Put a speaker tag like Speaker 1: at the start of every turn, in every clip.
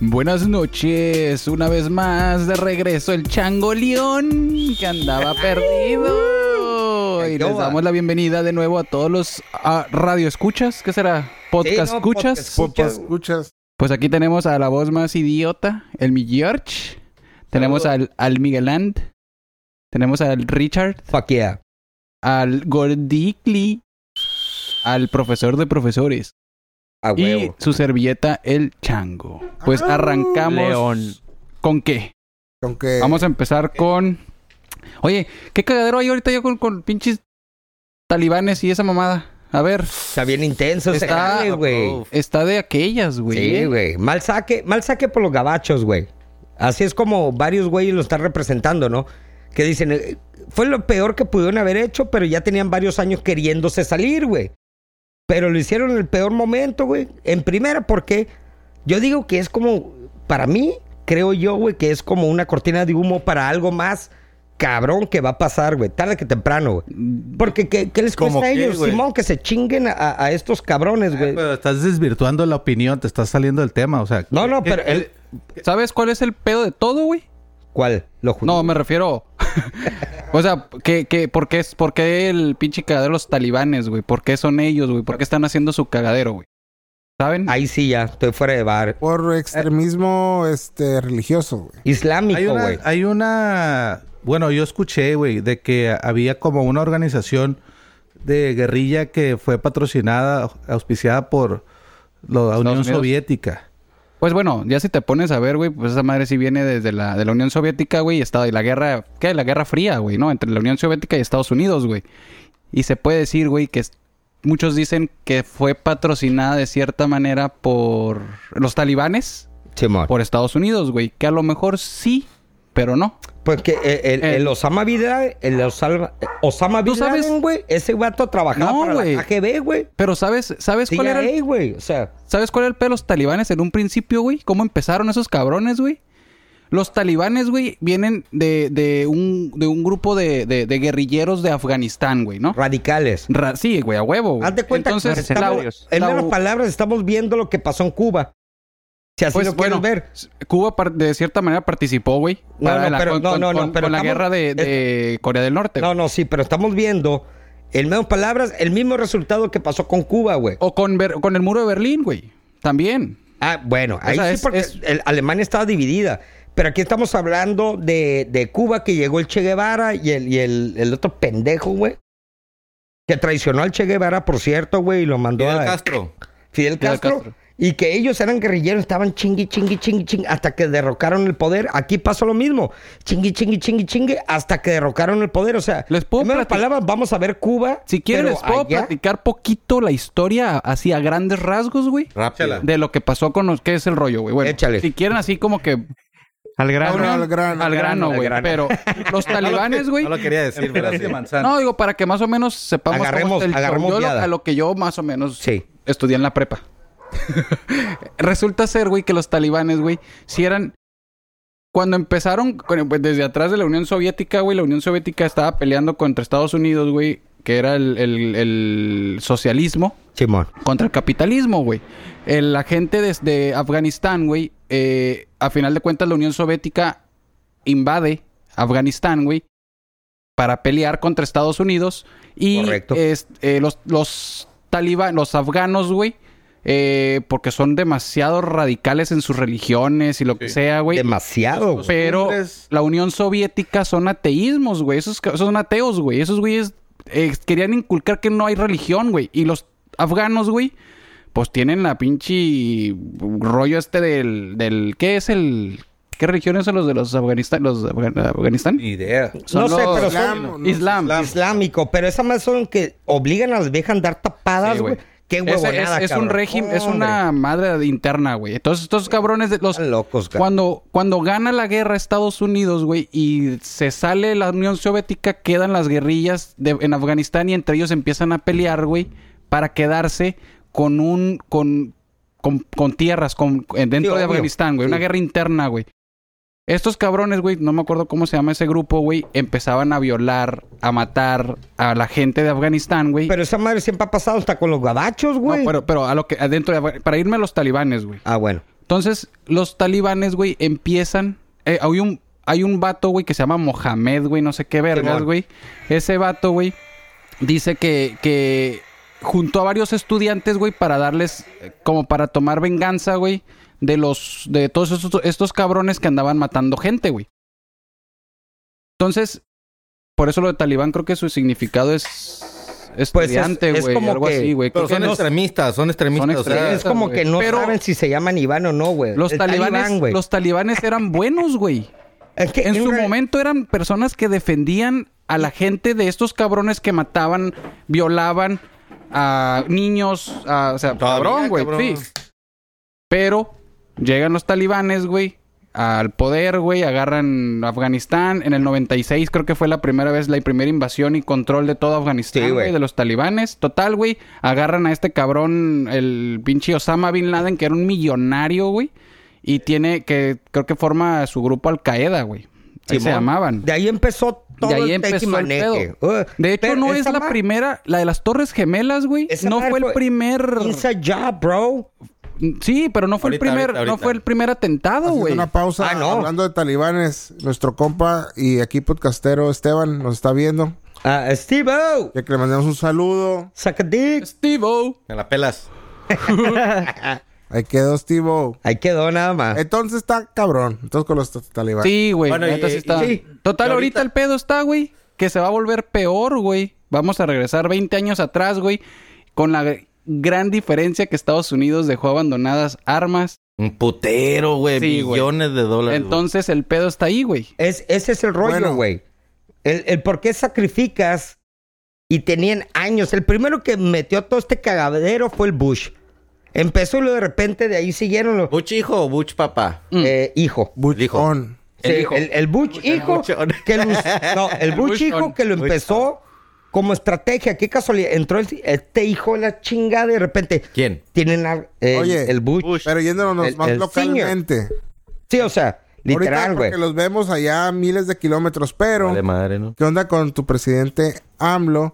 Speaker 1: Buenas noches, una vez más de regreso el Chango León que andaba perdido. Y les damos la bienvenida de nuevo a todos los ah, radio escuchas, ¿qué será? Podcast
Speaker 2: no,
Speaker 1: escuchas.
Speaker 2: podcast.
Speaker 3: Popas, escuchas.
Speaker 1: Pues aquí tenemos a la voz más idiota, el mi George. Tenemos al, al Migueland. Tenemos al Richard.
Speaker 2: Fuck yeah.
Speaker 1: Al Gordicli. Al profesor de profesores.
Speaker 2: A
Speaker 1: Y
Speaker 2: huevo.
Speaker 1: su servilleta, el Chango. Pues
Speaker 3: Ah,
Speaker 1: arrancamos.
Speaker 4: León.
Speaker 1: ¿Con qué?
Speaker 2: Eh,
Speaker 3: Aunque
Speaker 1: Vamos a empezar con. Oye, ¿qué cagadero hay ahorita yo con, con pinches talibanes y esa mamamada? A ver,
Speaker 2: Está bien intenso ese
Speaker 1: Está-
Speaker 2: jale, güey.
Speaker 1: está de aquellas, güey.
Speaker 2: Sí,
Speaker 1: ¿eh?
Speaker 2: güey. Mal saque, mal saque por los gabachos, güey. Así es como varios güeyes lo están representando, ¿no? Que dicen, eh, fue lo peor que pudieron haber hecho, pero ya tenían varios años queriéndose salir, güey. Pero lo hicieron en el peor momento, güey. En primera, porque yo digo que es como, para mí, creo yo, güey, que es como una cortina de humo para algo más cabrón que va a pasar, güey. Tarde que temprano, güey. Porque, ¿qué, qué les
Speaker 4: ¿Cómo
Speaker 2: cuesta a
Speaker 4: qué,
Speaker 2: ellos,
Speaker 4: güey?
Speaker 2: Simón? Que se chinguen a, a estos cabrones, güey.
Speaker 5: Pero estás desvirtuando la opinión, te estás saliendo del tema, o sea.
Speaker 2: No, no, pero el-
Speaker 1: ¿Sabes cuál es el pedo de todo, güey?
Speaker 2: ¿Cuál? Lo juro.
Speaker 1: No, me refiero. o sea, ¿qué, qué, por, qué, es- ¿por qué el pinche cagadero de los talibanes, güey? ¿Por qué son ellos, güey? ¿Por qué están haciendo su cagadero, güey? ¿Saben?
Speaker 2: Ahí sí ya, estoy fuera de bar.
Speaker 3: por extremismo este religioso, güey.
Speaker 5: Hay
Speaker 2: Islámico,
Speaker 5: una,
Speaker 2: güey.
Speaker 5: hay una, bueno, yo escuché, güey, de que había como una organización de guerrilla que fue patrocinada, auspiciada por la Unión
Speaker 1: Unidos.
Speaker 5: Soviética.
Speaker 1: Pues bueno, ya si te pones a ver, güey, pues esa madre sí viene desde la, de la Unión Soviética, güey, y estaba, y la guerra, ¿qué? La guerra fría, güey, ¿no? Entre la Unión Soviética y Estados Unidos, güey. Y se puede decir, güey, que es- muchos dicen que fue patrocinada de cierta manera por los talibanes,
Speaker 2: Simón.
Speaker 1: por Estados Unidos, güey, que a lo mejor sí, pero no.
Speaker 2: Pues que eh, el,
Speaker 1: Eh.
Speaker 2: el Osama Bin Laden, el Osama, eh, Osama
Speaker 1: ¿Tú
Speaker 2: Bin Laden,
Speaker 1: sabes?
Speaker 2: güey, ese vato trabajaba
Speaker 1: No,
Speaker 2: para
Speaker 1: güey.
Speaker 2: la KGB, güey.
Speaker 1: Pero ¿sabes, sabes
Speaker 2: Sí,
Speaker 1: cuál era el
Speaker 2: ahí, güey. O sea,
Speaker 1: ¿Sabes cuál era el pedo de los talibanes en un principio, güey? ¿Cómo empezaron esos cabrones, güey? Los talibanes, güey, vienen de, de un, de un grupo de, de- de guerrilleros de Afganistán, güey, ¿no?
Speaker 2: radicales.
Speaker 1: Ra- sí, güey, a huevo, güey.
Speaker 2: Haz de cuenta que
Speaker 1: Entonces, la-
Speaker 2: estamos- en
Speaker 1: la-
Speaker 2: menos palabras estamos viendo lo que pasó en Cuba. Si así
Speaker 1: pues,
Speaker 2: lo quieres
Speaker 1: bueno,
Speaker 2: ver.
Speaker 1: Cuba par- de cierta manera participó, güey.
Speaker 2: No,
Speaker 1: para
Speaker 2: no, pero-
Speaker 1: con,
Speaker 2: no,
Speaker 1: con-
Speaker 2: no, no,
Speaker 1: con-
Speaker 2: pero
Speaker 1: con la
Speaker 2: estamos-
Speaker 1: guerra de, de Corea del Norte.
Speaker 2: No,
Speaker 1: güey.
Speaker 2: no, sí, pero estamos viendo, en menos palabras, el mismo resultado que pasó con Cuba, güey.
Speaker 1: O con, Ber- con el muro de Berlín, güey. También.
Speaker 2: Ah, bueno, ahí
Speaker 1: sea,
Speaker 2: sí
Speaker 1: es-
Speaker 2: porque
Speaker 1: es-
Speaker 2: el- Alemania estaba dividida. Pero aquí estamos hablando de, de Cuba que llegó el Che Guevara y el, y el, el otro pendejo, güey. Que traicionó al Che Guevara, por cierto, güey, y lo mandó a
Speaker 4: Castro.
Speaker 2: Fidel
Speaker 1: Fidel
Speaker 2: Castro.
Speaker 1: Castro.
Speaker 2: Y que ellos eran guerrilleros, estaban chingui, chingui, chingui, chingui, hasta que derrocaron el poder. Aquí pasó lo mismo. Chingui, chingui, chingui, chingui, hasta que derrocaron el poder. O sea,
Speaker 1: Les puedo
Speaker 2: en menos
Speaker 1: plati-
Speaker 2: palabras, vamos a ver Cuba.
Speaker 1: Si quieren,
Speaker 2: pero
Speaker 1: les puedo
Speaker 2: allá-
Speaker 1: platicar poquito la historia así a grandes rasgos, güey.
Speaker 4: Rápido.
Speaker 1: de lo que pasó con los que es el rollo, güey. Bueno,
Speaker 2: Échale.
Speaker 1: si quieren así como que
Speaker 4: Al
Speaker 3: No, no,
Speaker 4: grano.
Speaker 3: al grano.
Speaker 1: al grano,
Speaker 2: al
Speaker 1: güey,
Speaker 2: grano.
Speaker 1: pero los talibanes, güey.
Speaker 4: No lo quería decir, pero sí.
Speaker 1: No, digo para que más o menos sepamos cómo
Speaker 2: Agarremos-
Speaker 1: está el show.
Speaker 2: agarremos
Speaker 1: Yo lo-
Speaker 2: viada.
Speaker 1: a lo que yo más o menos
Speaker 2: Sí.
Speaker 1: estudié en la prepa. Resulta ser, güey, que los talibanes, güey, si eran cuando empezaron con- pues, desde atrás de la Unión Soviética, güey, la Unión Soviética estaba peleando contra Estados Unidos, güey, que era el- el- el socialismo
Speaker 2: Simón.
Speaker 1: contra el capitalismo, güey. El- La gente desde Afganistán, güey, eh, a final de cuentas la Unión Soviética invade Afganistán, güey, para pelear contra Estados Unidos y
Speaker 2: Correcto.
Speaker 1: es- eh, los, los talibán, los afganos, güey, eh, porque son demasiado radicales en sus religiones y lo que sea, güey.
Speaker 2: Demasiado,
Speaker 1: pues,
Speaker 2: güey.
Speaker 1: Pero
Speaker 4: Hombres.
Speaker 1: la Unión Soviética son ateísmos, güey. Esos, ca- esos son ateos, güey. Esos güeyes eh, querían inculcar que no hay religión, güey. Y los afganos, güey, pues tienen la pinche rollo este del, del... ¿Qué es el...? ¿Qué religiones son los de los Afganistán? ¿Los de Afgan- Afganistán?
Speaker 5: Ni idea.
Speaker 1: Son
Speaker 2: no sé,
Speaker 1: los-
Speaker 2: pero son,
Speaker 3: Islam, no,
Speaker 1: Islam.
Speaker 2: islámico, pero esas más son que obligan a las viejas a andar tapadas,
Speaker 1: Sí, güey.
Speaker 2: güey. Qué
Speaker 1: Ese
Speaker 2: huevonada,
Speaker 1: es, es un
Speaker 2: cabrón.
Speaker 1: régimen, es
Speaker 2: Hombre,
Speaker 1: una madre de interna, güey. Entonces, estos cabrones, de, los,
Speaker 2: están locos, cabrón.
Speaker 1: Cuando, cuando gana la guerra Estados Unidos, güey, y se sale la Unión Soviética, quedan las guerrillas de- en Afganistán y entre ellos empiezan a pelear, güey, para quedarse con un, con, con, con tierras, con, eh, dentro
Speaker 2: Sí,
Speaker 1: de
Speaker 2: obvio.
Speaker 1: Afganistán, güey. Una
Speaker 2: Sí.
Speaker 1: guerra interna, güey. Estos cabrones, güey, no me acuerdo cómo se llama ese grupo, güey, empezaban a violar, a matar a la gente de Afganistán, güey.
Speaker 2: Pero esa madre siempre ha pasado hasta con los gabachos,
Speaker 1: No,
Speaker 2: güey.
Speaker 1: pero, pero a lo que adentro de Afga- para irme a los talibanes, güey.
Speaker 2: Ah, bueno.
Speaker 1: Entonces, los talibanes, güey, empiezan. eh, hay un. Hay un vato, güey, que se llama Mohamed, güey, no sé qué vergas,
Speaker 2: Simón.
Speaker 1: güey. Ese vato, güey, dice que, que juntó a varios estudiantes, güey, para darles, eh, como para tomar venganza, güey, de los, de todos estos, estos cabrones que andaban matando gente, güey. Entonces, por eso lo de talibán creo que su significado es
Speaker 2: Pues es-
Speaker 1: estudiante,
Speaker 2: es
Speaker 1: güey,
Speaker 2: como
Speaker 1: algo
Speaker 2: que-
Speaker 1: así, güey.
Speaker 5: Pero
Speaker 1: Creo que
Speaker 5: son
Speaker 1: no-
Speaker 5: extremistas, son extremistas.
Speaker 1: Son
Speaker 5: o sea,
Speaker 1: extremistas.
Speaker 2: Es como
Speaker 1: güey.
Speaker 2: que no
Speaker 1: Pero-
Speaker 2: saben si se llaman Iván o no, güey.
Speaker 1: Los
Speaker 2: El
Speaker 1: talibanes,
Speaker 2: talibán, güey.
Speaker 1: los talibanes eran buenos, güey.
Speaker 2: Es que
Speaker 1: En su
Speaker 2: real-
Speaker 1: momento eran personas que defendían a la gente de estos cabrones que mataban, violaban a niños, a- o sea,
Speaker 5: Todavía,
Speaker 1: cabrón, güey,
Speaker 5: cabrón.
Speaker 1: sí. Pero llegan los talibanes, güey, al poder, güey, agarran Afganistán. En el 96 creo que fue la primera vez, la primera invasión y control de todo
Speaker 2: Sí,
Speaker 1: Afganistán,
Speaker 2: güey.
Speaker 1: güey, de los talibanes. Total, güey, agarran a este cabrón, el pinche Osama Bin Laden, que era un millonario, güey. Y tiene que, creo que forma su grupo Al-Qaeda, güey. Así se
Speaker 2: Simón.
Speaker 1: llamaban.
Speaker 2: De ahí empezó todo
Speaker 1: De ahí
Speaker 2: el
Speaker 1: empezó el
Speaker 2: tejimaneje.
Speaker 1: pedo.
Speaker 2: Uh,
Speaker 1: De hecho,
Speaker 2: pero
Speaker 1: no es
Speaker 2: esa
Speaker 1: la
Speaker 2: ma-
Speaker 1: primera, la de las Torres Gemelas, güey.
Speaker 2: esa
Speaker 1: No
Speaker 2: madre
Speaker 1: fue el primer.
Speaker 2: Inside job, bro.
Speaker 1: Sí, pero no fue el
Speaker 5: Ahorita,
Speaker 1: primer,
Speaker 5: ahorita,
Speaker 1: no
Speaker 5: ahorita.
Speaker 1: fue el primer atentado,
Speaker 3: Haciendo
Speaker 1: güey.
Speaker 3: una pausa
Speaker 2: Ah, no.
Speaker 3: hablando de talibanes. Nuestro compa y aquí podcastero Esteban nos está viendo.
Speaker 2: Ah, Steve-O.
Speaker 3: Ya que le mandamos un saludo.
Speaker 2: Suck a dick.
Speaker 1: Steve-O.
Speaker 5: Me la pelas.
Speaker 3: Ahí quedó Steve.
Speaker 2: Ahí quedó nada más.
Speaker 3: Entonces está cabrón. Entonces con los ta- talibanes.
Speaker 1: Sí, güey.
Speaker 5: Bueno,
Speaker 1: neta
Speaker 5: y-
Speaker 1: sí está.
Speaker 5: y-
Speaker 1: Total,
Speaker 5: y
Speaker 1: ahorita...
Speaker 5: ahorita-
Speaker 1: el pedo está, güey. Que se va a volver peor, güey. Vamos a regresar 20 años atrás, güey. Con la gr- gran diferencia que Estados Unidos dejó abandonadas armas.
Speaker 5: Un putero, güey.
Speaker 1: Sí, güey.
Speaker 5: millones de dólares. güey.
Speaker 1: Entonces el pedo está ahí, güey.
Speaker 2: Es, ese es el rollo,
Speaker 3: Bueno.
Speaker 2: güey. El, el por qué sacrificas y tenían años. El primero que metió todo este cagadero fue el Bush. Empezó y luego de repente de ahí siguieron los
Speaker 6: Buch hijo o Buch papá.
Speaker 2: eh, hijo.
Speaker 3: Buchón.
Speaker 2: Sí, El, el, Bush hijo. Que lo- no, el Bush
Speaker 1: Bush
Speaker 2: hijo
Speaker 1: on.
Speaker 2: que lo empezó como estrategia. Qué casualidad. Entró el- este hijo de la chingada y de repente.
Speaker 6: ¿Quién?
Speaker 2: Tienen al- el,
Speaker 3: Oye,
Speaker 2: el Bush.
Speaker 3: Pero yéndonos
Speaker 2: El-
Speaker 3: más
Speaker 2: el
Speaker 3: localmente.
Speaker 2: Sí, o sea, literal,
Speaker 3: Ahorita
Speaker 2: güey.
Speaker 3: porque los vemos allá a miles de kilómetros, pero
Speaker 6: Vale madre, ¿no?
Speaker 3: ¿qué onda con tu presidente AMLO?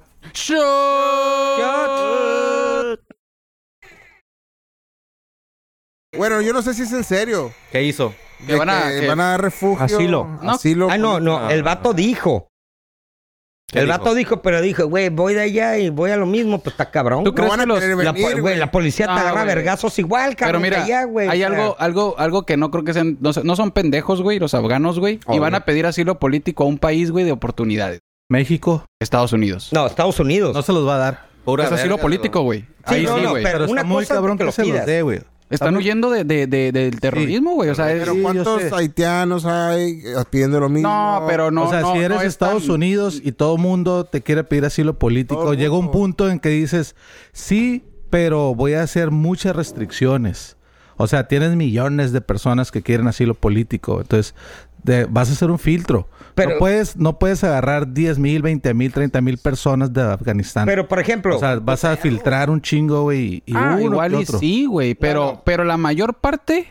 Speaker 3: Bueno, yo no sé si es en serio.
Speaker 6: ¿Qué hizo?
Speaker 1: Que
Speaker 3: de
Speaker 1: van a-
Speaker 3: que
Speaker 1: que-
Speaker 3: van a dar refugio.
Speaker 4: Asilo.
Speaker 1: No.
Speaker 3: asilo.
Speaker 2: Ah, no, no, el vato dijo.
Speaker 6: ¿Qué
Speaker 2: El
Speaker 6: dijo?
Speaker 2: vato dijo, pero dijo, güey, voy de allá y voy a lo mismo, pues está cabrón.
Speaker 1: ¿Tú
Speaker 2: güey.
Speaker 1: crees
Speaker 3: van a
Speaker 1: que los-
Speaker 3: querer
Speaker 2: La, po-
Speaker 3: venir,
Speaker 2: güey,
Speaker 3: güey.
Speaker 2: la policía te
Speaker 1: Ah,
Speaker 2: agarra
Speaker 1: güey.
Speaker 2: vergazos igual,
Speaker 1: Pero
Speaker 2: cabrón.
Speaker 1: mira,
Speaker 2: de allá, güey.
Speaker 1: hay
Speaker 2: O sea,
Speaker 1: algo, algo, algo que no creo que sean, no, son- no son pendejos, güey, los afganos, güey, y van a pedir asilo político a un país, güey, de oportunidades.
Speaker 5: México
Speaker 1: Estados Unidos.
Speaker 2: No, Estados Unidos.
Speaker 5: no se los va a dar.
Speaker 6: Pura
Speaker 1: es asilo
Speaker 6: verga,
Speaker 1: político,
Speaker 6: güey.
Speaker 1: güey. Ahí
Speaker 2: no,
Speaker 1: sí,
Speaker 2: no,
Speaker 1: güey.
Speaker 2: pero-
Speaker 5: está
Speaker 2: una
Speaker 5: muy
Speaker 2: cosa es
Speaker 5: cabrón
Speaker 2: que
Speaker 5: que,
Speaker 2: lo
Speaker 5: se los
Speaker 2: pidas.
Speaker 5: dé, güey.
Speaker 1: Están
Speaker 5: Estamos-
Speaker 1: huyendo de, de- de- del terrorismo, güey. O sea, es-
Speaker 3: Pero
Speaker 5: Sí, yo
Speaker 3: ¿cuántos
Speaker 5: sé.
Speaker 3: haitianos hay eh, pidiendo lo mismo?
Speaker 1: No, pero no.
Speaker 5: o sea,
Speaker 1: no,
Speaker 5: si eres
Speaker 1: no es
Speaker 5: Estados
Speaker 1: tan-
Speaker 5: Unidos y todo mundo te quiere pedir asilo
Speaker 3: Todo
Speaker 5: político,
Speaker 3: el
Speaker 5: llega un
Speaker 3: mundo.
Speaker 5: punto en que dices, sí, pero voy a hacer muchas restricciones. O sea, tienes millones de personas que quieren asilo político. Entonces, de- vas a hacer un filtro.
Speaker 2: Pero-
Speaker 5: no, puedes, no puedes agarrar 10 mil, 20 mil, 30 mil personas de Afganistán.
Speaker 2: Pero, por ejemplo,
Speaker 5: o sea, vas a filtrar un chingo, güey. Y
Speaker 1: Ah,
Speaker 5: uno
Speaker 1: igual
Speaker 5: que
Speaker 1: y
Speaker 5: otro.
Speaker 1: sí, güey. Pero,
Speaker 2: No, no.
Speaker 1: pero la mayor parte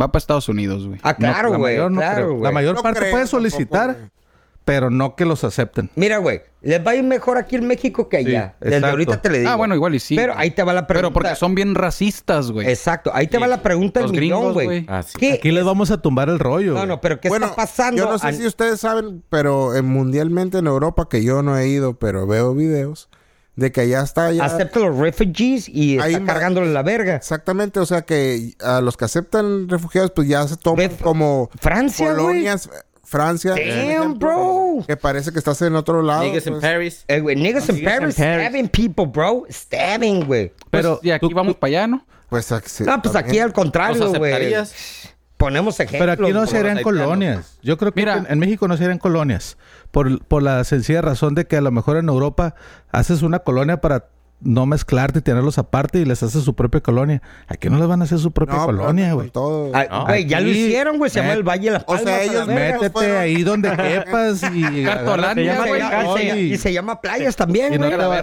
Speaker 1: va para Estados Unidos, güey.
Speaker 2: ah, claro,
Speaker 5: la
Speaker 2: güey.
Speaker 5: mayor no
Speaker 2: claro,
Speaker 5: creo.
Speaker 2: güey.
Speaker 5: La mayor
Speaker 3: No
Speaker 5: parte
Speaker 3: creo
Speaker 5: puede
Speaker 3: tampoco,
Speaker 5: solicitar,
Speaker 3: güey.
Speaker 5: pero no que los acepten.
Speaker 2: Mira, güey, les va a ir mejor aquí en México que allá. Desde
Speaker 5: exacto.
Speaker 2: ahorita te le digo.
Speaker 1: ah, bueno, igual y sí.
Speaker 2: Pero ahí te va la pregunta.
Speaker 1: Pero porque son bien racistas, güey.
Speaker 2: Exacto, ahí te va la pregunta del
Speaker 1: Los
Speaker 2: millón,
Speaker 1: gringos,
Speaker 2: güey.
Speaker 1: güey.
Speaker 6: Ah, sí.
Speaker 2: ¿Qué-
Speaker 5: Aquí les vamos a tumbar el rollo.
Speaker 2: No,
Speaker 5: güey.
Speaker 2: no, pero ¿qué está pasando?
Speaker 3: Yo no sé
Speaker 2: a-
Speaker 3: si ustedes saben, pero eh, mundialmente en Europa, que yo no he ido, pero veo videos de que allá está. Ya,
Speaker 2: Acepta los refugees y
Speaker 3: Ahí
Speaker 2: está
Speaker 3: ma-
Speaker 2: cargándole la verga.
Speaker 3: Exactamente, o sea que a los que aceptan refugiados, pues ya se toman
Speaker 2: Ve-
Speaker 3: como
Speaker 2: Francia, güey.
Speaker 3: colonias. Francia. es
Speaker 2: Damn,
Speaker 3: un
Speaker 2: bro.
Speaker 3: Que parece que estás en otro lado.
Speaker 6: Niggas in
Speaker 3: pues.
Speaker 6: Paris.
Speaker 2: Eh, güey, niggas in Paris, stabbing people, bro. Stabbing, güey.
Speaker 1: pero
Speaker 5: pero
Speaker 1: y Pues, aquí
Speaker 5: tú-
Speaker 1: vamos para allá, ¿no?
Speaker 3: Pues, ah, sí,
Speaker 2: No, pues aquí
Speaker 3: también.
Speaker 2: al contrario,
Speaker 6: ¿Los
Speaker 2: güey.
Speaker 6: aceptarías?
Speaker 2: Ponemos ejemplos.
Speaker 5: Pero aquí no
Speaker 2: güey.
Speaker 5: serían
Speaker 6: haitianos.
Speaker 5: colonias. Yo creo que
Speaker 1: Mira.
Speaker 5: en, en México no serían colonias. Por, por la sencilla razón de que a lo mejor en Europa haces una colonia para no mezclarte y tenerlos aparte y les haces su propia colonia. Aquí no les van a hacer su propia
Speaker 3: No,
Speaker 5: colonia,
Speaker 3: con
Speaker 5: güey.
Speaker 3: todo.
Speaker 2: Ah, güey, ya lo
Speaker 5: Aquí-
Speaker 2: hicieron, güey. Se llama
Speaker 5: Met-
Speaker 2: el Valle de las
Speaker 3: O
Speaker 2: Palmas.
Speaker 3: sea,
Speaker 2: a la
Speaker 3: ellos
Speaker 2: verga.
Speaker 5: Métete
Speaker 3: fueron-
Speaker 5: ahí donde quepas y...
Speaker 1: Cartolania,
Speaker 4: se
Speaker 2: Se
Speaker 1: güey.
Speaker 4: llama-
Speaker 2: llama-
Speaker 5: Oye.
Speaker 2: y se llama playas también,
Speaker 5: Y no
Speaker 2: güey. Ah,
Speaker 1: Mira la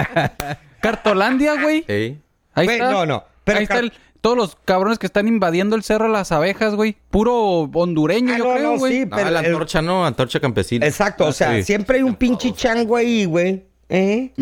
Speaker 1: verga. Cartolandia, güey.
Speaker 6: Sí.
Speaker 1: Ahí
Speaker 2: Güey,
Speaker 1: está.
Speaker 2: no, no, pero
Speaker 1: Ahí está
Speaker 2: car-
Speaker 1: el- todos los cabrones que están invadiendo el cerro de las abejas, güey. Puro hondureño,
Speaker 2: Ah,
Speaker 1: yo
Speaker 2: no,
Speaker 1: creo,
Speaker 2: no,
Speaker 1: güey.
Speaker 2: sí,
Speaker 6: No,
Speaker 2: pero
Speaker 6: la
Speaker 2: el-
Speaker 6: antorcha no, antorcha campesina.
Speaker 2: Exacto, o sea,
Speaker 6: Sí.
Speaker 2: siempre hay un pinche chango ahí, güey. ¿Eh?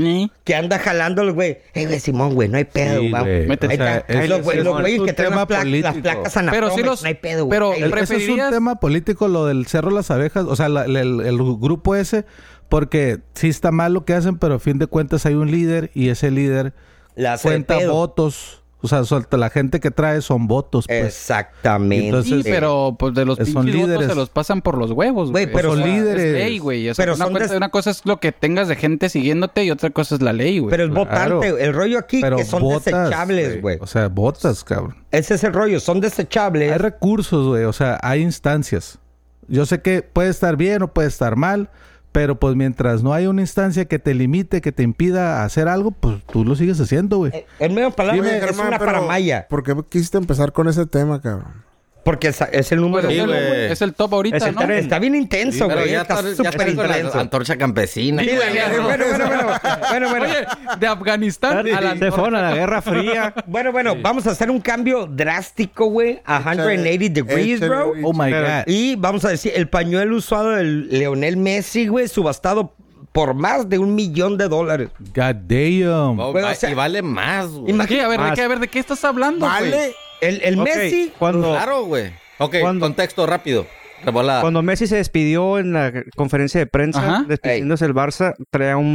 Speaker 2: Que anda jalando los güey. Eh, güey, Simón, güey, no hay pedo,
Speaker 5: Sí,
Speaker 2: vamos.
Speaker 5: güey.
Speaker 1: Métete.
Speaker 2: Ahí está.
Speaker 5: O sea, ese
Speaker 2: los
Speaker 5: es-
Speaker 2: güey, los
Speaker 5: es
Speaker 2: güeyes
Speaker 5: un
Speaker 2: que traen
Speaker 5: tema
Speaker 2: las, pla- las
Speaker 5: político.
Speaker 2: placas
Speaker 1: Pero
Speaker 2: anacrónicas,
Speaker 1: sí los-
Speaker 2: no hay pedo, güey.
Speaker 1: pero-
Speaker 2: Ahí-
Speaker 5: El- ese es
Speaker 1: ¿Preferirías?
Speaker 5: un tema político, lo del Cerro Las Abejas, o sea, la- la- el, el grupo ese, porque sí está mal lo que hacen, pero a fin de cuentas hay un líder y ese líder
Speaker 2: La hace de
Speaker 5: cuenta
Speaker 2: pedo.
Speaker 5: votos. O sea, suelta- la gente que trae son votos, pues.
Speaker 2: Exactamente.
Speaker 1: sí,
Speaker 5: Entonces,
Speaker 1: pero pues de los
Speaker 5: son
Speaker 1: pinches votos
Speaker 5: líderes.
Speaker 1: se los pasan por los huevos,
Speaker 2: Güey,
Speaker 1: güey.
Speaker 2: pero
Speaker 1: O sea,
Speaker 5: son líderes.
Speaker 1: Es ley, güey. O sea,
Speaker 2: Pero
Speaker 1: una,
Speaker 2: son
Speaker 1: cuenta-
Speaker 2: des-
Speaker 1: una cosa es lo que tengas de gente siguiéndote y otra cosa es la ley, güey.
Speaker 2: Pero es votante,
Speaker 5: pues, Claro.
Speaker 2: güey. el rollo aquí
Speaker 5: pero
Speaker 2: que son
Speaker 5: votas,
Speaker 2: desechables, güey.
Speaker 5: O sea, votas, cabrón.
Speaker 2: Ese es el rollo, son desechables.
Speaker 5: Hay recursos, güey. O sea, hay instancias. Yo sé que puede estar bien o puede estar mal, pero pues mientras no hay una instancia que te limite, que te impida hacer algo, pues tú lo sigues haciendo, güey.
Speaker 2: Eh, En medio palabras,
Speaker 3: Oye,
Speaker 2: es
Speaker 3: Germán,
Speaker 2: una
Speaker 3: pero,
Speaker 2: paramaya.
Speaker 3: ¿Por qué quisiste empezar con ese tema, cabrón?
Speaker 2: Porque esa- es el número
Speaker 1: Pues, es,
Speaker 6: Sí,
Speaker 2: uno.
Speaker 1: el,
Speaker 6: güey.
Speaker 1: es el top ahorita,
Speaker 4: Es el
Speaker 1: ¿no?
Speaker 4: tren.
Speaker 2: Está bien intenso,
Speaker 6: Pero
Speaker 2: güey.
Speaker 6: ya
Speaker 2: Está
Speaker 6: estás, ya
Speaker 2: súper
Speaker 6: estás con la
Speaker 2: intenso.
Speaker 6: antorcha campesina.
Speaker 1: Sí, güey, ya,
Speaker 2: Bueno, bueno, bueno, bueno. Bueno, bueno.
Speaker 1: Oye, de Afganistán a la...
Speaker 4: Se fueron a la Guerra Fría.
Speaker 2: Bueno, bueno, vamos a hacer un cambio drástico, güey, a 180 degrees,
Speaker 3: Échale,
Speaker 2: bro.
Speaker 3: Richie.
Speaker 5: Oh my
Speaker 4: Pero-
Speaker 5: God.
Speaker 2: Y vamos a decir, el pañuelo usado del Leonel Messi, güey, subastado por más de un millón de dólares.
Speaker 5: God damn.
Speaker 6: Oh,
Speaker 2: Bueno,
Speaker 6: va-
Speaker 2: o sea-
Speaker 6: y vale más, güey.
Speaker 2: Imagínate,
Speaker 1: ¿Qué? A ver, ¿de
Speaker 4: Más.
Speaker 1: qué, a ver, ¿de qué estás hablando, güey?
Speaker 3: Vale.
Speaker 2: el, el
Speaker 4: Ok,
Speaker 2: Messi,
Speaker 4: Cuando,
Speaker 6: Claro, güey. Ok,
Speaker 4: ¿Cuándo?
Speaker 6: contexto rápido. Revolada.
Speaker 4: cuando Messi se despidió en la conferencia de prensa,
Speaker 1: Ajá.
Speaker 4: despidiéndose el Barça, traía un,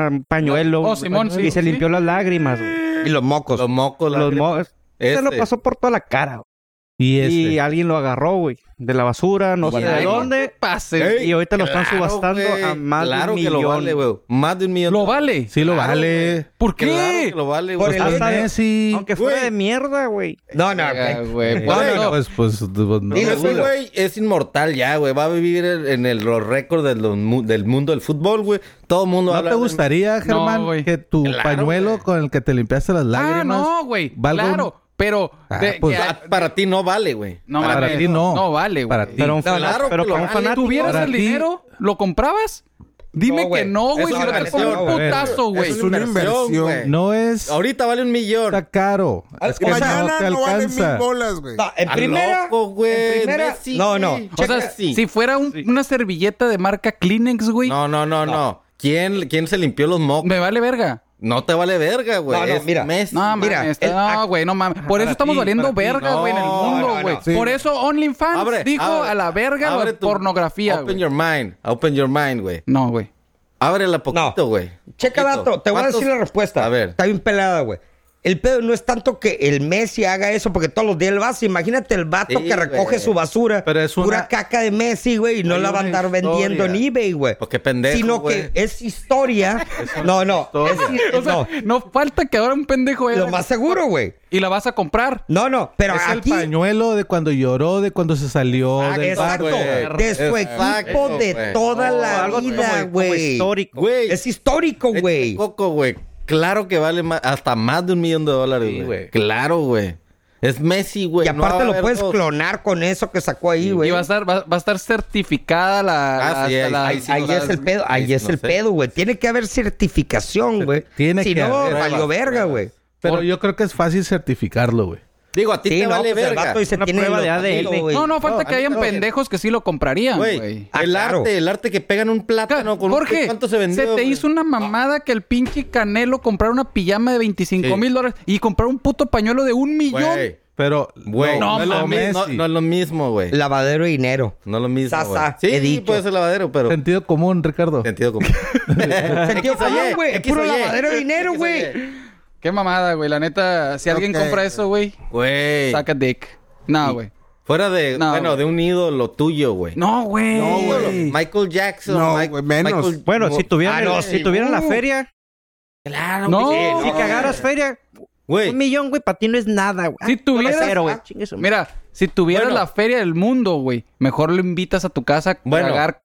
Speaker 4: un pañuelo
Speaker 1: Oh, Simón, sí,
Speaker 4: y se
Speaker 1: sí.
Speaker 4: limpió las lágrimas. güey.
Speaker 2: y los mocos.
Speaker 6: Los mocos, la-
Speaker 4: Los mo- Se lo
Speaker 6: Este.
Speaker 4: pasó por toda la cara. güey.
Speaker 5: Y este.
Speaker 4: Y alguien lo agarró, güey, de la basura, no sé
Speaker 6: Bueno,
Speaker 4: de
Speaker 6: ahí,
Speaker 4: dónde.
Speaker 1: Pase.
Speaker 4: y ahorita lo están
Speaker 6: Claro,
Speaker 4: subastando
Speaker 6: güey.
Speaker 4: a más
Speaker 6: Claro
Speaker 4: de un
Speaker 6: que
Speaker 4: millón.
Speaker 6: lo vale, güey. Más de un millón.
Speaker 1: ¿Lo vale?
Speaker 5: sí lo
Speaker 6: Claro,
Speaker 5: vale.
Speaker 6: güey.
Speaker 1: ¿Por qué?
Speaker 6: Claro que lo vale,
Speaker 2: Por
Speaker 6: güey.
Speaker 2: el-
Speaker 5: Está
Speaker 2: Hasta-
Speaker 5: Messi.
Speaker 4: Aunque fuera
Speaker 6: Güey.
Speaker 4: de mierda, güey.
Speaker 2: No, no,
Speaker 1: Ah,
Speaker 2: güey.
Speaker 1: güey, por
Speaker 5: Bueno,
Speaker 1: eso.
Speaker 5: pues, pues, pues, no.
Speaker 2: Dilo,
Speaker 6: Ese güey es inmortal ya, güey. Va a vivir en en el, los récords de los mu- del mundo del fútbol, güey. Todo el mundo
Speaker 5: ¿No
Speaker 6: habla
Speaker 5: te
Speaker 6: de-
Speaker 5: gustaría, Germán,
Speaker 1: güey.
Speaker 5: que tu
Speaker 6: Claro,
Speaker 5: pañuelo
Speaker 6: güey.
Speaker 5: con el que te limpiaste las lágrimas?
Speaker 1: Ah, no, güey.
Speaker 5: valga un-
Speaker 1: Claro, pero...
Speaker 5: Ah,
Speaker 1: de-
Speaker 5: pues,
Speaker 1: que-
Speaker 6: Ah, Para ti no vale, güey.
Speaker 1: no,
Speaker 5: para
Speaker 1: mames,
Speaker 5: ti no.
Speaker 1: No vale, güey.
Speaker 5: Para ti.
Speaker 4: Pero, un
Speaker 6: Claro
Speaker 4: fanático-
Speaker 6: que
Speaker 4: pero
Speaker 6: lo
Speaker 4: para un
Speaker 6: vale.
Speaker 4: fanático.
Speaker 1: ¿Tuvieras
Speaker 5: Para
Speaker 1: el
Speaker 5: ti-
Speaker 1: dinero? ¿Lo comprabas? Dime
Speaker 2: No,
Speaker 1: que
Speaker 2: güey.
Speaker 1: no,
Speaker 6: Es
Speaker 1: güey. Si
Speaker 6: una
Speaker 1: no te
Speaker 6: inversión,
Speaker 1: pongo un
Speaker 5: güey.
Speaker 1: putazo, güey.
Speaker 3: Es una inversión.
Speaker 6: güey.
Speaker 5: No es...
Speaker 6: Ahorita vale un millón.
Speaker 5: Está caro. Es que no te
Speaker 3: Mañana no, vale mil
Speaker 5: alcanza.
Speaker 3: bolas, güey.
Speaker 2: No, en
Speaker 6: Está
Speaker 2: primera,
Speaker 6: loco, güey.
Speaker 2: en primera-
Speaker 6: Messi,
Speaker 2: no, no.
Speaker 6: güey.
Speaker 1: O sea,
Speaker 6: Checa- sí.
Speaker 1: si fuera un- una servilleta de marca Kleenex, güey,
Speaker 6: No, no, no, no. ¿Quién, ¿Quién se limpió los mocos?
Speaker 1: me vale verga.
Speaker 6: No te vale verga, güey.
Speaker 2: No, no,
Speaker 6: Es
Speaker 2: mira.
Speaker 6: Messi.
Speaker 1: No,
Speaker 2: Mira,
Speaker 1: mames.
Speaker 2: el
Speaker 1: no,
Speaker 2: act-
Speaker 1: güey, no mames. Por eso estamos
Speaker 4: ti,
Speaker 1: valiendo
Speaker 4: para ti.
Speaker 1: verga, güey, en el
Speaker 6: No,
Speaker 1: mundo,
Speaker 6: no,
Speaker 1: güey.
Speaker 6: no.
Speaker 3: Sí.
Speaker 1: Por eso OnlyFans
Speaker 6: Abre,
Speaker 1: dijo
Speaker 6: abre-
Speaker 1: a la verga
Speaker 6: abre
Speaker 1: la
Speaker 6: tu-
Speaker 1: pornografía,
Speaker 6: Open
Speaker 1: güey.
Speaker 6: your mind. Open your mind, güey.
Speaker 1: No, güey.
Speaker 6: Ábrela
Speaker 2: No.
Speaker 6: poquito, güey.
Speaker 2: Checa
Speaker 6: Poquito.
Speaker 2: dato, te voy a
Speaker 6: ¿Cuántos-
Speaker 2: decir la respuesta.
Speaker 6: A ver.
Speaker 2: Está bien pelada, güey. El pedo no es tanto que el Messi haga eso porque todos los días él va. así. Imagínate el vato
Speaker 6: Sí,
Speaker 2: que recoge
Speaker 6: güey.
Speaker 2: su basura,
Speaker 5: Pero es una-
Speaker 2: pura caca de Messi, güey, y no
Speaker 5: Hay
Speaker 2: la va a
Speaker 5: una
Speaker 2: andar
Speaker 5: historia.
Speaker 2: vendiendo en eBay, güey.
Speaker 6: Pues qué pendejo,
Speaker 2: Sino
Speaker 6: güey.
Speaker 2: que es historia. no, no.
Speaker 5: historia.
Speaker 1: O
Speaker 2: es-
Speaker 1: sea,
Speaker 2: no,
Speaker 1: no falta que ahora un pendejo
Speaker 2: Lo
Speaker 1: haga-
Speaker 2: más seguro, güey.
Speaker 1: y la vas a comprar.
Speaker 2: No, no. Pero
Speaker 5: es
Speaker 2: aquí.
Speaker 5: el pañuelo de cuando lloró, de cuando se salió
Speaker 2: Ah,
Speaker 5: del
Speaker 2: exacto.
Speaker 5: barco.
Speaker 2: De su
Speaker 6: Exacto,
Speaker 2: equipo de
Speaker 6: güey.
Speaker 2: toda
Speaker 6: No,
Speaker 2: la
Speaker 4: Algo
Speaker 2: vida,
Speaker 4: como- como
Speaker 2: güey.
Speaker 4: histórico.
Speaker 6: Güey.
Speaker 2: Es histórico,
Speaker 6: échale
Speaker 2: güey.
Speaker 6: Este Coco, güey. Claro que vale más, hasta más de un millón de dólares, güey.
Speaker 5: güey.
Speaker 6: Claro, güey. Es Messi, güey.
Speaker 2: Y
Speaker 6: No va
Speaker 2: aparte
Speaker 6: a
Speaker 2: lo
Speaker 6: haber
Speaker 2: puedes
Speaker 6: dos.
Speaker 2: clonar con eso que sacó ahí, güey.
Speaker 1: Y va a estar, va, va a estar certificada la.
Speaker 6: Ah,
Speaker 1: la-
Speaker 6: sí,
Speaker 1: hasta
Speaker 6: ahí-
Speaker 1: la-
Speaker 6: ahí sí
Speaker 2: Ahí
Speaker 6: no
Speaker 2: es
Speaker 6: la-
Speaker 2: el pedo, ahí
Speaker 6: ahí
Speaker 2: es
Speaker 6: no
Speaker 2: el
Speaker 6: sé.
Speaker 2: pedo, güey. Tiene que haber certificación, güey.
Speaker 5: Tiene
Speaker 2: si
Speaker 5: que
Speaker 2: no,
Speaker 5: haber.
Speaker 2: valió
Speaker 6: Pruebas,
Speaker 2: verga,
Speaker 6: pruebas.
Speaker 2: güey.
Speaker 5: Pero yo creo que es fácil certificarlo, güey.
Speaker 6: Digo, a ti
Speaker 2: Sí,
Speaker 6: te
Speaker 2: no,
Speaker 6: vale
Speaker 2: pues el
Speaker 6: verga.
Speaker 2: vato dice,
Speaker 4: Una
Speaker 2: tiene
Speaker 4: prueba
Speaker 2: lo
Speaker 4: de ADN.
Speaker 2: tanto, güey.
Speaker 1: No, no, falta que hayan
Speaker 6: no, güey.
Speaker 1: pendejos que sí lo comprarían,
Speaker 6: Güey,
Speaker 1: güey.
Speaker 2: Ah,
Speaker 6: el
Speaker 2: claro.
Speaker 6: arte, el arte que pegan un plátano con un-
Speaker 1: Jorge,
Speaker 6: ¿Cuánto se vendió?
Speaker 1: te
Speaker 6: güey?
Speaker 1: hizo una mamada que el pinche Canelo comprara una pijama de 25 mil dólares y comprar un puto pañuelo de un millón.
Speaker 6: Güey,
Speaker 5: Pero,
Speaker 6: güey, no,
Speaker 5: no,
Speaker 6: es lo mi- no-
Speaker 5: Messi.
Speaker 6: no es lo mismo, güey.
Speaker 2: Lavadero de dinero.
Speaker 6: No es lo mismo,
Speaker 2: Sasa,
Speaker 6: güey. Sí,
Speaker 2: he dicho.
Speaker 6: puede ser lavadero, pero...
Speaker 5: Sentido común, Ricardo.
Speaker 6: Sentido común.
Speaker 2: Sentido
Speaker 6: X o
Speaker 2: común,
Speaker 6: Y,
Speaker 2: güey. Es
Speaker 6: X o
Speaker 2: puro
Speaker 6: Y.
Speaker 2: lavadero de dinero,
Speaker 6: X o Y.
Speaker 2: güey.
Speaker 1: Qué mamada, güey. La neta, si alguien
Speaker 3: Ok.
Speaker 1: compra eso, güey,
Speaker 6: Güey.
Speaker 1: saca dick. No, güey.
Speaker 6: Fuera de,
Speaker 1: No,
Speaker 6: bueno,
Speaker 1: güey.
Speaker 6: de un ídolo tuyo, güey.
Speaker 1: No, güey.
Speaker 6: Un ídolo. Michael Jackson.
Speaker 3: No,
Speaker 6: Mi-
Speaker 3: güey, menos.
Speaker 6: Michael-
Speaker 4: Bueno, si tuvieran,
Speaker 6: Ah, no,
Speaker 4: si
Speaker 6: sí.
Speaker 4: tuvieran la
Speaker 6: Uh,
Speaker 4: feria,
Speaker 6: Claro,
Speaker 1: No.
Speaker 6: güey.
Speaker 4: si cagaras feria,
Speaker 6: Güey.
Speaker 4: un millón, güey, para ti no es nada, güey.
Speaker 1: Si
Speaker 4: Ah, no,
Speaker 1: tuvieras-
Speaker 4: cero, güey.
Speaker 1: Ah,
Speaker 4: Chingue su madre.
Speaker 1: Mira, si tuvieras
Speaker 6: Bueno.
Speaker 1: la feria del mundo, güey, mejor lo invitas a tu casa a
Speaker 6: Bueno.
Speaker 1: cagar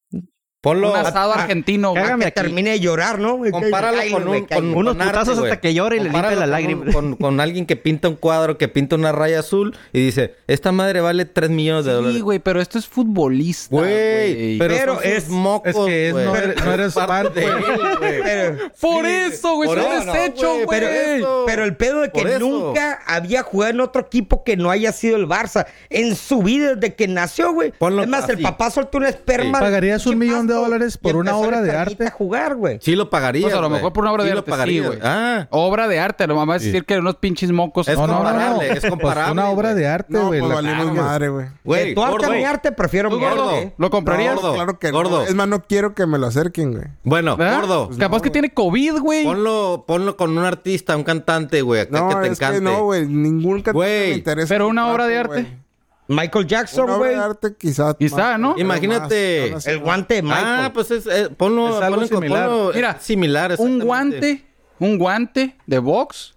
Speaker 6: Ponlo.
Speaker 1: un asado
Speaker 6: a-
Speaker 1: argentino, güey.
Speaker 4: Cágame
Speaker 2: Que
Speaker 4: aquí.
Speaker 2: termine de llorar, ¿no? güey?
Speaker 6: Compáralo
Speaker 2: Ay,
Speaker 6: con
Speaker 2: güey,
Speaker 6: un.
Speaker 2: cae.
Speaker 6: Con,
Speaker 4: Unos
Speaker 6: con arte,
Speaker 4: putazos
Speaker 6: güey.
Speaker 4: hasta que llore y le limpia
Speaker 6: Compáralo
Speaker 4: la
Speaker 6: con
Speaker 4: lágrima.
Speaker 6: un- Con, con alguien que pinta un cuadro, que pinta una raya azul y dice: Esta madre vale 3 millones de
Speaker 1: Sí,
Speaker 6: dólares.
Speaker 1: güey, pero esto es futbolista,
Speaker 6: Güey.
Speaker 1: güey.
Speaker 6: Pero,
Speaker 2: Pero
Speaker 6: son sus
Speaker 2: es-
Speaker 6: mocos.
Speaker 5: es que es-
Speaker 6: güey.
Speaker 5: no eres- no eres
Speaker 6: Parte
Speaker 5: fan,
Speaker 6: de
Speaker 5: güey.
Speaker 6: él, güey.
Speaker 2: Pero,
Speaker 1: Por eso, güey,
Speaker 6: Por
Speaker 1: es un
Speaker 6: eso,
Speaker 1: desecho,
Speaker 6: güey,
Speaker 1: güey.
Speaker 6: pero eso-
Speaker 2: pero el pedo de
Speaker 6: Por
Speaker 2: que
Speaker 6: eso.
Speaker 2: nunca había jugado en otro equipo que no haya sido el Barça en su vida desde que nació, güey.
Speaker 6: Ponlo
Speaker 2: Es más, el
Speaker 6: así.
Speaker 2: papá soltó una esperma.
Speaker 5: ¿Pagarías un millón de dólares por
Speaker 2: y
Speaker 5: una
Speaker 2: empezó
Speaker 5: obra
Speaker 2: el
Speaker 5: de
Speaker 2: Carlita
Speaker 5: arte.
Speaker 2: a jugar, güey.
Speaker 6: Sí lo pagaría.
Speaker 1: Pues a lo mejor por una obra de arte, sí, güey.
Speaker 6: Ah,
Speaker 1: Obra de arte, lo mamá a decir que unos pinches mocos.
Speaker 6: Es
Speaker 1: No, no,
Speaker 6: comparable,
Speaker 1: no, no.
Speaker 6: es comparable,
Speaker 5: Pues una obra
Speaker 6: güey.
Speaker 5: de arte,
Speaker 3: No,
Speaker 5: güey.
Speaker 3: pues
Speaker 5: la-
Speaker 3: valimos
Speaker 5: claro,
Speaker 3: madre, güey.
Speaker 2: De
Speaker 6: güey.
Speaker 2: tu arte a
Speaker 6: gordo.
Speaker 2: mi arte prefiero
Speaker 1: ¿Tú,
Speaker 2: mi
Speaker 1: gordo?
Speaker 2: arte. ¿eh?
Speaker 1: ¿Lo comprarías?
Speaker 6: Gordo.
Speaker 3: Claro que
Speaker 6: Gordo.
Speaker 3: no. Es más, no quiero que me lo acerquen, güey.
Speaker 6: Bueno,
Speaker 1: ¿Ah?
Speaker 6: gordo.
Speaker 1: Capaz que tiene COVID, güey.
Speaker 6: Ponlo, ponlo con un artista, un cantante, güey. Acá
Speaker 3: No,
Speaker 6: que te
Speaker 3: es
Speaker 6: encante.
Speaker 3: que no, güey. Ningún cantante
Speaker 6: Güey.
Speaker 3: me interesa.
Speaker 1: Pero una obra de
Speaker 3: güey.
Speaker 1: arte.
Speaker 2: Michael Jackson,
Speaker 3: Una obra
Speaker 2: güey.
Speaker 3: de arte quizás.
Speaker 1: Quizá, ¿no?
Speaker 6: Imagínate.
Speaker 2: El guante de este, Michael.
Speaker 6: Ah, pues es, eh, ponlo,
Speaker 5: Es algo
Speaker 6: ponlo-
Speaker 5: similar.
Speaker 6: ponlo, eh,
Speaker 1: Mira,
Speaker 6: similar.
Speaker 1: un
Speaker 6: exactamente.
Speaker 1: guante, un guante de box.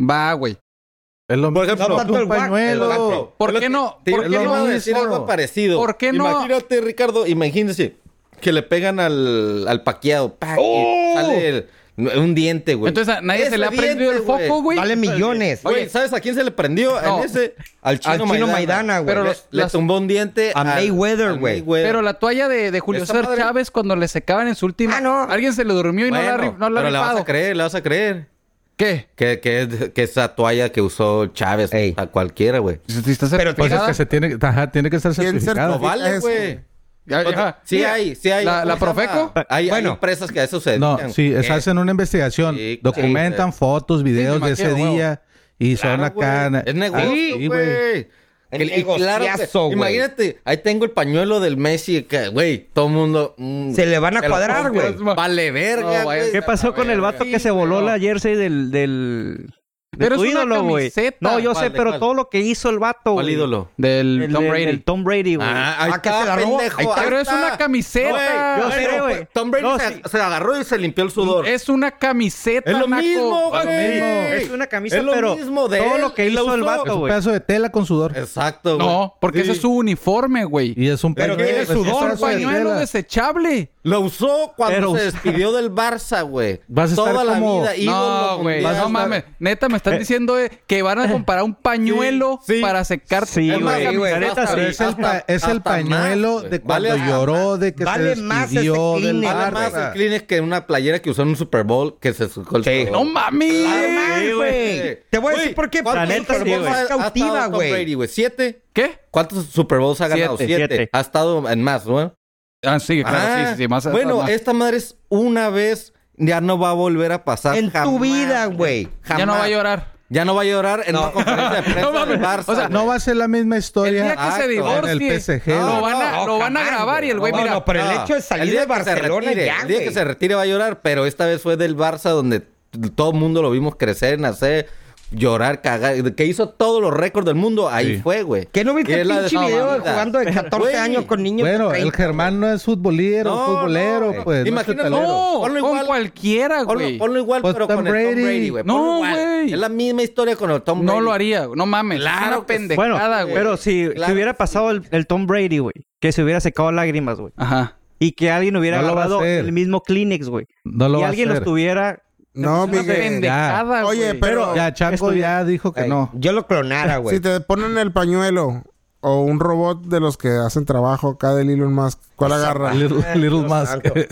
Speaker 1: Va, güey.
Speaker 5: Es lo mismo.
Speaker 6: Por ejemplo,
Speaker 5: un
Speaker 2: el guac-
Speaker 5: pañuelo.
Speaker 6: el guante.
Speaker 1: ¿Por
Speaker 6: Es lo
Speaker 1: qué
Speaker 6: que-
Speaker 1: no-
Speaker 6: Te,
Speaker 1: por qué
Speaker 6: te
Speaker 1: no
Speaker 6: iba a decir
Speaker 1: es-
Speaker 6: algo parecido.
Speaker 1: ¿Por qué no-
Speaker 6: Imagínate, Ricardo, imagínese que le pegan al, al paqueado. pa, y Sale el- un diente, güey.
Speaker 1: ¡Oh! Entonces a nadie
Speaker 6: Ese
Speaker 1: se le ha
Speaker 6: diente,
Speaker 1: prendido el foco, güey.
Speaker 2: Vale
Speaker 6: pues,
Speaker 2: millones.
Speaker 6: Oye, ¿sabes a quién se le prendió?
Speaker 1: No.
Speaker 6: En ese, al chino,
Speaker 2: Al chino Maidana, güey.
Speaker 1: Pero
Speaker 6: Le,
Speaker 1: los-
Speaker 6: le
Speaker 1: las-
Speaker 6: tumbó un diente
Speaker 2: A
Speaker 6: al-
Speaker 2: Mayweather,
Speaker 6: al
Speaker 2: güey.
Speaker 6: Mayweather.
Speaker 1: Pero la toalla de, de Julio
Speaker 6: Esa
Speaker 1: César
Speaker 6: madre-
Speaker 1: Chávez cuando le secaban en su última.
Speaker 2: Ah, no.
Speaker 1: Alguien se le durmió y no la,
Speaker 6: Bueno,
Speaker 1: ri- no la ha
Speaker 6: pero le vas
Speaker 1: rifado.
Speaker 6: a creer, le vas a creer.
Speaker 1: ¿Qué?
Speaker 6: Que, que, que esa toalla que usó Chávez,
Speaker 2: Ey.
Speaker 6: a cualquiera, güey.
Speaker 1: Si- si estás
Speaker 2: Pero
Speaker 5: Pues es
Speaker 1: certificada,
Speaker 5: que se tiene, ajá, tiene que estar
Speaker 3: Bien
Speaker 5: certificado.
Speaker 6: No vale,
Speaker 3: es,
Speaker 6: güey.
Speaker 1: ya- ya.
Speaker 6: O sea, Pues Sí
Speaker 1: Mira,
Speaker 6: hay, sí hay.
Speaker 1: ¿La, la
Speaker 6: ¿Cómo se
Speaker 1: Profeco?
Speaker 6: llama? Hay, hay
Speaker 2: Bueno.
Speaker 6: empresas que a eso se
Speaker 5: No,
Speaker 6: dedican. Eh,
Speaker 5: sí, es, hacen una investigación,
Speaker 6: Sí, claro.
Speaker 5: documentan fotos, videos de ese
Speaker 1: imagino, huevo.
Speaker 5: día y
Speaker 6: Claro,
Speaker 5: son acá.
Speaker 6: güey. Es negocio,
Speaker 5: Sí,
Speaker 6: ah, güey.
Speaker 2: Es
Speaker 6: Que- y claro que-
Speaker 2: negociazo, güey.
Speaker 6: imagínate, ahí tengo el pañuelo del Messi, que, güey, todo el mundo... mm,
Speaker 2: Se le van a
Speaker 6: te lo
Speaker 2: cuadrar,
Speaker 6: compro,
Speaker 2: güey.
Speaker 6: es más- Vale verga,
Speaker 1: No,
Speaker 6: güey.
Speaker 1: vaya.
Speaker 7: ¿Qué pasó
Speaker 1: A
Speaker 7: con
Speaker 1: ver,
Speaker 7: el vato
Speaker 1: sí,
Speaker 7: que se voló
Speaker 1: pero-
Speaker 7: la jersey del, del de
Speaker 1: Pero
Speaker 7: tu
Speaker 1: es una
Speaker 7: ídolo, güey?
Speaker 1: camiseta.
Speaker 7: No, yo
Speaker 6: ¿Cuál,
Speaker 7: sé,
Speaker 6: de
Speaker 7: pero
Speaker 6: cuál?
Speaker 7: todo lo que hizo el vato,
Speaker 6: ¿Cuál
Speaker 7: güey.
Speaker 6: ídolo?
Speaker 1: Del
Speaker 7: El
Speaker 1: Tom
Speaker 7: de-
Speaker 1: Brady.
Speaker 7: del Tom Brady, güey.
Speaker 6: Ah, ahí
Speaker 2: Ah, que
Speaker 6: está,
Speaker 2: se la robó.
Speaker 6: pendejo.
Speaker 2: Ahí está.
Speaker 6: ahí
Speaker 1: Pero es
Speaker 6: está.
Speaker 1: una camiseta.
Speaker 6: No,
Speaker 7: yo
Speaker 6: güey,
Speaker 7: sé,
Speaker 6: bueno,
Speaker 7: güey.
Speaker 6: pues, Tom Brady
Speaker 7: No,
Speaker 6: se,
Speaker 7: sí.
Speaker 6: se agarró y se limpió el sudor.
Speaker 1: Es una camiseta.
Speaker 6: Es lo
Speaker 1: naco.
Speaker 6: mismo,
Speaker 1: Va-
Speaker 6: güey. ah,
Speaker 7: Es una camisa,
Speaker 6: Es lo
Speaker 7: pero
Speaker 6: mismo de
Speaker 7: todo
Speaker 6: él,
Speaker 7: lo que
Speaker 6: él la
Speaker 7: hizo el
Speaker 6: usó.
Speaker 5: Es
Speaker 7: vato,
Speaker 5: un
Speaker 7: güey.
Speaker 5: pedazo de tela con sudor.
Speaker 6: Exacto, güey.
Speaker 1: No, porque
Speaker 6: Sí.
Speaker 1: ese es su uniforme, güey.
Speaker 5: Y es un
Speaker 2: Pero tiene
Speaker 5: pues,
Speaker 2: sudor,
Speaker 5: es un
Speaker 1: Es un
Speaker 5: pedazo de
Speaker 1: pañuelo
Speaker 5: tela.
Speaker 1: desechable.
Speaker 6: Lo usó cuando
Speaker 7: Pero-
Speaker 6: se despidió del Barça, güey.
Speaker 5: Vas a estar
Speaker 6: Toda la
Speaker 5: como-
Speaker 6: vida ídolo
Speaker 1: No, güey.
Speaker 6: mundial.
Speaker 1: No mames. Neta, me están diciendo eh, que van a comprar un pañuelo
Speaker 6: sí.
Speaker 1: para secar.
Speaker 7: Sí,
Speaker 1: Es más,
Speaker 7: güey.
Speaker 1: camiseta.
Speaker 7: La neta,
Speaker 5: Pero
Speaker 7: sí.
Speaker 5: es el, pa-
Speaker 6: Hasta-
Speaker 5: es el
Speaker 6: hasta
Speaker 5: pañuelo
Speaker 6: más, güey.
Speaker 5: de cuando
Speaker 6: Vale
Speaker 5: lloró, de que
Speaker 2: Vale
Speaker 5: se
Speaker 2: más ese
Speaker 5: despidió del
Speaker 2: Kleenex,
Speaker 6: Vale
Speaker 5: bar.
Speaker 6: más el
Speaker 5: güey.
Speaker 6: Kleenex que una playera que usó en un Super Bowl que se sucó el sudor.
Speaker 1: No mames.
Speaker 2: Claro, mames, güey. Te voy a
Speaker 6: Güey,
Speaker 2: decir por qué.
Speaker 6: ¿cuántos
Speaker 7: La neta,
Speaker 6: Super
Speaker 7: sí,
Speaker 6: Bowls
Speaker 7: güey.
Speaker 6: ha- ha estado
Speaker 2: Cautiva,
Speaker 6: Tom
Speaker 2: güey.
Speaker 6: Brady, güey? ¿Siete?
Speaker 1: ¿Qué?
Speaker 6: ¿Cuántos Super Bowls ha ganado?
Speaker 1: Siete.
Speaker 6: Siete.
Speaker 7: Siete.
Speaker 6: Ha estado en más, ¿no?
Speaker 1: Ah, sí, claro,
Speaker 6: Ah,
Speaker 1: sí, sí, sí, más
Speaker 6: bueno,
Speaker 1: más.
Speaker 6: esta madre es una vez, ya no va a volver a pasar
Speaker 2: En tu
Speaker 6: jamás,
Speaker 2: vida, güey.
Speaker 1: ya no
Speaker 6: jamás.
Speaker 1: va a llorar.
Speaker 6: Ya no va a llorar en una conferencia de prensa
Speaker 1: No mames.
Speaker 6: del Barça.
Speaker 1: O sea,
Speaker 5: No va a ser la misma
Speaker 1: El día
Speaker 5: historia.
Speaker 1: que se
Speaker 5: En
Speaker 6: Exacto.
Speaker 5: el
Speaker 1: divorcie,
Speaker 5: PSG,
Speaker 1: lo
Speaker 5: güey.
Speaker 1: van a,
Speaker 2: No,
Speaker 1: lo van a
Speaker 2: jamás,
Speaker 1: grabar y el güey,
Speaker 2: No,
Speaker 1: mira,
Speaker 2: no, pero el
Speaker 6: Ah,
Speaker 2: hecho de
Speaker 6: el
Speaker 2: salir
Speaker 6: día
Speaker 2: de
Speaker 6: que se
Speaker 2: Barcelona
Speaker 6: retire,
Speaker 2: ya,
Speaker 6: El día que
Speaker 2: güey.
Speaker 6: se retire va a llorar, pero esta vez fue del Barça donde t- todo el mundo lo vimos crecer, nacer, llorar, cagar. Que hizo todos los récords del mundo. Ahí fue, güey.
Speaker 2: ¿Que no viste
Speaker 6: Y es
Speaker 2: el
Speaker 6: la
Speaker 2: pinche video de
Speaker 6: desamamita.
Speaker 2: jugando de 14
Speaker 6: Güey.
Speaker 2: años con niños de
Speaker 5: Bueno,
Speaker 2: 30,
Speaker 5: el Germán no es futbolero,
Speaker 6: No,
Speaker 5: futbolero,
Speaker 6: no.
Speaker 5: pues. no es
Speaker 6: Imagínate,
Speaker 5: futbolero.
Speaker 1: no,
Speaker 6: Ponlo
Speaker 1: con
Speaker 6: igual.
Speaker 1: cualquiera,
Speaker 6: Ponlo,
Speaker 1: güey.
Speaker 6: ponlo igual,
Speaker 5: Pues
Speaker 6: pero
Speaker 5: Tom
Speaker 6: con el
Speaker 5: Brady.
Speaker 6: Tom Brady, güey.
Speaker 1: No,
Speaker 6: Ponlo igual.
Speaker 1: güey.
Speaker 6: Es la misma historia con el Tom Brady.
Speaker 1: No lo haría, no mames.
Speaker 6: Claro
Speaker 1: Claro
Speaker 6: que sí.
Speaker 1: una pendejada,
Speaker 7: Bueno,
Speaker 1: güey.
Speaker 7: pero si,
Speaker 6: Claro
Speaker 7: si hubiera
Speaker 6: que sí,
Speaker 7: pasado el, el Tom Brady, güey, que se hubiera secado lágrimas, güey,
Speaker 1: Ajá.
Speaker 7: y que alguien hubiera
Speaker 5: No lo va a
Speaker 7: grabado
Speaker 5: hacer.
Speaker 7: el mismo Kleenex, güey,
Speaker 5: No lo
Speaker 7: y
Speaker 5: va a
Speaker 7: alguien lo
Speaker 5: hacer.
Speaker 7: estuviera...
Speaker 3: No,
Speaker 1: Una
Speaker 3: Miguel.
Speaker 1: pendejada, güey.
Speaker 3: Oye, pero,
Speaker 5: Ya, Chango
Speaker 7: Estuvi-
Speaker 5: ya dijo que
Speaker 2: güey.
Speaker 5: no.
Speaker 2: Yo lo clonara, güey.
Speaker 3: si te ponen el pañuelo o un robot de los que hacen trabajo acá del Elon Musk, ¿cuál agarra?
Speaker 5: Little, little Musk.
Speaker 2: Santo. Ese-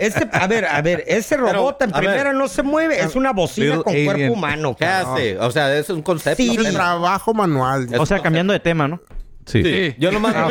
Speaker 2: Este, a ver, a ver, ese robot en
Speaker 6: a ver,
Speaker 2: primera no se mueve, es una bocina
Speaker 5: Little
Speaker 2: con
Speaker 5: alien.
Speaker 2: cuerpo humano.
Speaker 6: ¿Qué
Speaker 2: cabrón.
Speaker 6: hace? O sea, es un concepto.
Speaker 2: Sí,
Speaker 6: o sea,
Speaker 3: El trabajo manual.
Speaker 7: O sea, cambiando de tema, ¿no?
Speaker 5: Sí.
Speaker 1: Sí.
Speaker 6: Yo nomás, yo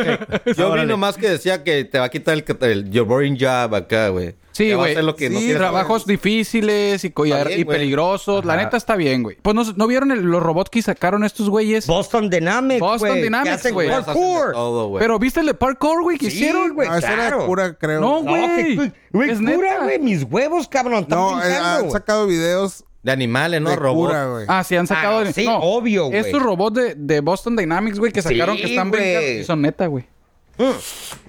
Speaker 6: vi
Speaker 7: Órale.
Speaker 6: nomás que decía que te va a quitar el, el your boring job acá, güey.
Speaker 1: Sí,
Speaker 6: Que va a
Speaker 1: güey.
Speaker 6: hacer lo que no
Speaker 1: Sí,
Speaker 6: quieres
Speaker 1: trabajos difíciles y, co- y-
Speaker 6: Está bien,
Speaker 1: y
Speaker 6: güey.
Speaker 1: peligrosos. La neta está bien, güey. Pues no, no vieron el- los robots que sacaron estos güeyes.
Speaker 2: Boston Dynamics, güey.
Speaker 1: Boston
Speaker 2: que
Speaker 1: Dynamics,
Speaker 2: hacen
Speaker 1: güey.
Speaker 6: hacer. Hacen de
Speaker 2: Parkour.
Speaker 6: Todo, güey.
Speaker 1: pero viste el de parkour, güey, que
Speaker 2: Sí,
Speaker 1: hicieron, güey.
Speaker 2: güey,
Speaker 3: Ah, esa era
Speaker 2: claro.
Speaker 3: de cura, creo.
Speaker 1: Pues No,
Speaker 2: No,
Speaker 1: güey.
Speaker 2: que- güey,
Speaker 1: Es
Speaker 2: cura,
Speaker 1: neta.
Speaker 2: güey, mis huevos, cabrón, están
Speaker 3: No, eh,
Speaker 2: pintando,
Speaker 3: han
Speaker 2: güey.
Speaker 3: sacado videos
Speaker 6: De animales, ¿no?
Speaker 3: de
Speaker 6: Robots.
Speaker 3: cura, güey.
Speaker 1: Ah, sí, han sacado.
Speaker 2: Ah,
Speaker 1: de-
Speaker 2: sí, obvio, güey.
Speaker 1: Estos robots de, de Boston Dynamics, güey, que
Speaker 2: Sí,
Speaker 1: sacaron que están
Speaker 2: güey.
Speaker 1: brincando. y Son neta, güey.
Speaker 5: Pero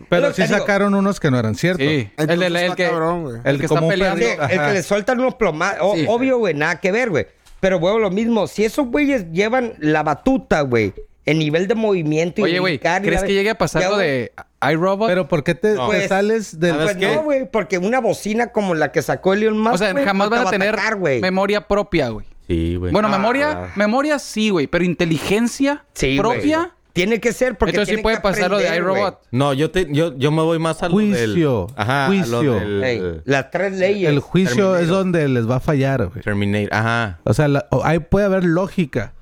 Speaker 2: Pero
Speaker 5: sí
Speaker 2: te digo-
Speaker 5: sacaron unos que no eran ciertos.
Speaker 1: Sí. El,
Speaker 3: Entonces
Speaker 1: el- el
Speaker 3: está
Speaker 1: que,
Speaker 3: cabrón, güey.
Speaker 1: el que está
Speaker 5: Como un
Speaker 1: peleando.
Speaker 2: Sí, el que le sueltan unos plomas, o-
Speaker 1: Sí.
Speaker 2: obvio, güey, nada que ver, güey. Pero, güey, lo mismo, si esos güeyes llevan la batuta, güey, el nivel de movimiento y
Speaker 1: Oye, güey,
Speaker 2: brincar y
Speaker 1: ¿crees
Speaker 2: la-
Speaker 1: que llegue a pasar
Speaker 2: Ya,
Speaker 1: lo
Speaker 2: güey,
Speaker 1: de iRobot?
Speaker 5: Pero ¿por qué te, te
Speaker 2: Pues,
Speaker 5: sales del...
Speaker 2: Pues
Speaker 6: ¿Sabes qué?
Speaker 2: no, güey, porque una bocina como la que sacó Leon Musk,
Speaker 1: o sea,
Speaker 2: güey,
Speaker 1: jamás
Speaker 2: no te
Speaker 1: van
Speaker 2: va
Speaker 1: a tener
Speaker 2: atacar, güey.
Speaker 1: memoria propia, güey.
Speaker 6: Sí, güey.
Speaker 1: Bueno,
Speaker 6: Ah,
Speaker 1: memoria,
Speaker 6: ah.
Speaker 1: memoria sí, güey, pero inteligencia
Speaker 2: Sí, güey.
Speaker 1: propia.
Speaker 2: Tiene que ser porque
Speaker 1: Entonces sí
Speaker 2: tiene
Speaker 1: puede
Speaker 2: que
Speaker 1: pasar lo de
Speaker 2: aprender, güey.
Speaker 1: iRobot.
Speaker 6: No, yo, te, yo, yo me voy más al
Speaker 5: Juicio,
Speaker 6: Ajá. a lo
Speaker 5: juicio.
Speaker 6: del-
Speaker 2: Ey, las tres leyes.
Speaker 5: El juicio
Speaker 6: Terminator.
Speaker 5: es donde les va a fallar, güey.
Speaker 6: Terminator. Ajá.
Speaker 5: O sea, la- o- ahí puede haber lógica,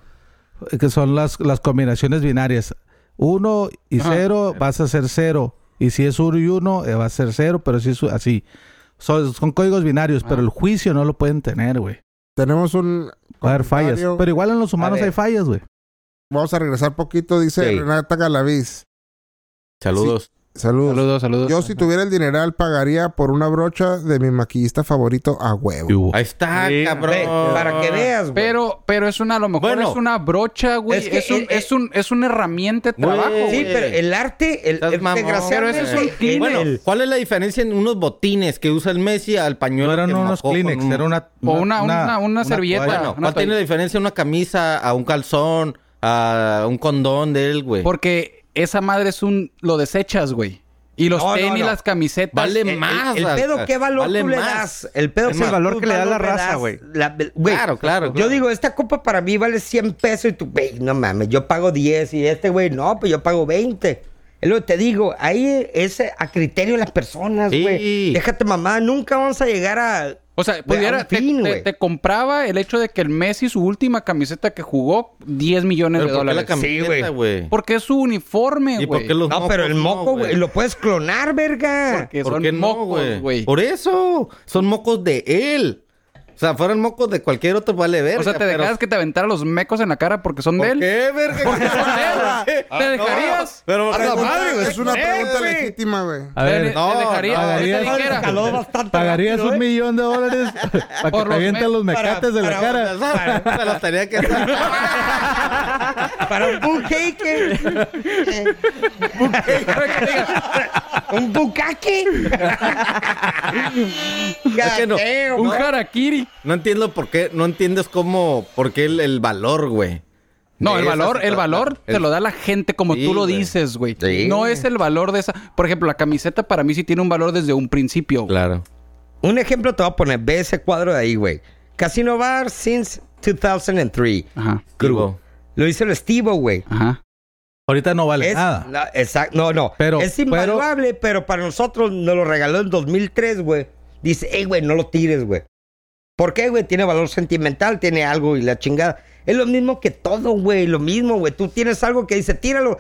Speaker 5: que son las, las combinaciones binarias. Uno y cero vas a ser cero. Y si es 1 y 1, va a ser 0, pero si es u- así. Son, son códigos binarios, pero el juicio no lo pueden tener, güey.
Speaker 3: Tenemos un.
Speaker 5: Va a haber fallas.
Speaker 3: comentario.
Speaker 5: Pero igual en los humanos
Speaker 2: ver.
Speaker 5: hay fallas, güey.
Speaker 3: Vamos a regresar poquito, dice
Speaker 2: Sí.
Speaker 3: Renata Galaviz.
Speaker 6: Saludos.
Speaker 3: Saludos.
Speaker 1: Saludos, saludos.
Speaker 3: Yo, si tuviera el dineral, pagaría por una brocha de mi maquillista favorito a huevo.
Speaker 5: Y hubo.
Speaker 6: Ahí está,
Speaker 7: Sí,
Speaker 6: cabrón.
Speaker 2: Ve, para que veas, güey.
Speaker 1: Pero, pero es una, a lo mejor
Speaker 6: Bueno.
Speaker 1: es una brocha, güey.
Speaker 2: Es
Speaker 1: Es,
Speaker 2: que,
Speaker 1: un,
Speaker 2: eh,
Speaker 1: es un, es una herramienta de
Speaker 6: Güey.
Speaker 1: trabajo.
Speaker 2: Sí,
Speaker 6: güey.
Speaker 2: pero el arte, el,
Speaker 6: Estás
Speaker 2: el
Speaker 6: mamón.
Speaker 2: desgraciado
Speaker 1: Pero eso es un
Speaker 2: el-
Speaker 1: Kleenex.
Speaker 6: Bueno,
Speaker 2: el-
Speaker 6: ¿cuál es la diferencia en unos botines que usa el Messi al pañuelo?
Speaker 5: No eran
Speaker 6: que
Speaker 5: unos
Speaker 6: mojó con
Speaker 5: Kleenex,
Speaker 6: un-
Speaker 5: era una...
Speaker 1: O una- una- una servilleta.
Speaker 5: toalla.
Speaker 6: Bueno,
Speaker 1: una
Speaker 6: ¿cuál tiene
Speaker 1: toalla.
Speaker 6: la diferencia una camisa a un calzón, a un condón de él, güey?
Speaker 1: Porque esa madre es un. Lo desechas, güey. Y los
Speaker 2: No, no,
Speaker 1: tenis,
Speaker 2: no.
Speaker 1: las camisetas.
Speaker 6: Vale
Speaker 1: eh,
Speaker 6: más.
Speaker 2: el
Speaker 6: a-
Speaker 2: pedo, ¿qué valor
Speaker 6: vale
Speaker 2: tú le
Speaker 6: más.
Speaker 2: das? El pedo,
Speaker 6: Es
Speaker 2: ¿qué
Speaker 6: el
Speaker 7: valor que le da
Speaker 2: valor
Speaker 7: la raza,
Speaker 2: das?
Speaker 7: güey.
Speaker 2: La- güey,
Speaker 6: Claro, claro,
Speaker 2: Yo
Speaker 6: claro.
Speaker 2: digo, esta copa para mí vale 100 pesos y tú, güey, no mames, yo pago 10 y este güey, no, pues yo pago 20. Es lo que te digo, ahí es a criterio de las personas,
Speaker 6: Sí.
Speaker 2: güey. Déjate mamá, nunca vamos a llegar a...
Speaker 1: O sea, pudiera.
Speaker 2: a un
Speaker 1: te-
Speaker 2: fin,
Speaker 1: te,
Speaker 2: güey.
Speaker 1: te compraba el hecho de que el Messi, su última camiseta que jugó, 10 millones
Speaker 6: ¿Pero
Speaker 1: de
Speaker 6: por qué la
Speaker 1: dólares.
Speaker 6: camiseta,
Speaker 2: Sí,
Speaker 6: güey?
Speaker 1: Porque es su uniforme,
Speaker 6: ¿Y por
Speaker 1: güey.
Speaker 6: qué los
Speaker 2: No, pero el
Speaker 6: mocos no,
Speaker 2: moco, güey, lo puedes clonar, verga.
Speaker 1: Porque
Speaker 6: ¿Por
Speaker 1: son
Speaker 6: qué
Speaker 1: mocos,
Speaker 6: no,
Speaker 1: güey.
Speaker 6: güey? Por eso. Son mocos de él. O sea, fueran mocos de cualquier otro, vale verga.
Speaker 1: O sea, te
Speaker 6: pero-
Speaker 1: dejaras que te aventara los mecos en la cara porque son de
Speaker 6: ¿Por
Speaker 1: él.
Speaker 6: qué, verga?
Speaker 1: Porque son de él. ¿Te
Speaker 6: Ah, no,
Speaker 1: dejarías?
Speaker 6: Pero
Speaker 3: Pregunta-
Speaker 6: madre, güey.
Speaker 3: es una
Speaker 6: Eh,
Speaker 3: pregunta
Speaker 6: güey.
Speaker 3: legítima, güey.
Speaker 5: A
Speaker 1: Te-
Speaker 5: ver,
Speaker 1: te dejaría-
Speaker 5: no,
Speaker 1: ahorita
Speaker 5: no,
Speaker 1: dijera,
Speaker 2: Escaló bastante
Speaker 5: pagarías
Speaker 2: rápido,
Speaker 5: un
Speaker 2: ¿eh?
Speaker 5: millón de dólares para que
Speaker 1: Por
Speaker 5: te
Speaker 1: los
Speaker 5: avienten
Speaker 1: me-
Speaker 5: los mecates de la
Speaker 2: para-
Speaker 5: cara.
Speaker 6: Se las tenía que
Speaker 2: Para un bucaque. un bucaque.
Speaker 6: Es que no.
Speaker 2: Goddamn.
Speaker 1: Un harakiri.
Speaker 6: No entiendo por qué, no entiendes cómo, por qué el, el valor, güey.
Speaker 1: No,
Speaker 6: De
Speaker 1: el
Speaker 6: esa
Speaker 1: valor,
Speaker 6: se
Speaker 1: el
Speaker 6: trata.
Speaker 1: valor te
Speaker 6: El-
Speaker 1: lo da la gente como
Speaker 6: Sí,
Speaker 1: tú lo
Speaker 6: güey.
Speaker 1: dices, güey.
Speaker 2: Sí.
Speaker 1: No es el valor de esa. Por ejemplo, la camiseta para mí sí tiene un valor desde un principio. güey.
Speaker 6: Claro.
Speaker 2: Un ejemplo te voy a poner. Ve ese cuadro de ahí, güey. Casino Bar since 2003.
Speaker 1: Ajá,
Speaker 6: Grupo.
Speaker 2: Lo hizo el Estivo, güey.
Speaker 1: ajá.
Speaker 5: Ahorita no vale
Speaker 2: Es-
Speaker 5: nada.
Speaker 2: no, exact- no, no.
Speaker 5: Pero-
Speaker 2: es
Speaker 5: pero-
Speaker 2: invaluable, pero, para nosotros nos lo regaló en 2003, güey. Dice, hey, güey, no lo tires, güey. ¿Por qué, güey? Tiene valor sentimental, tiene algo y la chingada. Es lo mismo que todo, güey. Lo mismo, güey. Tú tienes algo que dice, tíralo.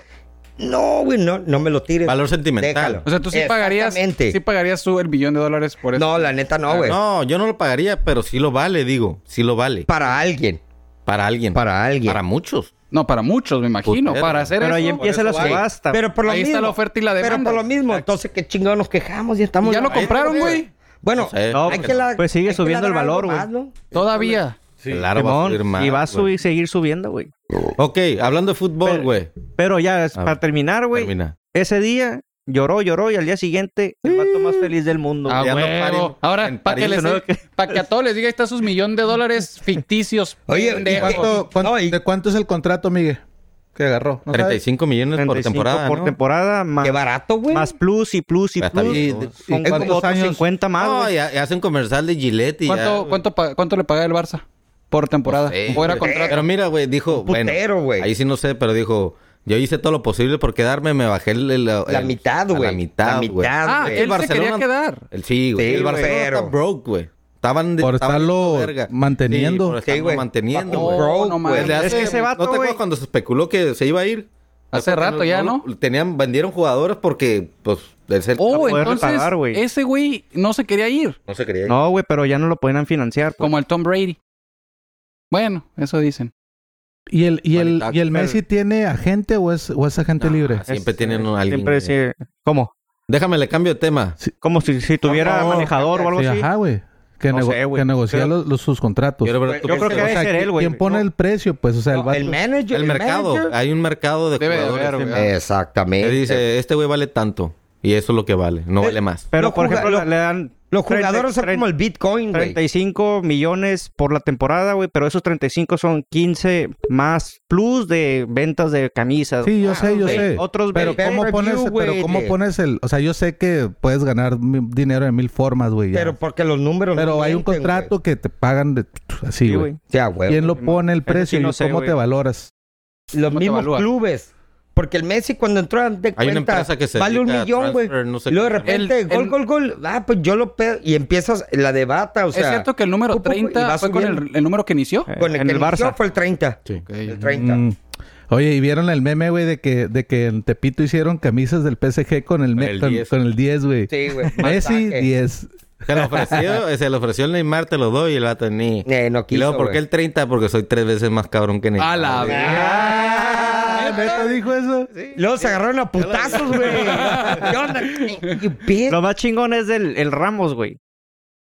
Speaker 2: No, güey, no, no me lo tires.
Speaker 6: Valor sentimental.
Speaker 2: Déjalo.
Speaker 1: O sea, tú sí pagarías.
Speaker 2: Exactamente.
Speaker 1: Sí pagarías tú el billón de dólares por eso.
Speaker 2: No, la neta no, güey.
Speaker 6: No, yo no lo pagaría, pero sí lo vale, digo. Sí lo vale.
Speaker 2: Para alguien.
Speaker 6: Para alguien.
Speaker 2: Para alguien.
Speaker 6: Para muchos.
Speaker 1: No, para muchos, me imagino.
Speaker 6: Puta,
Speaker 1: para hacer
Speaker 7: Pero ahí
Speaker 1: eso,
Speaker 7: empieza la
Speaker 1: por eso, güey.
Speaker 7: subasta.
Speaker 2: Pero por lo
Speaker 1: Ahí
Speaker 2: mismo.
Speaker 1: está la oferta y la
Speaker 2: Pero
Speaker 1: demanda.
Speaker 2: por lo mismo. Entonces, ¿qué chingados nos quejamos? Ya estamos...
Speaker 1: Ya lo compraron, güey.
Speaker 2: Bueno,
Speaker 6: No sé.
Speaker 7: No,
Speaker 2: hay
Speaker 7: pues-
Speaker 2: que la-
Speaker 7: pues sigue
Speaker 2: hay que
Speaker 7: subiendo el
Speaker 2: ladrar algo
Speaker 7: valor, güey.
Speaker 2: más, ¿no?
Speaker 1: Todavía.
Speaker 6: Claro, va a subir
Speaker 7: Simón,
Speaker 6: más,
Speaker 7: y va a
Speaker 6: güey.
Speaker 7: subir- seguir subiendo, güey.
Speaker 6: Ok, hablando de fútbol,
Speaker 7: Pero-
Speaker 6: güey.
Speaker 7: Pero ya, es-
Speaker 6: A ver,
Speaker 7: para terminar, güey,
Speaker 6: Termina.
Speaker 7: ese día lloró, lloró y al día siguiente el vato más feliz del mundo.
Speaker 1: A
Speaker 7: güey.
Speaker 6: ya no
Speaker 1: Ah, huevo.
Speaker 6: paren
Speaker 1: Ahora,
Speaker 6: en
Speaker 1: para que,
Speaker 6: París,
Speaker 1: les-
Speaker 6: ¿no?
Speaker 1: pa' que a todos les diga, ahí está sus millón de dólares ficticios.
Speaker 2: Oye, ¿y
Speaker 1: pendejos.
Speaker 5: ¿Cuánto- cuánto-
Speaker 2: No, y-
Speaker 5: ¿De cuánto es el contrato, Miguel? Que agarró. ¿No sabes?
Speaker 6: 35 millones
Speaker 7: 35
Speaker 6: por temporada.
Speaker 7: por
Speaker 6: ¿no?
Speaker 7: temporada, más,
Speaker 2: Qué barato, güey.
Speaker 7: más plus y plus y
Speaker 6: Está
Speaker 7: plus.
Speaker 5: ¿Y
Speaker 6: bien.
Speaker 5: de- y
Speaker 7: Son como
Speaker 5: cuántos
Speaker 7: otros
Speaker 5: años?
Speaker 7: 50 más,
Speaker 6: No,
Speaker 7: güey.
Speaker 6: y, ha- y hace un comercial de Gillette y ya,
Speaker 1: ¿Cuánto,
Speaker 6: güey.
Speaker 1: cuánto, pa- cuánto le paga el Barça por temporada?
Speaker 6: Sí,
Speaker 1: o era
Speaker 6: güey.
Speaker 1: contrato.
Speaker 6: Pero mira, güey, dijo,
Speaker 2: Un putero,
Speaker 6: bueno,
Speaker 2: güey.
Speaker 6: ahí sí no sé, pero dijo, yo hice todo lo posible por quedarme, me bajé el- el-
Speaker 2: La
Speaker 6: el-
Speaker 2: mitad,
Speaker 6: a
Speaker 2: güey.
Speaker 6: La mitad,
Speaker 2: La
Speaker 6: güey.
Speaker 2: mitad,
Speaker 1: Ah,
Speaker 2: güey.
Speaker 1: él se quería quedar.
Speaker 6: El, sí, güey.
Speaker 2: Sí,
Speaker 6: el Barcelona
Speaker 2: pero-
Speaker 6: está broke, güey. Estaban de-
Speaker 5: Por
Speaker 6: estaban
Speaker 5: estarlo
Speaker 6: hecho verga.
Speaker 5: manteniendo.
Speaker 6: Sí, por
Speaker 2: Sí,
Speaker 6: estarlo
Speaker 2: güey.
Speaker 6: manteniendo,
Speaker 2: Bajo
Speaker 6: güey.
Speaker 2: bro,
Speaker 1: no
Speaker 2: güey.
Speaker 1: mames.
Speaker 6: Desde hace-
Speaker 7: que ese
Speaker 6: ¿No
Speaker 7: vato,
Speaker 6: te acuerdas
Speaker 7: güey.
Speaker 6: cuando se especuló que se iba a ir?
Speaker 1: Hace
Speaker 6: Porque
Speaker 1: rato ya, ¿no?
Speaker 6: Tenían, vendieron jugadores porque, pues, es el-
Speaker 1: Oh,
Speaker 7: poder
Speaker 1: entonces
Speaker 7: repagar, güey.
Speaker 1: ese güey no se quería ir,
Speaker 6: no se creía.
Speaker 7: No, güey, pero ya no lo podían financiar. pues.
Speaker 1: como el Tom Brady. Bueno, eso dicen.
Speaker 5: ¿Y el, y el,
Speaker 6: Valitac-
Speaker 5: y el Messi tiene agente o es, o es agente libre?
Speaker 6: Siempre
Speaker 7: Es-
Speaker 6: tienen a alguien.
Speaker 7: Siempre
Speaker 6: güey.
Speaker 7: sí. ¿Cómo?
Speaker 6: Déjame, le cambio de tema.
Speaker 7: Como si, si tuviera
Speaker 5: favor,
Speaker 7: manejador o algo
Speaker 5: Sí,
Speaker 7: así.
Speaker 5: ajá, güey. Que,
Speaker 7: No
Speaker 5: nego-
Speaker 7: sé, güey.
Speaker 5: que negocia
Speaker 7: Pero-
Speaker 5: los, los- sus
Speaker 1: Pues,
Speaker 5: contratos.
Speaker 6: Quiero ver tu-
Speaker 7: Yo creo que
Speaker 2: O
Speaker 7: debe ser él, güey.
Speaker 5: ¿Quién pone
Speaker 7: No,
Speaker 5: el precio? Pues, o sea, el
Speaker 2: No,
Speaker 5: vato.
Speaker 2: el manager.
Speaker 6: El mercado.
Speaker 2: manager.
Speaker 6: Hay un mercado de
Speaker 1: Debe de
Speaker 6: jugadores.
Speaker 1: haber, güey.
Speaker 6: Él
Speaker 2: Exactamente.
Speaker 6: dice, este güey vale tanto. Y eso es lo que vale. No
Speaker 2: Eh,
Speaker 6: vale más.
Speaker 7: Pero,
Speaker 2: Los
Speaker 7: por
Speaker 2: juga-
Speaker 7: ejemplo,
Speaker 2: los-
Speaker 7: le dan...
Speaker 2: Los
Speaker 7: 30,
Speaker 2: jugadores son
Speaker 7: 30,
Speaker 2: como el Bitcoin, güey.
Speaker 7: 35 millones por la temporada, güey, pero esos 35 son 15 más plus de ventas de camisas.
Speaker 5: Sí, yo sé, yo
Speaker 7: güey.
Speaker 5: sé.
Speaker 7: Otros
Speaker 5: pero
Speaker 7: ve-
Speaker 5: cómo
Speaker 2: pay-per-view,
Speaker 5: pones,
Speaker 2: güey,
Speaker 5: pero cómo
Speaker 2: de-
Speaker 5: pones el, o sea, yo sé que puedes ganar mi- dinero de mil formas, güey. ya.
Speaker 2: Pero porque los números no
Speaker 5: Pero hay un
Speaker 2: mienten,
Speaker 5: contrato que te pagan de, así,
Speaker 7: Sí,
Speaker 5: güey.
Speaker 7: güey.
Speaker 2: güey. O sea, güey.
Speaker 5: ¿Quién lo
Speaker 7: no,
Speaker 5: pone el
Speaker 7: eso sí
Speaker 5: precio
Speaker 7: no
Speaker 5: y
Speaker 7: sé,
Speaker 5: cómo
Speaker 7: güey.
Speaker 5: te valoras?
Speaker 2: Los
Speaker 1: ¿Cómo te
Speaker 2: mismos
Speaker 1: evalúa?
Speaker 2: clubes. Porque el Messi cuando entró ante
Speaker 6: Hay
Speaker 2: cuenta,
Speaker 6: una empresa que se
Speaker 2: vale un
Speaker 6: dedica a
Speaker 2: millón, güey.
Speaker 6: transfer, no sé
Speaker 2: Y luego de
Speaker 6: qué.
Speaker 2: repente,
Speaker 1: El-
Speaker 2: gol,
Speaker 1: el-
Speaker 2: gol, gol. Ah, pues yo lo pedo. Y empiezas la debata, o sea.
Speaker 1: es cierto que el número
Speaker 2: poco, poco, y
Speaker 1: 30
Speaker 2: va
Speaker 1: fue con
Speaker 2: subiendo.
Speaker 1: el, el número que inició.
Speaker 7: Eh,
Speaker 2: Con el,
Speaker 7: en
Speaker 2: que
Speaker 7: el Barça.
Speaker 2: inició fue el 30.
Speaker 6: Sí.
Speaker 1: Ok.
Speaker 2: El 30.
Speaker 5: Mm. Oye, ¿y vieron el meme, güey, de que, de que en Tepito hicieron camisas del PSG con el, me-
Speaker 6: El
Speaker 5: con,
Speaker 6: 10.
Speaker 5: con el 10, güey?
Speaker 2: Sí, güey.
Speaker 5: Messi,
Speaker 2: Masaje.
Speaker 5: 10.
Speaker 6: Se lo ofreció, se lo ofreció el Neymar, te lo doy y el vato ni.
Speaker 2: Eh, no
Speaker 6: y
Speaker 2: quiso,
Speaker 6: luego, ¿por qué
Speaker 2: güey.
Speaker 6: el 30? Porque soy tres veces más cabrón que Neymar.
Speaker 1: A la
Speaker 6: güey.
Speaker 1: verga.
Speaker 5: Ah, ¿Neta dijo eso?
Speaker 2: Luego se agarraron a putazos, güey. ¿Qué onda? ¿Qué pedo?
Speaker 7: Lo más chingón es del el Ramos, güey.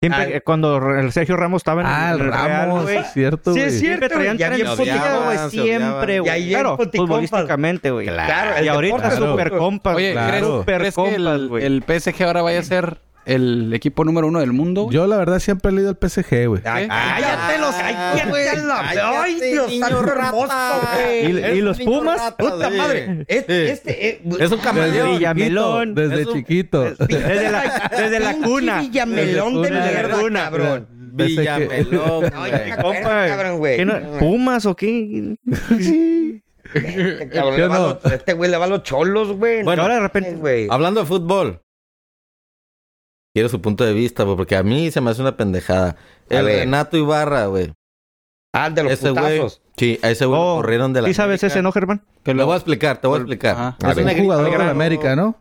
Speaker 7: Siempre
Speaker 2: Ay.
Speaker 7: eh, cuando re- el Sergio Ramos estaba en
Speaker 5: Ah,
Speaker 7: el
Speaker 5: el
Speaker 7: Real,
Speaker 5: Ramos,
Speaker 7: güey.
Speaker 5: es cierto,
Speaker 2: Sí,
Speaker 5: güey.
Speaker 2: es cierto.
Speaker 7: Siempre traían
Speaker 2: ya bien
Speaker 7: trenes
Speaker 6: puticompas,
Speaker 7: contigo, güey,
Speaker 6: se
Speaker 7: siempre,
Speaker 6: odiaban.
Speaker 2: Ya
Speaker 7: güey.
Speaker 2: bien
Speaker 7: Claro,
Speaker 2: puticompas.
Speaker 7: futbolísticamente, güey.
Speaker 2: Claro, el
Speaker 7: y ahorita
Speaker 2: deporte
Speaker 5: es
Speaker 7: super
Speaker 2: fútbol.
Speaker 7: compas,
Speaker 1: Oye,
Speaker 7: güey.
Speaker 5: claro.
Speaker 1: ¿crees-
Speaker 7: Super
Speaker 1: ¿crees, que
Speaker 7: compas,
Speaker 1: el,
Speaker 7: güey.
Speaker 1: el PSG ahora vaya a ser el equipo número uno del mundo? güey?
Speaker 5: Yo, la verdad, siempre he leído el PSG, güey.
Speaker 1: ¿Qué?
Speaker 2: Cállate los cállate la ¡Ay,
Speaker 6: Cállate,
Speaker 2: Dios
Speaker 6: niño
Speaker 2: santo hermoso,
Speaker 6: rata.
Speaker 2: güey!
Speaker 7: Y-
Speaker 6: Eres
Speaker 7: y
Speaker 6: un
Speaker 7: los
Speaker 6: niño
Speaker 7: Pumas,
Speaker 6: rata,
Speaker 2: ¡Puta
Speaker 6: sí.
Speaker 2: madre! Este,
Speaker 6: Sí.
Speaker 2: este, eh,
Speaker 6: Es un camaleón.
Speaker 7: Desde Villamelón.
Speaker 5: Desde
Speaker 6: Es un-
Speaker 5: chiquito.
Speaker 7: Desde la, desde la
Speaker 2: pinche
Speaker 7: cuna.
Speaker 2: Villamelón de
Speaker 5: Desde la
Speaker 2: mierda,
Speaker 7: cuna.
Speaker 2: cabrón.
Speaker 5: Desde que-
Speaker 6: Villamelón.
Speaker 2: Ay,
Speaker 6: güey.
Speaker 2: ya-
Speaker 7: Compa,
Speaker 2: Cabrón, güey.
Speaker 7: ¿qué no- ¿Pumas o qué?
Speaker 2: Este cabrón
Speaker 5: ¿Qué
Speaker 2: le va
Speaker 5: no?
Speaker 2: a los- este güey le va a los cholos, güey.
Speaker 7: Bueno, ahora de repente-
Speaker 2: mames, güey.
Speaker 6: Hablando de fútbol. Quiero su punto de vista, güey, porque a mí se me hace una pendejada.
Speaker 2: A
Speaker 6: El
Speaker 2: ver.
Speaker 6: Renato Ibarra, güey.
Speaker 2: Ah, el de los
Speaker 6: Ese güey.
Speaker 2: putazos.
Speaker 6: Sí, a ese güey lo
Speaker 7: Oh,
Speaker 6: corrieron de la.
Speaker 7: ¿Sí sabes
Speaker 6: América.
Speaker 7: ese, no, Germán?
Speaker 6: Te lo voy a explicar, te voy a explicar.
Speaker 1: Ajá.
Speaker 5: Es un
Speaker 6: negro-
Speaker 5: jugador de
Speaker 6: negro-
Speaker 5: la América, ¿no?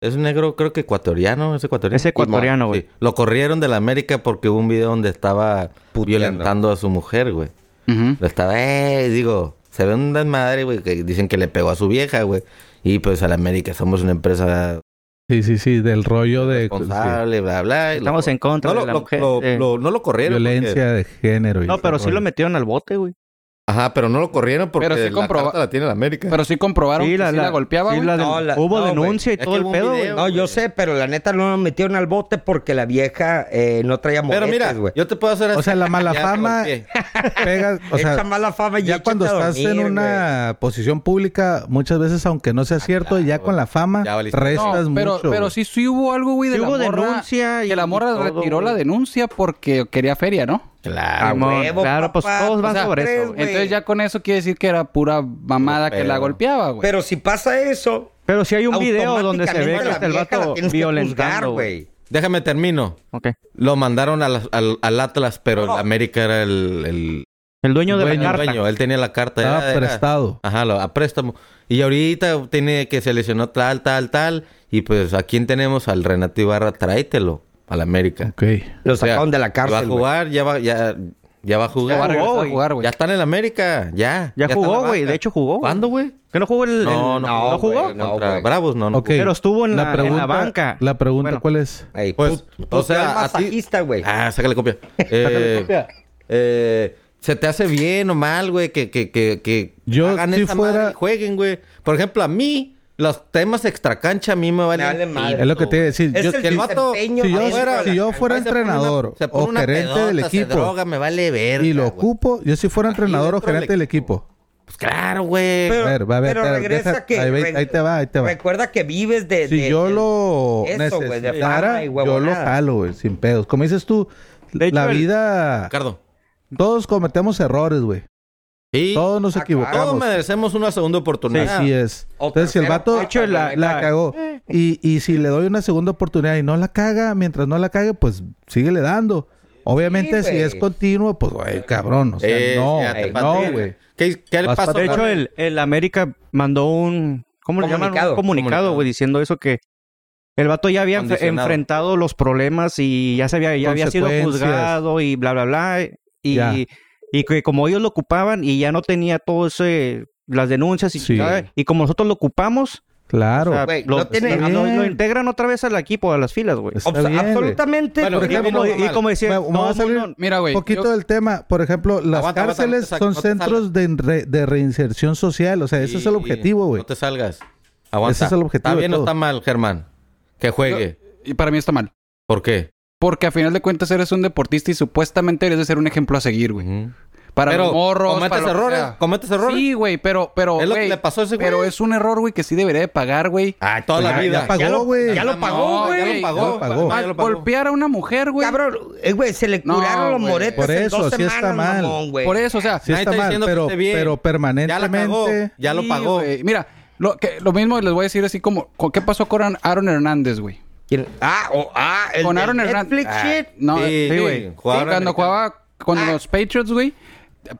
Speaker 6: Es un negro, creo que ecuatoriano, es ecuatoriano.
Speaker 7: Es ecuatoriano, güey.
Speaker 6: Sí, Lo corrieron de la América porque hubo un video donde estaba
Speaker 2: Puteando.
Speaker 6: violentando a su mujer, güey.
Speaker 1: Ujú.
Speaker 6: Lo estaba, eh, digo, se ve un desmadre, güey, que dicen que le pegó a su vieja, güey. Y pues a la América somos una empresa
Speaker 5: Sí, sí, sí, del rollo de pues, sí,
Speaker 6: responsable, bla, bla. y lo-
Speaker 7: Estamos en contra
Speaker 6: no lo,
Speaker 7: de la
Speaker 6: lo-
Speaker 7: mujer.
Speaker 6: lo-
Speaker 7: eh.
Speaker 6: lo- no lo corrieron. porque-
Speaker 5: violencia de género. y
Speaker 7: no,
Speaker 5: ese
Speaker 7: pero sí
Speaker 5: rollo.
Speaker 7: lo metieron al bote, güey.
Speaker 6: ajá, pero no lo corrieron porque
Speaker 1: Pero sí
Speaker 6: la
Speaker 1: comproba-
Speaker 6: carta la tiene la América.
Speaker 1: Pero sí comprobaron que sí la golpeaba,
Speaker 7: sí
Speaker 1: güey.
Speaker 7: la del-
Speaker 2: No, la-
Speaker 7: Hubo
Speaker 2: no,
Speaker 7: denuncia y
Speaker 6: güey.
Speaker 7: todo
Speaker 6: Es
Speaker 7: el
Speaker 6: que hubo un
Speaker 7: pedo, güey.
Speaker 6: video.
Speaker 2: No, yo sé, pero la neta no nos metieron al bote porque la vieja eh, no traía
Speaker 6: Pero
Speaker 2: monedas,
Speaker 6: mira,
Speaker 2: güey.
Speaker 6: yo te puedo hacer
Speaker 5: O sea, la mala
Speaker 6: Ya te
Speaker 5: fama
Speaker 6: golpeé.
Speaker 5: pega, o
Speaker 2: Echa
Speaker 5: sea,
Speaker 2: mala fama y
Speaker 5: ya
Speaker 2: échate
Speaker 5: cuando
Speaker 2: a
Speaker 5: estás en
Speaker 2: dormir, Ah,
Speaker 5: una posición pública, muchas veces, aunque no sea cierto, ya con la fama
Speaker 6: Ya valiste.
Speaker 5: restas
Speaker 1: No, pero,
Speaker 5: mucho.
Speaker 1: pero
Speaker 5: güey.
Speaker 1: sí, sí hubo algo, güey, de
Speaker 7: Sí
Speaker 1: la
Speaker 7: hubo
Speaker 1: morra-
Speaker 7: denuncia y-
Speaker 1: Que la morra
Speaker 7: y todo,
Speaker 1: retiró la
Speaker 7: güey.
Speaker 1: denuncia porque quería feria, ¿no?
Speaker 6: Claro.
Speaker 2: güey.
Speaker 7: Simón,
Speaker 2: huevo,
Speaker 7: claro, pues
Speaker 2: papá,
Speaker 7: todos van
Speaker 2: o sea,
Speaker 7: sobre
Speaker 2: tres,
Speaker 7: eso, güey.
Speaker 2: güey.
Speaker 1: Entonces ya con eso quiere decir que era pura mamada
Speaker 6: Puro
Speaker 1: que la
Speaker 6: pedo.
Speaker 1: golpeaba, güey.
Speaker 2: Pero si pasa eso,
Speaker 7: Pero sí hay un video donde se ve
Speaker 2: automáticamente
Speaker 7: que
Speaker 2: la
Speaker 7: está el
Speaker 2: vieja la
Speaker 7: vato
Speaker 2: tienes que juzgar,
Speaker 7: violentando, güey.
Speaker 2: güey.
Speaker 6: Déjame termino.
Speaker 7: Ok.
Speaker 6: Lo mandaron al, al, al Atlas, pero el América era el, el
Speaker 7: El dueño de
Speaker 6: dueño,
Speaker 7: la carta.
Speaker 6: dueño. Él tenía la carta.
Speaker 5: Estaba
Speaker 6: era- era-
Speaker 5: prestado.
Speaker 6: Ajá, lo- a préstamo. Y ahorita tiene que se lesionó tal, tal, tal. Y pues, ¿a quién tenemos? Al Renato Ibarra, tráetelo al América.
Speaker 5: Ok.
Speaker 2: Lo
Speaker 6: O sea,
Speaker 2: sacaron de la
Speaker 6: Va a
Speaker 2: cárcel, güey.
Speaker 6: jugar, ya va, ya, ya va a
Speaker 1: Ya
Speaker 6: jugar.
Speaker 1: va a regresar a
Speaker 7: güey.
Speaker 1: jugar, güey.
Speaker 6: Ya está en el América, ya.
Speaker 7: Ya
Speaker 6: está en
Speaker 7: jugó,
Speaker 6: la
Speaker 7: güey.
Speaker 6: banca.
Speaker 7: De hecho, jugó. güey.
Speaker 6: ¿Cuándo, güey?
Speaker 7: ¿Que no jugó el.?
Speaker 6: No,
Speaker 7: el-
Speaker 6: no,
Speaker 7: ¿No jugó?
Speaker 6: güey,
Speaker 2: No,
Speaker 6: contra
Speaker 2: güey.
Speaker 6: Bravos, no, no
Speaker 5: Ok.
Speaker 6: jugó.
Speaker 7: Pero estuvo en la- en la banca.
Speaker 5: La pregunta,
Speaker 7: Bueno.
Speaker 5: ¿cuál es?
Speaker 2: Ey,
Speaker 6: Pues,
Speaker 2: put-
Speaker 6: o sea,
Speaker 2: putear
Speaker 6: a ti-
Speaker 2: masajista, güey.
Speaker 6: Ah, sácale copia. Eh, eh, ¿Se te hace bien o mal, güey, que, que, que, que
Speaker 5: Yo, si
Speaker 6: esa
Speaker 5: fuera-
Speaker 6: madre y jueguen, güey? Por ejemplo, a mí, los temas extracancha a mí me valen...
Speaker 2: Me vale madre.
Speaker 5: Es lo que te iba a decir.
Speaker 2: Es
Speaker 5: Yo-
Speaker 2: el
Speaker 6: que el vato-
Speaker 2: desempeño
Speaker 5: si yo-
Speaker 2: dentro de la
Speaker 5: si yo
Speaker 2: cancha.
Speaker 5: fuera
Speaker 6: Ahí se pone una-
Speaker 5: entrenador
Speaker 6: se pone
Speaker 5: o
Speaker 6: una
Speaker 5: gerente
Speaker 6: pedota,
Speaker 5: del
Speaker 6: se
Speaker 5: equipo.
Speaker 6: droga, me vale verga,
Speaker 5: y lo
Speaker 6: güey.
Speaker 5: ocupo, yo si fuera entrenador o
Speaker 6: dentro del
Speaker 5: gerente del equipo.
Speaker 6: Pues claro, güey.
Speaker 5: a ver, va a ver,
Speaker 2: pero
Speaker 5: te-
Speaker 2: regresa
Speaker 5: deja-
Speaker 2: que
Speaker 5: ahí ve-
Speaker 2: re-
Speaker 5: ahí te va, ahí te va.
Speaker 2: Recuerda que vives de.
Speaker 5: Si
Speaker 2: de-
Speaker 5: yo
Speaker 2: de-
Speaker 5: lo
Speaker 2: eso, güey, de
Speaker 5: necesitara,
Speaker 2: fama y
Speaker 5: yo lo
Speaker 2: huevonada.
Speaker 5: jalo, güey, sin pedos. Como dices tú,
Speaker 7: De hecho,
Speaker 5: la
Speaker 7: el-
Speaker 5: vida...
Speaker 6: Ricardo.
Speaker 5: Todos cometemos errores, güey.
Speaker 6: Sí.
Speaker 5: Todos nos
Speaker 2: Ah,
Speaker 5: equivocamos.
Speaker 6: Todos merecemos una segunda oportunidad.
Speaker 5: Así es.
Speaker 2: O
Speaker 5: Entonces, si el
Speaker 2: tercera,
Speaker 6: Ah,
Speaker 5: vato
Speaker 2: de hecho,
Speaker 5: la,
Speaker 2: la-
Speaker 5: la cagó
Speaker 6: Eh.
Speaker 5: y, y si le doy una segunda oportunidad y no la caga, mientras no la cague, pues síguele dando. Obviamente,
Speaker 2: Sí,
Speaker 5: si
Speaker 2: güey.
Speaker 5: es continuo, pues, güey, cabrón. O sea,
Speaker 6: Eh,
Speaker 5: no,
Speaker 6: ya te
Speaker 5: no,
Speaker 6: pateé.
Speaker 5: güey.
Speaker 6: ¿Qué, qué le
Speaker 5: Vas
Speaker 6: pasó?
Speaker 5: para
Speaker 7: De
Speaker 5: Claro.
Speaker 7: hecho, el, el América mandó un... ¿Cómo le llaman?
Speaker 2: Comunicado.
Speaker 7: Un comunicado, güey, diciendo eso que el vato ya había enf-
Speaker 6: Condicionado.
Speaker 7: enfrentado los problemas y ya, se había, ya había sido
Speaker 5: Consecuencias.
Speaker 7: juzgado y bla, bla, bla. Y,
Speaker 5: Ya.
Speaker 7: y que como ellos lo ocupaban y ya no tenía todo ese... Las denuncias y...
Speaker 5: Sí.
Speaker 7: chingada, Y como nosotros lo ocupamos,
Speaker 5: Claro.
Speaker 7: o sea,
Speaker 2: Güey,
Speaker 7: lo,
Speaker 2: no tiene-
Speaker 7: lo- lo
Speaker 5: Bien.
Speaker 7: integran otra vez al equipo, a las filas, güey.
Speaker 5: Está
Speaker 6: pues,
Speaker 2: Obs-
Speaker 5: bien, güey.
Speaker 2: absolutamente.
Speaker 6: Bueno,
Speaker 2: porque-
Speaker 7: Y como,
Speaker 6: no,
Speaker 7: y como decía,
Speaker 5: Me- me va a
Speaker 7: todo
Speaker 5: salir-
Speaker 7: mundo-
Speaker 1: Mira, güey.
Speaker 5: Un poquito
Speaker 1: yo-
Speaker 5: del tema, por ejemplo, las
Speaker 6: Aguanta, aguanta, no
Speaker 5: cárceles
Speaker 6: te sa-
Speaker 5: son
Speaker 6: no te
Speaker 5: centros de, re- de reinserción social, o sea, ese es el
Speaker 6: Sí,
Speaker 5: objetivo, güey.
Speaker 6: No te salgas. Aguanta.
Speaker 5: Ese es el objetivo
Speaker 6: ¿Está
Speaker 5: de
Speaker 6: bien o
Speaker 5: todo.
Speaker 6: está mal, Germán? Que juegue.
Speaker 1: Y para mí está mal.
Speaker 6: ¿Por qué?
Speaker 1: Porque a final de cuentas eres un deportista y supuestamente eres de ser un ejemplo a seguir, güey. Para
Speaker 6: Pero
Speaker 1: los morros,
Speaker 6: cometes
Speaker 1: para lo que
Speaker 6: errores,
Speaker 1: sea.
Speaker 6: cometes errores.
Speaker 1: Sí, güey, pero, pero,
Speaker 6: Es lo que
Speaker 1: güey,
Speaker 6: le pasó a ese güey.
Speaker 1: Pero es un error, güey, que sí debería de pagar, güey.
Speaker 6: Ah, toda
Speaker 5: Ya-
Speaker 6: la vida.
Speaker 5: ya pagó, güey.
Speaker 2: ya lo
Speaker 6: No,
Speaker 2: pagó, güey.
Speaker 6: Ya lo pagó.
Speaker 5: Ya lo pagó.
Speaker 6: Para mí ya lo pagó.
Speaker 1: Golpear a una mujer, güey.
Speaker 2: Cabrón, eh, güey, se le
Speaker 1: No,
Speaker 2: curaron los
Speaker 1: güey.
Speaker 2: moretes
Speaker 5: Por
Speaker 2: en
Speaker 5: eso,
Speaker 2: dos
Speaker 5: sí está
Speaker 2: semanas,
Speaker 5: mal.
Speaker 2: mamón, güey.
Speaker 1: Por e- eso, o sea,
Speaker 5: Sí
Speaker 6: Nadie
Speaker 5: está
Speaker 6: está
Speaker 5: mal,
Speaker 6: diciendo que
Speaker 5: pero,
Speaker 6: esté bien.
Speaker 5: pero
Speaker 6: Ya la cagó.
Speaker 5: permanentemente...
Speaker 6: Ya lo
Speaker 1: Sí,
Speaker 6: pagó.
Speaker 1: güey. Mira, lo, que, lo mismo les voy a decir así como, co- ¿qué pasó con Aaron- Aaron Hernández, güey?
Speaker 2: ¿Quién? Ah, oh, ah, el
Speaker 1: Con
Speaker 2: del
Speaker 1: Aaron Hernández.
Speaker 2: Netflix
Speaker 6: Ah,
Speaker 2: shit.
Speaker 1: No,
Speaker 6: sí,
Speaker 1: sí,
Speaker 6: sí,
Speaker 1: güey. Sí,
Speaker 6: jugador
Speaker 1: cuando
Speaker 6: americano.
Speaker 1: jugaba con los Patriots, güey.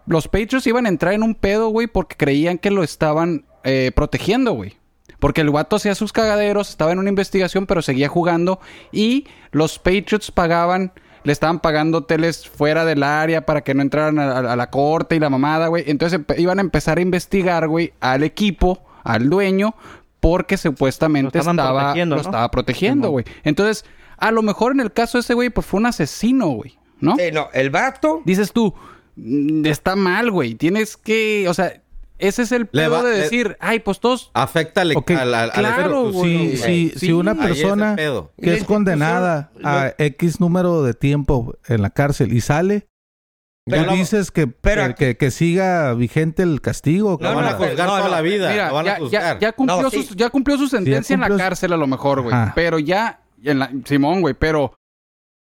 Speaker 1: los Patriots iban a entrar en un pedo, güey, porque creían que lo estaban eh, protegiendo, güey. Porque el guato hacía sus cagaderos, estaba en una investigación, pero seguía jugando. Y los Patriots pagaban, le estaban pagando hoteles fuera del área para que no entraran a, a- a la corte y la mamada, güey. Entonces empe- iban a empezar a investigar, güey, al equipo, al dueño, porque supuestamente
Speaker 7: Lo estaban
Speaker 1: estaba,
Speaker 7: protegiendo,
Speaker 1: lo
Speaker 7: ¿no?
Speaker 1: estaba protegiendo, güey. Entonces, a lo mejor en el caso de ese güey, pues fue un asesino, güey, ¿no?
Speaker 2: Eh, no, el vato.
Speaker 1: dices tú, "Mm, está mal, güey. Tienes que, o sea, ese es el
Speaker 6: Le
Speaker 1: pedo
Speaker 6: va-
Speaker 1: de
Speaker 6: le-
Speaker 1: decir, ay, pues todos.
Speaker 6: Afecta al,
Speaker 5: Ok,
Speaker 6: al- pues, al- al-
Speaker 1: claro,
Speaker 6: al-
Speaker 1: güey.
Speaker 5: Si,
Speaker 1: Sí,
Speaker 5: si,
Speaker 1: sí.
Speaker 5: si una
Speaker 6: Ahí es el
Speaker 5: persona
Speaker 6: pedo.
Speaker 5: que es condenada a X número de tiempo en la cárcel y sale, tú
Speaker 2: Pero-
Speaker 5: dices que,
Speaker 2: pero-
Speaker 5: que, que- que siga vigente el castigo.
Speaker 6: Lo
Speaker 2: No,
Speaker 5: cabrón.
Speaker 6: van
Speaker 2: no,
Speaker 6: a juzgar
Speaker 2: no,
Speaker 6: toda
Speaker 2: no,
Speaker 6: la vida.
Speaker 1: Mira,
Speaker 6: lo van a
Speaker 1: ya,
Speaker 6: juzgar.
Speaker 1: ya, ya cumplió
Speaker 2: No,
Speaker 1: su,
Speaker 2: sí.
Speaker 1: ya cumplió su sentencia en la
Speaker 5: cumplió su-
Speaker 1: cárcel a lo mejor, güey.
Speaker 5: Ajá.
Speaker 1: Pero ya, en la- Simón, güey, pero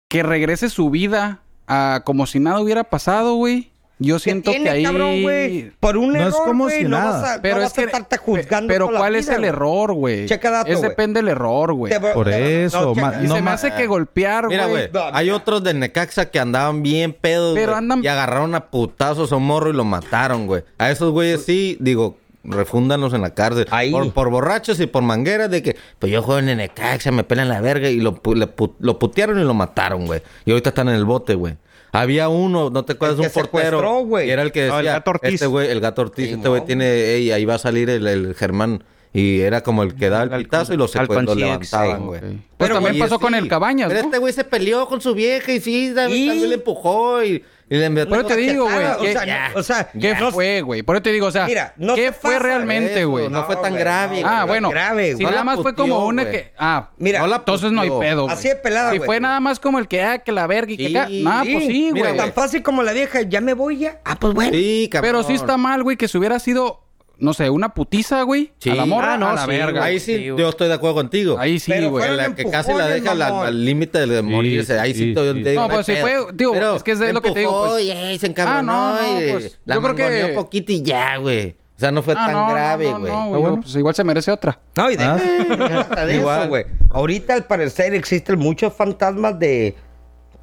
Speaker 1: que regrese su vida a como si nada hubiera pasado, güey. Yo siento
Speaker 2: ¿Qué tiene,
Speaker 1: que ahí...
Speaker 2: cabrón, güey? Por un
Speaker 5: No es
Speaker 2: error,
Speaker 5: como
Speaker 2: güey,
Speaker 5: si
Speaker 2: no
Speaker 5: nada.
Speaker 2: vas a,
Speaker 1: Pero
Speaker 2: no
Speaker 1: es
Speaker 2: vas a
Speaker 1: que-
Speaker 2: estarte juzgando
Speaker 1: Pero
Speaker 2: toda la
Speaker 1: ¿cuál es
Speaker 2: vida,
Speaker 1: el
Speaker 2: güey.
Speaker 1: error, güey?
Speaker 2: Checa dato,
Speaker 1: Es
Speaker 2: güey.
Speaker 1: depende el error, güey.
Speaker 2: Te va-
Speaker 5: Por
Speaker 2: te va-
Speaker 5: eso,
Speaker 2: no,
Speaker 5: ma-
Speaker 2: checa-
Speaker 1: Y
Speaker 5: no
Speaker 1: se me
Speaker 5: ma-
Speaker 1: hace que golpear,
Speaker 6: Mira, güey,
Speaker 1: güey.
Speaker 2: no, no.
Speaker 6: hay otros del Necaxa que andaban bien pedos,
Speaker 1: Pero
Speaker 6: güey,
Speaker 1: andan-
Speaker 6: y agarraron a putazos a un morro y lo mataron, güey. A esos güeyes sí, digo, refúndanlos en la cárcel.
Speaker 2: Ahí.
Speaker 6: Por, por borrachos y por mangueras de que, pues yo juego en el Necaxa, me pelan la verga y lo, pu- le pu- lo putearon y lo mataron, güey. Y ahorita están en el bote, güey. Había uno, no te acuerdas,
Speaker 2: El que
Speaker 6: un portero.
Speaker 2: secuestró, güey.
Speaker 6: y era el que
Speaker 7: No,
Speaker 6: decía,
Speaker 7: el Gato Ortiz.
Speaker 6: este güey, el gato Ortiz,
Speaker 2: Sí,
Speaker 6: este güey
Speaker 2: no.
Speaker 6: tiene, ey, ahí va a salir el, el Germán. Y era como el que daba el
Speaker 7: Al-
Speaker 6: pitazo y lo,
Speaker 7: al
Speaker 6: secuestró, lo
Speaker 7: concierge, sí,
Speaker 6: levantaban, güey.
Speaker 1: Ok. Pues también
Speaker 6: güey,
Speaker 1: pasó
Speaker 6: sí.
Speaker 1: con el Cabañas,
Speaker 6: Pero
Speaker 1: ¿no?
Speaker 6: este güey se peleó con su vieja y sí, también,
Speaker 2: ¿Y?
Speaker 6: también le empujó y, y le metió.
Speaker 1: Pero te digo, güey,
Speaker 2: Ah,
Speaker 1: que-
Speaker 2: O sea, no- o sea,
Speaker 1: ¿Qué
Speaker 2: no-
Speaker 1: fue, güey? Por eso te digo, o sea,
Speaker 2: Mira, no
Speaker 1: ¿qué
Speaker 2: se
Speaker 1: fue
Speaker 2: pasa
Speaker 1: realmente,
Speaker 6: eso,
Speaker 1: güey?
Speaker 6: no fue tan
Speaker 2: güey,
Speaker 6: grave,
Speaker 2: no,
Speaker 1: Ah,
Speaker 2: güey,
Speaker 1: bueno.
Speaker 2: Grave,
Speaker 1: si
Speaker 2: güey.
Speaker 6: No
Speaker 1: nada
Speaker 6: la
Speaker 1: más fue
Speaker 6: puteó,
Speaker 1: como una
Speaker 6: güey.
Speaker 1: que. Ah,
Speaker 2: Mira,
Speaker 6: no la
Speaker 1: entonces no hay
Speaker 6: puteó.
Speaker 1: pedo. güey.
Speaker 2: Así de pelada,
Speaker 1: Si
Speaker 2: güey.
Speaker 1: fue nada más como el que, ah, que la verga y que
Speaker 6: Sí,
Speaker 1: acá. Nah, pues sí,
Speaker 6: mira,
Speaker 1: güey.
Speaker 2: Tan fácil como la vieja, ya me voy ya. Ah, pues bueno.
Speaker 6: Sí, cabrón.
Speaker 1: Pero sí está mal, güey, que si hubiera sido, no sé, una putiza, güey.
Speaker 6: Sí.
Speaker 1: A la morra,
Speaker 7: Ah, no,
Speaker 1: a la
Speaker 7: sí,
Speaker 1: verga.
Speaker 6: Ahí
Speaker 1: Ahí,
Speaker 6: sí,
Speaker 7: Sí, güey.
Speaker 6: yo estoy de acuerdo contigo.
Speaker 1: sí,
Speaker 2: Pero
Speaker 1: güey.
Speaker 2: fueron
Speaker 6: la que casi la deja
Speaker 2: empujones,
Speaker 6: la-
Speaker 2: mamón.
Speaker 6: al límite de morirse. Ahí sí,
Speaker 5: sí,
Speaker 6: estoy
Speaker 5: sí.
Speaker 1: No, pues,
Speaker 6: hay
Speaker 1: sí
Speaker 6: pedo.
Speaker 1: fue- digo,
Speaker 6: Pero
Speaker 1: es que es de
Speaker 6: le
Speaker 1: lo que te digo,
Speaker 6: empujó
Speaker 1: pues.
Speaker 6: y ahí se encabronó.
Speaker 1: Ah, no, no,
Speaker 6: y
Speaker 1: pues,
Speaker 6: la
Speaker 1: yo creo que-
Speaker 6: mangoneó poquito y ya, güey. O sea, no fue tan grave, güey.
Speaker 1: Ah, No, güey, pues igual se merece otra.
Speaker 2: No, y deja-
Speaker 5: Ah.
Speaker 2: deja de eso,
Speaker 6: Igual.
Speaker 2: güey. Ahorita, al parecer, existen muchos fantasmas de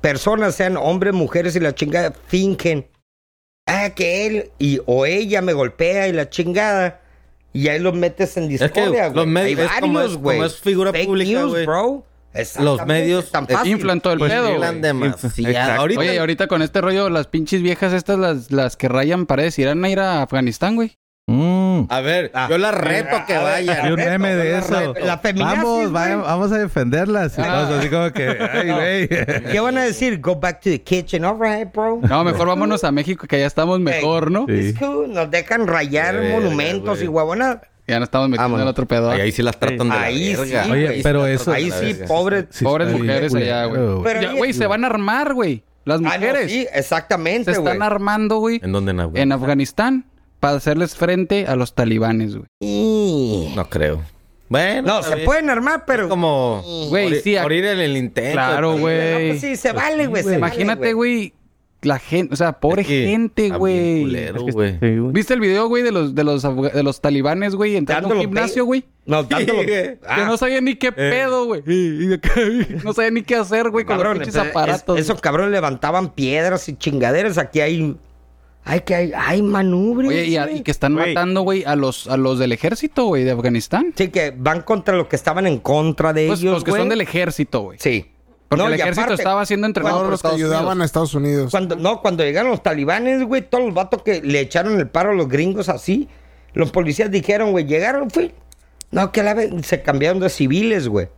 Speaker 2: personas, sean hombres, mujeres y la chingada, fingen. Ah, que él y o ella me golpea y la chingada. Y ahí los metes en
Speaker 6: que
Speaker 2: discordia,
Speaker 6: los
Speaker 2: güey. Hay
Speaker 6: medios- es como es-
Speaker 2: varios, güey.
Speaker 6: como es figura
Speaker 2: Fake
Speaker 6: pública,
Speaker 2: news,
Speaker 6: güey.
Speaker 2: bro. Exactamente,
Speaker 6: medios eh,
Speaker 2: tan fácil.
Speaker 1: Inflan todo el
Speaker 5: Pues,
Speaker 1: pedo,
Speaker 6: Hablan
Speaker 1: güey.
Speaker 6: demasiado.
Speaker 7: Exacto.
Speaker 6: Ahorita,
Speaker 1: Oye, y ahorita con este rollo, las pinches viejas estas, las, las que rayan paredes, irán a ir a Afganistán, güey.
Speaker 5: Mm.
Speaker 6: a ver,
Speaker 2: Ah.
Speaker 6: yo la reto que
Speaker 2: A ver,
Speaker 6: vaya.
Speaker 5: Y un
Speaker 2: Reto,
Speaker 5: meme de
Speaker 2: la
Speaker 5: eso.
Speaker 2: re- la feminazi, güey.
Speaker 5: vamos, vaya- vamos a defenderlas. Y
Speaker 1: Ah.
Speaker 5: todos así como que, ay, güey.
Speaker 2: ¿Qué van a decir? Go back to the kitchen, all right, bro.
Speaker 1: No, mejor vámonos a México, que allá estamos mejor, ¿no?
Speaker 5: Sí.
Speaker 2: It's cool. Nos dejan rayar
Speaker 6: Verga,
Speaker 2: monumentos
Speaker 6: güey.
Speaker 2: y huevonas.
Speaker 1: Ya no estamos metiendo
Speaker 2: Vámonos.
Speaker 1: en otro pedo. ¿ah?
Speaker 6: Ay, ahí sí las tratan de la
Speaker 2: Ahí sí,
Speaker 6: verga.
Speaker 2: güey.
Speaker 5: Oye, pero eso-
Speaker 2: Ahí sí, pobre.
Speaker 1: Pobres
Speaker 5: está bien
Speaker 1: mujeres allá,
Speaker 5: culero,
Speaker 1: güey.
Speaker 2: Pero
Speaker 1: Ya,
Speaker 2: ahí-
Speaker 1: Güey, se van a armar, güey. Las
Speaker 2: Ah, no,
Speaker 1: mujeres
Speaker 2: sí, exactamente,
Speaker 1: se están
Speaker 2: güey.
Speaker 1: armando, güey,
Speaker 6: ¿En dónde, Nahuel?
Speaker 1: en Afganistán para hacerles frente a los talibanes, güey.
Speaker 2: Y-
Speaker 6: No creo. Bueno,
Speaker 2: No,
Speaker 6: está
Speaker 2: se
Speaker 6: bien.
Speaker 2: pueden armar,
Speaker 6: Es
Speaker 2: pero...
Speaker 6: como
Speaker 1: Güey,
Speaker 6: morir,
Speaker 1: sí, a-
Speaker 6: morir en el intento.
Speaker 1: Claro,
Speaker 2: No,
Speaker 6: pues.
Speaker 1: güey.
Speaker 2: pues sí, se vale, güey. se vale,
Speaker 1: Imagínate, güey, la gente, o sea, pobre
Speaker 6: Es que
Speaker 1: gente,
Speaker 6: está bien
Speaker 1: güey.
Speaker 6: culero, este güey.
Speaker 7: Sí, güey.
Speaker 1: ¿Viste el video, güey, de los de los afga- de los talibanes, güey, entrando a un
Speaker 2: Dándolo
Speaker 1: gimnasio,
Speaker 2: pe- Ah.
Speaker 1: güey?
Speaker 2: No, tanto...
Speaker 6: Sí, güey.
Speaker 1: Que no sabía ni qué pedo, güey. Y- y acá, No sabía ni qué hacer, güey, con los
Speaker 2: Cabrones,
Speaker 1: pinches
Speaker 2: pero
Speaker 1: aparatos.
Speaker 2: es- esos cabrones levantaban piedras y chingaderas. Aquí hay... Hay que hay... Hay manubrios,
Speaker 1: Oye, y, a-
Speaker 2: güey.
Speaker 1: y que están
Speaker 7: Güey.
Speaker 1: matando, güey, a los a los del ejército, güey, de Afganistán.
Speaker 2: Sí, que van contra los que estaban en contra de
Speaker 1: Pues,
Speaker 2: ellos,
Speaker 1: los que
Speaker 2: güey.
Speaker 1: son del ejército, güey.
Speaker 2: Sí.
Speaker 1: Porque
Speaker 2: No,
Speaker 1: el
Speaker 2: y
Speaker 1: ejército
Speaker 2: aparte,
Speaker 1: estaba siendo entrenado
Speaker 3: Todos
Speaker 1: por
Speaker 3: los que
Speaker 1: Estados Unidos.
Speaker 3: ayudaban a Estados Unidos.
Speaker 2: Cuando, no, cuando llegaron los talibanes, güey, todos los vatos que le echaron el paro a los gringos así, los policías dijeron, güey, llegaron, fui. No, que la ve- se cambiaron de civiles, güey.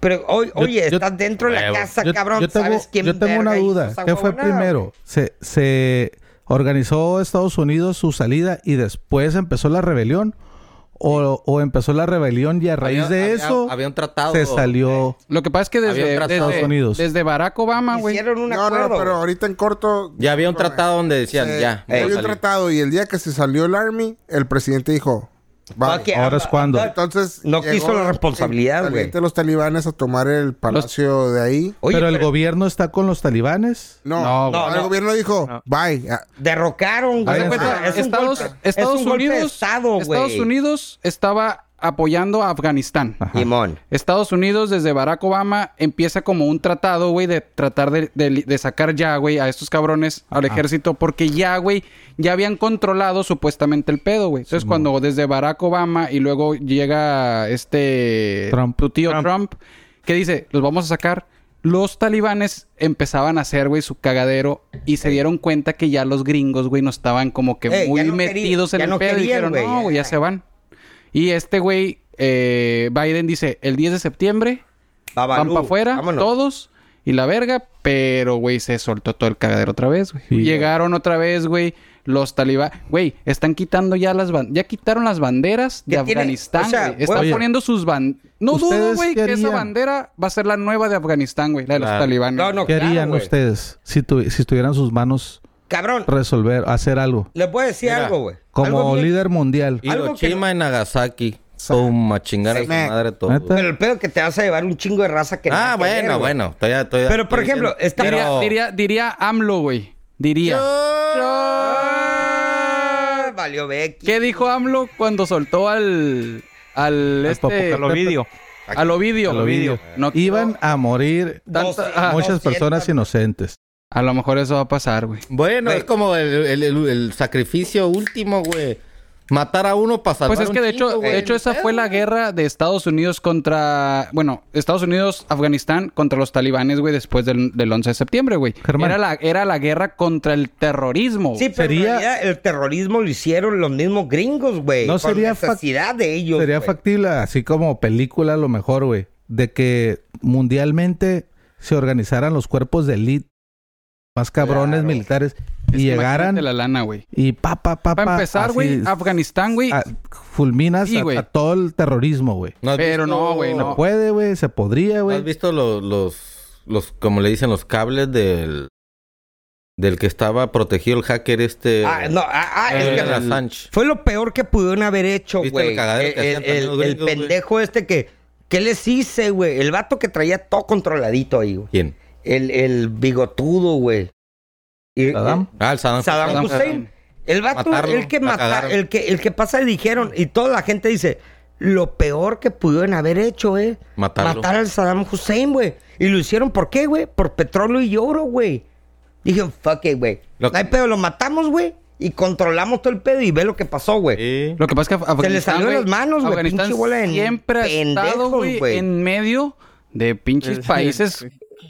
Speaker 2: Pero hoy, oye,
Speaker 5: yo-
Speaker 2: estás dentro de la
Speaker 6: Huevo.
Speaker 2: casa, cabrón,
Speaker 5: tengo,
Speaker 2: ¿sabes quién
Speaker 5: yo tengo
Speaker 2: verga
Speaker 5: una
Speaker 2: hizo
Speaker 5: duda.
Speaker 2: esa
Speaker 5: ¿Qué fue
Speaker 2: huevonada,
Speaker 5: primero? ¿Se, ¿Se organizó Estados Unidos su salida y después empezó la rebelión? ¿O, o empezó la rebelión y a raíz
Speaker 6: Había-
Speaker 5: de
Speaker 6: había-
Speaker 5: eso
Speaker 6: había un tratado.
Speaker 5: se salió?
Speaker 1: Lo que pasa es que
Speaker 6: Había
Speaker 1: desde,
Speaker 6: un tratado
Speaker 1: desde-
Speaker 5: Estados Unidos.
Speaker 1: desde Barack Obama,
Speaker 2: güey?
Speaker 1: güey.
Speaker 2: Hicieron un
Speaker 3: No,
Speaker 2: acuerdo.
Speaker 3: no, pero
Speaker 2: güey.
Speaker 3: ahorita en corto.
Speaker 6: Ya había un tratado donde decían,
Speaker 3: se-
Speaker 6: ya.
Speaker 3: había
Speaker 6: vamos a
Speaker 3: un
Speaker 6: salir.
Speaker 3: tratado y el día que se salió el Army, el presidente dijo. "Bye".
Speaker 2: Ok,
Speaker 5: ¿Ahora
Speaker 2: ah,
Speaker 5: es cuándo?
Speaker 2: ah,
Speaker 3: Entonces.
Speaker 2: No
Speaker 3: llegó
Speaker 2: quiso la
Speaker 3: el-
Speaker 2: responsabilidad,
Speaker 3: el-
Speaker 2: güey.
Speaker 3: de los talibanes a tomar el palacio de ahí.
Speaker 2: Oye,
Speaker 5: pero el
Speaker 2: pero
Speaker 5: gobierno está con los talibanes.
Speaker 3: No,
Speaker 1: No,
Speaker 2: no,
Speaker 3: el
Speaker 2: no.
Speaker 3: gobierno dijo,
Speaker 7: No.
Speaker 3: bye. ah,
Speaker 2: derrocaron,
Speaker 1: Haz de
Speaker 2: güey.
Speaker 5: Váyanse.
Speaker 2: O sea,
Speaker 1: cuenta,
Speaker 2: es un
Speaker 1: Estados,
Speaker 2: golpe- es
Speaker 1: Estados
Speaker 2: un golpe de
Speaker 1: Unidos,
Speaker 2: Estado, güey.
Speaker 1: Estados Unidos estaba apoyando a Afganistán.
Speaker 2: Limón.
Speaker 1: Estados Unidos desde Barack Obama empieza como un tratado, güey, de tratar de, de- de sacar ya, güey, a estos cabrones al ejército porque ya, güey, ya habían controlado supuestamente el pedo, güey. Entonces cuando desde Barack Obama y luego llega este
Speaker 5: Trump.
Speaker 1: tu tío
Speaker 5: Trump.
Speaker 1: Trump, que dice, los vamos a sacar. Los talibanes empezaban a hacer, güey, su cagadero y se dieron cuenta que ya los gringos, güey, no estaban como que
Speaker 2: Ey, ya
Speaker 1: muy
Speaker 2: no querían,
Speaker 1: metidos
Speaker 2: ya
Speaker 1: en el
Speaker 2: no
Speaker 1: pedo. y
Speaker 2: querían,
Speaker 1: dijeron,
Speaker 2: güey,
Speaker 1: no, güey, ya
Speaker 2: ya".
Speaker 1: se van. Y este güey, eh, Biden dice, el 10 de septiembre, van
Speaker 2: Babalú,
Speaker 1: para afuera,
Speaker 2: vámonos.
Speaker 1: todos, y la verga, pero, güey, se soltó todo el cagadero otra vez, güey.
Speaker 5: Sí,
Speaker 1: Llegaron otra vez, güey, los talibán, güey, están quitando ya las banderas, ya quitaron las banderas de
Speaker 2: ¿Qué tiene?
Speaker 1: Afganistán,
Speaker 2: O sea,
Speaker 1: güey. Están
Speaker 2: oye,
Speaker 1: poniendo sus banderas. No dudo,
Speaker 5: ¿ustedes
Speaker 1: güey,
Speaker 5: qué
Speaker 1: que esa
Speaker 5: harían?
Speaker 1: bandera va a ser la nueva de Afganistán, güey, la de los
Speaker 6: Claro.
Speaker 1: talibanes.
Speaker 2: No, no,
Speaker 5: ¿Qué
Speaker 2: claro,
Speaker 5: harían
Speaker 2: güey.
Speaker 5: ustedes si, tuvi- si tuvieran sus manos
Speaker 2: Cabrón,
Speaker 5: resolver, hacer algo?
Speaker 2: le puedo decir
Speaker 6: Mira,
Speaker 2: algo, güey. Algo
Speaker 5: Como
Speaker 2: bien-
Speaker 5: líder mundial.
Speaker 2: Algo que
Speaker 6: Hiroshima y Nagasaki. Pum, a chingar a
Speaker 3: Sí.
Speaker 6: su madre todo.
Speaker 5: ¿Neta?
Speaker 6: güey.
Speaker 2: Pero el pedo que te vas a llevar un chingo de raza que nada
Speaker 6: Ah,
Speaker 2: que ver,
Speaker 6: bueno,
Speaker 2: güey.
Speaker 6: bueno. estoy- estoy-
Speaker 2: Pero, por
Speaker 6: estoy
Speaker 2: ejemplo,
Speaker 6: diciendo-
Speaker 2: está-
Speaker 1: Diría,
Speaker 6: Pero-
Speaker 1: diría, diría AMLO, güey. Diría.
Speaker 2: Ah, Valió Becky.
Speaker 1: ¿Qué dijo AMLO cuando soltó al. al este.
Speaker 7: Por lo vídeo.
Speaker 1: al Ovidio?
Speaker 5: Al Ovidio.
Speaker 1: No,
Speaker 5: Iban a morir
Speaker 1: tanta-
Speaker 2: Doce-
Speaker 1: ah,
Speaker 5: muchas
Speaker 2: 200.
Speaker 5: personas inocentes.
Speaker 1: A lo mejor eso va a pasar, güey.
Speaker 6: Bueno, es como el, el- el- el sacrificio último, güey. Matar a uno para salvar
Speaker 1: Pues es
Speaker 6: un
Speaker 1: que de hecho,
Speaker 6: chingo, güey.
Speaker 1: de hecho esa fue la guerra de Estados Unidos contra, bueno, Estados Unidos, Afganistán contra los talibanes, güey, después del, del 11 de septiembre, güey.
Speaker 5: Germán.
Speaker 1: Era la, era la guerra contra el terrorismo.
Speaker 2: Sí, pero en
Speaker 5: Sería-
Speaker 2: realidad el terrorismo lo hicieron los mismos gringos, güey.
Speaker 5: No,
Speaker 2: No sería
Speaker 5: sería fac-
Speaker 2: necesidad de ellos.
Speaker 5: Sería
Speaker 2: güey.
Speaker 5: factible, así como película, a lo mejor, güey, de que mundialmente se organizaran los cuerpos de elite más cabrones militares
Speaker 1: Es
Speaker 5: y
Speaker 1: que
Speaker 5: llegaran
Speaker 1: imagínate la lana, güey.
Speaker 5: y pa, pa, pa,
Speaker 1: Para
Speaker 5: pa,
Speaker 1: empezar,
Speaker 5: así, Ah,
Speaker 1: güey, Afganistán, güey.
Speaker 5: a- fulminas
Speaker 1: Sí,
Speaker 5: a-
Speaker 1: güey.
Speaker 5: a, todo el terrorismo, güey.
Speaker 6: has
Speaker 1: Pero no, güey,
Speaker 5: Se
Speaker 1: no.
Speaker 5: puede, güey, se podría,
Speaker 6: ¿No ¿Has
Speaker 5: güey.
Speaker 6: visto los, los, los, como le dicen, los cables del, del que estaba protegido el hacker este?
Speaker 2: Ah, no, ah, ah,
Speaker 6: el,
Speaker 2: es que
Speaker 6: Julian Assange.
Speaker 2: fue lo peor que pudieron haber hecho,
Speaker 6: Eh, ¿Viste
Speaker 2: güey.
Speaker 6: el cagadero que
Speaker 2: El,
Speaker 6: hacían también
Speaker 2: el-
Speaker 6: los
Speaker 2: el
Speaker 6: gringos, güey?
Speaker 2: pendejo este que. ¿Qué les hice, güey? El vato que traía todo controladito ahí, güey.
Speaker 6: ¿Quién?
Speaker 2: El, el bigotudo, güey. Y- eh,
Speaker 5: Saddam.
Speaker 6: Ah, el Saddam.
Speaker 2: Saddam
Speaker 1: Saddam
Speaker 2: Hussein.
Speaker 1: Hussein.
Speaker 2: El vato,
Speaker 6: Matarlo,
Speaker 2: el que
Speaker 6: la
Speaker 2: mata,
Speaker 6: cagaron.
Speaker 2: el que, el que pasa y dijeron, y toda la gente dice, lo peor que pudieron haber hecho, eh.
Speaker 6: Matarlo.
Speaker 2: Matar al Saddam Hussein, güey. Y lo hicieron, ¿por qué, güey? Por petróleo y oro, güey. Dijeron, fuck it, güey.
Speaker 6: Lo-
Speaker 2: No hay pedo, lo matamos, güey. Y controlamos todo el pedo y ve lo que pasó, güey.
Speaker 6: Sí.
Speaker 1: Lo que pasa es que Af- Afganistán,
Speaker 2: le salió de
Speaker 1: güey,
Speaker 2: las manos, güey,
Speaker 1: Afganistán
Speaker 2: pinche bola de
Speaker 1: siempre ha estado,
Speaker 2: pendejos,
Speaker 1: güey,
Speaker 2: güey.
Speaker 1: en medio de pinches países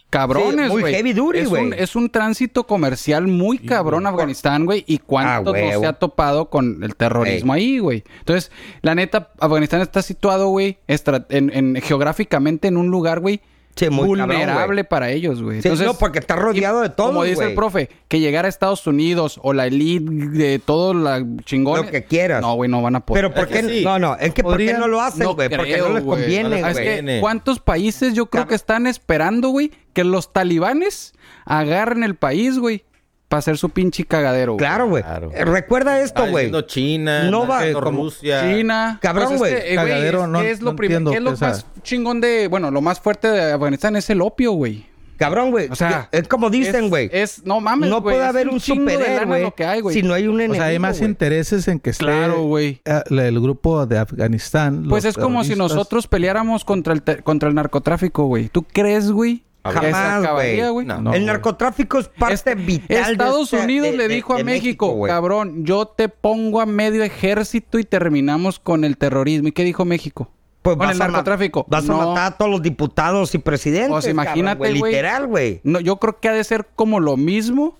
Speaker 1: cabrones,
Speaker 2: Sí, muy
Speaker 1: güey.
Speaker 2: heavy duty,
Speaker 1: Es un-
Speaker 2: güey.
Speaker 1: Es un tránsito comercial muy cabrón Afganistán, güey. Y cuánto no
Speaker 2: Ah, huevo.
Speaker 1: se ha topado con el terrorismo ahí, güey. Entonces, la neta, Afganistán está situado, güey, estra- en, en- geográficamente en un lugar, güey,
Speaker 2: Sí, muy cabrón,
Speaker 1: vulnerable
Speaker 2: güey.
Speaker 1: para ellos, güey.
Speaker 2: Sí, no, porque está rodeado de todo,
Speaker 1: Como dice el
Speaker 2: güey.
Speaker 1: profe, que llegar a Estados Unidos o la elite de todo la chingón.
Speaker 2: Lo que quieras.
Speaker 1: No, güey, no van a poder.
Speaker 2: Pero ¿por
Speaker 6: Es que
Speaker 2: qué?
Speaker 6: sí.
Speaker 2: No, no, es que ¿por qué
Speaker 5: Podrían-
Speaker 2: no lo hacen, güey? porque no
Speaker 1: creo,
Speaker 2: les
Speaker 1: güey.
Speaker 2: conviene,
Speaker 1: Ah,
Speaker 2: güey.
Speaker 1: es que,
Speaker 6: Conviene.
Speaker 1: ¿Cuántos países yo creo que están esperando, güey? Que los talibanes agarren el país, güey. Para hacer su pinche cagadero. güey.
Speaker 2: Claro, güey.
Speaker 6: Claro.
Speaker 2: Eh, Recuerda esto,
Speaker 6: Está
Speaker 2: güey.
Speaker 6: diciendo China.
Speaker 2: No
Speaker 6: está
Speaker 2: va-
Speaker 6: diciendo
Speaker 5: como
Speaker 6: Rusia.
Speaker 1: China.
Speaker 2: Cabrón,
Speaker 1: Pues
Speaker 2: güey.
Speaker 1: Es, que, eh, güey,
Speaker 5: Cagadero,
Speaker 1: es-
Speaker 5: no-
Speaker 1: es lo
Speaker 5: no
Speaker 1: primero.
Speaker 5: entiendo,
Speaker 1: ¿Qué es lo
Speaker 5: o sea.
Speaker 1: más chingón de. Bueno, lo más fuerte de Afganistán es el opio, güey.
Speaker 2: Cabrón, güey.
Speaker 1: O sea,
Speaker 2: es como dicen,
Speaker 1: es-
Speaker 2: güey.
Speaker 1: Es, no mames,
Speaker 2: no
Speaker 1: güey,
Speaker 2: puede
Speaker 1: es
Speaker 2: haber un
Speaker 1: chingo de
Speaker 2: superhéroe,
Speaker 1: lana
Speaker 2: güey,
Speaker 1: lo que hay, güey.
Speaker 2: Si no hay un enemigo.
Speaker 5: O sea, hay más
Speaker 2: güey.
Speaker 5: intereses en que esté
Speaker 1: Claro, güey.
Speaker 5: eh, la- el grupo de Afganistán.
Speaker 1: Pues
Speaker 5: los
Speaker 1: es como si
Speaker 5: terroristas.
Speaker 1: nosotros peleáramos contra el, te- contra el narcotráfico, güey. ¿Tú crees, güey?
Speaker 6: A ver.
Speaker 1: que se
Speaker 2: Jamás,
Speaker 1: acabaría,
Speaker 2: güey.
Speaker 6: No.
Speaker 5: No,
Speaker 2: el
Speaker 5: güey.
Speaker 2: narcotráfico es parte
Speaker 1: Este-
Speaker 2: vital. de
Speaker 1: Estados
Speaker 2: este-
Speaker 1: Unidos
Speaker 2: de-
Speaker 1: le
Speaker 2: de-
Speaker 1: dijo a
Speaker 2: de
Speaker 1: México,
Speaker 2: güey.
Speaker 1: cabrón, yo te pongo a medio ejército y terminamos con el terrorismo. ¿Y qué dijo México?
Speaker 2: Pues
Speaker 1: con
Speaker 2: vas
Speaker 1: el
Speaker 2: a ma-
Speaker 1: narcotráfico.
Speaker 2: Vas
Speaker 1: No.
Speaker 2: a matar a todos los diputados y presidentes.
Speaker 1: Pues imagínate,
Speaker 2: cabrón,
Speaker 1: güey.
Speaker 2: Literal, güey.
Speaker 1: No, yo creo que ha de ser como lo mismo,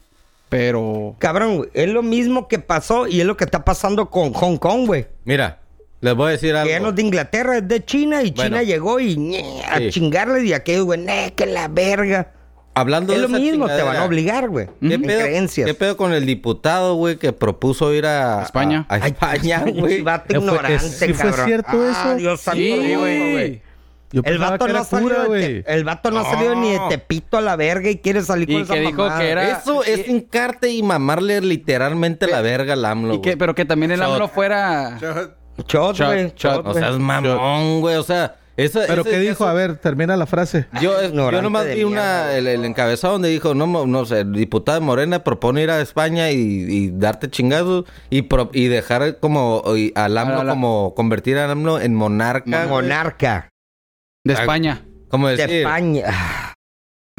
Speaker 1: pero
Speaker 2: Cabrón, güey, es lo mismo que pasó y es lo que está pasando con Hong Kong, güey.
Speaker 6: Mira, les voy a decir
Speaker 2: Que ya no
Speaker 6: algo.
Speaker 2: es de Inglaterra, es de China y
Speaker 6: Bueno.
Speaker 2: China llegó y ñe, a
Speaker 6: Sí.
Speaker 2: chingarles y aquellos, güey, "Nee, que la verga.
Speaker 6: Hablando
Speaker 2: Es
Speaker 6: de
Speaker 2: lo
Speaker 6: esa
Speaker 2: mismo, te van
Speaker 6: chingadera,
Speaker 2: a obligar, güey.
Speaker 6: ¿Qué
Speaker 2: en
Speaker 6: pedo,
Speaker 2: creencias.
Speaker 6: ¿Qué pedo con el diputado, güey, que propuso ir a
Speaker 1: España.
Speaker 6: A, a
Speaker 2: Ay,
Speaker 6: España,
Speaker 2: pinche
Speaker 6: güey.
Speaker 2: vato
Speaker 5: Ya fue-
Speaker 2: ignorante,
Speaker 5: es- sí fue
Speaker 2: cabrón.
Speaker 5: cierto
Speaker 2: Ah,
Speaker 5: eso.
Speaker 2: Dios santo,
Speaker 1: Sí,
Speaker 2: Dios,
Speaker 1: güey.
Speaker 5: Yo
Speaker 2: El
Speaker 5: pensaba
Speaker 2: vato,
Speaker 5: que
Speaker 2: no
Speaker 5: era
Speaker 2: ha salido
Speaker 5: cura,
Speaker 2: de Te-
Speaker 5: güey.
Speaker 2: el vato no ha salido ni de
Speaker 6: No.
Speaker 2: Tepito a la verga y quiere salir con
Speaker 1: Y
Speaker 2: esa
Speaker 1: que dijo
Speaker 2: mamada.
Speaker 1: que era-
Speaker 6: Eso es hincarte y mamarle literalmente la verga al AMLO,
Speaker 1: y que,
Speaker 6: güey.
Speaker 1: pero que también el
Speaker 6: Shot.
Speaker 1: AMLO fuera
Speaker 2: Shot,
Speaker 1: Shot,
Speaker 2: güey,
Speaker 1: shot.
Speaker 2: shot,
Speaker 6: O
Speaker 2: güey.
Speaker 6: sea, es mamón, güey. O sea, Esa-
Speaker 5: Pero
Speaker 6: ese
Speaker 5: ¿qué dijo?
Speaker 6: caso-
Speaker 5: A ver, termina la frase.
Speaker 6: Yo,
Speaker 2: ignorante
Speaker 6: yo nomás
Speaker 2: de
Speaker 6: vi una,
Speaker 2: mierda.
Speaker 6: el, el encabezado donde dijo, no, mo- no sé, diputada de Morena propone ir a España y, y darte chingazos y, pro- y dejar como y al AMLO,
Speaker 1: A la-
Speaker 6: como convertir a AMLO en monarca. güey.
Speaker 2: Monarca
Speaker 1: De
Speaker 6: Ah,
Speaker 1: España.
Speaker 6: Como
Speaker 2: de
Speaker 6: decir,
Speaker 2: España.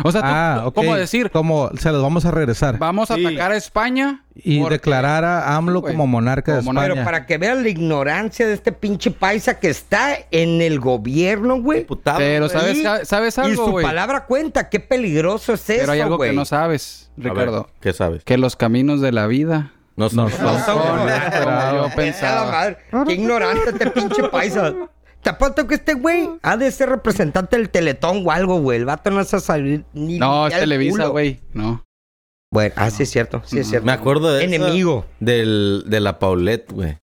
Speaker 1: O sea, tú-
Speaker 5: Ah,
Speaker 1: tú-
Speaker 5: ok.
Speaker 1: ¿cómo decir?
Speaker 5: Como se los vamos a regresar.
Speaker 1: Vamos a
Speaker 6: Sí.
Speaker 1: atacar a España
Speaker 5: y
Speaker 1: porque-
Speaker 5: declarar a AMLO
Speaker 1: Sí, güey.
Speaker 5: como monarca de
Speaker 1: Como
Speaker 5: España.
Speaker 2: Pero para que vean la ignorancia de este pinche paisa que está en el gobierno, güey.
Speaker 6: diputado.
Speaker 1: Pero
Speaker 6: güey.
Speaker 1: sabes,
Speaker 2: Sí.
Speaker 1: sa- sabes
Speaker 2: Y
Speaker 1: Pues, algo,
Speaker 2: su
Speaker 1: güey.
Speaker 2: palabra cuenta, qué peligroso es eso,
Speaker 1: Pero hay algo
Speaker 2: güey.
Speaker 1: que no sabes,
Speaker 6: A ver,
Speaker 1: Ricardo.
Speaker 6: ¿Qué sabes?
Speaker 1: Que los caminos de la vida
Speaker 5: No,
Speaker 6: No, sé.
Speaker 5: no.
Speaker 1: son
Speaker 2: Ah,
Speaker 1: como yo
Speaker 2: la
Speaker 1: pensaba.
Speaker 2: madre. Qué ignorante este pinche paisa. Te apuesto que este güey ha de ser representante del Teletón o algo, güey. El vato no se salir ni
Speaker 1: No,
Speaker 2: ni
Speaker 1: es
Speaker 2: al
Speaker 1: Televisa,
Speaker 2: culo.
Speaker 1: güey. No.
Speaker 2: Bueno, ah, sí es cierto, sí es cierto.
Speaker 6: Me acuerdo de esa-
Speaker 2: Enemigo.
Speaker 6: del de la Paulette, güey.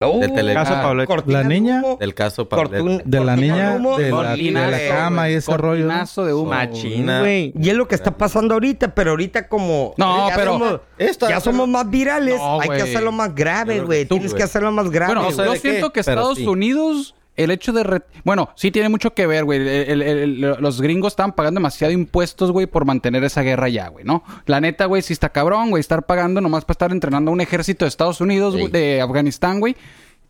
Speaker 6: de tele-
Speaker 7: Caso
Speaker 1: ah,
Speaker 7: Pablo.
Speaker 2: Cortina de
Speaker 5: ¿La niña?
Speaker 2: humo,
Speaker 6: Del caso Paulette.
Speaker 2: cortun-
Speaker 5: de la
Speaker 2: cortina
Speaker 5: niña,
Speaker 2: humo,
Speaker 5: de la, de
Speaker 1: cortina
Speaker 5: la
Speaker 1: de-
Speaker 5: cama y ese rollo. ¿no?
Speaker 1: Cortinazo de
Speaker 6: Ah,
Speaker 1: humo.
Speaker 6: Machina.
Speaker 7: güey.
Speaker 2: Y es lo que está pasando ahorita, pero ahorita como...
Speaker 1: No,
Speaker 2: ya
Speaker 1: pero-
Speaker 2: Somos,
Speaker 6: Esta-
Speaker 2: ya somos más virales,
Speaker 1: No,
Speaker 2: hay
Speaker 1: güey.
Speaker 2: que hacerlo más
Speaker 6: Yo
Speaker 2: grave,
Speaker 6: creo
Speaker 2: güey.
Speaker 6: que tú,
Speaker 2: Tienes
Speaker 6: güey.
Speaker 2: que hacerlo más grave.
Speaker 1: Bueno,
Speaker 6: no sé
Speaker 1: yo
Speaker 6: de qué,
Speaker 1: siento que
Speaker 6: pero
Speaker 1: Estados
Speaker 6: sí.
Speaker 1: Unidos, el hecho de... re- Bueno, sí tiene mucho que ver, güey. El- el- el- los gringos estaban pagando demasiado impuestos, güey, por mantener esa guerra allá, güey, ¿no? La neta, güey, sí está cabrón, güey, estar pagando nomás para estar entrenando a un ejército de Estados Unidos,
Speaker 6: Sí.
Speaker 1: güey, de Afganistán, güey.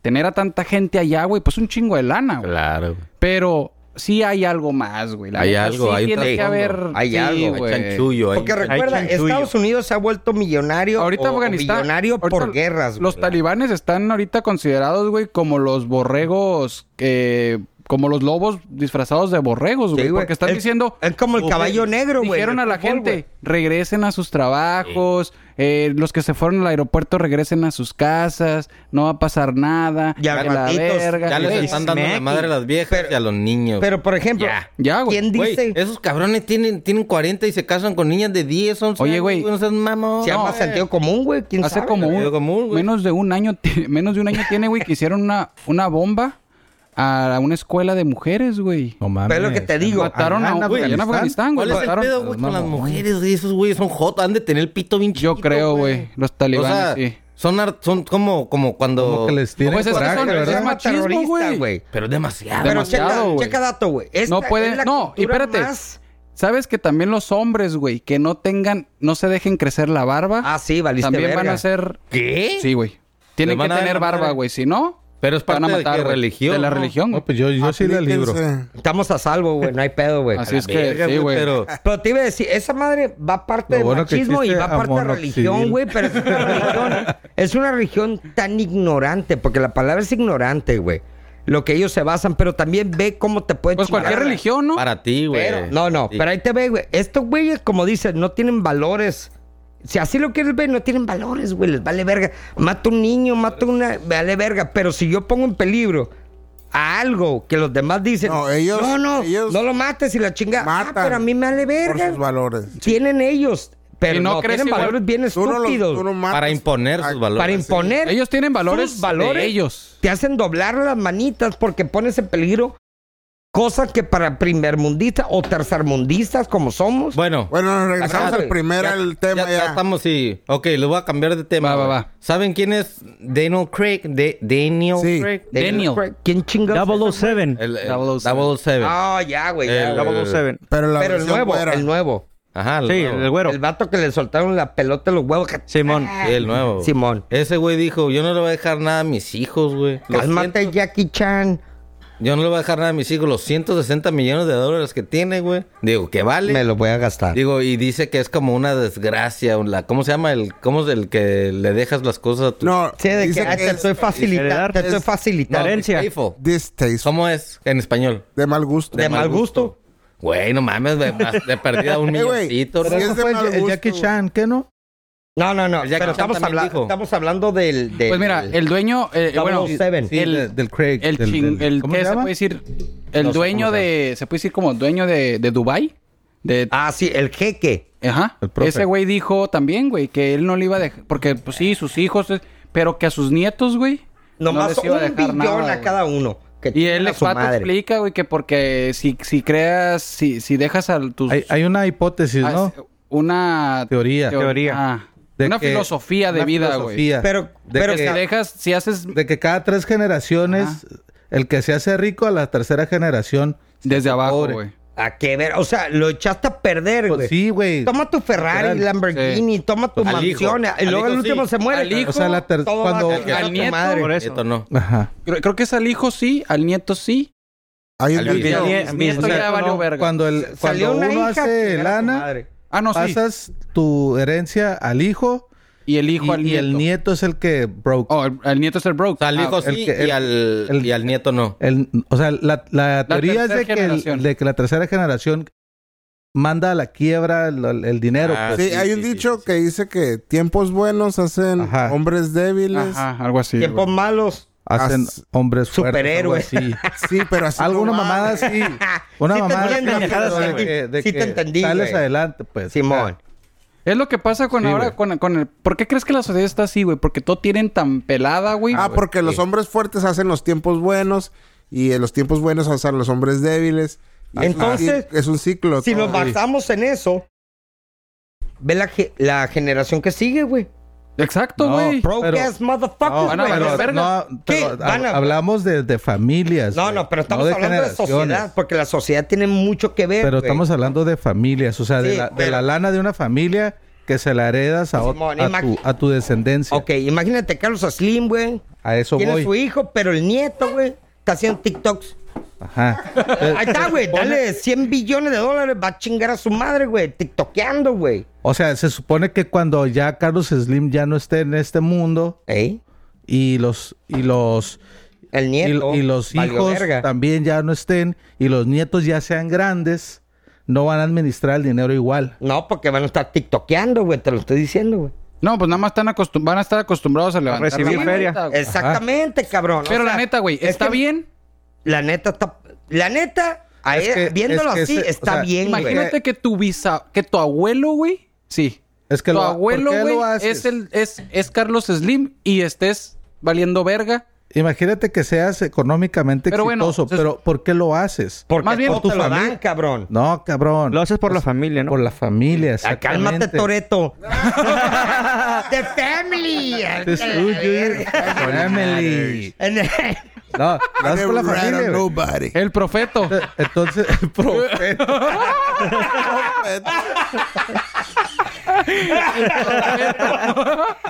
Speaker 1: Tener a tanta gente allá, güey, pues un chingo de lana, güey.
Speaker 6: Claro. güey.
Speaker 1: Pero sí hay algo más, güey. La
Speaker 6: Hay
Speaker 1: neta,
Speaker 6: algo,
Speaker 1: sí
Speaker 6: hay un
Speaker 1: tiene que
Speaker 6: trasfondo.
Speaker 1: haber...
Speaker 2: Hay
Speaker 1: sí,
Speaker 2: algo,
Speaker 6: Hay
Speaker 1: güey.
Speaker 6: chanchullo ahí.
Speaker 2: Porque recuerda,
Speaker 7: chanchullo.
Speaker 2: Estados Unidos se ha vuelto millonario
Speaker 1: Ahorita
Speaker 2: o- o
Speaker 1: Afganistán.
Speaker 2: billonario
Speaker 1: ahorita
Speaker 2: por guerras,
Speaker 1: Los
Speaker 2: güey.
Speaker 1: talibanes están ahorita considerados, güey, como los borregos. eh, como los lobos disfrazados de borregos, güey.
Speaker 2: Sí, güey.
Speaker 1: porque están
Speaker 2: Es-
Speaker 1: diciendo.
Speaker 2: Es como el
Speaker 1: Güey,
Speaker 2: caballo negro, güey.
Speaker 1: Dijeron
Speaker 2: del
Speaker 1: a la
Speaker 2: fútbol,
Speaker 1: gente,
Speaker 2: güey.
Speaker 1: regresen a sus trabajos, eh, los que se fueron al aeropuerto regresen a sus casas, no va a pasar nada,
Speaker 2: Y al
Speaker 1: que la
Speaker 2: ratitos,
Speaker 1: verga.
Speaker 6: Ya les
Speaker 1: güey.
Speaker 6: están dando la madre a las viejas
Speaker 2: Pero-
Speaker 6: y a los niños.
Speaker 2: Pero, por ejemplo,
Speaker 6: Ya.
Speaker 1: Ya, güey.
Speaker 2: ¿quién
Speaker 6: Güey,
Speaker 2: dice?
Speaker 6: esos cabrones tienen, tienen 40 y se casan con niñas de 10, 11
Speaker 1: Oye,
Speaker 6: años,
Speaker 1: güey.
Speaker 6: No seas mamón.
Speaker 2: Se
Speaker 1: eh,
Speaker 2: llama
Speaker 6: No,
Speaker 2: sentido común, güey. ¿Quién
Speaker 1: Hace
Speaker 2: sabe?
Speaker 1: como
Speaker 6: güey?
Speaker 1: un-
Speaker 6: Sentido común, güey.
Speaker 1: menos de un año, ti- menos de un año tiene, güey, que hicieron una, una bomba a una escuela de mujeres, güey.
Speaker 5: No mames.
Speaker 2: Pero es lo que te digo.
Speaker 1: Mataron a
Speaker 5: ¿en
Speaker 1: un güey en Afganistán, güey.
Speaker 6: ¿Cuál es el
Speaker 1: mataron-
Speaker 6: pedo, güey, con las
Speaker 5: mamón.
Speaker 6: mujeres? güey? Esos güeyes son jotas, han de tener el pito bien
Speaker 1: Yo
Speaker 6: chiquito,
Speaker 1: creo, güey. Los
Speaker 6: O
Speaker 1: talibanes,
Speaker 6: sea,
Speaker 1: sí.
Speaker 6: son, ar- son como, como cuando...
Speaker 5: Como que les tienen
Speaker 1: Pues es que
Speaker 5: coraje,
Speaker 1: son-
Speaker 2: Pero
Speaker 5: ¿verdad?
Speaker 2: se llama
Speaker 1: machismo,
Speaker 2: terrorista,
Speaker 1: güey.
Speaker 6: Pero es demasiado.
Speaker 2: Pero
Speaker 1: Demasiado,
Speaker 2: checa,
Speaker 1: güey.
Speaker 2: checa dato, güey. Esta
Speaker 1: No puede-
Speaker 2: es la
Speaker 1: no,
Speaker 2: cultura
Speaker 1: espérate.
Speaker 2: más-
Speaker 1: ¿Sabes que también los hombres, güey, que no tengan, no se dejen crecer la barba?
Speaker 2: Ah, sí, valiste
Speaker 1: También
Speaker 2: verga.
Speaker 1: van a ser.
Speaker 6: ¿Qué?
Speaker 1: Sí, güey.
Speaker 6: Les
Speaker 1: Tienen que
Speaker 6: van a dar
Speaker 1: tener
Speaker 6: la madre.
Speaker 1: barba, güey. Si no,
Speaker 6: Pero es
Speaker 1: te van
Speaker 6: parte
Speaker 1: a
Speaker 6: de
Speaker 1: matar.
Speaker 6: qué
Speaker 1: güey.
Speaker 6: religión,
Speaker 1: De la
Speaker 6: ¿no?
Speaker 1: religión,
Speaker 5: No,
Speaker 1: güey.
Speaker 5: pues yo, yo sí le libro.
Speaker 3: Aplíquense.
Speaker 2: Estamos a salvo, güey. No hay pedo, güey.
Speaker 1: Así es
Speaker 6: Verga,
Speaker 1: que, sí, güey.
Speaker 6: Pero...
Speaker 2: Pero te iba a decir, esa madre va parte
Speaker 5: Lo
Speaker 2: del
Speaker 5: bueno que
Speaker 2: machismo y
Speaker 5: existe
Speaker 2: va parte de
Speaker 5: amonoxidil.
Speaker 2: religión, güey. Pero es una religión, es una religión tan ignorante, porque la palabra es ignorante, güey. Lo que ellos se basan, pero también ve cómo te puede
Speaker 1: Pues cualquier
Speaker 2: chingar.
Speaker 1: religión, ¿no?
Speaker 6: Para ti, güey.
Speaker 2: Pero- no, no,
Speaker 6: Sí.
Speaker 2: pero ahí te ve, güey. Estos güeyes, como dices, no tienen valores. Si así lo quieres ver, no tienen valores, güey. Les vale verga. Mata un niño, mata una. Vale verga. Pero si yo pongo en peligro a algo que los demás dicen.
Speaker 3: No, ellos-
Speaker 2: No, no,
Speaker 3: ellos
Speaker 2: no lo mates y la chinga. Ah,
Speaker 3: matan
Speaker 2: pero a mí me vale
Speaker 3: Por
Speaker 2: verga.
Speaker 3: sus valores.
Speaker 2: Tienen ellos.
Speaker 1: Y
Speaker 2: Pero
Speaker 1: no
Speaker 2: no,
Speaker 1: crees
Speaker 2: tienen
Speaker 1: igual.
Speaker 2: valores bien
Speaker 3: Tú no los-
Speaker 2: estúpidos.
Speaker 3: tú no matas
Speaker 6: Para imponer
Speaker 3: a-
Speaker 6: sus valores.
Speaker 2: para imponer.
Speaker 1: Ellos tienen valores
Speaker 2: sus
Speaker 1: de
Speaker 2: valores
Speaker 1: ellos.
Speaker 2: Te hacen doblar las manitas porque pones en peligro cosas que para primermundistas o tercermundistas como somos.
Speaker 6: Bueno,
Speaker 3: Bueno, nos regresamos
Speaker 2: Ajá,
Speaker 3: al
Speaker 2: güey.
Speaker 3: primer
Speaker 6: Ya-
Speaker 3: al tema
Speaker 6: ya,
Speaker 3: ya.
Speaker 6: ya estamos, sí. Ok, lo voy a cambiar de tema.
Speaker 1: Va, va,
Speaker 6: güey.
Speaker 1: va.
Speaker 6: ¿Saben quién es Daniel Craig? De Daniel
Speaker 3: Sí.
Speaker 6: Craig.
Speaker 1: Daniel.
Speaker 2: ¿Quién chingados? es?
Speaker 7: 007.
Speaker 6: El, el
Speaker 1: 007.
Speaker 6: 007.
Speaker 2: Ah, ya, güey. ya,
Speaker 6: El-
Speaker 2: güey.
Speaker 7: 007.
Speaker 3: Pero la
Speaker 2: Pero el
Speaker 3: versión
Speaker 2: nuevo,
Speaker 3: güera.
Speaker 2: el nuevo.
Speaker 6: Ajá, el
Speaker 7: Sí,
Speaker 6: nuevo.
Speaker 7: el güero.
Speaker 2: El vato que le soltaron la pelota de los huevos. que-
Speaker 7: Simón.
Speaker 1: Ah.
Speaker 6: Sí, el nuevo.
Speaker 2: Simón.
Speaker 6: Ese güey dijo, yo no le voy a dejar nada a mis hijos, güey. Los
Speaker 2: Cálmate,
Speaker 6: ciento-
Speaker 2: Jackie Chan.
Speaker 6: Yo no le voy a dejar nada a mis hijos. Los 160 millones de dólares que tiene, güey. Digo, que vale.
Speaker 2: Me lo voy a gastar.
Speaker 6: Digo, y dice que es como una desgracia. La, ¿Cómo se llama? El, ¿Cómo es el que le dejas las cosas a tu...
Speaker 3: No,
Speaker 2: Sí, de que,
Speaker 3: dice
Speaker 2: ah,
Speaker 3: que
Speaker 2: te
Speaker 3: es
Speaker 2: estoy facilitando.
Speaker 7: heredar.
Speaker 2: Te estoy
Speaker 3: Es-
Speaker 6: No,
Speaker 2: facilitando.
Speaker 7: Herencia.
Speaker 6: hateful.
Speaker 3: distaste,
Speaker 6: ¿Cómo es en español?
Speaker 3: de mal gusto.
Speaker 2: De mal gusto.
Speaker 6: Güey, no mames, güey, más de perdida un
Speaker 3: Eh, güey,
Speaker 6: milloncito.
Speaker 3: sí
Speaker 6: ¿no?
Speaker 3: es de
Speaker 5: Fue el-
Speaker 3: mal
Speaker 5: el
Speaker 3: gusto,
Speaker 5: Jackie
Speaker 3: güey.
Speaker 5: Chan, ¿qué no?
Speaker 2: No, no, no.
Speaker 6: El Jackie
Speaker 2: Pero
Speaker 6: Chan
Speaker 2: estamos,
Speaker 6: también
Speaker 2: habla-
Speaker 6: dijo.
Speaker 2: estamos hablando del. del-
Speaker 1: Pues mira, el dueño. eh, bueno,
Speaker 2: 007.
Speaker 5: Sí,
Speaker 1: el-
Speaker 5: de- del Craig.
Speaker 1: El,
Speaker 5: del-
Speaker 1: chin-
Speaker 5: del-
Speaker 1: el
Speaker 5: ¿Cómo
Speaker 1: ¿qué
Speaker 5: se
Speaker 1: se
Speaker 5: llama?
Speaker 1: puede decir? El
Speaker 6: No sé
Speaker 1: dueño
Speaker 6: cómo se
Speaker 1: de. Se puede decir como dueño de, de Dubai. De,
Speaker 2: Ah, sí, el jeque.
Speaker 1: Ajá.
Speaker 5: El profe.
Speaker 1: Ese güey dijo también, güey, que él no le iba a dejar. Porque, pues sí, sus hijos, eh, pero que a sus nietos, güey. no
Speaker 2: Nomás
Speaker 1: les iba a
Speaker 2: un
Speaker 1: dejar
Speaker 2: billón
Speaker 1: nada,
Speaker 2: a
Speaker 1: güey.
Speaker 2: cada uno. que
Speaker 1: Y
Speaker 2: tiene
Speaker 1: él
Speaker 2: a
Speaker 1: el
Speaker 2: su
Speaker 1: pato
Speaker 2: madre.
Speaker 1: explica, güey, que porque si, si creas, si, si dejas a tus.
Speaker 5: Hay, hay una hipótesis,
Speaker 1: a-
Speaker 5: ¿no?
Speaker 1: Una
Speaker 5: Teoría.
Speaker 7: Teoría.
Speaker 1: ah,
Speaker 5: De
Speaker 1: una
Speaker 5: que-
Speaker 1: filosofía de
Speaker 5: una
Speaker 1: vida, güey.
Speaker 5: filosofía
Speaker 2: Pero,
Speaker 5: de
Speaker 2: pero
Speaker 5: que-
Speaker 1: Si dejas, si haces.
Speaker 5: de que cada tres generaciones El que se hace rico a la tercera generación.
Speaker 1: Desde abajo,
Speaker 5: pobre.
Speaker 1: güey.
Speaker 2: A qué ver, o sea, lo echaste a perder, güey.
Speaker 5: Pues sí, güey.
Speaker 2: Toma tu Ferrari,
Speaker 5: Literal.
Speaker 2: Lamborghini, toma tu
Speaker 6: Al
Speaker 2: mansión. eh,
Speaker 6: hijo.
Speaker 2: Y luego
Speaker 6: Al
Speaker 2: el
Speaker 6: hijo
Speaker 2: último
Speaker 6: sí.
Speaker 2: se muere.
Speaker 1: Al hijo,
Speaker 5: O sea, la ter-
Speaker 2: todo va
Speaker 5: cuando-
Speaker 2: a cagar
Speaker 1: al
Speaker 2: tu
Speaker 1: nieto,
Speaker 2: madre.
Speaker 7: Por eso.
Speaker 6: Esto no.
Speaker 5: Ajá.
Speaker 1: Creo, creo que es al hijo sí, al nieto sí.
Speaker 3: Hay un
Speaker 6: Al
Speaker 3: video-
Speaker 6: video.
Speaker 1: Esto
Speaker 7: bisnieto
Speaker 1: ya
Speaker 7: no.
Speaker 1: valió verga.
Speaker 5: Cuando, el,
Speaker 2: Pues Salió
Speaker 5: cuando
Speaker 2: una
Speaker 5: uno
Speaker 2: hija que
Speaker 5: hace
Speaker 2: era tu
Speaker 5: lana,
Speaker 2: madre.
Speaker 1: Ah, no, sí.
Speaker 5: pasas tu herencia al hijo,
Speaker 1: Y el hijo
Speaker 5: y,
Speaker 1: al
Speaker 5: y
Speaker 1: nieto.
Speaker 5: el nieto es el que broke.
Speaker 1: Oh, el, el nieto es el
Speaker 6: O
Speaker 1: broke.
Speaker 6: sea, al hijo
Speaker 5: Ah, el
Speaker 6: sí
Speaker 5: que-
Speaker 6: y,
Speaker 5: el-
Speaker 6: al,
Speaker 5: el-
Speaker 6: y al nieto no.
Speaker 5: El- o sea, la, la teoría es
Speaker 1: tercera
Speaker 5: de que, el-
Speaker 1: generación.
Speaker 5: de que la tercera generación manda a la quiebra el, el dinero.
Speaker 6: Ah,
Speaker 5: pues.
Speaker 3: Sí,
Speaker 6: Sí,
Speaker 3: hay
Speaker 6: sí,
Speaker 3: un
Speaker 6: sí,
Speaker 3: dicho
Speaker 6: sí, sí.
Speaker 3: que dice que tiempos buenos hacen
Speaker 5: Ajá.
Speaker 3: hombres débiles.
Speaker 1: Ajá, algo así.
Speaker 2: Tiempos
Speaker 1: güey.
Speaker 2: malos.
Speaker 5: Hacen
Speaker 3: as-
Speaker 5: hombres fuertes. algo
Speaker 2: superhéroes.
Speaker 5: así.
Speaker 3: Sí, pero así
Speaker 5: Alguna
Speaker 3: no va,
Speaker 5: mamada
Speaker 3: güey.
Speaker 5: sí. Una
Speaker 2: Sí te
Speaker 5: mamada
Speaker 2: entiendo,
Speaker 5: así,
Speaker 2: Alejandro,
Speaker 5: de
Speaker 2: sí,
Speaker 5: que- de
Speaker 2: sí te
Speaker 5: que
Speaker 2: entendí,
Speaker 5: Sales
Speaker 2: güey.
Speaker 5: adelante, pues.
Speaker 2: Simón.
Speaker 1: Es lo que pasa con
Speaker 5: Sí,
Speaker 1: ahora,
Speaker 5: güey.
Speaker 1: con, con el... ¿Por qué crees que la sociedad está así, güey? Porque todo tienen tan pelada, güey.
Speaker 3: Ah, porque los hombres fuertes hacen los tiempos buenos y en los tiempos buenos hacen los hombres débiles. Y es un-
Speaker 2: Entonces,
Speaker 3: es un ciclo.
Speaker 2: Si
Speaker 3: todo.
Speaker 2: nos basamos en eso, ve la, ge- la generación que sigue, güey.
Speaker 1: Exacto,
Speaker 5: No,
Speaker 1: güey.
Speaker 5: pro-
Speaker 2: Broke
Speaker 5: Pero-
Speaker 2: ass
Speaker 5: No,
Speaker 2: motherfuckers,
Speaker 1: Van a
Speaker 2: güey.
Speaker 1: valer
Speaker 5: pero,
Speaker 1: verga.
Speaker 5: no, pero
Speaker 2: ¿Qué? Van a-
Speaker 5: hab- hablamos de, de familias.
Speaker 2: No,
Speaker 5: güey,
Speaker 2: no, pero estamos
Speaker 5: de
Speaker 2: hablando de
Speaker 5: generaciones.
Speaker 2: sociedad, porque la sociedad tiene mucho que ver.
Speaker 5: Pero
Speaker 2: güey.
Speaker 5: estamos hablando de familias, o sea, de,
Speaker 2: Sí,
Speaker 5: la, de
Speaker 2: pero-
Speaker 5: la lana de una familia que se la heredas a, ot-
Speaker 2: Simón,
Speaker 5: a,
Speaker 2: imag-
Speaker 5: tu, a tu descendencia.
Speaker 2: Ok, imagínate Carlos Slim, güey.
Speaker 5: A eso
Speaker 2: Tiene su
Speaker 5: voy.
Speaker 2: hijo, pero el nieto, güey, está haciendo TikToks.
Speaker 5: Ajá.
Speaker 2: Ahí está, güey. Dale 100 billones de dólares. Va a chingar a su madre, güey. TikTokeando, güey.
Speaker 5: O sea, se supone que cuando ya Carlos Slim ya no esté en este mundo
Speaker 2: ¿Eh?
Speaker 5: y los y los
Speaker 2: El
Speaker 5: y,
Speaker 2: nieto.
Speaker 5: y los
Speaker 2: valió
Speaker 5: hijos
Speaker 2: verga.
Speaker 5: también ya no estén y los nietos ya sean grandes, no van a administrar el dinero igual.
Speaker 2: No, porque van a estar TikTokeando, güey. Te lo estoy diciendo, güey.
Speaker 1: No, pues nada más están acostum- van a estar acostumbrados a levantar.
Speaker 7: recibir
Speaker 1: la
Speaker 7: feria.
Speaker 1: manita, güey.
Speaker 2: Exactamente, cabrón. O
Speaker 1: Pero la
Speaker 2: sea,
Speaker 1: neta, güey,
Speaker 2: es
Speaker 1: está
Speaker 2: que
Speaker 1: bien.
Speaker 2: La neta está. La neta, a
Speaker 5: Es
Speaker 2: él-
Speaker 5: que-
Speaker 2: viéndolo
Speaker 5: es que
Speaker 2: así,
Speaker 5: ese- o
Speaker 2: está
Speaker 5: sea,
Speaker 2: bien, güey.
Speaker 1: Imagínate que tu visa, que tu abuelo, güey, sí.
Speaker 5: Es que
Speaker 1: tu
Speaker 5: lo- ¿por
Speaker 1: abuelo,
Speaker 5: qué lo
Speaker 1: güey,
Speaker 5: haces?
Speaker 1: es el, es, es Carlos Slim y estés valiendo verga.
Speaker 5: Imagínate que seas económicamente
Speaker 1: Pero bueno,
Speaker 5: exitoso,
Speaker 1: se-
Speaker 5: pero ¿por qué lo haces?
Speaker 2: Porque
Speaker 1: Más bien-
Speaker 2: todo te
Speaker 5: tu
Speaker 2: lo
Speaker 5: familia-
Speaker 2: dan, cabrón.
Speaker 5: No, cabrón.
Speaker 7: Lo haces por la familia, ¿no?
Speaker 5: Por la familia,
Speaker 2: Ah, cálmate,
Speaker 5: exactamente.
Speaker 2: Toreto. The family.
Speaker 5: This is your family. No, lo haces por la
Speaker 3: Never ran
Speaker 5: familia.
Speaker 3: on
Speaker 5: güey.
Speaker 3: nobody.
Speaker 1: El profeto.
Speaker 5: Entonces, el profeta.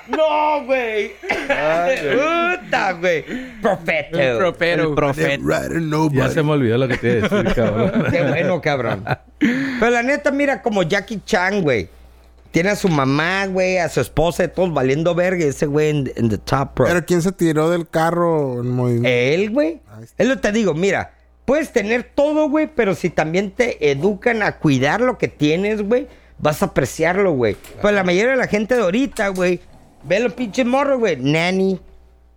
Speaker 2: No, güey. Puta, güey. Profeto.
Speaker 1: el profero.
Speaker 3: Never ran on nobody.
Speaker 5: Ya se me olvidó lo que te iba a decir, cabrón.
Speaker 2: Qué bueno, cabrón. Pero la neta, mira, como Jackie Chan, güey. Tiene a su mamá, güey, a su esposa, y todos valiendo verga. y Ese güey en, en the top, bro.
Speaker 3: Pero ¿quién se tiró del carro en movimiento?
Speaker 2: Él, güey.
Speaker 3: Ahí está.
Speaker 2: Es lo que te digo, mira. Puedes tener todo, güey, pero si también te educan a cuidar lo que tienes, güey, vas a apreciarlo, güey. Pero la mayoría de la gente de ahorita, güey, ve los pinches morros, güey. Nanny,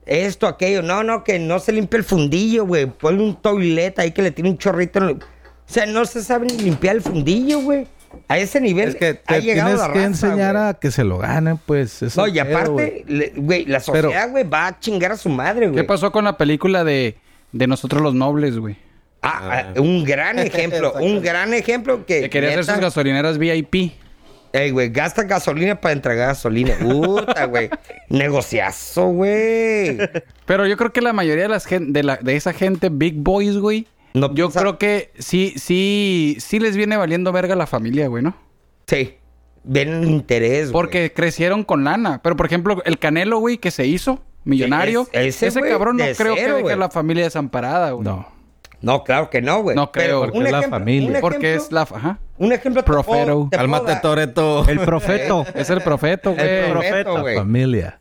Speaker 2: esto, aquello. No, no, que no se limpia el fundillo, güey. Ponle un toilet ahí que le tiene un chorrito. en el- O sea, no se sabe ni limpiar el fundillo, güey. A ese nivel
Speaker 5: Es que
Speaker 2: ha
Speaker 5: te
Speaker 2: llegado
Speaker 5: tienes
Speaker 2: la
Speaker 5: que
Speaker 2: raza,
Speaker 5: enseñar
Speaker 2: güey.
Speaker 5: a que se lo ganen, pues. es
Speaker 2: No,
Speaker 5: el
Speaker 2: y
Speaker 5: pedo,
Speaker 2: aparte,
Speaker 5: güey.
Speaker 2: le- güey, la
Speaker 5: Pero-
Speaker 2: sociedad, güey, va a chingar a su madre, güey.
Speaker 1: ¿Qué pasó con la película de, de Nosotros los Nobles, güey?
Speaker 2: Ah, ah, un gran ejemplo, un gran ejemplo que.
Speaker 1: Que quería hacer
Speaker 2: neta,
Speaker 1: sus gasolineras VIP.
Speaker 2: Ey, güey, gasta gasolina para entregar gasolina. Puta, güey. Negociazo, güey.
Speaker 1: Pero yo creo que la mayoría de, las gen- de, la- de esa gente, Big Boys, güey,
Speaker 2: No
Speaker 1: yo
Speaker 2: piensa-
Speaker 1: creo que sí, sí, sí les viene valiendo verga la familia, güey, ¿no?
Speaker 2: Sí. Ven interés, güey.
Speaker 1: Porque crecieron con lana. Pero, por ejemplo, el Canelo, güey, que se hizo millonario.
Speaker 2: Es- ese,
Speaker 1: ese
Speaker 2: güey,
Speaker 1: cabrón no
Speaker 2: de
Speaker 1: creo
Speaker 2: cero,
Speaker 1: que deje
Speaker 2: güey.
Speaker 1: a la familia desamparada, güey.
Speaker 5: No.
Speaker 2: No, claro que no, güey.
Speaker 1: No creo,
Speaker 2: Pero
Speaker 1: porque
Speaker 2: un
Speaker 5: es la
Speaker 2: ejemplo-
Speaker 5: familia.
Speaker 2: un
Speaker 1: Porque
Speaker 2: ejemplo- eh,
Speaker 1: es la... Ajá.
Speaker 2: Un ejemplo. te puedo-
Speaker 1: Profero.
Speaker 2: te puedo
Speaker 6: Cálmate,
Speaker 2: dar-
Speaker 6: Toreto.
Speaker 7: El profeto.
Speaker 1: Es el profeto,
Speaker 2: eh, El
Speaker 1: güey.
Speaker 2: profeta,
Speaker 5: La
Speaker 2: güey.
Speaker 5: familia.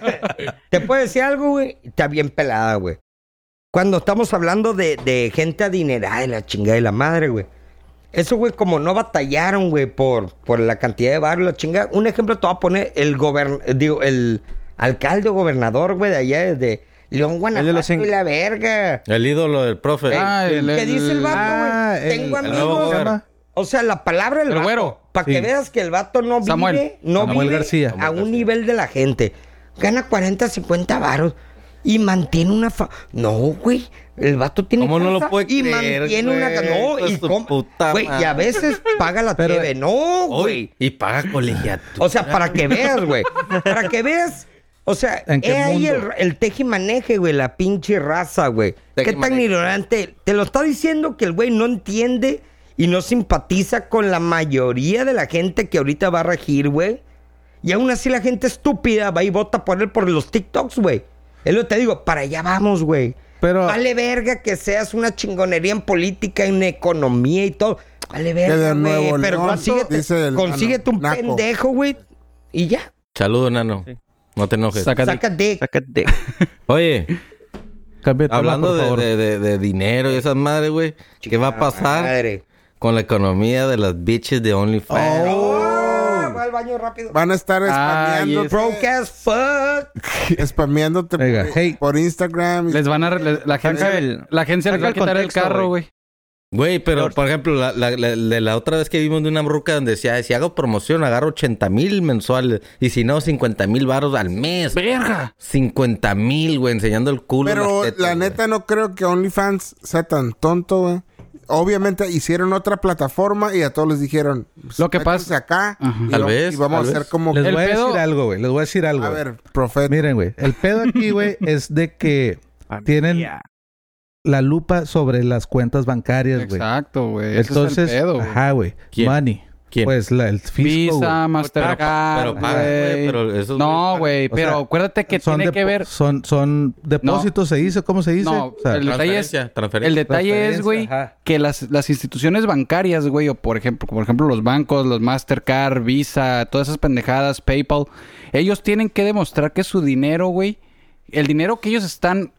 Speaker 2: Pero- Te puedo decir algo, güey. Está bien pelada, güey. Cuando estamos hablando de, de gente adinerada y la chingada de la madre, güey. Eso, güey, como no batallaron, güey, por, por la cantidad de barrios, la chingada. Un ejemplo te voy a poner el gobern... Digo, el alcalde o gobernador, güey, de allá de León, Guanajuato
Speaker 7: cinco.
Speaker 2: y la verga.
Speaker 6: El ídolo del profe.
Speaker 1: Ah, el-
Speaker 2: eh, ¿Qué
Speaker 1: el-
Speaker 2: dice el vato, güey?
Speaker 5: Ah, el-
Speaker 2: Tengo
Speaker 5: el
Speaker 6: nuevo
Speaker 2: amigos...
Speaker 6: gobernador.
Speaker 2: O sea, la palabra del
Speaker 1: El güero.
Speaker 2: Para que
Speaker 5: Sí.
Speaker 2: veas que el vato no vive,
Speaker 1: Samuel.
Speaker 2: no
Speaker 5: Samuel
Speaker 2: vive
Speaker 5: García.
Speaker 2: a un nivel de la gente. Gana 40, 50 varos y mantiene una fa- No, güey. El vato tiene
Speaker 6: ¿Cómo no lo puede
Speaker 2: y
Speaker 6: creer,
Speaker 2: mantiene
Speaker 6: güey?
Speaker 2: una ca- no
Speaker 6: Hijo de
Speaker 2: y
Speaker 6: su
Speaker 2: com-
Speaker 6: puta
Speaker 2: güey, y a
Speaker 6: madre.
Speaker 2: veces paga la
Speaker 5: Pero-
Speaker 2: TV. No, güey.
Speaker 6: Hoy. Y paga colegiatura.
Speaker 2: O sea, para que veas, güey. Para que veas O sea,
Speaker 5: ¿En qué
Speaker 2: es ahí el,
Speaker 5: mundo?
Speaker 2: el tejimaneje, güey, la pinche raza, güey. Qué tan
Speaker 6: Tejimaneje.
Speaker 2: ignorante. Te lo está diciendo que el güey no entiende y no simpatiza con la mayoría de la gente que ahorita va a regir, güey. Y aún así la gente estúpida va y vota por él por los TikToks, güey. Es lo que te digo, para allá vamos, güey.
Speaker 5: Pero-
Speaker 2: Vale verga que seas una chingonería en política, en economía y todo. Vale verga,
Speaker 3: de Nuevo
Speaker 2: güey. Pero
Speaker 3: León,
Speaker 2: consíguete,
Speaker 3: dice el-
Speaker 2: consíguete un
Speaker 3: naco.
Speaker 2: pendejo, güey. Y ya.
Speaker 6: Saludos, nano. No te enojes.
Speaker 1: Sácate.
Speaker 2: Saca dick.
Speaker 7: Sácate.
Speaker 6: Oye,
Speaker 5: Cambia de tema,
Speaker 6: hablando
Speaker 5: por
Speaker 6: de,
Speaker 5: favor.
Speaker 6: de- de- de dinero y esas madres, güey. ¿Qué va a pasar
Speaker 2: Madre.
Speaker 6: con la economía de las bitches de
Speaker 2: Oh.
Speaker 6: OnlyFans?
Speaker 1: Oh,
Speaker 2: Ah, voy al baño rápido.
Speaker 3: Van a estar spameándote,
Speaker 2: Broke as fuck.
Speaker 3: spameándote
Speaker 5: Venga,
Speaker 3: por,
Speaker 5: hey.
Speaker 3: por Instagram. y-
Speaker 1: Les van a... re- le- la agencia,
Speaker 7: Saca el-
Speaker 1: la agencia les
Speaker 7: saca
Speaker 1: va a
Speaker 7: el
Speaker 1: quitar el
Speaker 7: contexto,
Speaker 1: carro,
Speaker 7: güey.
Speaker 1: güey.
Speaker 6: Güey, pero por ejemplo, la, la, la- la- la otra vez que vimos de una ruca donde decía, si hago promoción agarro 80 mil mensuales y si no, 50 mil baros al mes.
Speaker 1: ¡Verga!
Speaker 6: 50 mil, güey, enseñando el culo. y
Speaker 3: Pero
Speaker 6: las tetas,
Speaker 3: la
Speaker 6: güey.
Speaker 3: neta no creo que OnlyFans sea tan tonto, güey. Obviamente hicieron otra plataforma y a todos les dijeron,
Speaker 1: Lo que pasa-
Speaker 3: "Métanse acá
Speaker 1: Ajá.
Speaker 3: y,
Speaker 6: Tal
Speaker 3: va-
Speaker 6: vez,
Speaker 3: y vamos
Speaker 6: tal
Speaker 3: a hacer
Speaker 6: vez.
Speaker 3: como
Speaker 5: Les
Speaker 1: El
Speaker 5: voy a
Speaker 1: pedo-
Speaker 5: decir algo, güey. Les voy a decir algo.
Speaker 3: a
Speaker 5: güey.
Speaker 3: ver, profeta.
Speaker 5: Miren, güey. El pedo aquí, güey, es de que tienen la lupa sobre las cuentas bancarias, güey.
Speaker 1: Exacto, güey. Ese es
Speaker 5: Entonces,
Speaker 1: el pedo, güey.
Speaker 5: ajá, güey.
Speaker 6: ¿Quién?
Speaker 5: Money.
Speaker 6: ¿Quién?
Speaker 5: Pues la- el fisco,
Speaker 1: Visa,
Speaker 5: güey.
Speaker 1: Mastercard,
Speaker 6: pero pagan, güey,
Speaker 1: güey.
Speaker 6: pero esos
Speaker 1: No,
Speaker 6: güeyes
Speaker 1: güey,
Speaker 5: O
Speaker 1: pero
Speaker 5: sea,
Speaker 1: acuérdate que
Speaker 5: son
Speaker 1: tiene
Speaker 5: depo-
Speaker 1: que ver...
Speaker 5: Son, son depósitos, ¿se dice? ¿Cómo se dice?
Speaker 1: No,
Speaker 5: O sea,
Speaker 1: el detalle es...
Speaker 6: Transferencia, transferencia.
Speaker 1: El detalle es,
Speaker 5: Transferencia,
Speaker 1: güey,
Speaker 5: ajá.
Speaker 1: que las, las instituciones bancarias, güey, o por ejemplo, por ejemplo los bancos, los Mastercard, Visa, todas esas pendejadas, PayPal, ellos tienen que demostrar que su dinero, güey, el dinero que ellos están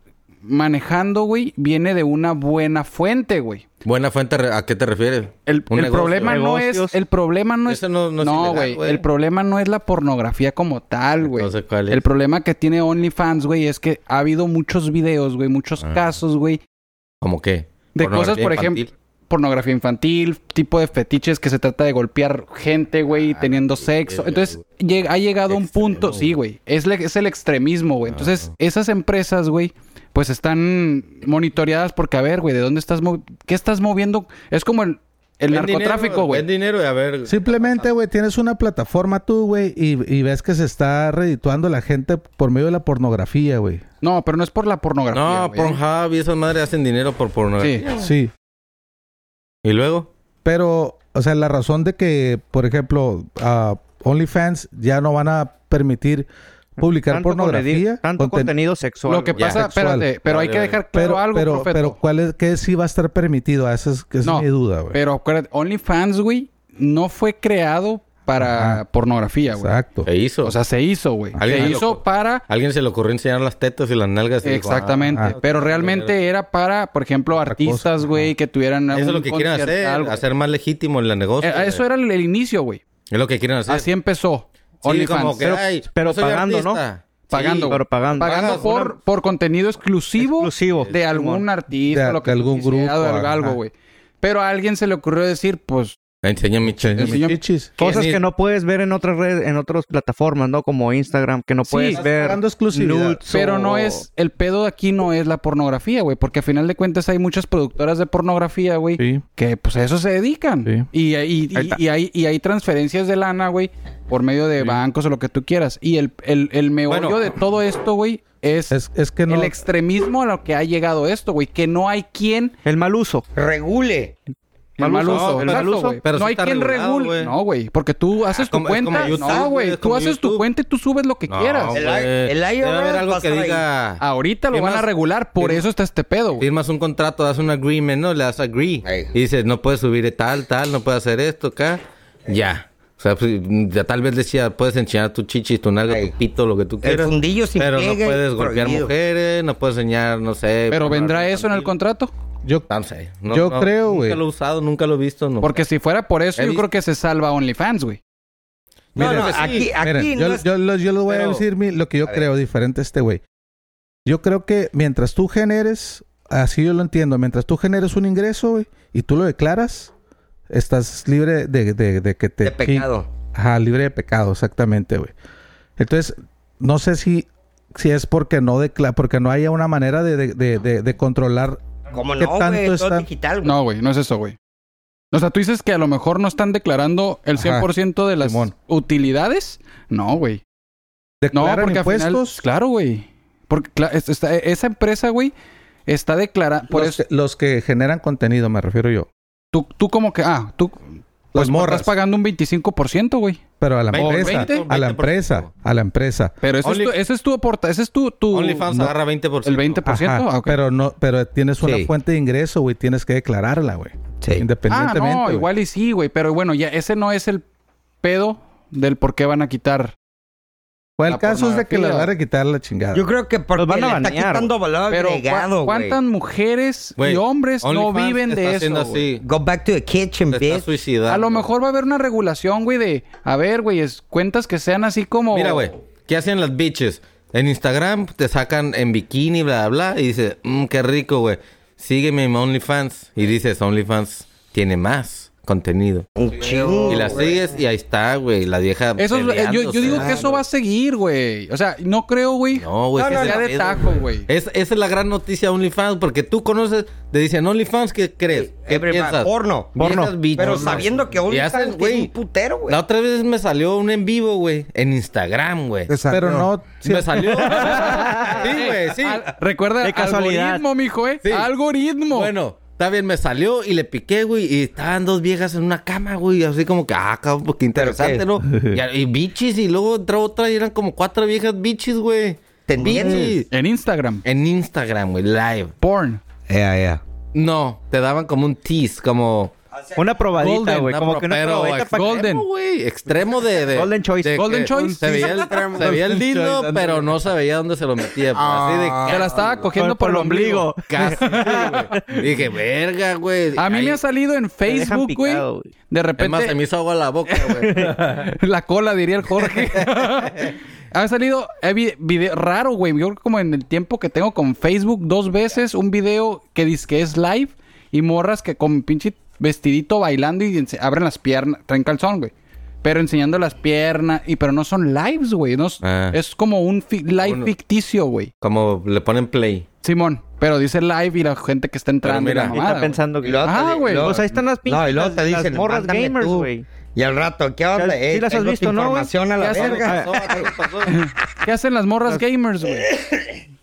Speaker 1: manejando, güey, viene de una buena fuente, güey.
Speaker 6: Buena fuente, re- ¿a qué te refieres?
Speaker 1: El,
Speaker 6: Un
Speaker 1: el
Speaker 6: negocio.
Speaker 1: problema no
Speaker 7: Negocios.
Speaker 1: es el problema no es
Speaker 6: Eso no- no es ilegal,
Speaker 1: güey,
Speaker 6: güey.
Speaker 1: el problema no es la pornografía como tal, güey.
Speaker 6: Entonces, ¿cuál es?
Speaker 1: El problema que tiene OnlyFans, güey, es que ha habido muchos videos, güey, muchos
Speaker 6: Ah.
Speaker 1: casos, güey,
Speaker 6: ¿Cómo qué?
Speaker 1: de
Speaker 6: Pornografía
Speaker 1: cosas, por
Speaker 6: infantil.
Speaker 1: ejemplo, pornografía infantil, tipo de fetiches que se trata de golpear gente, güey, y
Speaker 6: Ah,
Speaker 1: teniendo
Speaker 6: qué
Speaker 1: sexo.
Speaker 6: verga,
Speaker 1: Entonces, lleg- ha llegado a un
Speaker 6: Extremo,
Speaker 1: punto, sí,
Speaker 6: güey.
Speaker 1: güey, es, le- es el extremismo, güey. Entonces,
Speaker 6: Ah.
Speaker 1: esas empresas, güey, pues están monitoreadas porque, a ver, güey, ¿de dónde estás moviendo? ¿Qué estás moviendo? Es como el, el
Speaker 6: Ven
Speaker 1: narcotráfico,
Speaker 6: dinero,
Speaker 1: güey.
Speaker 6: ven dinero y a ver.
Speaker 5: Simplemente, güey, tienes una plataforma tú, güey, y, y ves que se está redituando la gente por medio de la pornografía, güey.
Speaker 1: No, pero no es por la pornografía,
Speaker 6: No,
Speaker 1: güey.
Speaker 6: Pornhub y esas madres hacen dinero por pornografía.
Speaker 1: Sí.
Speaker 5: Sí.
Speaker 6: ¿Y luego?
Speaker 5: Pero, o sea, la razón de que, por ejemplo, ah, OnlyFans ya no van a permitir publicar
Speaker 7: Tanto
Speaker 5: pornografía.
Speaker 7: conten- Tanto
Speaker 5: conten-
Speaker 7: contenido sexual.
Speaker 1: Lo que
Speaker 7: güey.
Speaker 1: pasa,
Speaker 5: Sexual.
Speaker 1: espérate, pero hay
Speaker 6: Vale,
Speaker 1: que
Speaker 6: vale.
Speaker 1: dejar claro
Speaker 5: pero,
Speaker 1: algo,
Speaker 5: pero,
Speaker 1: profeto.
Speaker 5: pero, ¿cuál es que sí va a estar permitido? Ah, Esa es, que es
Speaker 1: No,
Speaker 5: mi duda, güey.
Speaker 1: Pero acuérdate, OnlyFans, güey, no fue creado para
Speaker 5: Ajá.
Speaker 1: pornografía, güey.
Speaker 5: Exacto. pues,
Speaker 6: Se hizo.
Speaker 1: O sea, se hizo, güey.
Speaker 6: Alguien
Speaker 1: Se
Speaker 6: se lo
Speaker 1: hizo
Speaker 6: co-
Speaker 1: para...
Speaker 6: Alguien se le ocurrió enseñar las tetas y las nalgas. y dijo,
Speaker 1: Exactamente.
Speaker 6: "Ah,
Speaker 1: pero realmente era para, por ejemplo,
Speaker 5: Otra cosa,
Speaker 1: artistas,
Speaker 5: ajá.
Speaker 1: güey, que tuvieran...
Speaker 6: Eso es
Speaker 1: algún
Speaker 6: lo que quieren
Speaker 1: concierto,
Speaker 6: hacer,
Speaker 1: algo.
Speaker 6: hacer más legítimo el negocio.
Speaker 1: Eh,
Speaker 6: güey.
Speaker 1: Eso era el, el inicio, güey.
Speaker 6: Es lo que quieren hacer.
Speaker 1: Así empezó
Speaker 6: sí,
Speaker 1: OnlyFans.
Speaker 6: como que,
Speaker 1: pero
Speaker 6: ay,
Speaker 7: pero
Speaker 6: yo soy
Speaker 7: pagando,
Speaker 6: artista. Sí,
Speaker 1: pagando,
Speaker 7: pero
Speaker 1: güey.
Speaker 7: pagando.
Speaker 1: pagando
Speaker 6: Pagas
Speaker 1: por,
Speaker 6: una-
Speaker 1: por contenido exclusivo,
Speaker 7: Exclusivo.
Speaker 1: de algún
Speaker 7: Simón.
Speaker 1: artista,
Speaker 5: De-
Speaker 1: lo que
Speaker 5: de
Speaker 1: tú
Speaker 5: algún
Speaker 1: quisieras,
Speaker 5: grupo,
Speaker 1: de algo,
Speaker 5: ajá.
Speaker 1: güey. Pero a alguien se le ocurrió decir, pues,
Speaker 6: Enseña mi ch-
Speaker 5: Enseña
Speaker 1: el
Speaker 5: mis
Speaker 1: señor-
Speaker 5: chichis.
Speaker 7: Cosas
Speaker 6: ni-
Speaker 7: que no puedes ver en otras redes, en otras plataformas, ¿no? Como Instagram, que no
Speaker 1: Sí.
Speaker 7: puedes
Speaker 1: Estás
Speaker 7: ver.
Speaker 5: pagando exclusividad.
Speaker 7: nudes
Speaker 1: Pero
Speaker 7: o-
Speaker 1: no es, el pedo de aquí no es la pornografía, güey, porque a final de cuentas hay muchas productoras de pornografía, güey,
Speaker 5: Sí.
Speaker 1: que pues a eso se dedican.
Speaker 5: Sí.
Speaker 1: Y, y- y-
Speaker 7: Ahí está.
Speaker 1: y hay, y hay transferencias de lana, güey, por medio de bancos o lo que tú quieras. Y el, el, el meollo
Speaker 6: Bueno.
Speaker 1: de todo esto, güey, es,
Speaker 5: Es, es que no.
Speaker 1: el extremismo a lo que ha llegado esto, güey, que no hay quien...
Speaker 7: El mal uso.
Speaker 2: Regule.
Speaker 1: El mal uso, el
Speaker 6: pero-
Speaker 1: mal uso, güey.
Speaker 6: pero
Speaker 1: no
Speaker 6: sí
Speaker 1: hay
Speaker 6: está
Speaker 1: quien
Speaker 6: regulado,
Speaker 1: regule.
Speaker 6: güey. Ah,
Speaker 1: No, güey, porque tú haces tu
Speaker 6: como- es como
Speaker 1: cuenta.
Speaker 6: YouTube,
Speaker 1: no,
Speaker 6: güey,
Speaker 1: güey,
Speaker 6: es
Speaker 1: tú
Speaker 6: como
Speaker 1: haces tu
Speaker 6: YouTube.
Speaker 1: cuenta y tú subes lo que
Speaker 6: No,
Speaker 1: quieras.
Speaker 6: güey.
Speaker 2: El I- el
Speaker 6: Debe
Speaker 2: IRS
Speaker 6: haber algo
Speaker 2: va a
Speaker 6: que
Speaker 2: estar ahí.
Speaker 6: diga.
Speaker 1: Ahorita lo van a
Speaker 6: Firmas-
Speaker 1: regular, por
Speaker 6: firmas-
Speaker 1: eso está este pedo, güey.
Speaker 6: Firmas un contrato, das un agreement, ¿no? Le das agree.
Speaker 2: Ey.
Speaker 6: Y dices, no puedes subir de tal, tal, no puedes hacer esto, acá. Ya. O sea, pues, ya tal vez decía, puedes enseñar tu chichis, tu nalga,
Speaker 2: Ey.
Speaker 6: tu pito, lo que tú quieras.
Speaker 2: fundillo sin
Speaker 6: Pero no
Speaker 2: pliegue,
Speaker 6: puedes golpear
Speaker 2: prohibido.
Speaker 6: mujeres, no puedes enseñar, no sé.
Speaker 1: Pero vendrá
Speaker 6: pornografía
Speaker 1: eso en el
Speaker 6: infantil.
Speaker 1: contrato.
Speaker 5: Yo,
Speaker 6: No sé. No,
Speaker 5: Yo
Speaker 6: no,
Speaker 5: creo, güey.
Speaker 6: Nunca lo he usado, nunca lo he visto. No.
Speaker 1: Porque si fuera por eso,
Speaker 6: He
Speaker 1: yo
Speaker 6: visto-
Speaker 1: creo que se salva OnlyFans, güey.
Speaker 2: No,
Speaker 5: Miren,
Speaker 2: no,
Speaker 6: pues sí.
Speaker 2: aquí, aquí
Speaker 5: Miren, yo,
Speaker 2: no es-
Speaker 5: yo, lo- yo les voy
Speaker 6: Pero-
Speaker 5: a decir mi- lo que yo
Speaker 2: A ver.
Speaker 5: creo diferente a este güey. Yo creo que mientras tú generes, así yo lo entiendo, mientras tú generes un ingreso, güey, y tú lo declaras, estás libre de, de- de que te...
Speaker 2: de pecado.
Speaker 5: Ajá, libre de pecado, exactamente, güey. Entonces, no sé si, si es porque no decla- porque no haya una manera de, de- de- de- de controlar...
Speaker 2: Como
Speaker 5: ¿Qué
Speaker 2: no,
Speaker 5: tanto
Speaker 2: güey, todo
Speaker 5: está?
Speaker 2: digital, güey.
Speaker 1: No, güey, no es eso, güey. O sea, tú dices que a lo mejor no están declarando el
Speaker 5: Ajá,
Speaker 1: 100% de las
Speaker 5: Simón.
Speaker 1: utilidades. No, güey. No,
Speaker 5: Declaran
Speaker 1: porque al final-
Speaker 5: impuestos.
Speaker 1: claro, güey. Porque cla- es- está- esa empresa, güey, está declarada... Por
Speaker 5: los,
Speaker 1: eso,
Speaker 5: que, los que generan contenido, me refiero yo.
Speaker 1: tú, tú como que... Ah, tú...
Speaker 5: Las
Speaker 1: pues,
Speaker 5: morras.
Speaker 1: Estás pagando un 25%, güey.
Speaker 5: Pero a la
Speaker 6: Veinte,
Speaker 5: empresa.
Speaker 6: veinte,
Speaker 5: a la
Speaker 6: 20%.
Speaker 5: empresa. A la empresa.
Speaker 1: Pero ese,
Speaker 6: Only-
Speaker 1: es, tu, ese es tu aporta... Ese es tu... tu
Speaker 6: OnlyFans
Speaker 1: no, Ah,
Speaker 6: agarra 20%.
Speaker 1: El 20%.
Speaker 5: Ajá,
Speaker 1: Ah, ok.
Speaker 5: Pero no, pero tienes una
Speaker 2: Sí.
Speaker 5: fuente de ingreso, güey. Tienes que declararla, güey.
Speaker 2: Sí.
Speaker 1: Ah,
Speaker 5: Independientemente.
Speaker 1: no,
Speaker 5: güey.
Speaker 1: igual y sí, güey. Pero bueno, ya ese no es el pedo del por qué van a quitar.
Speaker 5: Pues el
Speaker 1: la
Speaker 5: caso es de que le
Speaker 1: pornografía.
Speaker 5: van a quitar la chingada.
Speaker 2: Yo creo que porque
Speaker 7: Los van
Speaker 2: le
Speaker 7: a
Speaker 2: está
Speaker 7: banear,
Speaker 2: quitando valor
Speaker 1: Pero ¿cu-
Speaker 2: agregado, güey.
Speaker 1: ¿cuántas mujeres
Speaker 6: Güey,
Speaker 1: y hombres no
Speaker 6: OnlyFans
Speaker 1: viven
Speaker 6: está
Speaker 1: de
Speaker 6: haciendo
Speaker 1: eso? güey?
Speaker 6: así.
Speaker 2: Go back to the kitchen,
Speaker 6: Te está
Speaker 2: bitch.
Speaker 6: suicidando.
Speaker 1: A lo mejor va a haber una regulación, güey, de... A ver, güey, es- cuentas que sean así como...
Speaker 6: Mira, güey, ¿qué hacen las bitches? En Instagram te sacan en bikini, bla, bla, bla, y dices, mmm, qué rico, güey. Sígueme en OnlyFans. Y dices, OnlyFans tiene más contenido.
Speaker 2: Un chingo.
Speaker 6: Y la sigues y ahí está, güey, la vieja.
Speaker 1: Eso es- eh, yo, yo
Speaker 6: peleándose.
Speaker 1: digo que eso va a seguir, güey. O sea, no creo, güey.
Speaker 6: No, güey,
Speaker 1: No,
Speaker 6: Eh, que
Speaker 1: no,
Speaker 6: se
Speaker 1: ya
Speaker 6: la
Speaker 1: de
Speaker 6: pedo,
Speaker 1: taco, güey.
Speaker 6: Es, esa es la gran noticia de OnlyFans, porque tú conoces, te dicen OnlyFans, ¿qué crees? ¿Qué
Speaker 2: Everybody-
Speaker 6: piensas?
Speaker 2: porno,
Speaker 6: Viejas
Speaker 2: porno.
Speaker 6: bitches.
Speaker 2: Pero sabiendo que
Speaker 6: Y
Speaker 2: OnlyFans
Speaker 6: hacen,
Speaker 2: tiene
Speaker 6: güey,
Speaker 2: un putero, güey.
Speaker 6: La otra vez me salió un en vivo, güey, en Instagram, güey.
Speaker 3: Te salió.
Speaker 5: Pero no.
Speaker 6: Me salió. sí, güey, sí.
Speaker 1: Al- recuerda,
Speaker 7: De casualidad.
Speaker 1: algoritmo, mijo, ¿eh?
Speaker 6: Sí.
Speaker 1: Algoritmo.
Speaker 6: Bueno, está bien, me salió y le piqué, güey. Y estaban dos viejas en una cama, güey. Así como que, ah, cabrón, pues qué interesante, ¿no? Y, y bichis, y luego entró otra y eran como cuatro viejas bichis, güey.
Speaker 2: Tendientes.
Speaker 6: Bichis.
Speaker 1: En Instagram.
Speaker 6: En Instagram, güey, live.
Speaker 1: Porn.
Speaker 2: Ya, ya.
Speaker 6: No, te daban como un tease, como.
Speaker 7: Una probadita,
Speaker 1: Golden,
Speaker 7: Ah, güey.
Speaker 6: una
Speaker 7: Como que una
Speaker 6: pro- pero
Speaker 7: probadita
Speaker 6: ex-
Speaker 7: para
Speaker 1: Golden.
Speaker 6: extremo, güey. Extremo de. de-
Speaker 7: Golden choice.
Speaker 6: de
Speaker 1: Golden
Speaker 6: que
Speaker 1: choice.
Speaker 6: Se veía el,
Speaker 3: Extremo.
Speaker 6: se veía el
Speaker 5: Golden
Speaker 6: dildo,
Speaker 5: choice,
Speaker 6: pero no se veía dónde se lo metía. pues, así de.
Speaker 3: Ah.
Speaker 1: Te la estaba cogiendo por, el ombligo.
Speaker 6: Casi, güey. Dije, verga, güey.
Speaker 1: A mí
Speaker 6: Ahí-
Speaker 1: me ha salido en
Speaker 7: dejan
Speaker 1: Facebook, güey.
Speaker 7: picado, güey.
Speaker 1: De repente,
Speaker 6: Es más, se me hizo agua la boca, güey.
Speaker 1: la cola, diría el Jorge. ha salido eh, vi- video raro, güey. Yo creo que como en el tiempo que tengo con Facebook, dos veces un video que dice que es live y morras que con pinche vestidito bailando y ense- abren las piernas, traen calzón, güey. Pero enseñando las piernas, y pero no son lives, güey. No, es-
Speaker 6: Ah.
Speaker 1: Es como un fi- live
Speaker 6: Uno.
Speaker 1: ficticio, güey.
Speaker 6: Como le ponen play.
Speaker 1: Simón, pero dice live y la gente que está entrando. y
Speaker 6: mira,
Speaker 1: la
Speaker 6: ahí
Speaker 1: mamada,
Speaker 7: Está
Speaker 1: güey.
Speaker 7: pensando que.
Speaker 2: Y luego te
Speaker 1: Ah,
Speaker 2: di-
Speaker 1: güey.
Speaker 2: luego-
Speaker 7: Pues ahí están las pinches.
Speaker 2: No, y luego te
Speaker 7: las- las
Speaker 2: dicen,
Speaker 7: morras
Speaker 2: "Mándame
Speaker 7: gamers,
Speaker 2: tú".
Speaker 7: güey.
Speaker 2: Y al rato, ¿qué onda?
Speaker 7: ¿Sí
Speaker 2: Eh,
Speaker 7: las has
Speaker 2: tengo tu
Speaker 7: visto, no, güey?
Speaker 2: información a la
Speaker 1: ¿Qué hacen?
Speaker 2: verga.
Speaker 1: ¿Qué hacen las morras gamers, güey?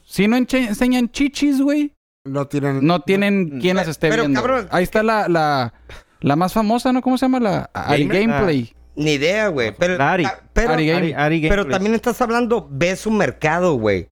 Speaker 1: Si no enche- enseñan chichis, güey,
Speaker 3: No tienen.
Speaker 1: no tienen quien las esté
Speaker 2: pero,
Speaker 1: viendo.
Speaker 2: cabrón,
Speaker 1: Ahí está la, la, la más famosa, ¿no? ¿Cómo se llama? La Ari
Speaker 7: Gamer?
Speaker 1: Gameplay.
Speaker 2: Ni idea, güey. Pero,
Speaker 7: Ari.
Speaker 2: ah, pero,
Speaker 1: Ari Game.
Speaker 7: Ari, Ari
Speaker 2: pero
Speaker 7: Gameplay.
Speaker 2: también estás hablando, ve su mercado, güey.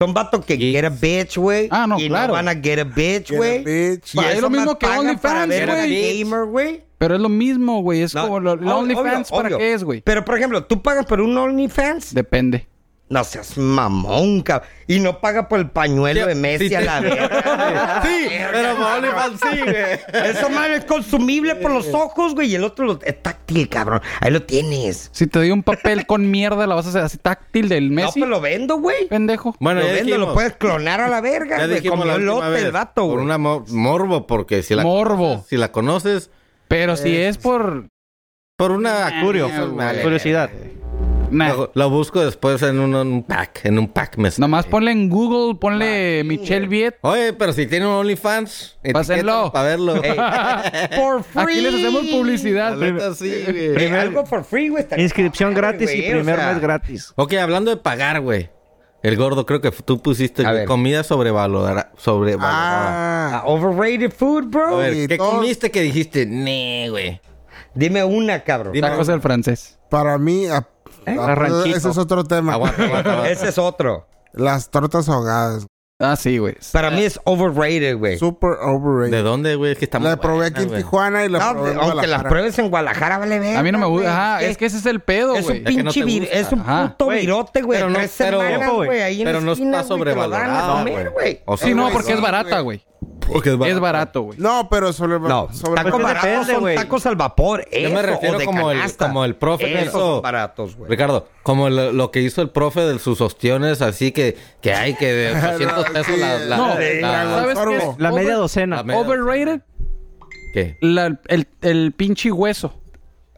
Speaker 2: Son vatos que
Speaker 6: Yes.
Speaker 2: get a bitch, güey.
Speaker 1: Ah, no,
Speaker 2: y
Speaker 1: claro.
Speaker 2: no van a get a bitch, güey.
Speaker 3: Bitch.
Speaker 1: Ba- Es lo mismo que OnlyFans,
Speaker 6: güey.
Speaker 2: gamer, güey.
Speaker 1: Pero es lo mismo, güey. Es
Speaker 2: No,
Speaker 1: como lo,
Speaker 2: ob-
Speaker 1: lo OnlyFans,
Speaker 2: obvio,
Speaker 1: ¿para
Speaker 2: obvio.
Speaker 1: qué es, güey?
Speaker 2: Pero, por ejemplo, ¿tú pagas por un OnlyFans?
Speaker 1: Depende.
Speaker 2: No seas mamón, cabrón. Y no paga por el pañuelo de Messi a la verga.
Speaker 6: Sí, pero por OnlyFans sí, güey.
Speaker 2: Eso, madre, es consumible por los ojos, güey. Y el otro lo- es táctil, cabrón. Ahí lo tienes.
Speaker 1: Si te doy un papel con mierda, la vas a hacer así táctil del Messi,
Speaker 2: No, pues lo vendo, güey.
Speaker 1: pendejo.
Speaker 6: Bueno,
Speaker 2: lo
Speaker 6: ya
Speaker 2: vendo,
Speaker 6: dijimos,
Speaker 2: lo puedes clonar a la verga,
Speaker 6: ya
Speaker 2: güey.
Speaker 6: dijimos
Speaker 2: Como
Speaker 6: la
Speaker 2: el
Speaker 6: última
Speaker 2: lote
Speaker 6: vez,
Speaker 2: el vato,
Speaker 6: Por
Speaker 2: güey.
Speaker 6: una mo- morbo, porque si la
Speaker 1: Morbo.
Speaker 6: conoces- si la conoces,
Speaker 1: Pero si es por...
Speaker 6: por una curio. pues, Vale.
Speaker 7: Curiosidad.
Speaker 1: nah.
Speaker 6: Lo, lo busco después en un, en un pack, en un pack me
Speaker 1: Nomás ponle en Google, ponle Michelle Viet.
Speaker 6: Oye, pero si tiene un OnlyFans,
Speaker 1: Pásenlo.
Speaker 6: para verlo.
Speaker 2: Por
Speaker 1: Aquí les hacemos publicidad.
Speaker 6: La neta, sí, güey.
Speaker 2: Eh, algo for free, güey. estaría
Speaker 7: Inscripción
Speaker 2: padre,
Speaker 7: gratis y
Speaker 2: güey,
Speaker 7: primer
Speaker 2: o sea,
Speaker 7: mes gratis.
Speaker 6: Ok, hablando de pagar, güey. El gordo, creo que tú pusiste
Speaker 2: A
Speaker 6: güey,
Speaker 2: ver.
Speaker 6: comida sobrevalorada. sobrevalorada.
Speaker 2: ah,
Speaker 3: Ah.
Speaker 2: overrated food,
Speaker 6: A
Speaker 2: bro.
Speaker 6: ver,
Speaker 3: y
Speaker 6: ¿qué
Speaker 3: todo-
Speaker 6: comiste que dijiste? Nee, güey.
Speaker 2: Dime una, cabrón.
Speaker 6: Dime-
Speaker 1: Tacos del francés.
Speaker 3: Para mí. a- a-
Speaker 7: Ranchito.
Speaker 3: ese es otro tema.
Speaker 6: Aguanta, aguanta, aguanta.
Speaker 2: Ese es otro.
Speaker 3: Las tortas ahogadas.
Speaker 1: Ah, sí, güey.
Speaker 2: Para mí es overrated, güey.
Speaker 3: Super overrated.
Speaker 6: ¿De dónde, güey? Es que estamos.
Speaker 3: La probé aquí en Tijuana y la
Speaker 2: No,
Speaker 3: probé en
Speaker 2: aunque las
Speaker 3: Guadalajara.
Speaker 2: pruebes en Guadalajara, vale ver.
Speaker 1: A mí no me gusta. Ajá, es que ese es el pedo,
Speaker 2: Es
Speaker 1: güey.
Speaker 2: un
Speaker 6: que no
Speaker 2: pinche
Speaker 6: te
Speaker 2: vir-
Speaker 6: gusta.
Speaker 2: es un
Speaker 1: Ajá.
Speaker 2: puto
Speaker 7: Güey,
Speaker 2: virote, güey.
Speaker 6: pero no-
Speaker 2: Tres
Speaker 6: pero-
Speaker 2: semanas, güey, ahí en
Speaker 6: Pero
Speaker 2: la
Speaker 6: no
Speaker 2: esquina,
Speaker 6: está
Speaker 2: güey, te lo dan a
Speaker 6: sobrevalorada,
Speaker 2: comer,
Speaker 6: güey. O
Speaker 1: Sí, no, porque es
Speaker 3: sí,
Speaker 1: barata, güey.
Speaker 6: Porque es
Speaker 1: Es barata, güey.
Speaker 3: No, pero sobre.
Speaker 2: No,
Speaker 3: sobre
Speaker 2: tacos
Speaker 7: Pues
Speaker 2: baratos
Speaker 7: depende,
Speaker 2: son
Speaker 7: güey.
Speaker 2: tacos al vapor.
Speaker 6: Yo
Speaker 2: eso,
Speaker 6: me
Speaker 2: o
Speaker 6: refiero
Speaker 2: de
Speaker 6: como el,
Speaker 2: canasta.
Speaker 6: como el profe. que
Speaker 2: Esos son
Speaker 6: hizo-
Speaker 2: baratos, güey.
Speaker 6: Ricardo, como lo, lo que hizo el profe de sus ostiones, así que, que hay que de 800 pesos la. la-
Speaker 1: No,
Speaker 6: la-
Speaker 1: ¿sabes qué?
Speaker 3: sorbo.
Speaker 7: La
Speaker 1: Over-
Speaker 7: media docena.
Speaker 6: la media-
Speaker 1: Overrated,
Speaker 6: ¿Qué?
Speaker 1: la- el, el pinche hueso.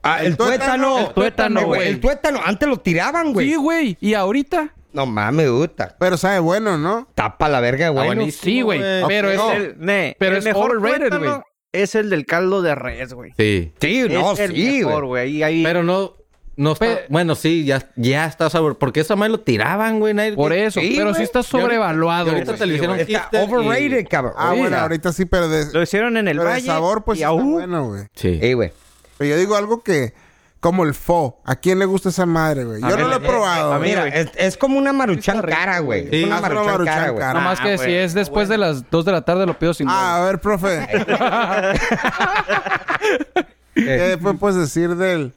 Speaker 2: Ah, el, tuétano.
Speaker 1: el tuétano,
Speaker 2: Eh,
Speaker 1: güey.
Speaker 2: El tuétano. Antes lo tiraban, güey.
Speaker 1: Sí, güey. Y ahorita,
Speaker 2: No mames, gusta.
Speaker 3: Pero sabe bueno, ¿no?
Speaker 2: Tapa la verga, güey.
Speaker 6: buenísimo.
Speaker 1: sí, güey.
Speaker 6: güey.
Speaker 1: Pero es
Speaker 2: No.
Speaker 1: el-
Speaker 7: El- ne,
Speaker 1: Pero
Speaker 7: el
Speaker 1: es overrated,
Speaker 7: tuétano
Speaker 1: güey.
Speaker 7: Es el del caldo de res, güey.
Speaker 6: Sí.
Speaker 2: Sí, no,
Speaker 7: es el
Speaker 2: sí,
Speaker 7: mejor,
Speaker 2: güey.
Speaker 7: güey. Ahí, ahí-
Speaker 6: Pero no. No está-
Speaker 1: Pe-
Speaker 6: bueno, sí, ya, ya está sabor. Porque esa madre lo tiraban, güey. nadie-
Speaker 1: Por eso,
Speaker 6: Sí,
Speaker 1: pero
Speaker 6: güey.
Speaker 1: sí está sobrevaluado.
Speaker 6: Y ahorita
Speaker 1: güey.
Speaker 6: te lo hicieron
Speaker 2: Está
Speaker 6: hipster y-
Speaker 2: overrated, cabrón.
Speaker 3: Ah,
Speaker 1: Sí,
Speaker 3: bueno,
Speaker 1: ya.
Speaker 3: ahorita sí, pero de,
Speaker 7: Lo hicieron en el
Speaker 3: pero de
Speaker 7: valle.
Speaker 3: sabor, pues
Speaker 7: y
Speaker 3: está
Speaker 7: aún-
Speaker 3: bueno, güey.
Speaker 6: Sí.
Speaker 2: Ey, güey.
Speaker 3: Pero yo digo algo que, como el fo, ¿a quién le gusta esa madre, güey? Yo
Speaker 7: A mí,
Speaker 3: no lo he
Speaker 7: eh,
Speaker 3: probado.
Speaker 7: a mí,
Speaker 3: güey.
Speaker 2: Mira,
Speaker 7: güey.
Speaker 2: es, es como una maruchan
Speaker 1: Está rico,
Speaker 2: cara, güey.
Speaker 6: Sí,
Speaker 2: Es una
Speaker 3: haz una
Speaker 2: maruchan,
Speaker 3: maruchan
Speaker 2: cara, güey.
Speaker 3: cara.
Speaker 1: Nada más que
Speaker 7: Ah,
Speaker 1: si
Speaker 7: güey,
Speaker 1: es después de las 2 de la tarde lo pido sin
Speaker 3: Ah,
Speaker 1: huevo.
Speaker 3: a ver, profe. ¿Qué después puedes pues decir del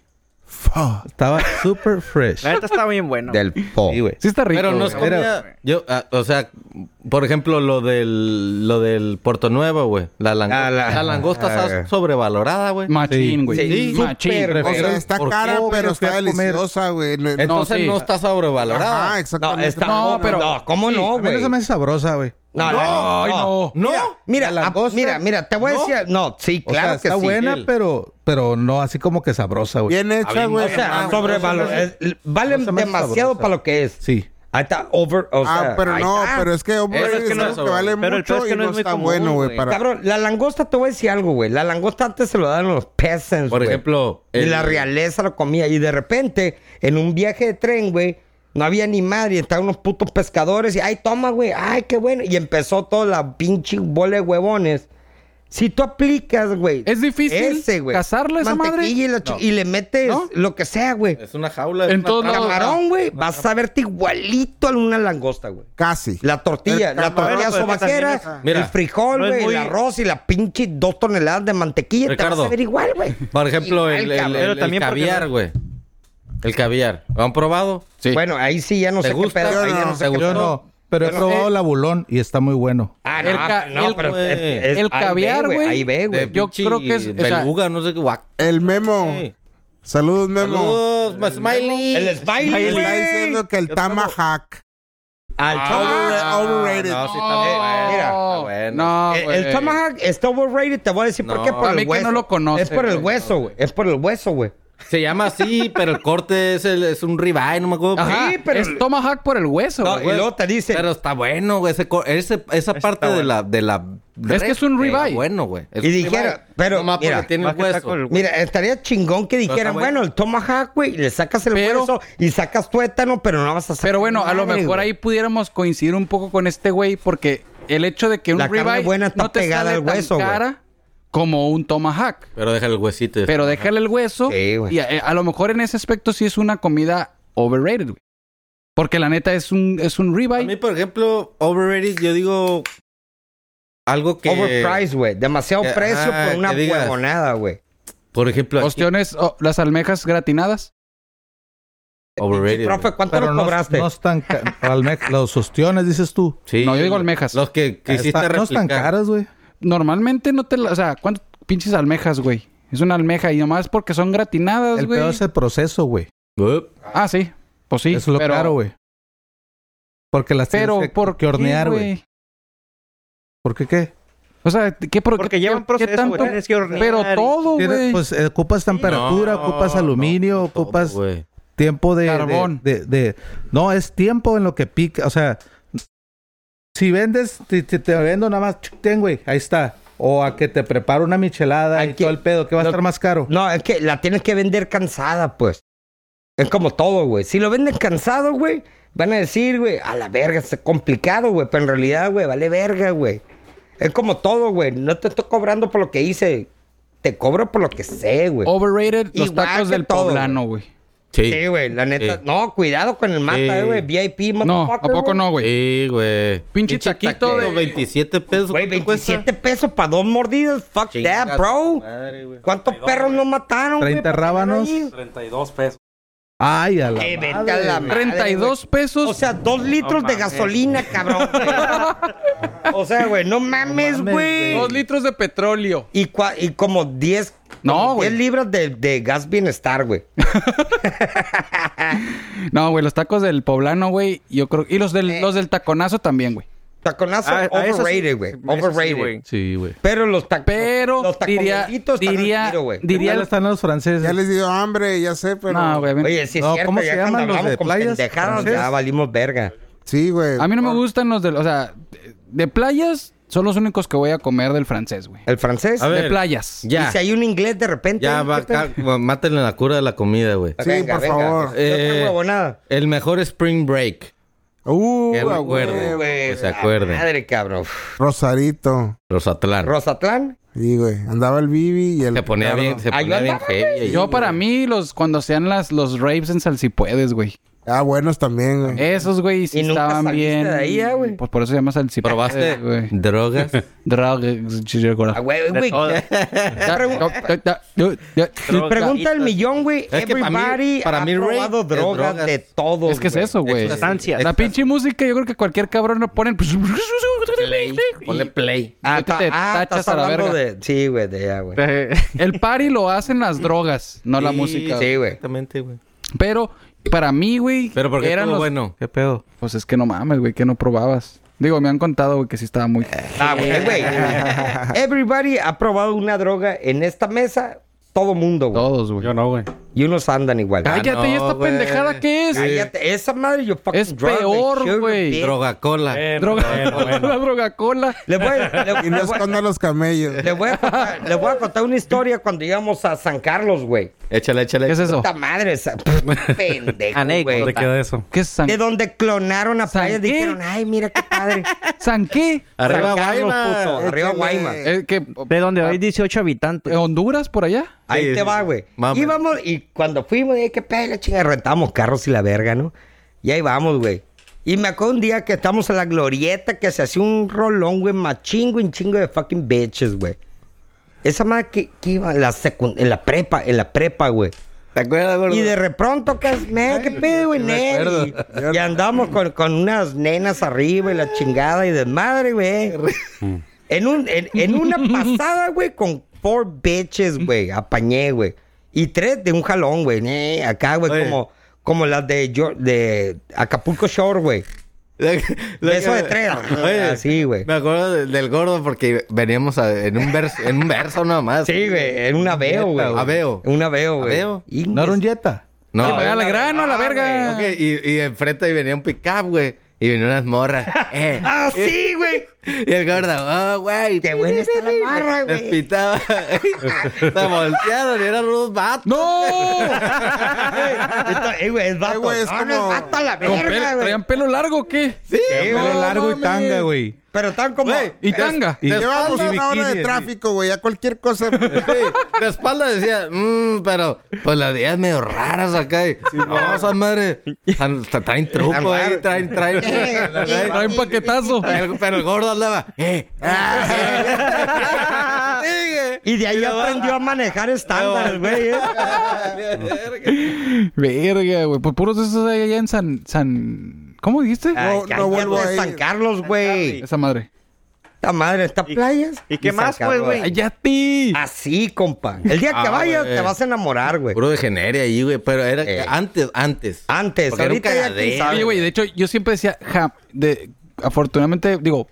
Speaker 3: fo?
Speaker 5: Estaba super fresh.
Speaker 7: La neta está bien bueno.
Speaker 2: Del po.
Speaker 5: Sí, güey.
Speaker 1: Sí está rico.
Speaker 6: Pero no
Speaker 1: güey.
Speaker 6: es comida. Yo, ah, o sea, por ejemplo, lo del, lo del Puerto Nuevo, güey. La, lang-
Speaker 2: Ah, la-
Speaker 6: la, langosta
Speaker 2: ah,
Speaker 6: está sobrevalorada, güey.
Speaker 1: Machín, güey.
Speaker 2: Sí,
Speaker 1: machín.
Speaker 2: súper.
Speaker 3: O sea,
Speaker 5: Pero,
Speaker 3: está
Speaker 6: ¿por qué,
Speaker 3: cara,
Speaker 5: güey?
Speaker 3: pero
Speaker 5: Fui a
Speaker 3: está
Speaker 5: comer.
Speaker 3: deliciosa, güey. No- no-
Speaker 6: Entonces
Speaker 1: sí.
Speaker 6: no está sobrevalorada.
Speaker 3: Ajá,
Speaker 2: No,
Speaker 3: exactamente.
Speaker 2: está
Speaker 1: No,
Speaker 2: no,
Speaker 1: pero-
Speaker 2: No, ¿cómo no,
Speaker 5: A mí
Speaker 2: güey?
Speaker 5: no se me hace sabrosa, güey.
Speaker 2: No, no,
Speaker 1: Ay, no.
Speaker 6: No.
Speaker 2: Mira,
Speaker 5: La
Speaker 2: ah,
Speaker 5: langosta.
Speaker 2: mira, mira, te voy a decir. No, sí,
Speaker 5: O
Speaker 2: claro
Speaker 5: sea, está
Speaker 2: que sí.
Speaker 5: buena, pero, pero no así como que sabrosa, güey.
Speaker 3: Bien hecha, güey.
Speaker 2: O sea,
Speaker 3: Ah,
Speaker 2: sobrevalor- eh, Valen
Speaker 5: se me hace
Speaker 2: demasiado
Speaker 5: sabrosa.
Speaker 2: para lo que es.
Speaker 5: Sí.
Speaker 2: Ahí está over. O sea,
Speaker 3: Ah, pero
Speaker 2: ahí
Speaker 3: no,
Speaker 2: está.
Speaker 3: pero es que
Speaker 6: Eso
Speaker 3: hombre,
Speaker 6: es que
Speaker 3: es
Speaker 6: no
Speaker 3: algo
Speaker 6: es
Speaker 3: que vale
Speaker 7: pero el
Speaker 3: mucho
Speaker 7: peor es que
Speaker 3: y no
Speaker 7: no es muy
Speaker 3: está
Speaker 7: común,
Speaker 3: bueno, güey.
Speaker 7: güey.
Speaker 3: Para
Speaker 2: Cabrón, la langosta te voy a decir algo, güey. La langosta antes se lo daban los peasants,
Speaker 6: Por
Speaker 2: güey.
Speaker 6: ejemplo,
Speaker 2: Y
Speaker 6: el-
Speaker 2: la realeza lo comía. Y de repente, en un viaje de tren, güey, no había ni madre. y Estaban unos putos pescadores. Y, ay, toma, güey. Ay, qué bueno. Y empezó toda la pinche bola de huevones. Si tú aplicas, güey.
Speaker 1: ¿Es difícil cazarla esa madre?
Speaker 2: mantequilla Y, la chu- y le metes
Speaker 1: ¿No?
Speaker 2: lo que sea, güey.
Speaker 6: Es una jaula. es
Speaker 1: En
Speaker 6: una
Speaker 1: todos
Speaker 6: trampa.
Speaker 1: lados.
Speaker 2: Camarón, güey. Vas a verte igualito a una langosta, güey.
Speaker 3: Casi.
Speaker 2: La tortilla,
Speaker 3: El
Speaker 2: la
Speaker 3: camarón,
Speaker 2: tortilla
Speaker 7: pues,
Speaker 2: sobajera,
Speaker 7: también es-
Speaker 6: Mira,
Speaker 2: el frijol,
Speaker 7: no es
Speaker 2: güey,
Speaker 7: muy-
Speaker 2: el arroz y la pinche dos toneladas de mantequilla. Te vas
Speaker 6: Ricardo.
Speaker 2: a ver igual, güey.
Speaker 6: Por ejemplo,
Speaker 2: Igual,
Speaker 6: el, el-
Speaker 2: cabrón.
Speaker 6: el-
Speaker 7: Pero
Speaker 6: el
Speaker 7: también, ¿por qué
Speaker 6: caviar,
Speaker 7: no?
Speaker 6: güey. El caviar. ¿Lo han probado?
Speaker 1: Sí.
Speaker 2: Bueno, ahí sí ya no
Speaker 6: ¿Te
Speaker 2: sé
Speaker 6: gusta?
Speaker 2: qué pedo. ahí
Speaker 6: Yo
Speaker 2: ya
Speaker 6: no
Speaker 2: no sé-
Speaker 5: Yo
Speaker 6: ¿Te gustó?
Speaker 5: no. Pero he
Speaker 2: Yo no.
Speaker 5: probado la bulón y está muy bueno.
Speaker 2: Ah,
Speaker 1: El ca- el-
Speaker 6: güey.
Speaker 1: el
Speaker 2: ahí ve,
Speaker 1: caviar, güey.
Speaker 2: Ahí ve, güey.
Speaker 1: De- Yo
Speaker 6: pinche
Speaker 1: creo que es- o sea-
Speaker 6: Beluga, no sé qué. guac-
Speaker 3: El memo.
Speaker 6: Sí.
Speaker 3: Saludos, memo.
Speaker 6: Saludos, ma- Smiley.
Speaker 2: El smiley,
Speaker 3: Está
Speaker 2: güey.
Speaker 3: diciendo que el Tamahack.
Speaker 2: Al tomahawk.
Speaker 3: Overra- overrated.
Speaker 6: No, sí está
Speaker 1: No,
Speaker 6: bueno,
Speaker 2: mira.
Speaker 6: está bueno.
Speaker 1: No,
Speaker 2: Eh, El-
Speaker 1: güey.
Speaker 2: El tomahawk está overrated. Te voy a decir por
Speaker 6: No.
Speaker 2: qué. Por
Speaker 6: Para
Speaker 2: el
Speaker 1: mí que
Speaker 2: hueso.
Speaker 1: no lo conoce,
Speaker 2: Es por el
Speaker 1: güey.
Speaker 2: hueso, güey. Es por el hueso, güey.
Speaker 6: Se llama así, pero el corte es, el- es un ribeye, no me acuerdo.
Speaker 1: Ajá,
Speaker 2: Sí, pero-
Speaker 1: es tomahawk por el hueso,
Speaker 2: No,
Speaker 1: güey.
Speaker 2: y luego te dicen.
Speaker 6: Pero está bueno, güey. Ese, co- ese- esa parte de la, de la.
Speaker 1: Es que es un
Speaker 6: res,
Speaker 1: ribeye.
Speaker 6: está Bueno, güey. Es
Speaker 2: Y
Speaker 6: un
Speaker 2: dijera,
Speaker 6: ribeye.
Speaker 2: pero,
Speaker 6: Nomás porque
Speaker 2: mira,
Speaker 6: tiene
Speaker 7: Más que está
Speaker 6: hueso.
Speaker 7: con el
Speaker 2: Mira, estaría chingón que dijeran,
Speaker 6: está bueno.
Speaker 2: bueno, el tomahawk, güey, le sacas el
Speaker 1: Pero-
Speaker 2: hueso y sacas tuétano, pero no vas a sacar
Speaker 1: Pero bueno, a lo
Speaker 2: madre,
Speaker 1: mejor
Speaker 2: güey.
Speaker 1: ahí pudiéramos coincidir un poco con este güey porque el hecho de que un
Speaker 2: La carne
Speaker 1: ribeye
Speaker 2: buena está
Speaker 1: no te
Speaker 2: pegada
Speaker 1: sale
Speaker 2: al hueso,
Speaker 1: tan
Speaker 2: güey.
Speaker 1: cara como un tomahawk.
Speaker 6: Pero deja el huesito.
Speaker 1: Pero déjale el hueso
Speaker 2: Sí, pues. güey.
Speaker 1: y a, a lo mejor en ese aspecto sí es una comida overrated, güey. Porque la neta es un es un
Speaker 6: A
Speaker 1: ribeye.
Speaker 6: mí, por ejemplo, overrated, yo digo. Algo que.
Speaker 2: Overpriced, güey. Demasiado
Speaker 6: que-
Speaker 2: precio
Speaker 6: ajá,
Speaker 2: por una
Speaker 6: que digas.
Speaker 2: huevonada, güey.
Speaker 6: Por ejemplo, aquí-
Speaker 1: Ostiones, oh, las almejas gratinadas.
Speaker 6: overrated. güey.
Speaker 2: Profe, ¿cuánto
Speaker 5: Pero
Speaker 2: lo
Speaker 5: no,
Speaker 2: cobraste?
Speaker 5: no están ca- alme- los ostiones, dices tú.
Speaker 6: Sí,
Speaker 1: No, yo digo
Speaker 6: güey.
Speaker 1: almejas. Ah,
Speaker 6: Los que quisiste
Speaker 5: Está- no están
Speaker 6: replicar.
Speaker 5: caras, güey.
Speaker 1: Normalmente no te la, o sea, ¿cuántas pinches almejas, güey? Es una almeja y nomás porque son gratinadas,
Speaker 5: El
Speaker 1: güey.
Speaker 5: peor es el proceso, güey.
Speaker 6: Up.
Speaker 1: Ah, sí. Pues sí,
Speaker 5: Eso es lo
Speaker 1: pero
Speaker 5: caro, güey. Porque las
Speaker 1: pero
Speaker 5: tienes que,
Speaker 1: por
Speaker 5: que hornear, güey. ¿Por qué qué?
Speaker 1: O sea, ¿qué por-
Speaker 7: Porque
Speaker 1: qué-
Speaker 7: llevan
Speaker 1: qué
Speaker 7: proceso, güey,
Speaker 1: tanto?
Speaker 7: tienes que hornear
Speaker 1: Pero
Speaker 7: y-
Speaker 1: todo,
Speaker 5: Tienes-
Speaker 1: güey.
Speaker 5: pues eh, ocupas temperatura,
Speaker 6: No,
Speaker 5: ocupas aluminio,
Speaker 6: no, todo,
Speaker 5: ocupas
Speaker 6: güey.
Speaker 5: tiempo de, de-
Speaker 1: Carbón.
Speaker 5: De, de- No, es tiempo en lo que pica. O sea, si vendes, te, te- te vendo nada más, chuc, ten, güey, ahí está. O a que te preparo una michelada y
Speaker 2: Aquí-
Speaker 5: todo el pedo, que va a
Speaker 2: lo-
Speaker 5: estar más caro.
Speaker 2: No, es que la tienes que vender cansada, pues. Es como todo, güey. Si lo venden cansado, güey, van a decir, güey, a la verga, es complicado, güey. Pero en realidad, güey, vale verga, güey. Es como todo, güey. No te estoy cobrando por lo que hice. Te cobro por lo que sé, güey.
Speaker 1: Overrated los
Speaker 2: Igual
Speaker 1: tacos
Speaker 2: que
Speaker 1: del
Speaker 2: todo,
Speaker 1: poblano, güey.
Speaker 6: Sí.
Speaker 2: Sí, güey, la neta.
Speaker 6: Sí.
Speaker 2: No, cuidado con el mata,
Speaker 6: Sí.
Speaker 2: eh, güey. VIP,
Speaker 1: No, ¿a
Speaker 2: motherfucker,
Speaker 1: poco
Speaker 2: güey.
Speaker 1: no, güey?
Speaker 6: Sí, güey.
Speaker 1: Pinche taquito
Speaker 6: taquito
Speaker 1: de-
Speaker 6: 27 pesos.
Speaker 2: Güey,
Speaker 6: ¿cuánto cuesta?
Speaker 2: 27 pesos para dos mordidas. Fuck
Speaker 6: Chinga
Speaker 2: that,
Speaker 6: su
Speaker 2: bro.
Speaker 6: madre, güey.
Speaker 2: ¿Cuántos perros no mataron, güey?
Speaker 5: 30
Speaker 2: para tener
Speaker 5: rábanos.
Speaker 2: ahí?
Speaker 5: Ay, a la
Speaker 2: Eh, vete
Speaker 5: madre.
Speaker 2: a la madre,
Speaker 1: 32
Speaker 2: güey.
Speaker 1: pesos.
Speaker 2: O sea, dos litros de gasolina, cabrón. güey. o sea, güey, no mames,
Speaker 5: mames,
Speaker 2: güey.
Speaker 5: güey.
Speaker 1: dos litros de petróleo.
Speaker 2: Y, cua- y como 10...
Speaker 1: No,
Speaker 2: como
Speaker 1: güey.
Speaker 2: 10 libras de, de gas bienestar, güey.
Speaker 1: No, güey, los tacos del poblano, güey, yo creo. Y los del, los del taconazo también, güey.
Speaker 2: Taconazo
Speaker 7: Ah, ah, eso sí.
Speaker 2: overrated, güey.
Speaker 7: Eso sí,
Speaker 2: overrated.
Speaker 7: güey.
Speaker 5: Sí, güey.
Speaker 2: Pero los tacos...
Speaker 1: Pero
Speaker 2: los
Speaker 1: diría,
Speaker 2: taconcitos están al
Speaker 1: diría,
Speaker 2: tiro, güey.
Speaker 1: diría,
Speaker 5: Ya están los franceses.
Speaker 3: Ya les dio hambre, ya sé, pero.
Speaker 1: no, güey, a mí-
Speaker 2: Oye, sí es
Speaker 5: No,
Speaker 2: cierto,
Speaker 5: ¿cómo
Speaker 2: ya
Speaker 5: se
Speaker 2: cuando
Speaker 5: llaman los
Speaker 2: hablamos
Speaker 5: de
Speaker 2: con
Speaker 5: playas?
Speaker 2: pendejadas,
Speaker 5: ¿Franceses?
Speaker 2: ya valimos verga.
Speaker 3: Sí, güey.
Speaker 1: a mí no me gustan los del, o sea, de, de playas Son los únicos que voy a comer del francés, güey.
Speaker 2: ¿El francés?
Speaker 6: A ver,
Speaker 1: De playas.
Speaker 6: Ya.
Speaker 2: Y si hay un inglés de repente.
Speaker 6: Ya,
Speaker 2: ¿qué
Speaker 6: va,
Speaker 2: pedo?
Speaker 6: ca- va- mátenle la cura de la comida, güey.
Speaker 3: Sí,
Speaker 2: Venga,
Speaker 3: por
Speaker 2: venga.
Speaker 3: favor.
Speaker 2: Yo
Speaker 6: Eh,
Speaker 2: no hago nada.
Speaker 6: El mejor Spring Break.
Speaker 3: Uh,
Speaker 6: Que
Speaker 3: a
Speaker 6: recuerde,
Speaker 3: huevo.
Speaker 6: que se acuerde.
Speaker 2: Madre, cabrón.
Speaker 3: Rosarito.
Speaker 6: Rosatlán.
Speaker 2: Rosatlán.
Speaker 3: Sí, güey. Andaba el Bibi y el.
Speaker 6: se ponía
Speaker 3: Ricardo.
Speaker 6: bien, se
Speaker 2: Ahí
Speaker 6: ponía bien
Speaker 2: andaba,
Speaker 6: heavy. ahí,
Speaker 1: Yo
Speaker 6: güey.
Speaker 1: para mí, los cuando hacían las, los raves en Salsipuedes, güey.
Speaker 3: Ah, buenos también, güey.
Speaker 1: Esos, güey, sí
Speaker 2: Y nunca
Speaker 1: estaban
Speaker 2: saliste
Speaker 1: bien.
Speaker 2: de ahí, ¿eh, güey?
Speaker 1: Pues por eso se llama Salsipuedes,
Speaker 6: ¿Probaste
Speaker 1: eh,
Speaker 6: Mm.
Speaker 1: güey.
Speaker 6: drogas?
Speaker 1: Drugs, chile, corazón.
Speaker 2: Ah, güey, Ah, güey. Pregunta al millón, güey.
Speaker 6: Es que para mí-
Speaker 2: Everybody
Speaker 6: para mí,
Speaker 2: ha
Speaker 6: Ray,
Speaker 2: probado
Speaker 6: es
Speaker 2: drogas
Speaker 6: drogas.
Speaker 2: de todo.
Speaker 1: Es que es
Speaker 2: güey.
Speaker 1: eso, güey.
Speaker 7: Sustancias.
Speaker 1: La pinche música, yo creo que cualquier cabrón lo ponen.
Speaker 6: Play. Ponle play.
Speaker 2: Ah,
Speaker 1: Tú te
Speaker 2: ta- ah,
Speaker 1: tachas
Speaker 2: estás
Speaker 1: a la
Speaker 2: hablando
Speaker 1: verga.
Speaker 2: de... Sí, güey, de ya, güey.
Speaker 1: El party lo hacen las drogas, no la
Speaker 6: Sí,
Speaker 1: música.
Speaker 2: Sí, güey.
Speaker 6: Exactamente, güey.
Speaker 1: Pero para mí, güey,
Speaker 6: Pero porque
Speaker 1: eran
Speaker 6: todo
Speaker 1: los...
Speaker 6: bueno.
Speaker 5: ¿Qué pedo?
Speaker 1: Pues es que no mames, güey, que no probabas. Digo, me han contado, güey, que sí estaba muy...
Speaker 2: Ah, güey, güey. Everybody ha probado una droga en esta mesa. Todo mundo, güey.
Speaker 1: Todos, güey.
Speaker 8: Yo no, güey.
Speaker 2: Y unos andan igual.
Speaker 1: Cállate,
Speaker 6: Ah, no,
Speaker 1: ¿y esta
Speaker 6: güey.
Speaker 1: pendejada qué es?
Speaker 2: Cállate. Esa madre, yo fucking
Speaker 1: Es
Speaker 2: drunk,
Speaker 1: peor,
Speaker 2: sugar
Speaker 1: güey.
Speaker 2: bitch.
Speaker 6: Droga cola.
Speaker 2: Eh.
Speaker 8: Bueno,
Speaker 1: Droga,
Speaker 8: bueno, bueno.
Speaker 1: la droga cola.
Speaker 2: Le voy, a- le-
Speaker 3: Y no
Speaker 2: le voy a-
Speaker 3: esconda los camellos.
Speaker 2: le voy a contar, le voy a contar una historia cuando íbamos a San Carlos, güey.
Speaker 6: Échale, échale.
Speaker 1: ¿Qué es eso?
Speaker 2: Puta madre, esa pendejo,
Speaker 7: Anécdota.
Speaker 8: ¿Dónde
Speaker 2: güey.
Speaker 8: queda eso?
Speaker 1: ¿Qué es San...
Speaker 2: De donde clonaron a
Speaker 1: ¿San
Speaker 2: Playas,
Speaker 1: qué?
Speaker 2: dijeron, ay, mira qué padre.
Speaker 1: ¿San qué?
Speaker 6: Arriba,
Speaker 2: San Carlos, puto,
Speaker 6: Guaymas.
Speaker 2: Arriba
Speaker 3: Échale.
Speaker 2: Guaymas.
Speaker 1: Eh, que-
Speaker 7: De donde hay 18
Speaker 1: eh,
Speaker 7: habitantes.
Speaker 1: ¿Honduras, por allá?
Speaker 2: Ahí
Speaker 6: Sí,
Speaker 2: te
Speaker 6: sí,
Speaker 2: va,
Speaker 6: sí.
Speaker 2: güey.
Speaker 6: Mames.
Speaker 2: Íbamos y cuando fuimos, eh, qué pedo, la chinga, rentamos carros y la verga, ¿no? Y ahí vamos, güey. Y me acuerdo un día que estamos en la glorieta que se hacía un rolón, güey, machingo, un chingo de fucking bitches, güey. Esa madre que, que iba en la, secund- en la prepa, en la prepa, güey.
Speaker 6: ¿Te acuerdas, gordo?
Speaker 2: Y de repronto, ¿qué, es, men? ¿Qué pedo, güey, Nel? Y, y andamos con, con unas nenas arriba y la chingada y desmadre, güey. En, un, en, en una pasada, güey, con four bitches, güey, apañé, güey. Y tres de un jalón, güey, ne, acá, güey,
Speaker 6: Oye.
Speaker 2: como, como las de, Yo- de Acapulco Shore, güey. Beso de tres. Así, güey.
Speaker 6: Me acuerdo de- del gordo porque veníamos a- en un verso, en un verso nomás.
Speaker 2: Sí, güey, en un aveo, güey.
Speaker 6: Aveo.
Speaker 2: Un aveo, güey.
Speaker 6: Aveo.
Speaker 2: Y-
Speaker 5: ¿No era un Jetta?
Speaker 6: No, eh,
Speaker 1: Que vaya al grano, a la verga.
Speaker 6: Ok, y, y enfrente ahí venía un pickup, güey. Y venían unas morras. Eh.
Speaker 2: Ah, sí, güey.
Speaker 6: Y el gordo, oh, güey.
Speaker 2: Qué buena está la barra,
Speaker 6: Les
Speaker 2: güey.
Speaker 6: pitaba. Se voltearon y eran unos vatos.
Speaker 1: ¡No!
Speaker 2: Esto- eh, güey, es vato.
Speaker 3: Eh, güey, es
Speaker 2: No, no
Speaker 3: como-
Speaker 2: es vato a la
Speaker 1: Con pel-
Speaker 2: verga, güey.
Speaker 1: ¿Traían pelo largo o qué?
Speaker 6: Sí,
Speaker 1: Eh,
Speaker 5: Pelo largo y tanga, güey.
Speaker 2: Pero tan como.
Speaker 6: Güey,
Speaker 1: ¿Y tanga?
Speaker 5: Y-
Speaker 3: Llevamos
Speaker 5: y
Speaker 3: una hora
Speaker 5: bikini,
Speaker 3: de
Speaker 5: sí.
Speaker 3: tráfico, güey. Ya cualquier cosa.
Speaker 6: Sí, de espalda decía, mmm, pero pues las ideas medio raras acá. Y, no, esas madres tan- tan- traen truco ahí, traen, traen.
Speaker 1: ¿Traen paquetazo?
Speaker 6: El- pero el gordo andaba, eh, ah, sí. Sigue.
Speaker 2: Y de ahí aprendió a manejar estándar, güey. eh.
Speaker 1: Verga, güey. Pues puros de esos hay allá en San... San... ¿Cómo dijiste?
Speaker 2: Ay,
Speaker 3: no
Speaker 2: cállate,
Speaker 3: vuelvo a
Speaker 2: San
Speaker 3: ir.
Speaker 2: Carlos, güey.
Speaker 1: Esa madre.
Speaker 2: Esta madre, esta playas.
Speaker 7: y qué
Speaker 2: San
Speaker 7: más, pues,
Speaker 2: Carlos.
Speaker 7: güey?
Speaker 2: Ay,
Speaker 1: ¡Cállate!
Speaker 2: Ah, Así, compa. El día que
Speaker 6: Ah,
Speaker 2: vayas
Speaker 6: güey.
Speaker 2: te vas a enamorar, güey.
Speaker 6: Puro de genere ahí, güey, pero era
Speaker 2: Eh. Ah,
Speaker 6: antes, antes.
Speaker 2: Antes,
Speaker 6: Porque era un
Speaker 2: ahorita ya
Speaker 6: cagadero.
Speaker 2: quién sabe.
Speaker 1: Oye, güey, de hecho, yo siempre decía... ja, de, afortunadamente, digo...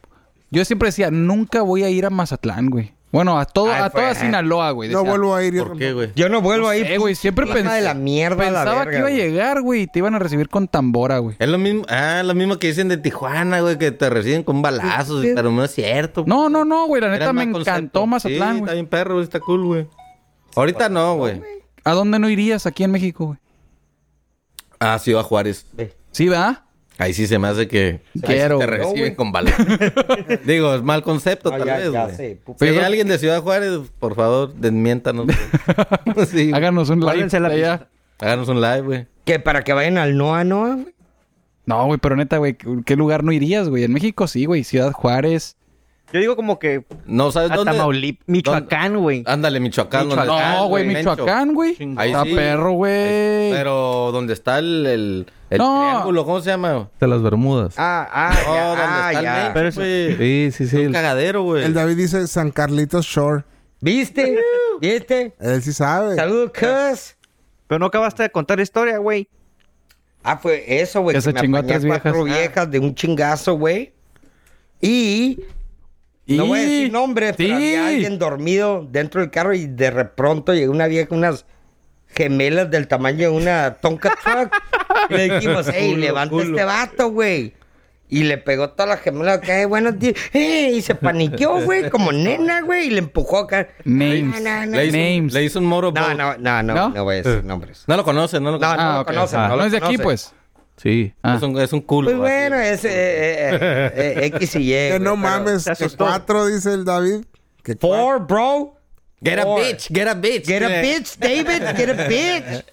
Speaker 1: Yo siempre decía, nunca voy a ir a Mazatlán, güey. Bueno, a todo,
Speaker 2: Ay,
Speaker 1: a toda
Speaker 6: pues.
Speaker 2: fue-
Speaker 1: Sinaloa, güey.
Speaker 3: no
Speaker 1: Decía,
Speaker 3: vuelvo a ir. yo
Speaker 6: ¿Por qué, güey?
Speaker 2: Yo no vuelvo ahí.
Speaker 1: Eh, güey, siempre
Speaker 2: Hija de
Speaker 1: pensé-
Speaker 2: la mierda, la
Speaker 1: pensaba
Speaker 2: verga,
Speaker 1: que iba a
Speaker 2: güey.
Speaker 1: llegar, güey, y te iban a recibir con tambora, güey.
Speaker 6: Es lo mismo, ah, lo mismo que dicen de Tijuana, güey, que te reciben con balazos, pero no es cierto.
Speaker 1: No, no, no, güey, la
Speaker 6: Era
Speaker 1: neta me
Speaker 6: mal concepto.
Speaker 1: encantó Mazatlán,
Speaker 6: Sí, está
Speaker 1: güey.
Speaker 6: bien perro, güey, está cool, güey. Ahorita no, güey.
Speaker 1: ¿A dónde no irías aquí en México, güey?
Speaker 6: Ah, sí, va a Juárez.
Speaker 1: Sí, ¿verdad?
Speaker 6: Ahí sí se me hace que
Speaker 1: Quiero,
Speaker 6: ahí
Speaker 1: güey.
Speaker 6: sí te reciben con balas. Digo, es mal concepto
Speaker 2: Ah,
Speaker 6: tal
Speaker 2: ya,
Speaker 6: vez,
Speaker 2: ya
Speaker 6: güey.
Speaker 2: sé, puta.
Speaker 6: Si hay alguien de Ciudad Juárez, por favor, desmiéntanos. güey. sí.
Speaker 1: Háganos un live
Speaker 7: Guárdense la
Speaker 1: de allá.
Speaker 6: Háganos un live, güey.
Speaker 2: Que para que vayan al Noa Noa, güey.
Speaker 1: No, güey, pero neta, güey, ¿qué lugar no irías, güey? En México sí, güey, Ciudad Juárez.
Speaker 7: Yo digo como que
Speaker 6: No sabes
Speaker 7: a
Speaker 6: dónde.
Speaker 7: Tamaulips, Michoacán, güey.
Speaker 6: Ándale, Michoacán. donde está,
Speaker 1: No, güey,
Speaker 6: Mencho.
Speaker 1: Michoacán, güey.
Speaker 6: Ahí
Speaker 1: Está
Speaker 6: sí.
Speaker 1: perro, güey.
Speaker 6: Pero donde está el, el, el
Speaker 1: No.
Speaker 6: triángulo, ¿cómo se llama?
Speaker 5: De las Bermudas.
Speaker 2: Ah, ah,
Speaker 6: No,
Speaker 2: ya,
Speaker 6: donde
Speaker 2: ah,
Speaker 6: está
Speaker 2: ya.
Speaker 6: el Mencho, güey.
Speaker 5: Sí, sí, sí.
Speaker 6: Es un cagadero, güey.
Speaker 3: El David dice San Carlitos Shore.
Speaker 2: ¿Viste? ¿Viste?
Speaker 3: Él sí sabe.
Speaker 2: Saludos, cuz.
Speaker 7: Pero no acabaste de contar la historia, güey.
Speaker 2: Ah, fue eso, güey.
Speaker 1: Que se
Speaker 2: me
Speaker 1: chingó a
Speaker 2: apañé
Speaker 1: tres viejas. Ah.
Speaker 2: cuatro viejas de un chingazo, güey. Y
Speaker 1: Y-
Speaker 2: no voy a decir nombres, pero había
Speaker 1: Sí.
Speaker 2: alguien dormido dentro del carro y de repronto llegó una vieja, unas gemelas del tamaño de una Tonka Truck. y le dijimos, hey, levanta este vato, güey. Y le pegó toda la gemela acá, eh, buenos días. Eh, y se paniqueó, güey, como nena, güey, y le empujó acá.
Speaker 1: Names.
Speaker 2: No, no,
Speaker 6: Le hizo,
Speaker 1: Names.
Speaker 6: le hizo un moro.
Speaker 2: no, no, no, no,
Speaker 1: ¿No?
Speaker 2: no, voy a decir nombres.
Speaker 6: No lo conoce, no
Speaker 2: No,
Speaker 6: lo conoce.
Speaker 2: no,
Speaker 1: Ah,
Speaker 2: lo
Speaker 1: ok.
Speaker 2: conocen,
Speaker 1: Ah,
Speaker 2: no lo
Speaker 1: no es de aquí,
Speaker 2: conocen.
Speaker 1: pues.
Speaker 5: Sí.
Speaker 1: Ah.
Speaker 6: Es, un, es un culo.
Speaker 2: Pues
Speaker 6: así.
Speaker 2: bueno, es eh, eh, eh, eh, X y Y.
Speaker 3: Que
Speaker 2: güey,
Speaker 3: no
Speaker 2: pero-
Speaker 3: mames,
Speaker 7: te
Speaker 3: que
Speaker 7: asustó.
Speaker 3: cuatro, dice el David. Que cuatro.
Speaker 2: Four, bro.
Speaker 6: Get a
Speaker 2: Four.
Speaker 6: bitch, get a bitch.
Speaker 2: Get a
Speaker 6: Eh,
Speaker 2: bitch, David. Get a bitch.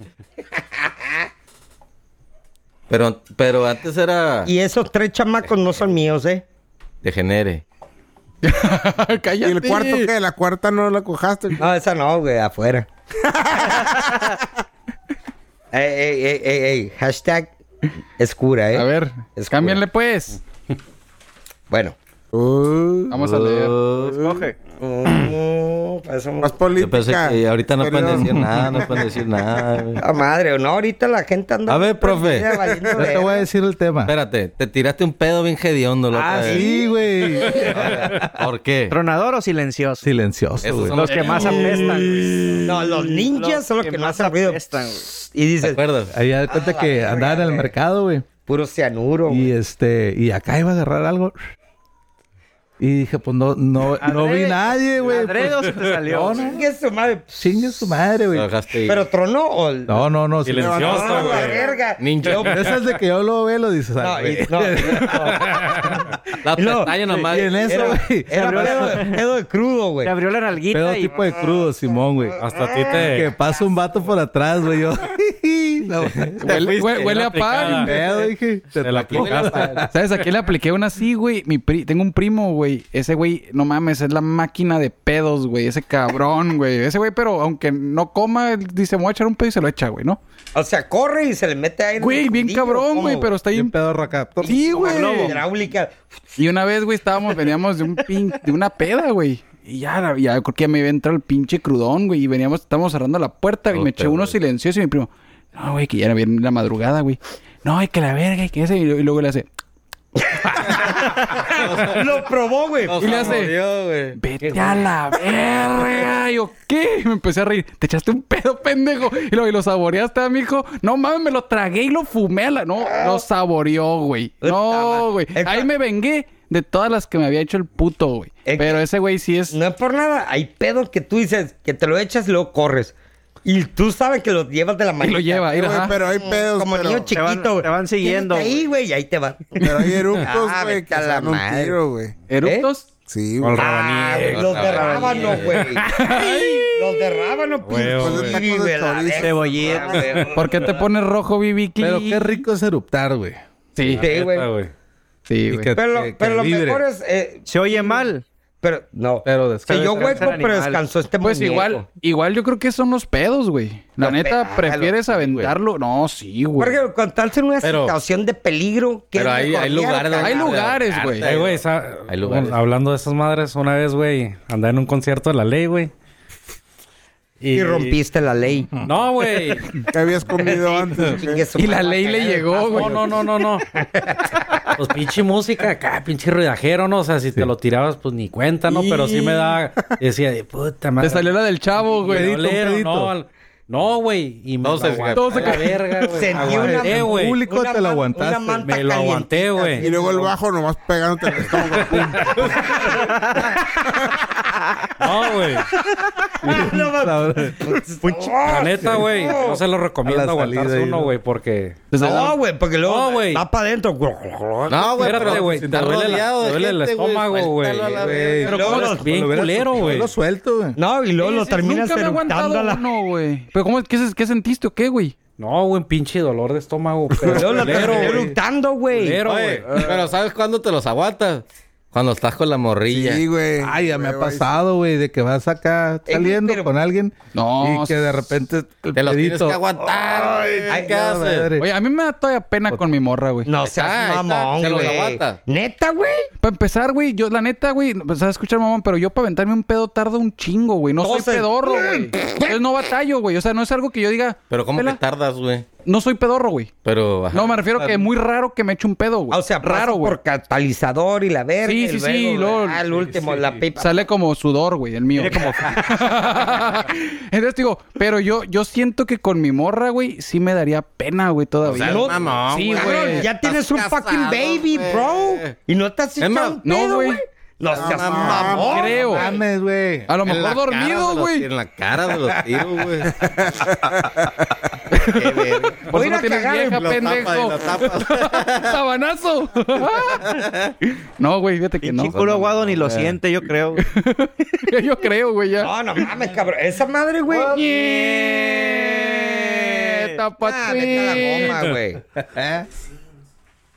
Speaker 6: Pero, pero antes era
Speaker 2: Y esos tres chamacos no son míos, ¿eh?
Speaker 6: degenere.
Speaker 3: ¿Y
Speaker 1: Cállate.
Speaker 3: el cuarto qué? La cuarta no la cojaste.
Speaker 2: No, esa no, güey, afuera. ey, ey, ey, ey, ey, hashtag escura, ¿eh?
Speaker 1: A ver,
Speaker 2: Es
Speaker 1: cámbienle pues.
Speaker 2: Bueno.
Speaker 3: Uh,
Speaker 1: Vamos a leer.
Speaker 7: Escoge.
Speaker 2: Mm, pues,
Speaker 3: más
Speaker 2: un-
Speaker 6: Yo pensé
Speaker 3: política.
Speaker 6: que eh, ahorita no pueden
Speaker 3: Pero-
Speaker 6: decir nada, no pueden decir nada. güey.
Speaker 2: Ah, madre, no, ahorita la gente anda.
Speaker 6: A ver, profe.
Speaker 2: Ya valiendo
Speaker 5: No te
Speaker 2: verga.
Speaker 5: voy a decir el tema.
Speaker 6: Espérate, te tiraste un pedo bien hediondo la
Speaker 5: Ah,
Speaker 6: otra vez.
Speaker 5: sí, güey.
Speaker 6: ¿Por qué?
Speaker 7: ¿Tronador o silencioso?
Speaker 5: Silencioso,
Speaker 6: Esos
Speaker 5: güey.
Speaker 6: son
Speaker 7: Los que más apestan. güey.
Speaker 2: No, los ninjas son los que, más han ruido.
Speaker 7: apestan, güey.
Speaker 2: Y
Speaker 6: ¿Te
Speaker 2: dices,
Speaker 6: acuerdas?
Speaker 5: Ahí da cuenta
Speaker 2: Ah, la
Speaker 5: que
Speaker 2: verga,
Speaker 5: andaba en el
Speaker 2: güey.
Speaker 5: mercado, güey.
Speaker 2: puro cianuro.
Speaker 5: Y
Speaker 2: güey.
Speaker 5: este, y acá iba a agarrar algo. Y dije, pues no, no, no vi
Speaker 7: Adrede-
Speaker 5: nadie, güey.
Speaker 7: adrede o
Speaker 3: pues.
Speaker 7: se te salió.
Speaker 5: No, no.
Speaker 2: Chingue su madre.
Speaker 5: Chingue su madre,
Speaker 6: Lo
Speaker 5: güey.
Speaker 6: dejaste ir.
Speaker 2: Pero tronó o. el-
Speaker 5: No, no, no. sí.
Speaker 2: Ah, la
Speaker 3: Silencioso,
Speaker 2: verga.
Speaker 6: Ninja.
Speaker 5: Esas de que yo lo veo, lo dices. ah,
Speaker 2: No,
Speaker 5: güey.
Speaker 2: y- no,
Speaker 6: La
Speaker 2: No,
Speaker 6: pestaña nomás.
Speaker 5: Y en eso,
Speaker 2: Era,
Speaker 5: güey.
Speaker 2: era pedo, de- pedo de crudo, güey.
Speaker 7: Te abrió la nalguita
Speaker 5: Pedo
Speaker 7: y...
Speaker 5: tipo de crudo, Simón, güey.
Speaker 8: Hasta a ti te...
Speaker 5: Que pasa un vato por atrás, güey. Yo. no, güey.
Speaker 1: Huele,
Speaker 8: fuiste,
Speaker 1: hue- huele
Speaker 8: la
Speaker 1: a pan.
Speaker 8: aplicada.
Speaker 5: Pedo, dije. Te
Speaker 8: Te la
Speaker 5: tocó.
Speaker 8: aplicaste.
Speaker 1: ¿Sabes a quién le apliqué una así, güey? Mi pri- tengo un primo, güey. Ese güey, no mames, es la máquina de pedos, güey. Ese cabrón, güey. Ese güey, pero aunque no coma, él dice, me voy a echar un pedo y se lo echa, güey, ¿no?
Speaker 2: O sea, corre y se le mete aire. en el
Speaker 1: Güey, bien
Speaker 2: fundillo,
Speaker 1: cabrón,
Speaker 2: ¿cómo,
Speaker 1: güey, pero está
Speaker 5: Bien
Speaker 1: bien.
Speaker 5: pedorro acá.
Speaker 1: Sí, güey.
Speaker 2: Hidráulica.
Speaker 1: Y una vez, güey, estábamos, veníamos de un pin, de una peda, güey. Y ya, la- ya creo que ya me había entrado el pinche crudón, güey. Y veníamos, estábamos cerrando la puerta, güey. y me
Speaker 6: Puta,
Speaker 1: eché uno
Speaker 6: güey.
Speaker 1: silencioso y mi primo, no, güey, que ya era bien la madrugada, güey. No, y que la verga, y que ese. Y, lo- y luego le hace,
Speaker 2: Lo probó, güey.
Speaker 1: y le hace,
Speaker 6: Murió, güey.
Speaker 1: Vete a la verga. Yo, ¿qué? Y Me empecé a reír. Te echaste un pedo, pendejo. Y lo, y lo saboreaste, amigo. No mames, me lo tragué y lo fumé a la. No, lo saboreó, güey. No, güey. Ahí me vengué de todas las que me había hecho el puto, güey.
Speaker 2: Es que-
Speaker 1: Pero ese güey sí es.
Speaker 2: No es por nada. Hay pedos que tú dices que te lo echas y luego corres. Y tú sabes que lo llevas de la
Speaker 1: Y
Speaker 2: mano.
Speaker 1: lo lleva,
Speaker 3: Sí,
Speaker 1: mira,
Speaker 3: güey,
Speaker 1: ajá.
Speaker 3: pero hay pedos.
Speaker 2: Como
Speaker 3: pero,
Speaker 2: niño
Speaker 7: Te van-
Speaker 2: chiquito, güey.
Speaker 7: te van siguiendo,
Speaker 2: Siéntate Ahí, güey, y ahí te va.
Speaker 3: pero hay eructos,
Speaker 2: Ah,
Speaker 3: güey,
Speaker 2: vete
Speaker 3: que
Speaker 2: a
Speaker 3: se
Speaker 2: la
Speaker 3: dan un
Speaker 2: madre.
Speaker 3: tiro, güey.
Speaker 1: ¿Eructos?
Speaker 3: Sí, güey.
Speaker 8: Con el
Speaker 2: Ah,
Speaker 8: rabaní.
Speaker 2: güey, los de rábano, güey. Los de rábano,
Speaker 8: Huevo,
Speaker 3: Después
Speaker 2: pinche.
Speaker 3: de tacos de
Speaker 2: Sí, güey, la
Speaker 3: chorizo.
Speaker 2: verga, güey.
Speaker 1: ¿Por qué te pones rojo, Bibi?
Speaker 5: Pero qué rico es eruptar, güey.
Speaker 1: Sí,
Speaker 2: Sí, güey.
Speaker 8: Neta, güey.
Speaker 1: sí,
Speaker 5: Y
Speaker 1: güey.
Speaker 5: que-
Speaker 2: Pero, lo-
Speaker 5: que- que
Speaker 2: pero lo
Speaker 5: libre.
Speaker 2: mejor es. eh,
Speaker 7: Se oye mal.
Speaker 2: pero no.
Speaker 5: Pero
Speaker 2: Se
Speaker 5: descansa.
Speaker 2: yo hueco,
Speaker 7: animal.
Speaker 2: pero descansó este
Speaker 1: Pues
Speaker 2: muñeco.
Speaker 1: igual, igual yo creo que son los pedos, güey. La
Speaker 2: Los
Speaker 1: neta,
Speaker 2: pedos,
Speaker 1: prefieres
Speaker 2: sí, güey.
Speaker 1: aventarlo. No, sí, güey.
Speaker 2: Por ejemplo, cuando estás en una
Speaker 6: Pero-
Speaker 2: situación de peligro, ¿qué
Speaker 6: Pero
Speaker 2: es
Speaker 6: hay,
Speaker 2: mejor?
Speaker 6: hay lugares donde...
Speaker 1: Hay lugares, güey.
Speaker 8: Eh, güey, esa-
Speaker 6: Hay lugares.
Speaker 8: hablando de esas madres, una vez, güey, andaba en un concierto de la ley, güey.
Speaker 2: Y rompiste la ley. pues,
Speaker 8: No, güey.
Speaker 3: ¿Qué habías comido antes?
Speaker 2: Chingue su
Speaker 1: Y la
Speaker 2: madre,
Speaker 1: ley le
Speaker 2: cagar el
Speaker 1: llegó,
Speaker 2: paso.
Speaker 1: güey.
Speaker 8: No, no, no, no, no. Pues pinche música acá, pinche ruidajero, ¿no? O sea, si te lo tirabas, pues ni cuenta, ¿no? Pero sí me da... Decía, de puta madre.
Speaker 1: Te salió la del chavo, güey.
Speaker 8: pedito, No, al- no, güey. Y me
Speaker 6: Todos
Speaker 8: lo
Speaker 6: se-
Speaker 8: aguanté
Speaker 1: todos se-
Speaker 8: a la verga, güey.
Speaker 2: Sentí una-
Speaker 8: Aguanté, güey.
Speaker 5: Público
Speaker 2: Una
Speaker 5: te lo
Speaker 2: man-
Speaker 5: aguantaste.
Speaker 2: una manta
Speaker 8: Me lo aguanté,
Speaker 3: Y
Speaker 8: güey.
Speaker 3: luego el bajo nomás pegándote en el estómago. pum.
Speaker 8: No, güey. La neta, güey. No se lo
Speaker 5: A
Speaker 8: recomiendo
Speaker 5: la
Speaker 8: aguantarse
Speaker 5: salida ahí,
Speaker 8: uno,
Speaker 5: ¿no?
Speaker 8: güey, porque...
Speaker 1: Te salió-
Speaker 2: No, güey, porque luego
Speaker 8: No, güey.
Speaker 2: va para adentro.
Speaker 6: No, güey,
Speaker 8: Espérate,
Speaker 6: pero
Speaker 8: güey,
Speaker 6: si
Speaker 8: te
Speaker 6: estás
Speaker 8: duele la-
Speaker 6: rodeado de
Speaker 8: te duele el
Speaker 6: gente,
Speaker 8: estómago, güey.
Speaker 6: suéltalo a la
Speaker 5: Güey.
Speaker 6: verga.
Speaker 2: Pero ¿cómo los-
Speaker 8: Bien
Speaker 5: Lo hubieras-
Speaker 8: culero, güey.
Speaker 5: Yo lo suelto, güey.
Speaker 2: No, y luego lo
Speaker 1: Sí,
Speaker 2: terminas
Speaker 1: Nunca me he
Speaker 2: eructando
Speaker 1: aguantado
Speaker 2: a la...
Speaker 1: uno, güey. Pero cómo, ¿qué, se- qué sentiste o qué, güey?
Speaker 8: No, güey, pinche dolor de estómago.
Speaker 2: Y
Speaker 8: Pero
Speaker 2: luego lo
Speaker 8: culero,
Speaker 2: terminas
Speaker 8: güey.
Speaker 2: eructando, güey.
Speaker 8: Culero,
Speaker 6: Oye,
Speaker 8: güey.
Speaker 6: pero ¿sabes cuándo te los aguantas? Cuando estás con la morrilla.
Speaker 3: Sí, güey.
Speaker 5: Ay, ya me ha
Speaker 3: Güey, güey.
Speaker 5: pasado, güey, de que vas acá
Speaker 2: Ey,
Speaker 5: saliendo
Speaker 2: pero-
Speaker 5: con alguien
Speaker 1: No,
Speaker 5: y que de repente el
Speaker 6: te los tienes
Speaker 5: pedito-
Speaker 6: que aguantar.
Speaker 5: Ay,
Speaker 6: Ay, ¿Qué
Speaker 5: no,
Speaker 6: haces?
Speaker 5: madre.
Speaker 1: Oye, a mí me da todavía pena con mi morra, güey.
Speaker 2: No
Speaker 6: Ahí está,
Speaker 2: seas
Speaker 6: ahí está,
Speaker 2: mamón,
Speaker 6: se los
Speaker 2: güey.
Speaker 6: aguanta.
Speaker 2: ¿Neta, güey?
Speaker 1: Para empezar, güey, yo, la neta, güey, pues, vas a escuchar, mamón, pero yo para aventarme un pedo tardo un chingo, güey. No soy
Speaker 2: Entonces-
Speaker 1: pedorro, güey. Entonces no batallo, güey. O sea, no es algo que yo diga.
Speaker 6: Pero ¿cómo
Speaker 1: "Vela".
Speaker 6: te tardas, güey?
Speaker 1: No soy pedorro, güey.
Speaker 6: Pero. ajá.
Speaker 1: No, me refiero que es muy raro que me eche un pedo, güey.
Speaker 2: Ah, o sea, raro,
Speaker 1: raro, güey.
Speaker 2: Por catalizador y la verga.
Speaker 1: Sí,
Speaker 2: y
Speaker 1: sí, sí,
Speaker 2: luego,
Speaker 1: luego-
Speaker 2: ah, el último, la pipa.
Speaker 1: Sale como sudor, güey, el mío. Entonces digo, pero yo, yo siento que con mi morra, güey, sí me daría pena, güey, todavía.
Speaker 6: O sea,
Speaker 1: No,
Speaker 6: mamón,
Speaker 1: sí,
Speaker 6: güey.
Speaker 1: güey.
Speaker 2: Cabrón, ya
Speaker 6: Estás
Speaker 2: tienes un
Speaker 6: casado,
Speaker 2: fucking baby,
Speaker 6: güey.
Speaker 2: bro. Y no te has hecho
Speaker 6: más,
Speaker 2: un
Speaker 1: no,
Speaker 2: pedo,
Speaker 1: güey.
Speaker 2: güey. No seas mamón.
Speaker 1: creo.
Speaker 5: Mames, güey.
Speaker 1: A lo
Speaker 6: En
Speaker 1: mejor
Speaker 6: la cara de
Speaker 1: dormido,
Speaker 6: los-
Speaker 1: güey.
Speaker 6: En la cara de los tiros, güey. Qué verga.
Speaker 1: Por eso
Speaker 2: Voy a ir
Speaker 1: no
Speaker 2: a
Speaker 1: tienes
Speaker 2: cagar en
Speaker 1: vieja,
Speaker 6: Lo tapa y
Speaker 1: pendejo.
Speaker 6: lo tapa.
Speaker 1: Sabanazo. no, güey, fíjate que no.
Speaker 7: Pinche culo aguado ni lo siente, yo creo.
Speaker 1: Yo creo, güey, ya.
Speaker 2: No, no mames, cabrón. Esa madre, güey.
Speaker 1: Yeah,
Speaker 2: Ah, vete a la
Speaker 1: tapatín.
Speaker 2: goma, güey. ¿Eh?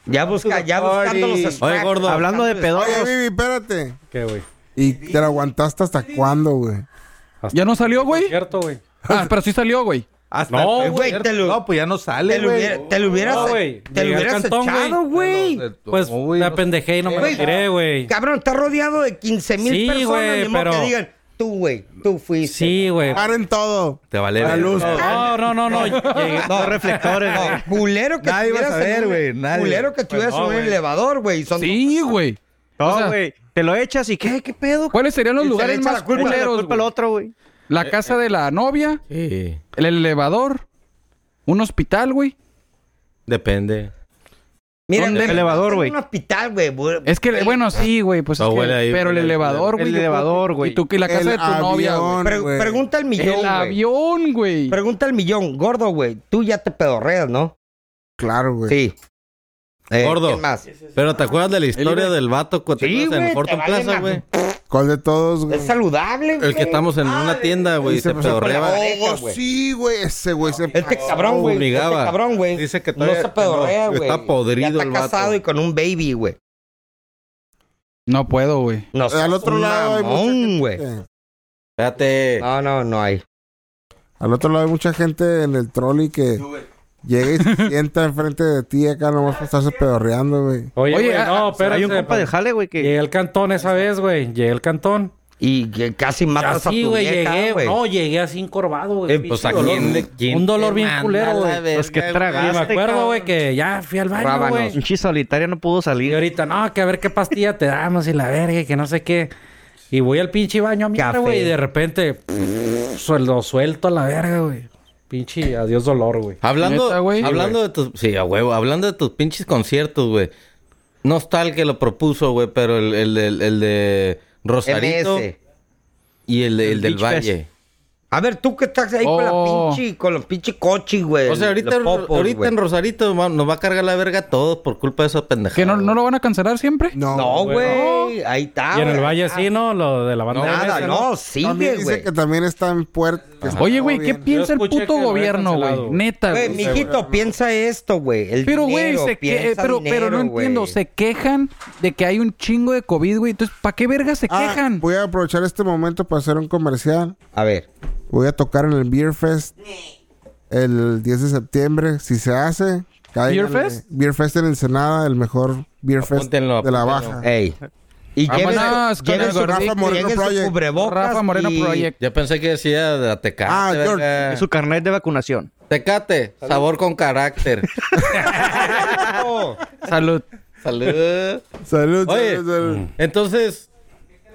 Speaker 2: Ya busca, ya buscando los
Speaker 6: Oye,
Speaker 2: snacks,
Speaker 6: gordo.
Speaker 7: Hablando de
Speaker 2: buscando
Speaker 3: Oye,
Speaker 7: pedorros,
Speaker 3: Vivi, espérate.
Speaker 8: ¿Qué, güey?
Speaker 3: ¿Y te la aguantaste hasta cuándo, güey?
Speaker 1: ¿Ya no salió,
Speaker 2: Pues,
Speaker 1: güey?
Speaker 8: Cierto, güey.
Speaker 1: Ah, pero sí salió, güey.
Speaker 5: Hasta
Speaker 8: No,
Speaker 5: el-
Speaker 2: güey, te lo-
Speaker 5: No, pues ya no
Speaker 2: Te
Speaker 5: sale,
Speaker 2: lo,
Speaker 5: güey.
Speaker 2: hubiera- te lo hubieras,
Speaker 8: No, güey.
Speaker 2: te lo
Speaker 8: Llegué al
Speaker 2: hubieras
Speaker 8: cantón,
Speaker 2: echado, güey.
Speaker 8: Pues
Speaker 5: No, güey,
Speaker 8: la
Speaker 5: no-
Speaker 8: pendejé y no me
Speaker 2: Güey.
Speaker 8: la tiré, güey.
Speaker 2: Cabrón, está rodeado de 15 mil
Speaker 8: Sí,
Speaker 2: personas.
Speaker 8: güey,
Speaker 2: ni modo
Speaker 8: pero-
Speaker 2: que digan, tú, güey, tú fuiste.
Speaker 8: Sí, güey.
Speaker 3: Paren todo.
Speaker 6: Te vale
Speaker 3: La
Speaker 6: ver.
Speaker 3: luz.
Speaker 8: No, no, no, no. Llegué-
Speaker 2: No, reflectores, no. Culero que
Speaker 5: Nadie va a
Speaker 2: estuvieras
Speaker 5: saber,
Speaker 2: en un-
Speaker 5: güey, nadie.
Speaker 2: Culero que estuvieras
Speaker 8: no,
Speaker 2: en un
Speaker 8: güey.
Speaker 2: elevador, güey. Son
Speaker 1: Sí, güey.
Speaker 7: no,
Speaker 1: o sea-
Speaker 7: güey. Te lo echas y ¿qué? ¿Qué pedo?
Speaker 1: ¿Cuáles serían los
Speaker 2: Y se le
Speaker 1: lugares
Speaker 2: echa
Speaker 1: más
Speaker 2: la culpa-
Speaker 7: Échale la
Speaker 1: culeros,
Speaker 7: culpa al
Speaker 1: güey?
Speaker 7: otro, güey.
Speaker 1: La casa de la novia,
Speaker 6: Sí.
Speaker 1: el elevador, un hospital, güey.
Speaker 6: Depende.
Speaker 2: Mira,
Speaker 1: ¿Dónde?
Speaker 2: güey,
Speaker 7: Elevador,
Speaker 2: en
Speaker 7: güey.
Speaker 2: Un hospital, güey. bu-
Speaker 1: Es que, bueno, sí, güey, pues
Speaker 6: No
Speaker 1: es que-
Speaker 6: huele ahí,
Speaker 1: pero el
Speaker 6: huele al
Speaker 1: elevador,
Speaker 7: El
Speaker 1: güey. yo creo
Speaker 7: elevador,
Speaker 1: que-
Speaker 7: güey.
Speaker 1: Y tú que la casa
Speaker 3: El
Speaker 1: de tu novia, güey.
Speaker 2: Pre-
Speaker 3: güey.
Speaker 2: pregunta al millón,
Speaker 1: El
Speaker 2: güey.
Speaker 1: avión, güey.
Speaker 2: Pregunta al millón. Gordo, güey, tú ya te pedorreas, ¿no?
Speaker 3: Claro, güey.
Speaker 2: Sí. Eh,
Speaker 6: Gordo.
Speaker 2: ¿quién más?
Speaker 6: Pero ¿te acuerdas de la historia
Speaker 1: El-
Speaker 6: del vato que
Speaker 2: Sí,
Speaker 6: en
Speaker 2: güey, te
Speaker 6: Horton
Speaker 2: vale
Speaker 6: Plaza,
Speaker 2: la-
Speaker 6: güey?
Speaker 3: ¿Cuál de todos, güey?
Speaker 2: Es saludable, güey.
Speaker 6: El que estamos en una tienda, güey, y se
Speaker 3: pasó con la
Speaker 6: pedorreaba.
Speaker 2: oreja,
Speaker 3: Oh,
Speaker 2: güey.
Speaker 3: sí, güey. Ese, güey. se-
Speaker 2: Este
Speaker 6: Ah,
Speaker 2: cabrón, güey. Este
Speaker 6: Fumigaba.
Speaker 2: cabrón, güey.
Speaker 5: Dice que
Speaker 2: no
Speaker 5: todavía-
Speaker 2: se pedorrea,
Speaker 6: no,
Speaker 2: güey.
Speaker 6: está podrido
Speaker 2: Ya está
Speaker 6: el vato.
Speaker 2: casado y con un baby, güey.
Speaker 1: No puedo, güey.
Speaker 2: No seas
Speaker 3: Al otro
Speaker 2: un
Speaker 3: lado hay mucha
Speaker 2: mamón, güey.
Speaker 3: gente.
Speaker 6: Espérate.
Speaker 2: No, no, no hay.
Speaker 3: Al otro lado hay mucha gente en el trolley que llega y se sienta enfrente de ti acá nomás para estarse pedorreando, güey.
Speaker 1: Oye,
Speaker 8: Oye, güey,
Speaker 1: ah,
Speaker 8: no, pero
Speaker 7: Hay un compa de jale, güey, que...
Speaker 8: Llegué al cantón esa vez, güey. Llegué al cantón.
Speaker 2: Y que casi matas
Speaker 8: Así,
Speaker 2: a tu
Speaker 8: güey,
Speaker 2: vieja,
Speaker 8: llegué.
Speaker 2: güey.
Speaker 8: No, llegué así encorvado, güey.
Speaker 2: Eh,
Speaker 6: Pues
Speaker 8: Pinche
Speaker 6: a
Speaker 8: dolor.
Speaker 6: quién, le- quién
Speaker 8: Un dolor
Speaker 6: te
Speaker 8: bien
Speaker 6: manda
Speaker 8: culero,
Speaker 6: la
Speaker 8: güey.
Speaker 6: verga,
Speaker 7: Pues que
Speaker 6: güey?
Speaker 8: Y me
Speaker 7: tragaste,
Speaker 8: acuerdo, güey,
Speaker 7: cabrón.
Speaker 8: que ya fui al baño,
Speaker 2: Rábanos.
Speaker 8: güey.
Speaker 7: Pinche solitaria no pudo
Speaker 8: Y
Speaker 7: salir.
Speaker 8: ahorita, no, que a ver qué pastilla te damos y la verga y que no sé qué. Y voy al pinche baño a mirar,
Speaker 2: Café.
Speaker 8: güey. Y de repente, pff, sueldo suelto a la verga, güey. Pinche adiós dolor, güey.
Speaker 6: Hablando,
Speaker 1: Neta, güey.
Speaker 6: hablando de tus... Sí, a huevo. Hablando de tus pinches conciertos, güey. No está el que lo propuso, güey, pero el, el, el- el de Rosarito
Speaker 2: MS.
Speaker 6: y el, de- el del
Speaker 7: Beach Fest.
Speaker 6: Valle.
Speaker 2: A ver, tú que estás ahí con
Speaker 1: Oh.
Speaker 2: la pinche, con los pinches coches, güey.
Speaker 6: O sea, ahorita,
Speaker 2: los popos,
Speaker 6: ahorita
Speaker 2: güey.
Speaker 6: en Rosarito va- nos va a cargar la verga a todos por culpa de esos pendejos.
Speaker 1: ¿Que no, no lo van a cancelar siempre?
Speaker 3: No,
Speaker 2: No,
Speaker 3: güey.
Speaker 2: güey. Ahí está.
Speaker 8: y en el
Speaker 2: Ah, güey.
Speaker 8: valle sí, ¿no? Lo de la banda de
Speaker 2: Nada,
Speaker 8: MS,
Speaker 2: no,
Speaker 3: También
Speaker 2: sigue,
Speaker 3: dice
Speaker 2: güey.
Speaker 3: que también está en puerta. que está
Speaker 1: Oye, güey,
Speaker 3: todo
Speaker 1: ¿qué
Speaker 3: bien.
Speaker 1: piensa el
Speaker 8: escuché
Speaker 1: puto
Speaker 8: que lo habían
Speaker 1: gobierno, güey?
Speaker 8: cancelado.
Speaker 1: Neta,
Speaker 2: Güey,
Speaker 1: güey.
Speaker 2: mijito, piensa esto, güey. El
Speaker 1: Pero, güey,
Speaker 2: dinero,
Speaker 1: se que-
Speaker 2: piensa
Speaker 1: pero, pero no
Speaker 2: dinero,
Speaker 1: entiendo.
Speaker 2: güey.
Speaker 1: Se quejan de que hay un chingo de COVID, güey. Entonces, ¿para qué verga se
Speaker 3: Ah,
Speaker 1: quejan?
Speaker 3: voy a aprovechar este momento para hacer un comercial.
Speaker 2: A ver.
Speaker 3: Voy a tocar en el Beer Fest el 10 de septiembre. Si se hace, cáiganle.
Speaker 1: ¿Beer Fest?
Speaker 3: Beer Fest en Ensenada, el mejor Beer Fest
Speaker 6: Apúntenlo,
Speaker 3: de la
Speaker 6: apúntenlo. Eh,
Speaker 3: baja.
Speaker 2: Ey. Y
Speaker 1: Vámonos
Speaker 2: lleven,
Speaker 1: con
Speaker 2: lleven
Speaker 1: el
Speaker 2: su,
Speaker 1: Rafa
Speaker 2: lleven
Speaker 3: Moreno
Speaker 2: su
Speaker 3: Project.
Speaker 2: cubrebocas
Speaker 1: Rafa Moreno
Speaker 2: y-
Speaker 1: Project.
Speaker 6: Yo pensé que decía de la Tecate.
Speaker 3: Ah, George.
Speaker 6: verga.
Speaker 7: Su carnet de vacunación.
Speaker 6: Tecate, sabor con carácter.
Speaker 1: Salud.
Speaker 6: Salud.
Speaker 3: Salud,
Speaker 6: Oye.
Speaker 3: salud,
Speaker 6: Mm.
Speaker 3: salud.
Speaker 6: Entonces,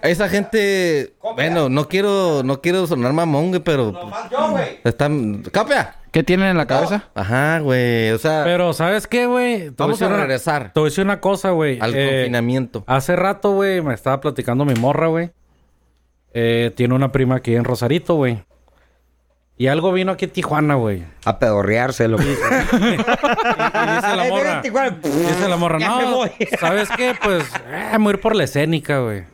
Speaker 6: esa gente, bueno, no quiero, no quiero sonar mamón, güey, pero están, capea.
Speaker 1: ¿Qué tienen en la cabeza?
Speaker 6: Ajá, güey, o sea,
Speaker 8: Pero, ¿sabes qué, güey? Te voy
Speaker 6: vamos
Speaker 8: decir
Speaker 6: a
Speaker 8: una-
Speaker 6: regresar
Speaker 8: Te voy a decir una cosa, güey.
Speaker 6: al
Speaker 8: Eh,
Speaker 6: confinamiento.
Speaker 8: Hace rato, güey, me estaba platicando mi morra, güey. Eh, tiene una prima aquí en Rosarito, güey. Y algo vino aquí a Tijuana, güey.
Speaker 2: A pedorreárselo.
Speaker 8: Y dice la morra. Dice la morra,
Speaker 2: Ya me
Speaker 8: no,
Speaker 2: voy".
Speaker 8: ¿sabes qué? Pues, eh, me voy a ir por la escénica, güey.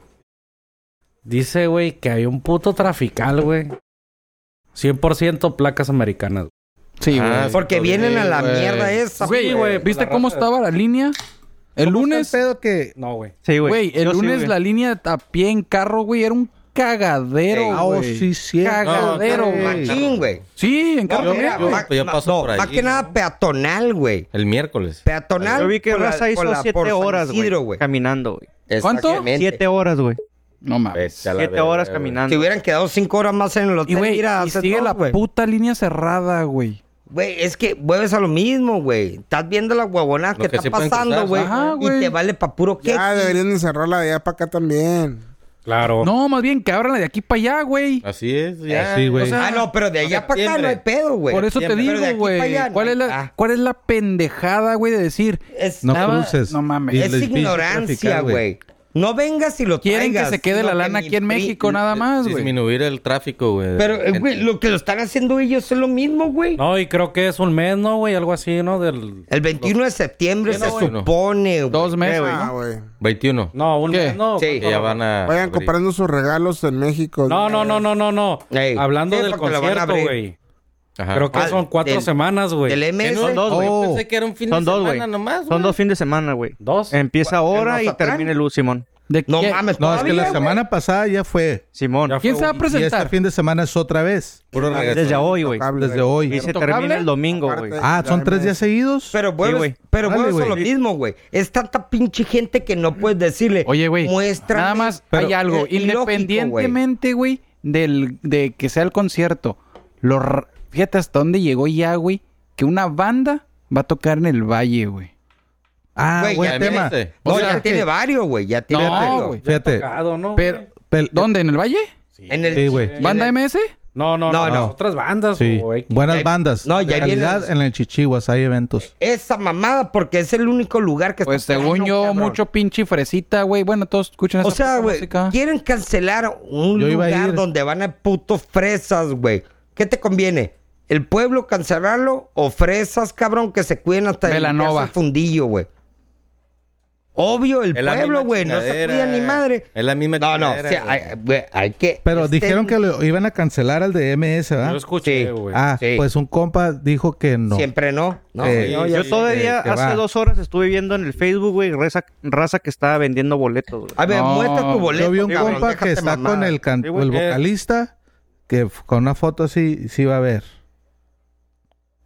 Speaker 8: Dice, güey, que hay un puto trafical, güey. 100% placas americanas.
Speaker 1: Sí, güey.
Speaker 6: Ah,
Speaker 2: Porque vienen a la
Speaker 6: güey.
Speaker 2: mierda esa.
Speaker 1: Güey,
Speaker 8: güey,
Speaker 1: ¿viste
Speaker 8: la
Speaker 1: cómo
Speaker 8: raza-
Speaker 1: estaba la línea? El lunes,
Speaker 5: pedo que...
Speaker 8: No, güey.
Speaker 7: Sí, güey.
Speaker 1: güey, el
Speaker 7: Yo sí,
Speaker 1: lunes
Speaker 7: güey.
Speaker 1: la línea a pie en carro, güey, era un cagadero,
Speaker 5: Ah, oh,
Speaker 1: güey.
Speaker 5: sí, cierto.
Speaker 1: Cagadero,
Speaker 6: No,
Speaker 1: güey.
Speaker 2: Machín, güey.
Speaker 1: Sí, en carro.
Speaker 2: No,
Speaker 1: también,
Speaker 2: mira,
Speaker 1: güey.
Speaker 2: ma-
Speaker 6: Yo
Speaker 2: ma-
Speaker 6: paso
Speaker 2: no,
Speaker 6: por
Speaker 2: Más
Speaker 6: ahí.
Speaker 2: que nada peatonal, güey.
Speaker 6: El miércoles.
Speaker 2: Peatonal.
Speaker 7: Yo vi que
Speaker 2: por la-
Speaker 7: Raza hizo
Speaker 2: por la- por
Speaker 7: siete
Speaker 2: San
Speaker 7: horas,
Speaker 2: Isidro,
Speaker 7: güey. Caminando, güey.
Speaker 1: ¿Cuánto?
Speaker 2: Exactamente.
Speaker 7: Siete horas, güey.
Speaker 1: No mames.
Speaker 6: Vete a la
Speaker 7: Siete
Speaker 6: verga,
Speaker 7: horas
Speaker 6: güey.
Speaker 7: caminando.
Speaker 2: Si hubieran quedado cinco horas más en el
Speaker 1: Y
Speaker 2: hotel,
Speaker 1: güey,
Speaker 2: mira,
Speaker 1: y
Speaker 2: hace
Speaker 1: sigue
Speaker 2: todo,
Speaker 1: la
Speaker 2: güey.
Speaker 1: puta línea cerrada, güey.
Speaker 2: Güey, es que vuelves a lo mismo, güey. Estás viendo las guabonas
Speaker 6: Lo
Speaker 2: que,
Speaker 6: que
Speaker 2: está
Speaker 6: sí pueden
Speaker 2: pasando,
Speaker 6: cruzar,
Speaker 2: güey.
Speaker 1: ajá,
Speaker 2: Y
Speaker 1: güey.
Speaker 2: te vale pa' puro que.
Speaker 3: Ya deberían encerrarla de allá para acá también.
Speaker 8: Claro.
Speaker 1: No, más bien que abran la de aquí para allá, güey.
Speaker 6: Así es, ya.
Speaker 5: Así, güey.
Speaker 2: Ah, no, pero de allá para acá no hay
Speaker 6: Septiembre.
Speaker 2: pedo, güey.
Speaker 1: Por eso te
Speaker 6: siempre.
Speaker 2: Pero de
Speaker 1: digo,
Speaker 2: aquí para
Speaker 1: güey.
Speaker 2: allá no
Speaker 1: ¿Cuál,
Speaker 2: hay-
Speaker 1: es la-
Speaker 2: Ah.
Speaker 1: ¿Cuál es la pendejada, güey, de decir?
Speaker 2: Es,
Speaker 5: No
Speaker 1: Estaba-
Speaker 5: cruces.
Speaker 1: no mames.
Speaker 5: Y
Speaker 2: es
Speaker 5: les pinches
Speaker 2: ignorancia,
Speaker 5: traficar,
Speaker 2: güey. No vengas y lo
Speaker 1: Quieren que
Speaker 2: traigas,
Speaker 1: se quede la
Speaker 2: sino que
Speaker 1: lana
Speaker 2: ni
Speaker 1: aquí en
Speaker 2: pri-
Speaker 1: México nada más, güey.
Speaker 6: Disminuir el tráfico, güey.
Speaker 2: Pero, eh, güey,
Speaker 6: Gente.
Speaker 2: lo que lo están haciendo ellos es lo mismo, güey.
Speaker 8: No, y creo que es un mes, ¿no, güey? Algo así, ¿no? Del...
Speaker 2: El 21 de septiembre
Speaker 6: Sí,
Speaker 2: se
Speaker 6: no, güey, no.
Speaker 2: supone, güey.
Speaker 1: Dos meses.
Speaker 3: Ah, güey.
Speaker 6: 21.
Speaker 8: No, un
Speaker 1: ¿Qué?
Speaker 8: mes, no.
Speaker 2: Sí.
Speaker 6: Que ya van a.
Speaker 3: Vayan
Speaker 6: abrir.
Speaker 3: comprando sus regalos en México.
Speaker 8: No, no, no, no, no, no.
Speaker 2: Ey.
Speaker 8: Hablando
Speaker 2: Sí,
Speaker 8: del
Speaker 2: porque la van a
Speaker 8: concierto,
Speaker 2: abrir.
Speaker 8: güey.
Speaker 6: Ajá.
Speaker 8: Creo que
Speaker 2: Ah,
Speaker 8: son cuatro
Speaker 2: del-
Speaker 8: semanas, güey.
Speaker 2: Del MS.
Speaker 6: Son dos, güey.
Speaker 5: Oh.
Speaker 6: Pensé que era un fin
Speaker 7: Son
Speaker 6: de
Speaker 7: dos, güey.
Speaker 6: semana nomás,
Speaker 7: Son
Speaker 6: güey.
Speaker 7: dos fines de semana, güey.
Speaker 8: ¿Dos?
Speaker 7: Empieza ahora y
Speaker 2: Mazatlán?
Speaker 7: termina el U, Simón.
Speaker 1: ¿De
Speaker 2: No
Speaker 1: quién-
Speaker 2: mames,
Speaker 5: No, es que
Speaker 2: todavía,
Speaker 5: la
Speaker 2: güey.
Speaker 5: semana pasada ya fue.
Speaker 7: Simón.
Speaker 8: Ya fue
Speaker 1: ¿Quién se va a
Speaker 8: un-
Speaker 5: Y este
Speaker 1: presentar?
Speaker 5: fin de semana es otra vez.
Speaker 2: Ah,
Speaker 6: Puro reggaetón.
Speaker 7: Desde hoy, güey.
Speaker 3: Cable,
Speaker 5: Desde
Speaker 3: güey.
Speaker 5: hoy.
Speaker 7: Y se
Speaker 1: ¿Intocable?
Speaker 7: termina el domingo, güey.
Speaker 3: Aparte-
Speaker 5: Ah, son
Speaker 3: Ya
Speaker 5: tres
Speaker 3: me-
Speaker 5: días seguidos.
Speaker 2: Pero vuelves,
Speaker 7: güey.
Speaker 2: pero
Speaker 5: Dale,
Speaker 2: vuelves a lo
Speaker 5: güey.
Speaker 2: mismo, güey. Es tanta pinche gente que no puedes decirle.
Speaker 1: Oye, güey.
Speaker 2: Muéstrame.
Speaker 1: Nada más hay
Speaker 2: Pero-
Speaker 1: algo.
Speaker 2: es ilógico, güey.
Speaker 1: Independientemente, güey, del de que sea el concierto. Los r- fíjate hasta dónde llegó ya, güey, que una banda va a tocar en el Valle, güey.
Speaker 5: Ah,
Speaker 2: Güey,
Speaker 5: buen
Speaker 2: ya
Speaker 5: tema.
Speaker 6: viniste.
Speaker 2: No,
Speaker 5: O sea
Speaker 2: ya
Speaker 5: que-
Speaker 2: tiene varios, güey. Ya tiene
Speaker 1: No,
Speaker 2: varios.
Speaker 1: güey.
Speaker 5: Fíjate.
Speaker 8: Tocado, ¿no,
Speaker 1: Pero,
Speaker 8: güey?
Speaker 5: pel-
Speaker 1: ¿Dónde? ¿En el Valle?
Speaker 2: eh, En el,
Speaker 5: Sí, güey.
Speaker 1: ¿Banda MS?
Speaker 8: No, no,
Speaker 2: No,
Speaker 8: no.
Speaker 2: no.
Speaker 8: Otras bandas,
Speaker 5: Sí.
Speaker 8: güey.
Speaker 5: Buenas
Speaker 2: Ya-
Speaker 5: bandas.
Speaker 2: no,
Speaker 5: No,
Speaker 2: ya
Speaker 5: ya calidad
Speaker 2: vienes-
Speaker 5: en el Chichiguas hay eventos.
Speaker 2: Esa mamada, porque es el único lugar que
Speaker 1: Pues
Speaker 2: está
Speaker 1: según
Speaker 2: plano,
Speaker 1: yo,
Speaker 2: cabrón.
Speaker 1: mucho pinche fresita, güey. Bueno, todos escuchan
Speaker 2: O
Speaker 1: esa
Speaker 2: sea,
Speaker 1: puta
Speaker 2: güey,
Speaker 1: música.
Speaker 2: quieren cancelar un
Speaker 5: Yo iba a
Speaker 2: lugar
Speaker 5: ir.
Speaker 2: donde van a putos fresas, güey. ¿Qué te conviene? ¿El pueblo cancelarlo o fresas, cabrón, que se cuiden hasta el
Speaker 1: Velanova.
Speaker 2: fundillo, güey? Obvio, el
Speaker 6: Es la
Speaker 2: pueblo,
Speaker 6: misma
Speaker 2: güey, no se
Speaker 6: chingadera.
Speaker 2: cuida ni madre.
Speaker 6: Es la misma
Speaker 2: No, no, o
Speaker 6: chingadera,
Speaker 2: sea,
Speaker 6: güey.
Speaker 2: hay, güey, hay que...
Speaker 5: Pero
Speaker 2: este-
Speaker 5: dijeron que lo iban a cancelar al de MS,
Speaker 8: Yo
Speaker 5: ¿verdad?
Speaker 8: escuché,
Speaker 2: Sí.
Speaker 8: güey.
Speaker 5: Ah,
Speaker 2: Sí.
Speaker 5: pues un compa dijo que no.
Speaker 2: Siempre no. No,
Speaker 5: Eh,
Speaker 2: no, ya-
Speaker 7: Yo todavía
Speaker 5: eh, que
Speaker 7: hace
Speaker 5: va.
Speaker 7: dos horas estuve viendo en el Facebook, güey, raza, raza que estaba vendiendo boletos, güey.
Speaker 2: A ver,
Speaker 1: No,
Speaker 2: muestra tu boleto,
Speaker 5: Yo vi un
Speaker 2: cabrón,
Speaker 5: compa que
Speaker 2: déjate
Speaker 5: está
Speaker 2: mamada.
Speaker 5: con el, can-
Speaker 7: Sí, güey.
Speaker 5: el vocalista que f- con una foto así sí va a ver.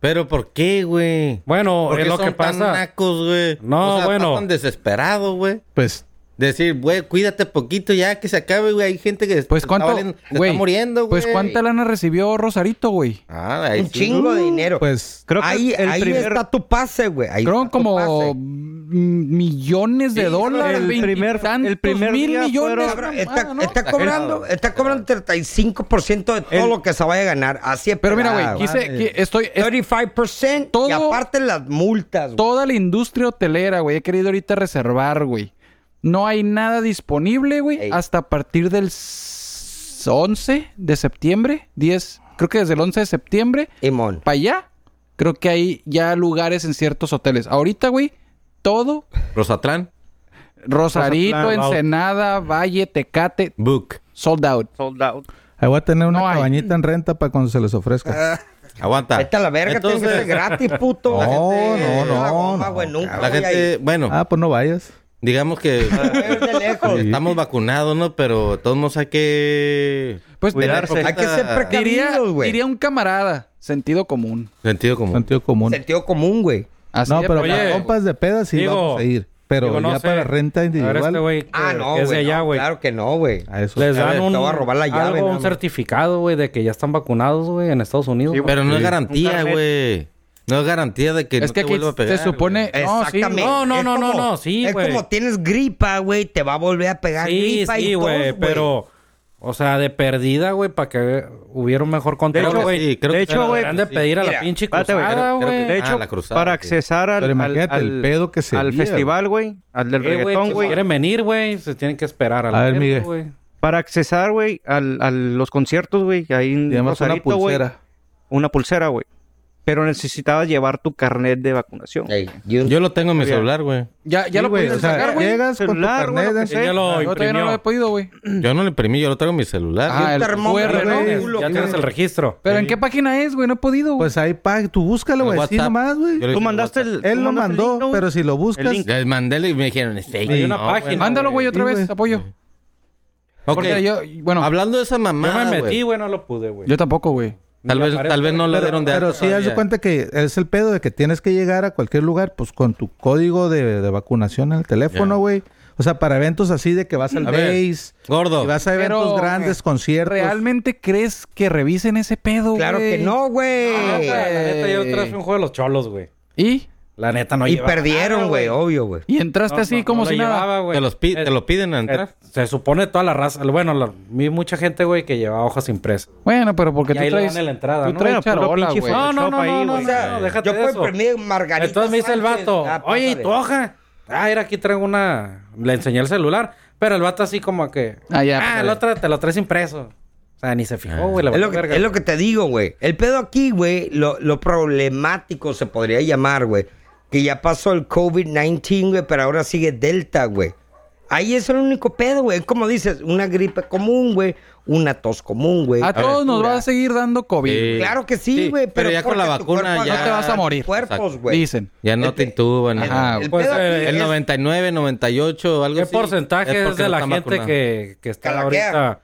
Speaker 6: Pero ¿por qué, güey?
Speaker 8: Bueno,
Speaker 6: ¿Por
Speaker 8: es
Speaker 6: qué
Speaker 8: lo que
Speaker 6: son tan
Speaker 8: pasa.
Speaker 6: nacos, güey?
Speaker 8: No,
Speaker 6: O sea,
Speaker 8: bueno.
Speaker 6: Están desesperados, güey.
Speaker 5: Pues
Speaker 6: Decir, güey, cuídate poquito ya que se acabe, güey. Hay gente que
Speaker 1: Pues
Speaker 6: se
Speaker 1: cuánto,
Speaker 6: está, valiendo- se
Speaker 1: güey.
Speaker 6: está muriendo, güey.
Speaker 1: Pues cuánta lana recibió Rosarito, güey.
Speaker 6: Ah, ahí
Speaker 2: Un
Speaker 6: sí.
Speaker 2: chingo de dinero.
Speaker 5: pues
Speaker 7: Creo que
Speaker 2: ahí
Speaker 7: el
Speaker 2: ahí
Speaker 7: primer-
Speaker 2: está tu pase, güey. Ahí
Speaker 1: Creo
Speaker 2: está tu
Speaker 1: como
Speaker 2: pase.
Speaker 1: mm, millones de
Speaker 2: Sí,
Speaker 1: dólares,
Speaker 7: el primer-
Speaker 1: veintitantos
Speaker 7: el primer
Speaker 1: mil
Speaker 7: día
Speaker 1: millones.
Speaker 7: fueron-
Speaker 1: mamada,
Speaker 2: Está,
Speaker 1: ¿no?
Speaker 2: está cobrando, está cobrando 35% de todo
Speaker 7: El-
Speaker 2: lo que se vaya a ganar. Así es.
Speaker 1: Pero mira,
Speaker 2: pelada,
Speaker 1: güey, quise,
Speaker 5: vale.
Speaker 1: que- estoy, es-
Speaker 2: 35% y
Speaker 1: Todo-
Speaker 2: aparte las multas. güey.
Speaker 1: toda la industria hotelera, güey, he querido ahorita reservar, güey. No hay nada disponible, güey,
Speaker 2: Ey.
Speaker 1: hasta a partir del s- 11 de septiembre, 10, creo que desde el 11 de septiembre
Speaker 2: Simón.
Speaker 1: para allá, creo que hay ya lugares en ciertos hoteles. Ahorita, güey, todo
Speaker 6: Rosatlán,
Speaker 1: Rosarito,
Speaker 7: Rosatlán, out.
Speaker 1: Ensenada, Valle, Tecate,
Speaker 6: book.
Speaker 1: sold out.
Speaker 7: Sold out.
Speaker 5: ahí voy a tener una
Speaker 1: No hay.
Speaker 5: cabañita en renta para cuando se les ofrezca.
Speaker 6: Ah, Aguanta.
Speaker 2: Vete a la verga, tiene que ser gratis, puto.
Speaker 5: No,
Speaker 2: La la
Speaker 5: no, no,
Speaker 2: goma,
Speaker 5: no,
Speaker 2: güey, nunca
Speaker 6: La
Speaker 2: voy a ir.
Speaker 6: gente, bueno,
Speaker 5: ah, pues no vayas.
Speaker 6: digamos que
Speaker 2: Voy a ir de lejos.
Speaker 6: estamos vacunados, ¿no? Pero de todos nos hay que...
Speaker 1: Pues
Speaker 7: Cuidarse.
Speaker 6: tener
Speaker 2: Hay que ser
Speaker 6: poquita-
Speaker 2: precavidos,
Speaker 1: diría,
Speaker 2: güey.
Speaker 1: diría un camarada, sentido común.
Speaker 6: Sentido común.
Speaker 5: Sentido común.
Speaker 2: Sentido común, güey.
Speaker 1: Así
Speaker 5: no,
Speaker 1: de
Speaker 5: pero
Speaker 1: plano.
Speaker 5: para
Speaker 8: Oye,
Speaker 5: compas de pedas sí
Speaker 8: digo-
Speaker 5: vamos a ir. Pero
Speaker 8: Digo, no
Speaker 5: ya
Speaker 8: sé.
Speaker 5: para renta
Speaker 8: A ver,
Speaker 5: individual.
Speaker 8: este güey.
Speaker 2: Ah, no,
Speaker 8: Es de
Speaker 2: güey.
Speaker 8: allá,
Speaker 2: no,
Speaker 8: güey.
Speaker 2: claro que no, güey.
Speaker 5: a eso.
Speaker 8: Les
Speaker 6: A
Speaker 8: dan
Speaker 6: ver,
Speaker 8: un,
Speaker 2: te voy a robar la llave,
Speaker 8: algo,
Speaker 2: nada
Speaker 8: un
Speaker 2: más.
Speaker 8: certificado, güey, de que ya están vacunados, güey, en Estados Unidos.
Speaker 7: Sí,
Speaker 8: güey.
Speaker 6: Pero no es
Speaker 5: Sí.
Speaker 7: Un
Speaker 6: garantía,
Speaker 7: carnet.
Speaker 6: güey. No es garantía de que
Speaker 1: es
Speaker 6: no
Speaker 1: que
Speaker 6: te
Speaker 1: aquí
Speaker 6: vuelva a pegar.
Speaker 1: se supone... No, sí,
Speaker 2: Exactamente.
Speaker 8: No, no,
Speaker 2: Es
Speaker 8: no, no,
Speaker 2: como-
Speaker 8: no, sí,
Speaker 2: Es
Speaker 8: güey.
Speaker 2: como tienes gripa, güey, te va a volver a pegar
Speaker 8: Sí,
Speaker 2: gripa y
Speaker 8: sí,
Speaker 2: todo,
Speaker 8: güey, pero... O sea, de perdida, güey, para que hubiera un mejor
Speaker 6: Creo
Speaker 8: control,
Speaker 6: que
Speaker 8: güey.
Speaker 6: sí, creo
Speaker 7: de
Speaker 6: que
Speaker 7: hecho,
Speaker 6: Pues, sí.
Speaker 7: güey,
Speaker 8: Deberían de pedir a
Speaker 2: Mira,
Speaker 8: la pinche
Speaker 7: espérate, güey.
Speaker 8: cruzada,
Speaker 6: Creo- creo que-
Speaker 8: güey.
Speaker 7: De
Speaker 6: Ah,
Speaker 7: hecho,
Speaker 6: la cruzada,
Speaker 7: para
Speaker 6: sí.
Speaker 7: accesar al,
Speaker 5: Pero
Speaker 7: al-
Speaker 5: imagínate el
Speaker 7: al-
Speaker 5: pedo que sería,
Speaker 7: al festival, güey, al del
Speaker 8: Eh, güey,
Speaker 6: pues,
Speaker 7: reggaetón,
Speaker 8: si
Speaker 7: güey.
Speaker 8: quieren venir, güey, se tienen que esperar a, la
Speaker 5: A ver,
Speaker 8: verga,
Speaker 5: Miguel.
Speaker 8: güey.
Speaker 7: Para accesar, güey, al- a los conciertos, güey, que hay en
Speaker 5: Y además una
Speaker 7: Rosarito, güey.
Speaker 5: pulsera.
Speaker 7: Una pulsera, güey. Pero necesitabas llevar tu carnet de vacunación.
Speaker 2: Ey, y un-
Speaker 6: Yo lo tengo en mi celular, güey.
Speaker 1: Ya, ya
Speaker 5: Sí,
Speaker 1: lo
Speaker 5: güey,
Speaker 1: puedes
Speaker 5: o sea,
Speaker 1: sacar, güey.
Speaker 5: Llegas con tu
Speaker 7: Celular, güey,
Speaker 5: carnet
Speaker 7: lo que
Speaker 5: de-
Speaker 7: sea.
Speaker 8: Ya lo
Speaker 1: No, todavía no lo he
Speaker 8: imprimió.
Speaker 1: pedido, güey.
Speaker 6: Yo no lo imprimí, yo lo traigo en mi celular.
Speaker 1: Ah, el
Speaker 2: termómetro,
Speaker 1: QR, ¿no?
Speaker 2: güey.
Speaker 8: Ya tienes el registro.
Speaker 1: Pero ¿en qué página es, güey? No he podido, güey.
Speaker 5: Pues ahí, pa, tú búscalo,
Speaker 6: En
Speaker 5: güey. Así
Speaker 6: WhatsApp.
Speaker 5: nomás, güey.
Speaker 6: Yo le-
Speaker 7: Tú mandaste el. tú
Speaker 5: Él lo
Speaker 7: mandaste el
Speaker 5: mandó,
Speaker 7: link, ¿no, güey?
Speaker 5: pero si lo buscas.
Speaker 7: link.
Speaker 6: Les mandé y me dijeron, es fake.
Speaker 8: Hay una
Speaker 6: No, güey.
Speaker 8: página.
Speaker 1: Mándalo, güey, otra
Speaker 5: Sí,
Speaker 1: vez,
Speaker 5: güey.
Speaker 1: apoyo.
Speaker 6: Ok,
Speaker 1: Porque yo, bueno,
Speaker 6: hablando de esa
Speaker 8: Yo
Speaker 6: mamada,
Speaker 8: me
Speaker 6: güey.
Speaker 8: metí, güey, no lo pude, güey.
Speaker 1: yo tampoco, güey.
Speaker 6: Tal
Speaker 8: Me
Speaker 6: vez,
Speaker 8: aparece-
Speaker 6: tal vez no lo dieron de
Speaker 5: Pero
Speaker 6: alta
Speaker 5: sí, haz de
Speaker 6: todavía.
Speaker 5: cuenta que es el pedo de que tienes que llegar a cualquier lugar, pues con tu código de, de vacunación en el teléfono,
Speaker 6: Ya.
Speaker 5: güey. O O sea, para eventos así de que vas al
Speaker 6: A ver.
Speaker 5: base,
Speaker 6: Gordo.
Speaker 5: y vas a
Speaker 1: Pero,
Speaker 5: eventos grandes, conciertos.
Speaker 1: ¿Realmente crees que revisen ese pedo,
Speaker 2: Claro
Speaker 1: güey?
Speaker 2: que no, güey.
Speaker 8: Ah, güey, la neta, yo otra vez fui a un juego de los cholos, güey.
Speaker 1: ¿Y?
Speaker 8: La neta, no
Speaker 2: y
Speaker 8: llevaba
Speaker 2: perdieron,
Speaker 8: nada,
Speaker 2: güey, obvio, güey.
Speaker 1: ¿Y entraste
Speaker 8: No,
Speaker 1: así
Speaker 8: no,
Speaker 1: como
Speaker 8: no
Speaker 1: si
Speaker 8: la
Speaker 1: nada?
Speaker 8: llevaba, güey.
Speaker 6: Te, los pi-
Speaker 8: Eh,
Speaker 6: te lo piden a
Speaker 8: eh,
Speaker 6: entrar.
Speaker 8: Se supone toda la raza. Bueno, la- vi mucha gente, güey, que llevaba hojas impresas.
Speaker 1: Bueno, pero porque
Speaker 8: Y
Speaker 1: tú
Speaker 8: ahí le
Speaker 1: traes...
Speaker 8: dan en la entrada,
Speaker 1: tú
Speaker 8: ¿no?
Speaker 1: traes
Speaker 8: Bueno, puro
Speaker 1: charola,
Speaker 8: pinche
Speaker 1: güey. No,
Speaker 8: fuego. No,
Speaker 1: no,
Speaker 8: no, no, no,
Speaker 2: O sea,
Speaker 8: no, déjate
Speaker 2: yo
Speaker 8: de
Speaker 2: puedo
Speaker 8: eso.
Speaker 2: imprimir margarita.
Speaker 8: Entonces me dice el
Speaker 2: Sánchez.
Speaker 8: vato,
Speaker 2: Ah,
Speaker 8: oye, ¿y
Speaker 2: pásale.
Speaker 8: tu hoja? Ah, era aquí traigo una... Le enseñé el celular, pero el vato así como que...
Speaker 1: Ah, ya,
Speaker 8: Ah,
Speaker 1: pues,
Speaker 8: el
Speaker 1: a
Speaker 8: otro te lo traes impreso. O sea, ni se fijó, güey.
Speaker 2: Es lo, que, es lo que te digo, güey. El pedo aquí, güey, lo, lo problemático se podría llamar, güey. Que ya pasó el COVID-19, güey, pero ahora sigue Delta, güey. Ahí es el único pedo, güey. Es Como dices, una gripe común, güey. Una tos común, güey.
Speaker 1: todos nos va a seguir dando COVID.
Speaker 6: Eh, Sí.
Speaker 2: Claro que sí, güey.
Speaker 6: pero ya con la
Speaker 2: porque tu
Speaker 6: vacuna
Speaker 2: cuerpo
Speaker 6: ya
Speaker 1: no te vas a morir.
Speaker 2: Cuerpos, güey.
Speaker 1: Dicen.
Speaker 6: Ya no te intuban.
Speaker 1: Ajá,
Speaker 6: Ajá.
Speaker 1: güey.
Speaker 2: El
Speaker 8: Pues,
Speaker 2: pedo aquí
Speaker 8: eh,
Speaker 6: ah, El
Speaker 2: es-
Speaker 6: 99, 98 o algo
Speaker 8: ¿Qué
Speaker 6: así.
Speaker 8: porcentaje es,
Speaker 6: porque
Speaker 8: de
Speaker 6: no
Speaker 8: la
Speaker 6: están
Speaker 8: gente
Speaker 6: vacunados.
Speaker 8: que, ah, que está
Speaker 2: Calaquea.
Speaker 8: ahorita?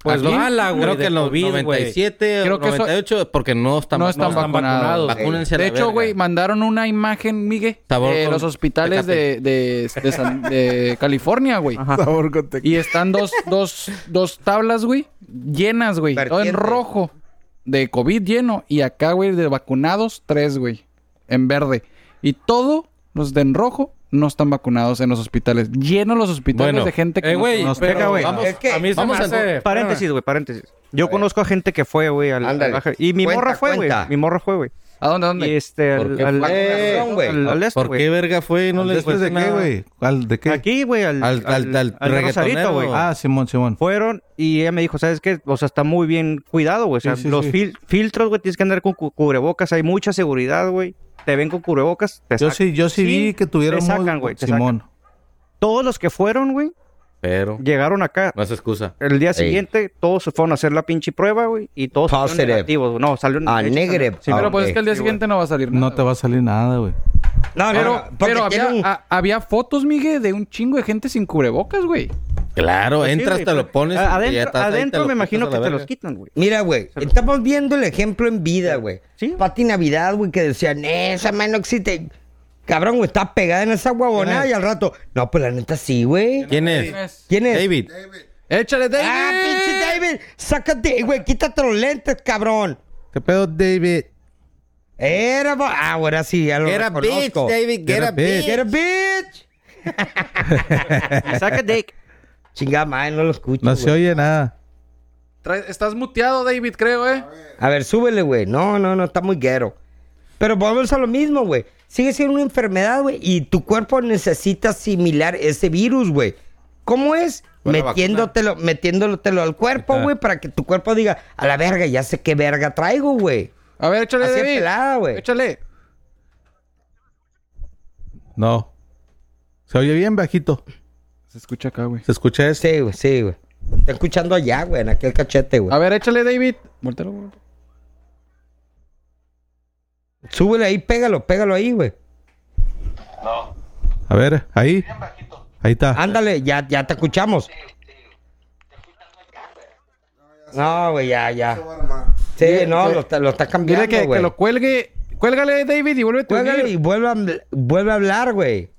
Speaker 8: Pues
Speaker 1: Aquí,
Speaker 8: lo ala, güey.
Speaker 6: Creo
Speaker 8: de
Speaker 6: que el no-
Speaker 8: COVID, güey.
Speaker 6: 97
Speaker 1: Creo
Speaker 6: o
Speaker 1: que eso-
Speaker 6: 98 porque no están,
Speaker 1: no están
Speaker 8: están
Speaker 1: vacunados.
Speaker 8: vacunados.
Speaker 6: Vacúnense a
Speaker 1: De
Speaker 6: la
Speaker 1: hecho,
Speaker 6: verga.
Speaker 1: güey, mandaron una imagen, Migue,
Speaker 6: Sabor
Speaker 1: de
Speaker 6: con
Speaker 1: los hospitales de, de, de San- de California, güey.
Speaker 3: Sabor con tequila.
Speaker 1: Y están dos, dos, dos tablas, güey, llenas, güey. Todo en
Speaker 2: Vertiente.
Speaker 1: rojo, de COVID lleno. Y acá, güey, de vacunados, tres, güey, en verde. Y todo, los de en rojo, no están vacunados en los hospitales. Llenos los hospitales
Speaker 6: Bueno.
Speaker 1: de gente que
Speaker 8: Eh,
Speaker 1: no
Speaker 8: güey,
Speaker 1: está
Speaker 8: pero
Speaker 5: pega, güey.
Speaker 8: vamos,
Speaker 2: Es que-
Speaker 8: a mí se
Speaker 6: vamos
Speaker 8: me
Speaker 6: a-
Speaker 8: hace...
Speaker 7: Paréntesis, güey, paréntesis. Yo conozco a gente que fue, güey, al,
Speaker 2: Ándale.
Speaker 7: al- Y mi
Speaker 2: Cuenta,
Speaker 7: morra fue, güey.
Speaker 2: cuenta.
Speaker 7: Mi morra fue, güey.
Speaker 1: ¿A dónde, a dónde?
Speaker 7: Y este,
Speaker 6: ¿Por
Speaker 7: al,
Speaker 6: qué
Speaker 7: al,
Speaker 2: fue?
Speaker 7: al- al- al este,
Speaker 6: ¿Por qué
Speaker 7: güey.
Speaker 6: verga fue y no
Speaker 5: ¿Al
Speaker 6: le
Speaker 5: ¿Después de
Speaker 6: dijiste
Speaker 5: qué,
Speaker 6: nada?
Speaker 5: güey? ¿Al de qué?
Speaker 7: Aquí, güey, al,
Speaker 6: Al- al- al
Speaker 7: de Rosarito,
Speaker 6: reggaetonero.
Speaker 7: güey.
Speaker 5: Ah, Simón, Simón.
Speaker 7: Fueron y ella me dijo, ¿sabes qué? O sea, está muy bien cuidado, güey. O sea,
Speaker 5: Sí, sí,
Speaker 7: los
Speaker 5: sí.
Speaker 7: fil- filtros, güey, tienes que andar con cu- cubrebocas. Hay mucha seguridad, güey. Te ven con cubrebocas. Te
Speaker 5: Yo
Speaker 7: sacan.
Speaker 5: sí, yo sí, vi que tuvieron
Speaker 7: te sacan,
Speaker 5: muy...
Speaker 7: güey. te sacan.
Speaker 5: Simón.
Speaker 7: Todos los que fueron, güey,
Speaker 6: Pero
Speaker 7: llegaron acá.
Speaker 6: no es excusa.
Speaker 7: El día
Speaker 2: Ey.
Speaker 7: siguiente, todos se fueron a hacer la pinche prueba, güey. Y todos salieron
Speaker 2: Positive.
Speaker 7: negativos. güey. No, salieron
Speaker 2: Ah,
Speaker 7: de hecho,
Speaker 2: negre.
Speaker 7: salieron- Sí,
Speaker 2: Ah,
Speaker 7: pero
Speaker 1: Pero pues
Speaker 2: ok.
Speaker 1: es que el día siguiente no va a salir nada.
Speaker 5: No te va a salir nada, güey.
Speaker 2: No, no,
Speaker 1: Pero,
Speaker 2: no, porque
Speaker 1: pero había,
Speaker 2: tienen-
Speaker 1: a- había fotos, Migue, de un chingo de gente sin cubrebocas, güey.
Speaker 6: Claro,
Speaker 7: pues sí,
Speaker 6: entras,
Speaker 7: güey,
Speaker 6: te lo
Speaker 7: pero-
Speaker 6: pones. y ya
Speaker 7: Adentro,
Speaker 6: estás ahí, te
Speaker 7: adentro
Speaker 6: lo
Speaker 7: me
Speaker 6: quitas
Speaker 7: imagino
Speaker 6: a
Speaker 7: que
Speaker 6: la
Speaker 7: te los
Speaker 6: verga.
Speaker 7: quitan, güey.
Speaker 2: Mira, güey, estamos viendo el ejemplo en vida, güey.
Speaker 7: Sí.
Speaker 2: Pati Navidad, güey, que decían, esa mano existe. Cabrón, güey, está pegada en esa huevonada y al rato. No, pues la neta sí, güey.
Speaker 6: ¿Quién es?
Speaker 2: ¿Quién es?
Speaker 6: David.
Speaker 1: ¡Échale, David!
Speaker 2: Ah, pinche David, sácate, güey, quítate los lentes, cabrón.
Speaker 5: ¿Qué pedo, David?
Speaker 2: Era, bo- ah, ahora sí, ya lo
Speaker 6: Get a bitch,
Speaker 2: reconozco.
Speaker 6: David. Get a bitch.
Speaker 2: Era bitch.
Speaker 7: Saca dick.
Speaker 2: Chingada madre, no lo escucho.
Speaker 5: No se
Speaker 2: güey.
Speaker 5: oye nada.
Speaker 1: Trae- Estás muteado, David, creo, ¿eh?
Speaker 2: A ver, súbele, güey. No, no, no, está muy guero. Pero volvemos a lo mismo, güey. Sigue siendo una enfermedad, güey, y tu cuerpo necesita asimilar ese virus, güey. ¿Cómo es?
Speaker 6: Con la
Speaker 2: Metiéndotelo, metiéndotelo al cuerpo, güey, para que tu cuerpo diga, a la verga, ya sé qué verga traigo, güey.
Speaker 1: A ver, échale,
Speaker 2: Así de
Speaker 1: David.
Speaker 2: pelada, güey.
Speaker 1: Échale.
Speaker 5: No. Se oye bien bajito.
Speaker 1: Se escucha acá, güey.
Speaker 5: Se escucha este.
Speaker 2: Sí, güey, sí, güey. Está escuchando allá, güey, en aquel cachete,
Speaker 1: A
Speaker 2: güey.
Speaker 1: ver, échale, David. Voltalo, güey.
Speaker 2: Súbele ahí, pégalo, pégalo ahí, güey.
Speaker 5: A ver, ahí. Ahí está.
Speaker 2: Ándale, ya, ya te escuchamos. No, güey, ya, ya. Sí, no, lo, está- lo está cambiando,
Speaker 1: Dile que, que
Speaker 2: güey.
Speaker 1: lo cuelgue. Cuélgale, David, y vuélvete a
Speaker 2: Cuélgale
Speaker 1: unir.
Speaker 2: y vuelve a, vuelve a hablar, güey.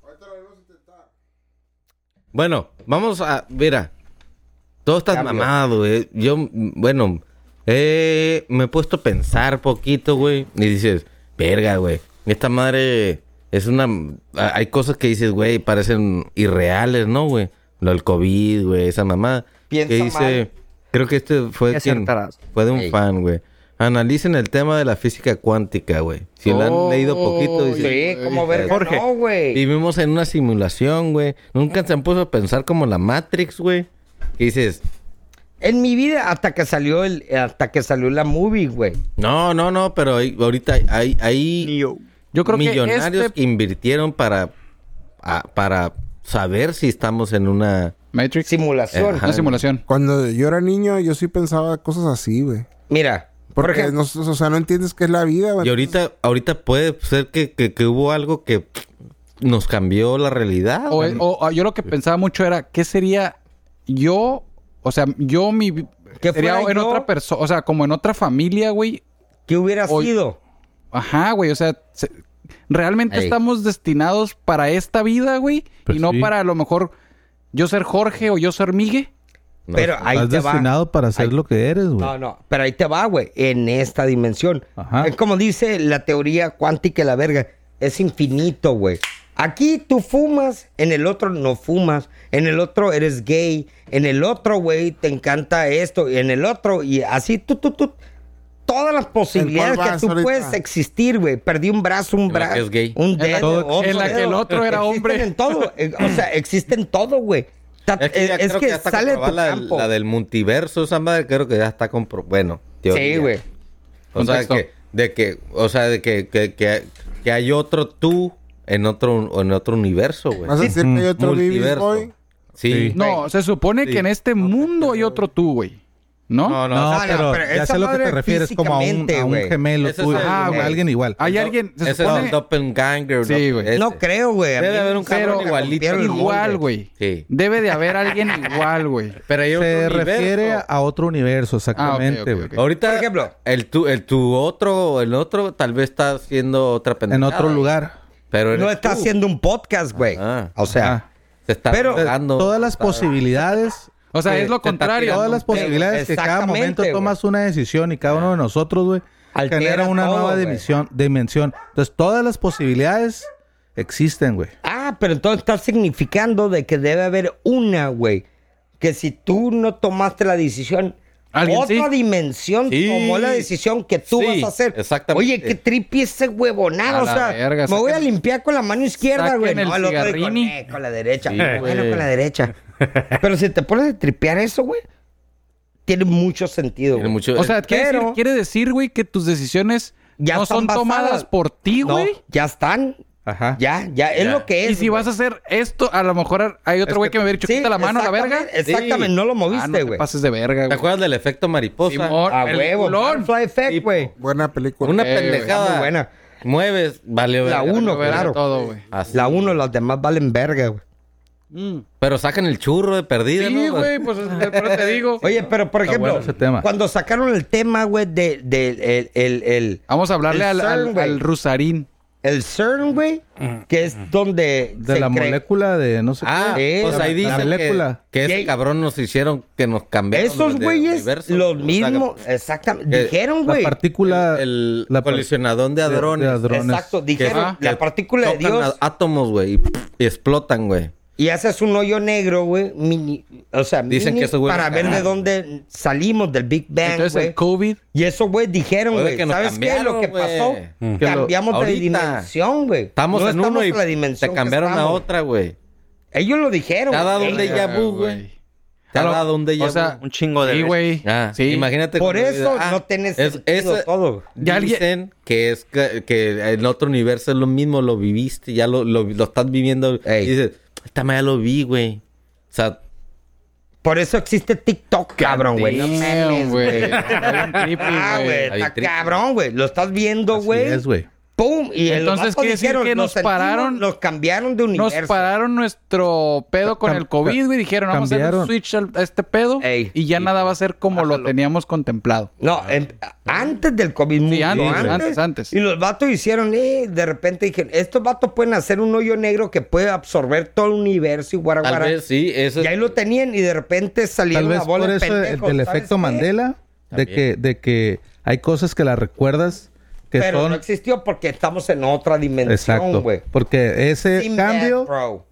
Speaker 6: Bueno, vamos a. Mira. Todo está
Speaker 2: Cambio.
Speaker 6: mamado, güey. Yo, mm, bueno, eh, me he puesto a pensar poquito, güey. Y dices, verga, güey. Esta madre es una. a- Hay cosas que dices, güey, parecen irreales, ¿no, güey? Lo del COVID, güey, esa mamada.
Speaker 2: Piensa
Speaker 6: que dice,
Speaker 2: mal.
Speaker 6: creo que este fue,
Speaker 7: Y
Speaker 6: quien-
Speaker 7: acertarás.
Speaker 6: fue de un
Speaker 2: Ey.
Speaker 6: fan, güey. Analicen el tema de la física cuántica, güey. Si lo han leído poquito, eh,
Speaker 1: Oh,
Speaker 6: dices,
Speaker 2: Sí, como ver,
Speaker 7: Jorge.
Speaker 2: no, güey.
Speaker 6: Vivimos en una simulación, güey. Nunca se han puesto a pensar como la Matrix, güey. Que dices,
Speaker 2: En mi vida hasta que salió el hasta que salió la movie, güey.
Speaker 6: no, no, no, pero ahí- ahorita hay, hay
Speaker 1: Yo creo que
Speaker 6: millonarios
Speaker 1: este...
Speaker 6: que invirtieron para, a- para saber si estamos en una...
Speaker 1: Matrix.
Speaker 2: Simulación.
Speaker 6: Ajá.
Speaker 1: Una simulación.
Speaker 3: Cuando yo era niño, yo sí pensaba cosas así, güey.
Speaker 2: Mira, por
Speaker 3: Porque,
Speaker 2: ejemplo,
Speaker 3: no, o sea, no entiendes qué es la vida, güey.
Speaker 6: Y ahorita, ahorita puede ser que, que- que hubo algo que nos cambió la realidad.
Speaker 1: O,
Speaker 6: güey.
Speaker 1: o- o yo lo que pensaba mucho era, ¿qué sería yo? O sea, yo mi...
Speaker 2: Que
Speaker 1: sería
Speaker 2: fuera
Speaker 1: en
Speaker 2: yo.
Speaker 1: otra persona, o sea, como en otra familia, güey.
Speaker 2: ¿qué hubiera
Speaker 1: Hoy-
Speaker 2: sido?
Speaker 1: Ajá, güey, o sea, se- realmente
Speaker 6: Ey.
Speaker 1: estamos destinados para esta vida, güey,
Speaker 5: Pues
Speaker 1: y no
Speaker 5: sí.
Speaker 1: para a lo mejor ¿Yo ser Jorge o yo ser Migue?
Speaker 6: No,
Speaker 2: Pero ahí
Speaker 5: Estás
Speaker 2: te va.
Speaker 5: destinado para ser
Speaker 2: Ahí-
Speaker 5: lo que eres, güey.
Speaker 2: No, no, pero ahí te va, güey, en esta dimensión.
Speaker 5: Ajá.
Speaker 2: Es como dice la teoría cuántica y la verga, es infinito, güey. Aquí tú fumas, en el otro no fumas, en el otro eres gay, en el otro, güey, te encanta esto, y en el otro, y así tú, tú, tú. Todas las posibilidades que
Speaker 3: vas
Speaker 2: tú
Speaker 3: ahorita?
Speaker 2: puedes existir, güey. Perdí un brazo, un
Speaker 6: En la
Speaker 2: brazo.
Speaker 6: que es gay.
Speaker 2: Un
Speaker 1: la-
Speaker 2: dedo.
Speaker 1: en la
Speaker 2: otro
Speaker 1: que el
Speaker 2: dedo.
Speaker 1: otro era
Speaker 2: Existen
Speaker 1: hombre.
Speaker 2: En todo. eh, O sea, existen todo, güey. Ta-
Speaker 6: Es que, ya
Speaker 2: es
Speaker 6: creo
Speaker 2: que
Speaker 6: que ya está
Speaker 2: sale de tu
Speaker 6: comprobada la,
Speaker 2: campo.
Speaker 6: la del multiverso, esa madre creo que ya está compro... Bueno, teoría.
Speaker 2: sí, güey.
Speaker 6: O sea,
Speaker 1: Contexto.
Speaker 6: que, de que, o sea, de que, que, que, que hay otro tú en otro, en otro universo, güey.
Speaker 3: ¿Vas a decir que hay otro Baby
Speaker 6: Multiverso.
Speaker 3: Boy?
Speaker 6: Sí.
Speaker 1: No, se supone
Speaker 6: Sí.
Speaker 1: que en este mundo hay otro tú, güey. ¿No?
Speaker 5: No,
Speaker 2: No,
Speaker 5: no,
Speaker 2: no,
Speaker 5: pero,
Speaker 2: pero
Speaker 5: ya
Speaker 2: esa
Speaker 5: sé a lo que
Speaker 2: madre
Speaker 5: te refieres, como a un,
Speaker 2: físicamente,
Speaker 5: a un
Speaker 2: güey.
Speaker 5: gemelo
Speaker 6: Ese es
Speaker 5: tuyo,
Speaker 6: el-
Speaker 5: a
Speaker 6: güey.
Speaker 5: alguien igual.
Speaker 1: Hay alguien, se
Speaker 6: Ese es
Speaker 1: supone,
Speaker 6: el doppelganger.
Speaker 1: Sí,
Speaker 6: doppel-
Speaker 1: güey.
Speaker 6: ese.
Speaker 2: No creo, güey. A
Speaker 6: Debe
Speaker 2: mí
Speaker 6: haber un
Speaker 2: nunca me
Speaker 6: cabrón
Speaker 2: rompieron
Speaker 6: igualito.
Speaker 2: el molde.
Speaker 1: igual, güey.
Speaker 6: Sí.
Speaker 1: Debe de haber alguien igual, güey.
Speaker 6: Pero hay
Speaker 5: Se
Speaker 6: otro
Speaker 5: refiere
Speaker 6: universo.
Speaker 5: a otro universo,
Speaker 1: Ah,
Speaker 5: exactamente,
Speaker 1: ok, ok,
Speaker 5: güey.
Speaker 1: ok.
Speaker 6: Ahorita,
Speaker 2: Por ejemplo.
Speaker 6: el tu, el tu otro, el otro tal vez está haciendo otra pendejada.
Speaker 5: En otro lugar.
Speaker 6: Pero eres
Speaker 2: No está
Speaker 6: tú.
Speaker 2: haciendo un podcast, güey.
Speaker 6: Ajá.
Speaker 2: O sea,
Speaker 5: Ah.
Speaker 6: Se está
Speaker 2: Pero-
Speaker 6: drogando.
Speaker 5: Todas las
Speaker 6: Está-
Speaker 5: posibilidades
Speaker 1: O sea,
Speaker 5: Sí,
Speaker 1: es lo
Speaker 6: te está
Speaker 1: contrario.
Speaker 6: tirando
Speaker 5: todas las
Speaker 6: un pedo.
Speaker 5: posibilidades que cada
Speaker 2: Exactamente,
Speaker 5: momento
Speaker 2: güey.
Speaker 5: tomas una decisión y cada uno de nosotros, güey,
Speaker 2: Altera
Speaker 5: genera una
Speaker 2: todo,
Speaker 5: nueva
Speaker 2: güey.
Speaker 5: dimensión, dimensión. Entonces, todas las posibilidades existen, güey.
Speaker 2: ah, pero entonces está significando de que debe haber una, güey. Que si tú no tomaste la decisión,
Speaker 1: ¿Alguien sí?
Speaker 2: otra dimensión
Speaker 6: Sí.
Speaker 2: tomó la decisión que tú
Speaker 6: Sí,
Speaker 2: vas a hacer.
Speaker 6: exactamente.
Speaker 2: Oye, qué tripi ese huevonado.
Speaker 1: A
Speaker 2: O
Speaker 1: la
Speaker 2: sea,
Speaker 1: verga,
Speaker 2: me voy a
Speaker 1: saquen-
Speaker 2: limpiar con la mano izquierda,
Speaker 1: saquen
Speaker 2: güey.
Speaker 1: el
Speaker 2: No, al otro con,
Speaker 1: cigarrini.
Speaker 2: eh, con la derecha.
Speaker 6: Sí,
Speaker 2: bueno,
Speaker 6: güey.
Speaker 2: con la derecha. Pero si te pones a tripear eso, güey, tiene mucho sentido.
Speaker 6: Tiene
Speaker 2: güey.
Speaker 6: mucho-
Speaker 1: O sea, quiere
Speaker 2: Pero-
Speaker 1: decir, quiere decir, güey, que tus decisiones
Speaker 2: Ya
Speaker 1: no
Speaker 2: están
Speaker 1: son
Speaker 2: basadas.
Speaker 1: tomadas por ti,
Speaker 2: No,
Speaker 1: güey.
Speaker 2: ya están.
Speaker 5: Ajá.
Speaker 2: Ya, ya, es
Speaker 6: Ya.
Speaker 2: lo que es.
Speaker 1: Y si vas a hacer esto, a lo mejor hay otro güey que me hubiera dicho,
Speaker 2: Sí,
Speaker 1: quita la mano a la verga.
Speaker 2: exactamente, Exactamente, no lo
Speaker 1: Ah, no
Speaker 2: moviste,
Speaker 1: te
Speaker 2: güey.
Speaker 1: pases de verga,
Speaker 6: ¿Te
Speaker 1: güey.
Speaker 6: acuerdas del efecto mariposa?
Speaker 1: Simón,
Speaker 2: a
Speaker 1: el
Speaker 2: huevo.
Speaker 1: culón.
Speaker 2: Butterfly effect,
Speaker 6: Tipo,
Speaker 2: güey.
Speaker 3: Buena película.
Speaker 6: Una
Speaker 1: Eh, güey.
Speaker 6: pendejada.
Speaker 2: Está muy buena.
Speaker 6: Mueves, vale.
Speaker 2: La
Speaker 6: verga.
Speaker 2: uno,
Speaker 1: Verga
Speaker 2: claro.
Speaker 1: todo, güey.
Speaker 6: Así.
Speaker 2: La uno, las demás valen verga, güey.
Speaker 1: Mm.
Speaker 6: Pero sacan el churro de perdida,
Speaker 1: Sí,
Speaker 6: ¿no?
Speaker 1: güey, pues de pronto te digo.
Speaker 2: Oye, pero por
Speaker 5: Está
Speaker 2: ejemplo,
Speaker 5: bueno ese tema.
Speaker 2: cuando sacaron el tema, güey, de, de- el, el, el,
Speaker 1: Vamos a hablarle al,
Speaker 2: el
Speaker 1: al-
Speaker 2: CERN, güey.
Speaker 1: al Rusarín.
Speaker 2: el CERN, güey,
Speaker 6: Mm.
Speaker 2: que es donde
Speaker 5: De
Speaker 2: se
Speaker 5: la
Speaker 2: cree-
Speaker 5: molécula de no sé
Speaker 6: Ah,
Speaker 2: Sí,
Speaker 6: pues
Speaker 2: la-
Speaker 6: ahí
Speaker 5: la
Speaker 6: dice que,
Speaker 5: molécula.
Speaker 6: que ese
Speaker 2: Jay.
Speaker 6: cabrón nos hicieron que nos cambiaron.
Speaker 2: Esos
Speaker 6: de
Speaker 2: güeyes,
Speaker 6: universo.
Speaker 2: los
Speaker 6: O sea, pues,
Speaker 2: mismos, exactamente.
Speaker 6: que-
Speaker 2: Dijeron,
Speaker 5: La
Speaker 2: güey.
Speaker 5: partícula.
Speaker 6: el
Speaker 5: la par-
Speaker 6: colisionador de
Speaker 5: de- de
Speaker 6: hadrones.
Speaker 5: hadrones.
Speaker 2: Exacto, dijeron,
Speaker 6: ah,
Speaker 2: la
Speaker 6: que
Speaker 2: partícula de
Speaker 6: tocan
Speaker 2: Dios.
Speaker 6: a- átomos, güey, y, pff, y explotan, güey.
Speaker 2: Y haces un hoyo negro, güey, mini- o sea,
Speaker 6: Dicen
Speaker 2: mini
Speaker 6: que eso, güey,
Speaker 2: para
Speaker 6: no-
Speaker 2: ver de dónde salimos del Big Bang,
Speaker 1: Entonces
Speaker 2: Eh, güey.
Speaker 1: el COVID.
Speaker 2: Y eso, güey, dijeron,
Speaker 6: Oye,
Speaker 2: güey,
Speaker 6: que nos
Speaker 2: ¿sabes qué? Lo que pasó,
Speaker 6: cambiaron, güey.
Speaker 1: Mm.
Speaker 2: Que lo- cambiamos de
Speaker 6: ahorita.
Speaker 2: dimensión, güey.
Speaker 6: Estamos
Speaker 2: No
Speaker 6: en uno y
Speaker 2: en la dimensión
Speaker 6: te
Speaker 2: que
Speaker 6: cambiaron a
Speaker 2: estamos.
Speaker 6: otra, güey.
Speaker 2: Ellos lo dijeron.
Speaker 6: Cada
Speaker 2: güey.
Speaker 6: donde ya- vu, güey. Te ha
Speaker 1: Claro,
Speaker 6: dado un déjà
Speaker 1: O sea,
Speaker 6: vu.
Speaker 7: Un chingo de
Speaker 1: sí,
Speaker 7: veces.
Speaker 1: güey.
Speaker 6: Ah,
Speaker 1: sí.
Speaker 6: Imagínate.
Speaker 2: Por
Speaker 6: cuando
Speaker 2: eso
Speaker 6: dices, ah,
Speaker 2: no tiene
Speaker 6: es-
Speaker 2: sentido
Speaker 6: esa-
Speaker 2: todo.
Speaker 1: Ya alguien-
Speaker 6: Dicen que es que, que en otro universo es lo mismo, lo viviste, ya lo, lo, lo estás viviendo.
Speaker 2: Ey.
Speaker 6: Y dices, esta madre ya lo vi, güey. O sea,
Speaker 2: Por eso existe TikTok, cabrón, güey. No mames,
Speaker 1: Damn, güey.
Speaker 2: güey.
Speaker 1: Está bien creepy,
Speaker 2: Ah, güey,
Speaker 1: güey.
Speaker 6: Ahí
Speaker 2: está
Speaker 6: tri-
Speaker 2: cabrón, güey. Lo estás viendo,
Speaker 5: Así
Speaker 2: güey.
Speaker 5: es, güey.
Speaker 2: ¡Pum! Y los
Speaker 1: Entonces,
Speaker 2: vatos
Speaker 1: ¿qué decir que
Speaker 2: "Lo
Speaker 1: nos
Speaker 2: sentimos,
Speaker 1: pararon?
Speaker 2: Nos cambiaron de
Speaker 1: Nos
Speaker 2: universo.
Speaker 1: pararon nuestro pedo con
Speaker 5: Cam-
Speaker 1: el COVID, güey. Dijeron, vamos a hacer
Speaker 5: cambiaron.
Speaker 1: un switch al- a este pedo.
Speaker 2: Ey.
Speaker 1: y ya nada va a ser como lo teníamos contemplado.
Speaker 2: No,
Speaker 5: Ah,
Speaker 2: en- antes del COVID. mucho
Speaker 1: antes, antes, antes.
Speaker 2: Y los vatos hicieron, eh, de repente dijeron, estos vatos pueden hacer un hoyo negro que puede absorber todo el universo y guara,
Speaker 6: tal
Speaker 2: guara.
Speaker 6: vez sí, eso
Speaker 2: Y ahí lo tenían y de repente
Speaker 5: eh, Tal
Speaker 2: salieron
Speaker 5: vez
Speaker 2: la bola
Speaker 5: por
Speaker 2: de
Speaker 5: eso el,
Speaker 2: pendejos,
Speaker 5: del
Speaker 2: ¿sabes
Speaker 5: efecto
Speaker 2: qué?
Speaker 5: Mandela, de que, de que hay cosas que las recuerdas que
Speaker 2: Pero
Speaker 5: son.
Speaker 2: no existió porque estamos en otra dimensión,
Speaker 5: exacto.
Speaker 2: güey.
Speaker 5: Porque ese
Speaker 2: Sinbad,
Speaker 5: cambio.
Speaker 2: bro.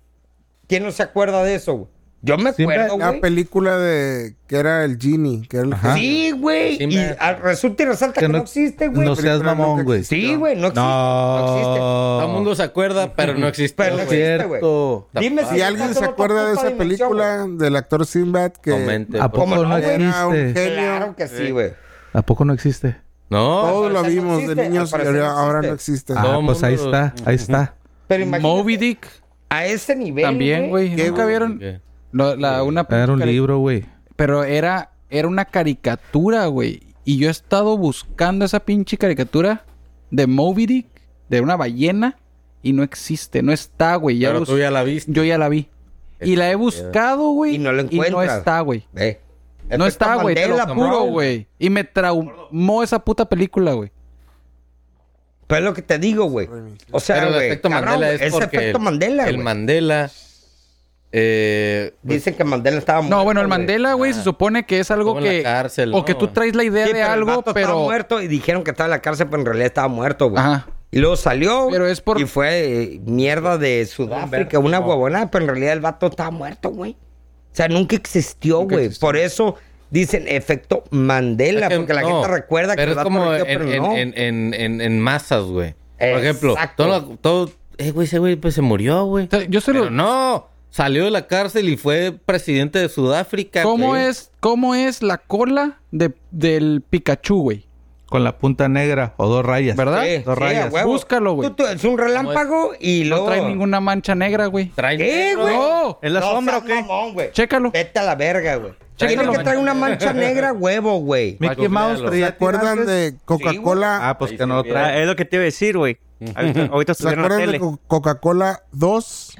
Speaker 2: ¿Quién no se acuerda de eso, güey? Yo me
Speaker 5: Sinbad-
Speaker 2: acuerdo,
Speaker 3: La
Speaker 2: güey.
Speaker 3: película de que era el Genie, que era el
Speaker 5: Ajá.
Speaker 2: Sí, güey. Y
Speaker 6: Sinbad.
Speaker 2: ah, resulta y resalta que, no, existe, güey.
Speaker 5: No seas
Speaker 3: Película
Speaker 5: mamón,
Speaker 3: nunca
Speaker 5: güey.
Speaker 3: existió.
Speaker 2: Sí, güey, no existe. No, existe.
Speaker 5: No.
Speaker 6: todo el mundo se acuerda, pero no existe.
Speaker 2: Pero no
Speaker 6: güey.
Speaker 2: existe, güey.
Speaker 5: Cierto.
Speaker 2: Dime
Speaker 3: Si alguien se acuerda de esa película del actor Sinbad que
Speaker 6: Comente.
Speaker 5: ¿A poco
Speaker 2: ¿Cómo
Speaker 5: no,
Speaker 2: no, güey?
Speaker 3: era un
Speaker 5: existe?
Speaker 3: genio,
Speaker 2: Claro que sí, güey.
Speaker 5: ¿A poco no existe?
Speaker 6: No,
Speaker 3: todos lo
Speaker 2: parecer no
Speaker 3: vimos de
Speaker 2: existe,
Speaker 3: niños
Speaker 2: al
Speaker 3: y
Speaker 2: parecer
Speaker 3: ahora
Speaker 2: no
Speaker 3: ahora no
Speaker 2: existe.
Speaker 3: existe.
Speaker 5: Ah,
Speaker 6: Todo
Speaker 5: pues ahí
Speaker 6: mundo-
Speaker 5: está, ahí está.
Speaker 2: Pero imagínate,
Speaker 1: Moby Dick
Speaker 2: a ese nivel,
Speaker 1: también, güey.
Speaker 3: Qué
Speaker 1: ¿Nunca
Speaker 3: güey.
Speaker 1: vieron? No, la, una
Speaker 5: Era un
Speaker 1: película-
Speaker 5: libro, güey.
Speaker 1: Pero era, era una caricatura, güey. Y yo he estado buscando esa pinche caricatura de Moby Dick, de una ballena, y no existe, no está, güey. Ya
Speaker 6: pero
Speaker 1: bus-
Speaker 6: tú ya la viste.
Speaker 1: Yo ya la vi. Y la he buscado, güey.
Speaker 2: Y no la encuentras.
Speaker 1: está, güey.
Speaker 2: Ve.
Speaker 1: No
Speaker 2: Efecto
Speaker 1: está, güey. Te lo
Speaker 2: Mandela,
Speaker 1: juro,
Speaker 2: bro.
Speaker 1: güey. Y me traumó esa puta película, güey.
Speaker 2: Pero es lo que te digo, güey. O sea,
Speaker 6: Pero el
Speaker 2: güey,
Speaker 6: efecto
Speaker 2: cabrón,
Speaker 6: Mandela
Speaker 2: güey,
Speaker 6: es porque
Speaker 2: efecto Mandela,
Speaker 6: el
Speaker 2: güey.
Speaker 6: Mandela Eh, pues,
Speaker 2: Dicen que Mandela estaba muerto.
Speaker 1: No, bueno, el
Speaker 2: güey.
Speaker 1: Mandela, güey, se supone que es algo
Speaker 6: Estuvo en la
Speaker 1: que.
Speaker 6: cárcel,
Speaker 1: o
Speaker 6: ¿no,
Speaker 1: que tú
Speaker 6: güey?
Speaker 1: traes la idea
Speaker 2: Sí,
Speaker 1: de
Speaker 2: pero el
Speaker 1: algo,
Speaker 2: vato estaba
Speaker 1: pero.
Speaker 2: muerto y dijeron que estaba en la cárcel, pero en realidad estaba muerto, güey.
Speaker 1: Ajá.
Speaker 2: Y luego salió
Speaker 1: Pero es por-
Speaker 2: y fue eh, mierda de Sudáfrica, una huevonada, pero en realidad el vato estaba muerto, güey. O sea, nunca existió,
Speaker 1: Nunca
Speaker 2: güey.
Speaker 1: existió.
Speaker 2: Por eso dicen efecto Mandela,
Speaker 6: es que
Speaker 2: porque la
Speaker 6: no,
Speaker 2: gente recuerda que el
Speaker 6: pero es
Speaker 2: vato
Speaker 6: como
Speaker 2: murió,
Speaker 6: en,
Speaker 2: pero
Speaker 6: en-
Speaker 2: no.
Speaker 6: en- en- en- en masas, güey. Por
Speaker 2: Exacto.
Speaker 6: ejemplo, todo, todo eh, güey, ese güey pues se murió, güey.
Speaker 1: O sea, yo se lo.
Speaker 6: Pero no, salió de la cárcel y fue presidente de Sudáfrica.
Speaker 1: ¿Cómo
Speaker 6: güey.
Speaker 1: es, ¿Cómo es la cola de, del Pikachu, güey?
Speaker 5: Con la punta negra o dos rayas.
Speaker 1: ¿Verdad?
Speaker 2: Sí, sí, a
Speaker 5: rayas.
Speaker 2: huevo.
Speaker 1: Búscalo, güey.
Speaker 2: Tú- tú- Es un relámpago y
Speaker 1: No
Speaker 2: luego...
Speaker 1: trae ninguna mancha negra, güey.
Speaker 6: Trae
Speaker 2: ¿Qué,
Speaker 6: negro.
Speaker 2: güey?
Speaker 1: ¡No!
Speaker 5: ¿Es la
Speaker 2: No
Speaker 5: sombra
Speaker 2: seas
Speaker 5: o qué?
Speaker 2: mamón, güey.
Speaker 1: Chécalo. ¿Eh?
Speaker 2: Vete a la verga, güey. Tiene
Speaker 1: Chécalo.
Speaker 2: que traer una mancha negra huevo, güey.
Speaker 5: Mickey Mouse
Speaker 6: ¿Se
Speaker 3: ¿Se
Speaker 5: traía
Speaker 3: acuerdan
Speaker 5: tirantes.
Speaker 3: de Coca-Cola?
Speaker 5: Ah, pues que no lo
Speaker 7: Ah,
Speaker 5: trae.
Speaker 7: es lo que te iba a decir, güey. Ahorita, ahorita
Speaker 8: pues
Speaker 3: ¿Se
Speaker 7: estuvieron en la
Speaker 3: acuerdan
Speaker 7: tele.
Speaker 3: de Co- Coca-Cola 2?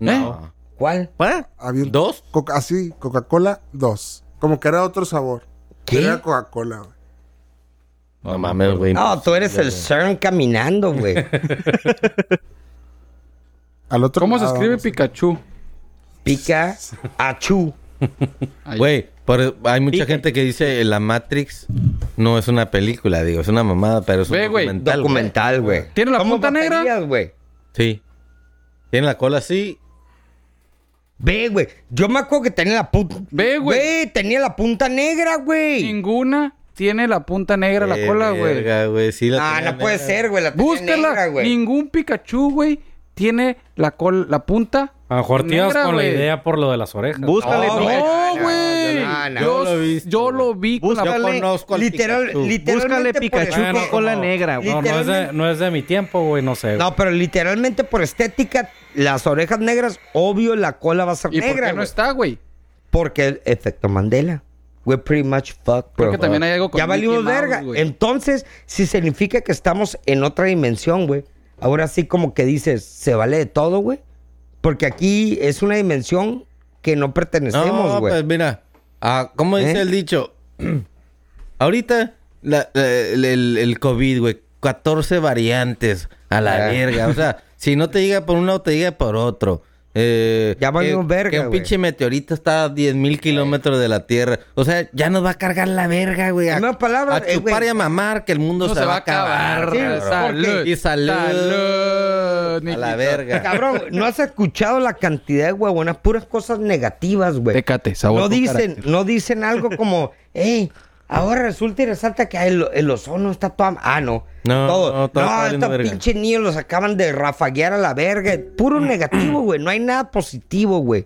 Speaker 6: No.
Speaker 2: ¿Cuál?
Speaker 7: ¿What?
Speaker 3: Había un
Speaker 6: ¿Dos?
Speaker 3: Coca- así, Coca-Cola 2. Como que era otro sabor.
Speaker 2: ¿Qué?
Speaker 3: Era Coca-Cola, güey.
Speaker 6: No mames, güey.
Speaker 2: No, tú eres el CERN caminando, güey.
Speaker 3: Al otro
Speaker 1: ¿Cómo se
Speaker 3: lado,
Speaker 1: escribe
Speaker 3: no sé.
Speaker 1: Pikachu?
Speaker 2: Pica achú.
Speaker 6: Güey, por- hay mucha gente que dice La Matrix no es una película, digo, es una mamada, pero es un
Speaker 1: Ve, güey,
Speaker 6: documental. güey.
Speaker 2: Documental, güey.
Speaker 1: ¿Tiene la
Speaker 2: Como
Speaker 1: punta negra?
Speaker 2: baterías, güey.
Speaker 6: Sí. Tiene la cola así.
Speaker 2: Ve, güey. Yo me acuerdo que tenía la punta.
Speaker 1: Ve, güey.
Speaker 2: tenía la punta negra, güey.
Speaker 1: Ninguna tiene la punta negra la
Speaker 6: Eh,
Speaker 1: cola, güey.
Speaker 6: verga, güey. Sí la
Speaker 2: Ah,
Speaker 6: tenía
Speaker 2: no puede
Speaker 6: negra.
Speaker 2: ser, güey. La tenía
Speaker 1: Búscala.
Speaker 2: negra, güey.
Speaker 1: Ningún Pikachu, güey, tiene la col la punta.
Speaker 8: A lo mejor te ibas
Speaker 1: negra,
Speaker 8: con la
Speaker 1: güey.
Speaker 8: idea por lo de las orejas.
Speaker 7: Búscale,
Speaker 2: No,
Speaker 7: no,
Speaker 2: güey.
Speaker 1: No,
Speaker 2: no,
Speaker 1: güey.
Speaker 2: no, no.
Speaker 1: Yo,
Speaker 6: Yo lo he visto,
Speaker 1: yo
Speaker 6: güey.
Speaker 1: lo vi con la
Speaker 7: Búscala.
Speaker 1: punta.
Speaker 6: Conozco al
Speaker 2: Literal,
Speaker 6: Pikachu.
Speaker 2: literalmente
Speaker 7: Búscale
Speaker 2: por
Speaker 7: Pikachu
Speaker 2: este-
Speaker 8: Ah,
Speaker 7: con
Speaker 8: no, cola negra, No, no es, de, no es de mi tiempo, güey, no sé. güey.
Speaker 2: No, pues, pero literalmente por estética, las orejas negras, obvio la cola va a ser
Speaker 1: ¿Y por
Speaker 2: negra.
Speaker 1: qué no
Speaker 2: güey.
Speaker 1: está, güey?
Speaker 2: Porque el efecto Mandela. We're pretty much fucked,
Speaker 1: Creo
Speaker 2: bro.
Speaker 1: que también hay algo con
Speaker 2: Ya valimos
Speaker 1: Mickey Mouse,
Speaker 2: verga.
Speaker 1: güey.
Speaker 2: Entonces, si significa que estamos en otra dimensión, güey. Ahora sí como que dices, se vale de todo, güey. Porque aquí es una dimensión que no pertenecemos,
Speaker 6: No,
Speaker 2: güey.
Speaker 6: pues mira. Ah, ¿Cómo dice
Speaker 2: ¿Eh?
Speaker 6: el dicho? Ahorita la- la- el, el- el COVID, güey. 14 variantes a la
Speaker 2: Ya.
Speaker 6: verga. O sea, si no te llega por un lado, te llega por otro. Eh,
Speaker 2: Ya valimos
Speaker 6: que-
Speaker 2: verga,
Speaker 6: Que un
Speaker 2: güey.
Speaker 6: pinche meteorito está a 10 mil kilómetros de la Tierra. O sea, ya nos va a cargar la verga, güey.
Speaker 2: En
Speaker 6: A,
Speaker 2: una palabra,
Speaker 6: a
Speaker 2: eh,
Speaker 6: chupar
Speaker 2: güey.
Speaker 6: y a mamar que el mundo
Speaker 1: No
Speaker 6: se, va a acabar.
Speaker 1: cabrón.
Speaker 6: cabrón.
Speaker 1: Salud.
Speaker 6: Y salud.
Speaker 1: Salud,
Speaker 6: A
Speaker 1: Nikita.
Speaker 6: la verga.
Speaker 2: Cabrón, no has escuchado la cantidad de huevonas, puras cosas negativas, güey.
Speaker 1: Tecate, sabor.
Speaker 2: No
Speaker 1: con
Speaker 2: dicen,
Speaker 1: carácter.
Speaker 2: no dicen algo como, hey, ahora resulta y resalta que el, el ozono está toda... Ah, no.
Speaker 6: No,
Speaker 2: todo.
Speaker 6: no, todo está
Speaker 2: No,
Speaker 6: valiendo
Speaker 2: estos
Speaker 6: verga.
Speaker 2: pinches niños los acaban de rafaguear a la verga. Puro negativo, güey. No hay nada positivo, güey.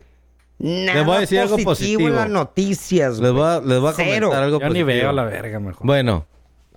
Speaker 2: Nada
Speaker 6: voy a decir algo
Speaker 2: positivo, en
Speaker 6: positivo.
Speaker 2: las noticias,
Speaker 6: Les
Speaker 2: güey.
Speaker 6: voy a, les voy a
Speaker 2: Cero.
Speaker 6: comentar algo
Speaker 8: Yo ni
Speaker 6: positivo.
Speaker 8: veo la verga, mejor.
Speaker 6: Bueno,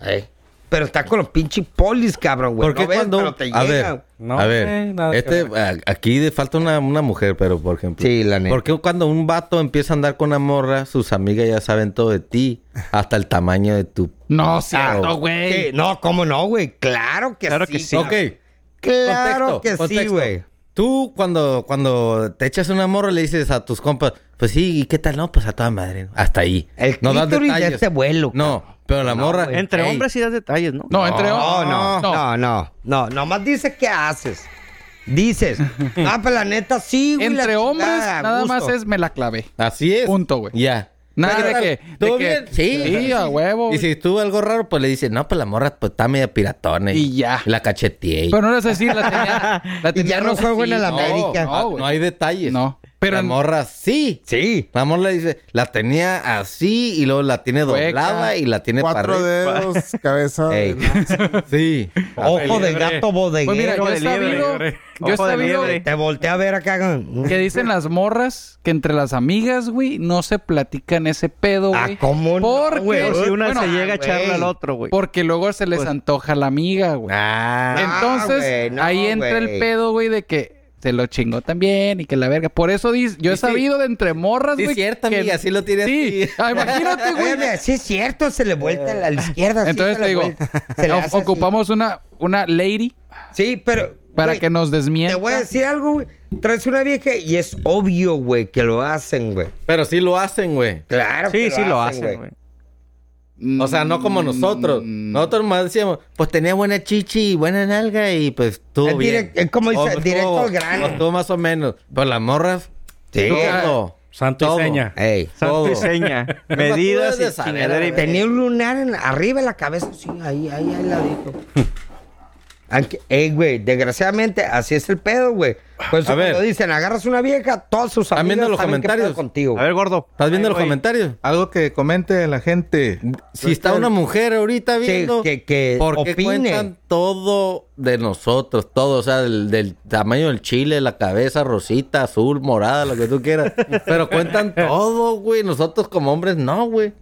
Speaker 2: Ey, Pero está con los pinches polis, cabrón, güey.
Speaker 6: ¿Por qué
Speaker 2: no ves,
Speaker 6: cuando-
Speaker 2: pero te
Speaker 6: a
Speaker 2: llega.
Speaker 6: ver,
Speaker 8: No,
Speaker 6: a ver,
Speaker 8: eh, nada que
Speaker 6: este, a- aquí de falta una, una mujer, pero por ejemplo.
Speaker 2: Sí, la neta.
Speaker 6: Porque cuando un vato empieza a andar con una morra, sus amigas ya saben todo de ti, hasta el tamaño de tu.
Speaker 1: No, cierto,
Speaker 2: Sí,
Speaker 1: güey.
Speaker 2: No, ¿cómo no, güey? Claro que
Speaker 7: Claro
Speaker 2: sí.
Speaker 7: que sí.
Speaker 2: cabrón.
Speaker 6: Ok.
Speaker 2: Claro
Speaker 6: Contexto,
Speaker 2: que sí,
Speaker 6: contexto.
Speaker 2: güey.
Speaker 6: Tú cuando, cuando te echas una morra le dices a tus compas, pues sí, ¿y qué tal? No, pues a toda madre. Hasta ahí.
Speaker 2: El
Speaker 6: no das
Speaker 2: clítoris de
Speaker 6: detalles.
Speaker 2: este vuelo,
Speaker 6: No, pero la morra.
Speaker 2: güey.
Speaker 7: Entre
Speaker 6: Ey,
Speaker 7: hombres sí das detalles, ¿no?
Speaker 1: No, Oh, entre
Speaker 2: No, no,
Speaker 1: no,
Speaker 2: no, no, no. Nomás dices qué haces. Dices. Ah, pero la neta sí, güey. la
Speaker 1: Entre hombres,
Speaker 2: chingada,
Speaker 1: nada
Speaker 2: gusto.
Speaker 1: más es me la clavé.
Speaker 6: Así es.
Speaker 1: Punto, güey.
Speaker 6: Ya.
Speaker 1: Nada
Speaker 6: Pero,
Speaker 1: de que. de
Speaker 6: ¿todo
Speaker 1: que-
Speaker 6: bien? Sí.
Speaker 1: Sí, a huevo.
Speaker 6: Y si estuvo algo raro, pues le dice, no, pues la morra pues, está media piratona.
Speaker 1: Y ya.
Speaker 6: La cacheteé.
Speaker 1: Pero no eres así, la tenía. La
Speaker 2: Y
Speaker 1: tenía
Speaker 2: ya no
Speaker 1: rosa,
Speaker 2: juego en
Speaker 1: sí,
Speaker 2: el
Speaker 1: no,
Speaker 2: América.
Speaker 1: No,
Speaker 6: no,
Speaker 1: güey.
Speaker 6: hay detalles.
Speaker 1: No. Pero
Speaker 6: la
Speaker 1: en-
Speaker 6: morra sí.
Speaker 2: Sí.
Speaker 6: La morra le dice, la tenía así y luego la tiene
Speaker 1: Hueca.
Speaker 6: doblada y la tiene
Speaker 3: Cuatro
Speaker 6: para
Speaker 3: dedos, cabeza. de-
Speaker 6: arriba. Ey. Sí.
Speaker 2: Ojo de
Speaker 8: liebre.
Speaker 2: gato
Speaker 1: Pues mira,
Speaker 2: bodeguero.
Speaker 1: yo he
Speaker 7: de liebre,
Speaker 1: sabido.
Speaker 8: liebre.
Speaker 1: Yo he
Speaker 7: Ojo de
Speaker 1: sabido
Speaker 7: liebre.
Speaker 2: Te voltea a ver acá.
Speaker 1: que dicen las morras que entre las amigas, güey, no se platican ese pedo,
Speaker 2: Ah,
Speaker 1: güey.
Speaker 2: ¿cómo no,
Speaker 1: Porque,
Speaker 2: güey?
Speaker 7: Pero si una
Speaker 1: bueno, ah,
Speaker 7: se llega a
Speaker 2: güey.
Speaker 7: echarle al otro, güey.
Speaker 1: porque luego se les antoja la amiga, güey.
Speaker 6: Ah.
Speaker 1: Entonces,
Speaker 2: güey, no,
Speaker 1: ahí entra
Speaker 2: güey.
Speaker 1: el pedo, güey, de que se lo chingó también y que la verga. Por eso dice, yo he
Speaker 6: Sí, sí.
Speaker 1: sabido de entre morras,
Speaker 6: Sí,
Speaker 1: güey.
Speaker 6: cierta,
Speaker 1: que-
Speaker 6: amiga, sí lo tiene
Speaker 1: Sí,
Speaker 6: así.
Speaker 1: Ah, imagínate, güey. Eh,
Speaker 2: Oye, Eh, sí es cierto, se le vuelta a la izquierda. sí,
Speaker 1: Entonces
Speaker 2: se le
Speaker 1: te digo,
Speaker 2: vuelta- se le
Speaker 1: o-
Speaker 2: hace así.
Speaker 1: ocupamos una, una lady
Speaker 2: Sí, pero.
Speaker 1: para
Speaker 2: güey,
Speaker 1: que nos
Speaker 2: Te
Speaker 1: desmienta.
Speaker 2: voy a decir algo, güey. Traes una vieja y es obvio, güey, que lo hacen, güey.
Speaker 6: Pero sí lo hacen, güey.
Speaker 2: Claro que
Speaker 7: Sí, sí lo hacen, güey.
Speaker 6: O sea, no como nosotros.
Speaker 2: Mm.
Speaker 6: Nosotros más decíamos, pues tenía buena chichi y buena nalga y pues estuvo
Speaker 2: Es
Speaker 6: bien.
Speaker 2: direct- es como dice,
Speaker 6: estuvo-
Speaker 2: directo al grano.
Speaker 6: o estuvo más o menos. Pero las morras,
Speaker 2: Sí.
Speaker 6: Todo.
Speaker 8: Santo
Speaker 6: Todo.
Speaker 8: y seña.
Speaker 2: Ey.
Speaker 7: Santo y
Speaker 6: Todo.
Speaker 7: seña.
Speaker 6: Medidas
Speaker 7: Medidas
Speaker 6: de
Speaker 7: y
Speaker 6: saber,
Speaker 7: chingadera y
Speaker 6: güey.
Speaker 2: Tenía un lunar en- arriba de la cabeza, sí, ahí, ahí, ahí ladito. Aunque- Ey, güey, desgraciadamente, así es el pedo, güey. Por eso
Speaker 6: A ver.
Speaker 2: cuando dicen, agarras una vieja, todos sus
Speaker 6: ¿Están
Speaker 2: amigos
Speaker 6: viendo los comentarios?
Speaker 2: contigo.
Speaker 7: A ver, gordo.
Speaker 6: ¿Estás viendo
Speaker 7: Ay,
Speaker 6: los
Speaker 7: güey.
Speaker 6: comentarios?
Speaker 5: Algo que comente la gente.
Speaker 6: Si está una mujer ahorita
Speaker 2: Sí,
Speaker 6: viendo,
Speaker 2: que, que
Speaker 6: porque
Speaker 2: opine.
Speaker 6: cuentan todo de nosotros, todo, o sea, del, del tamaño del chile, la cabeza rosita, azul, morada, lo que tú quieras. Pero cuentan todo, güey. Nosotros como hombres, no, güey.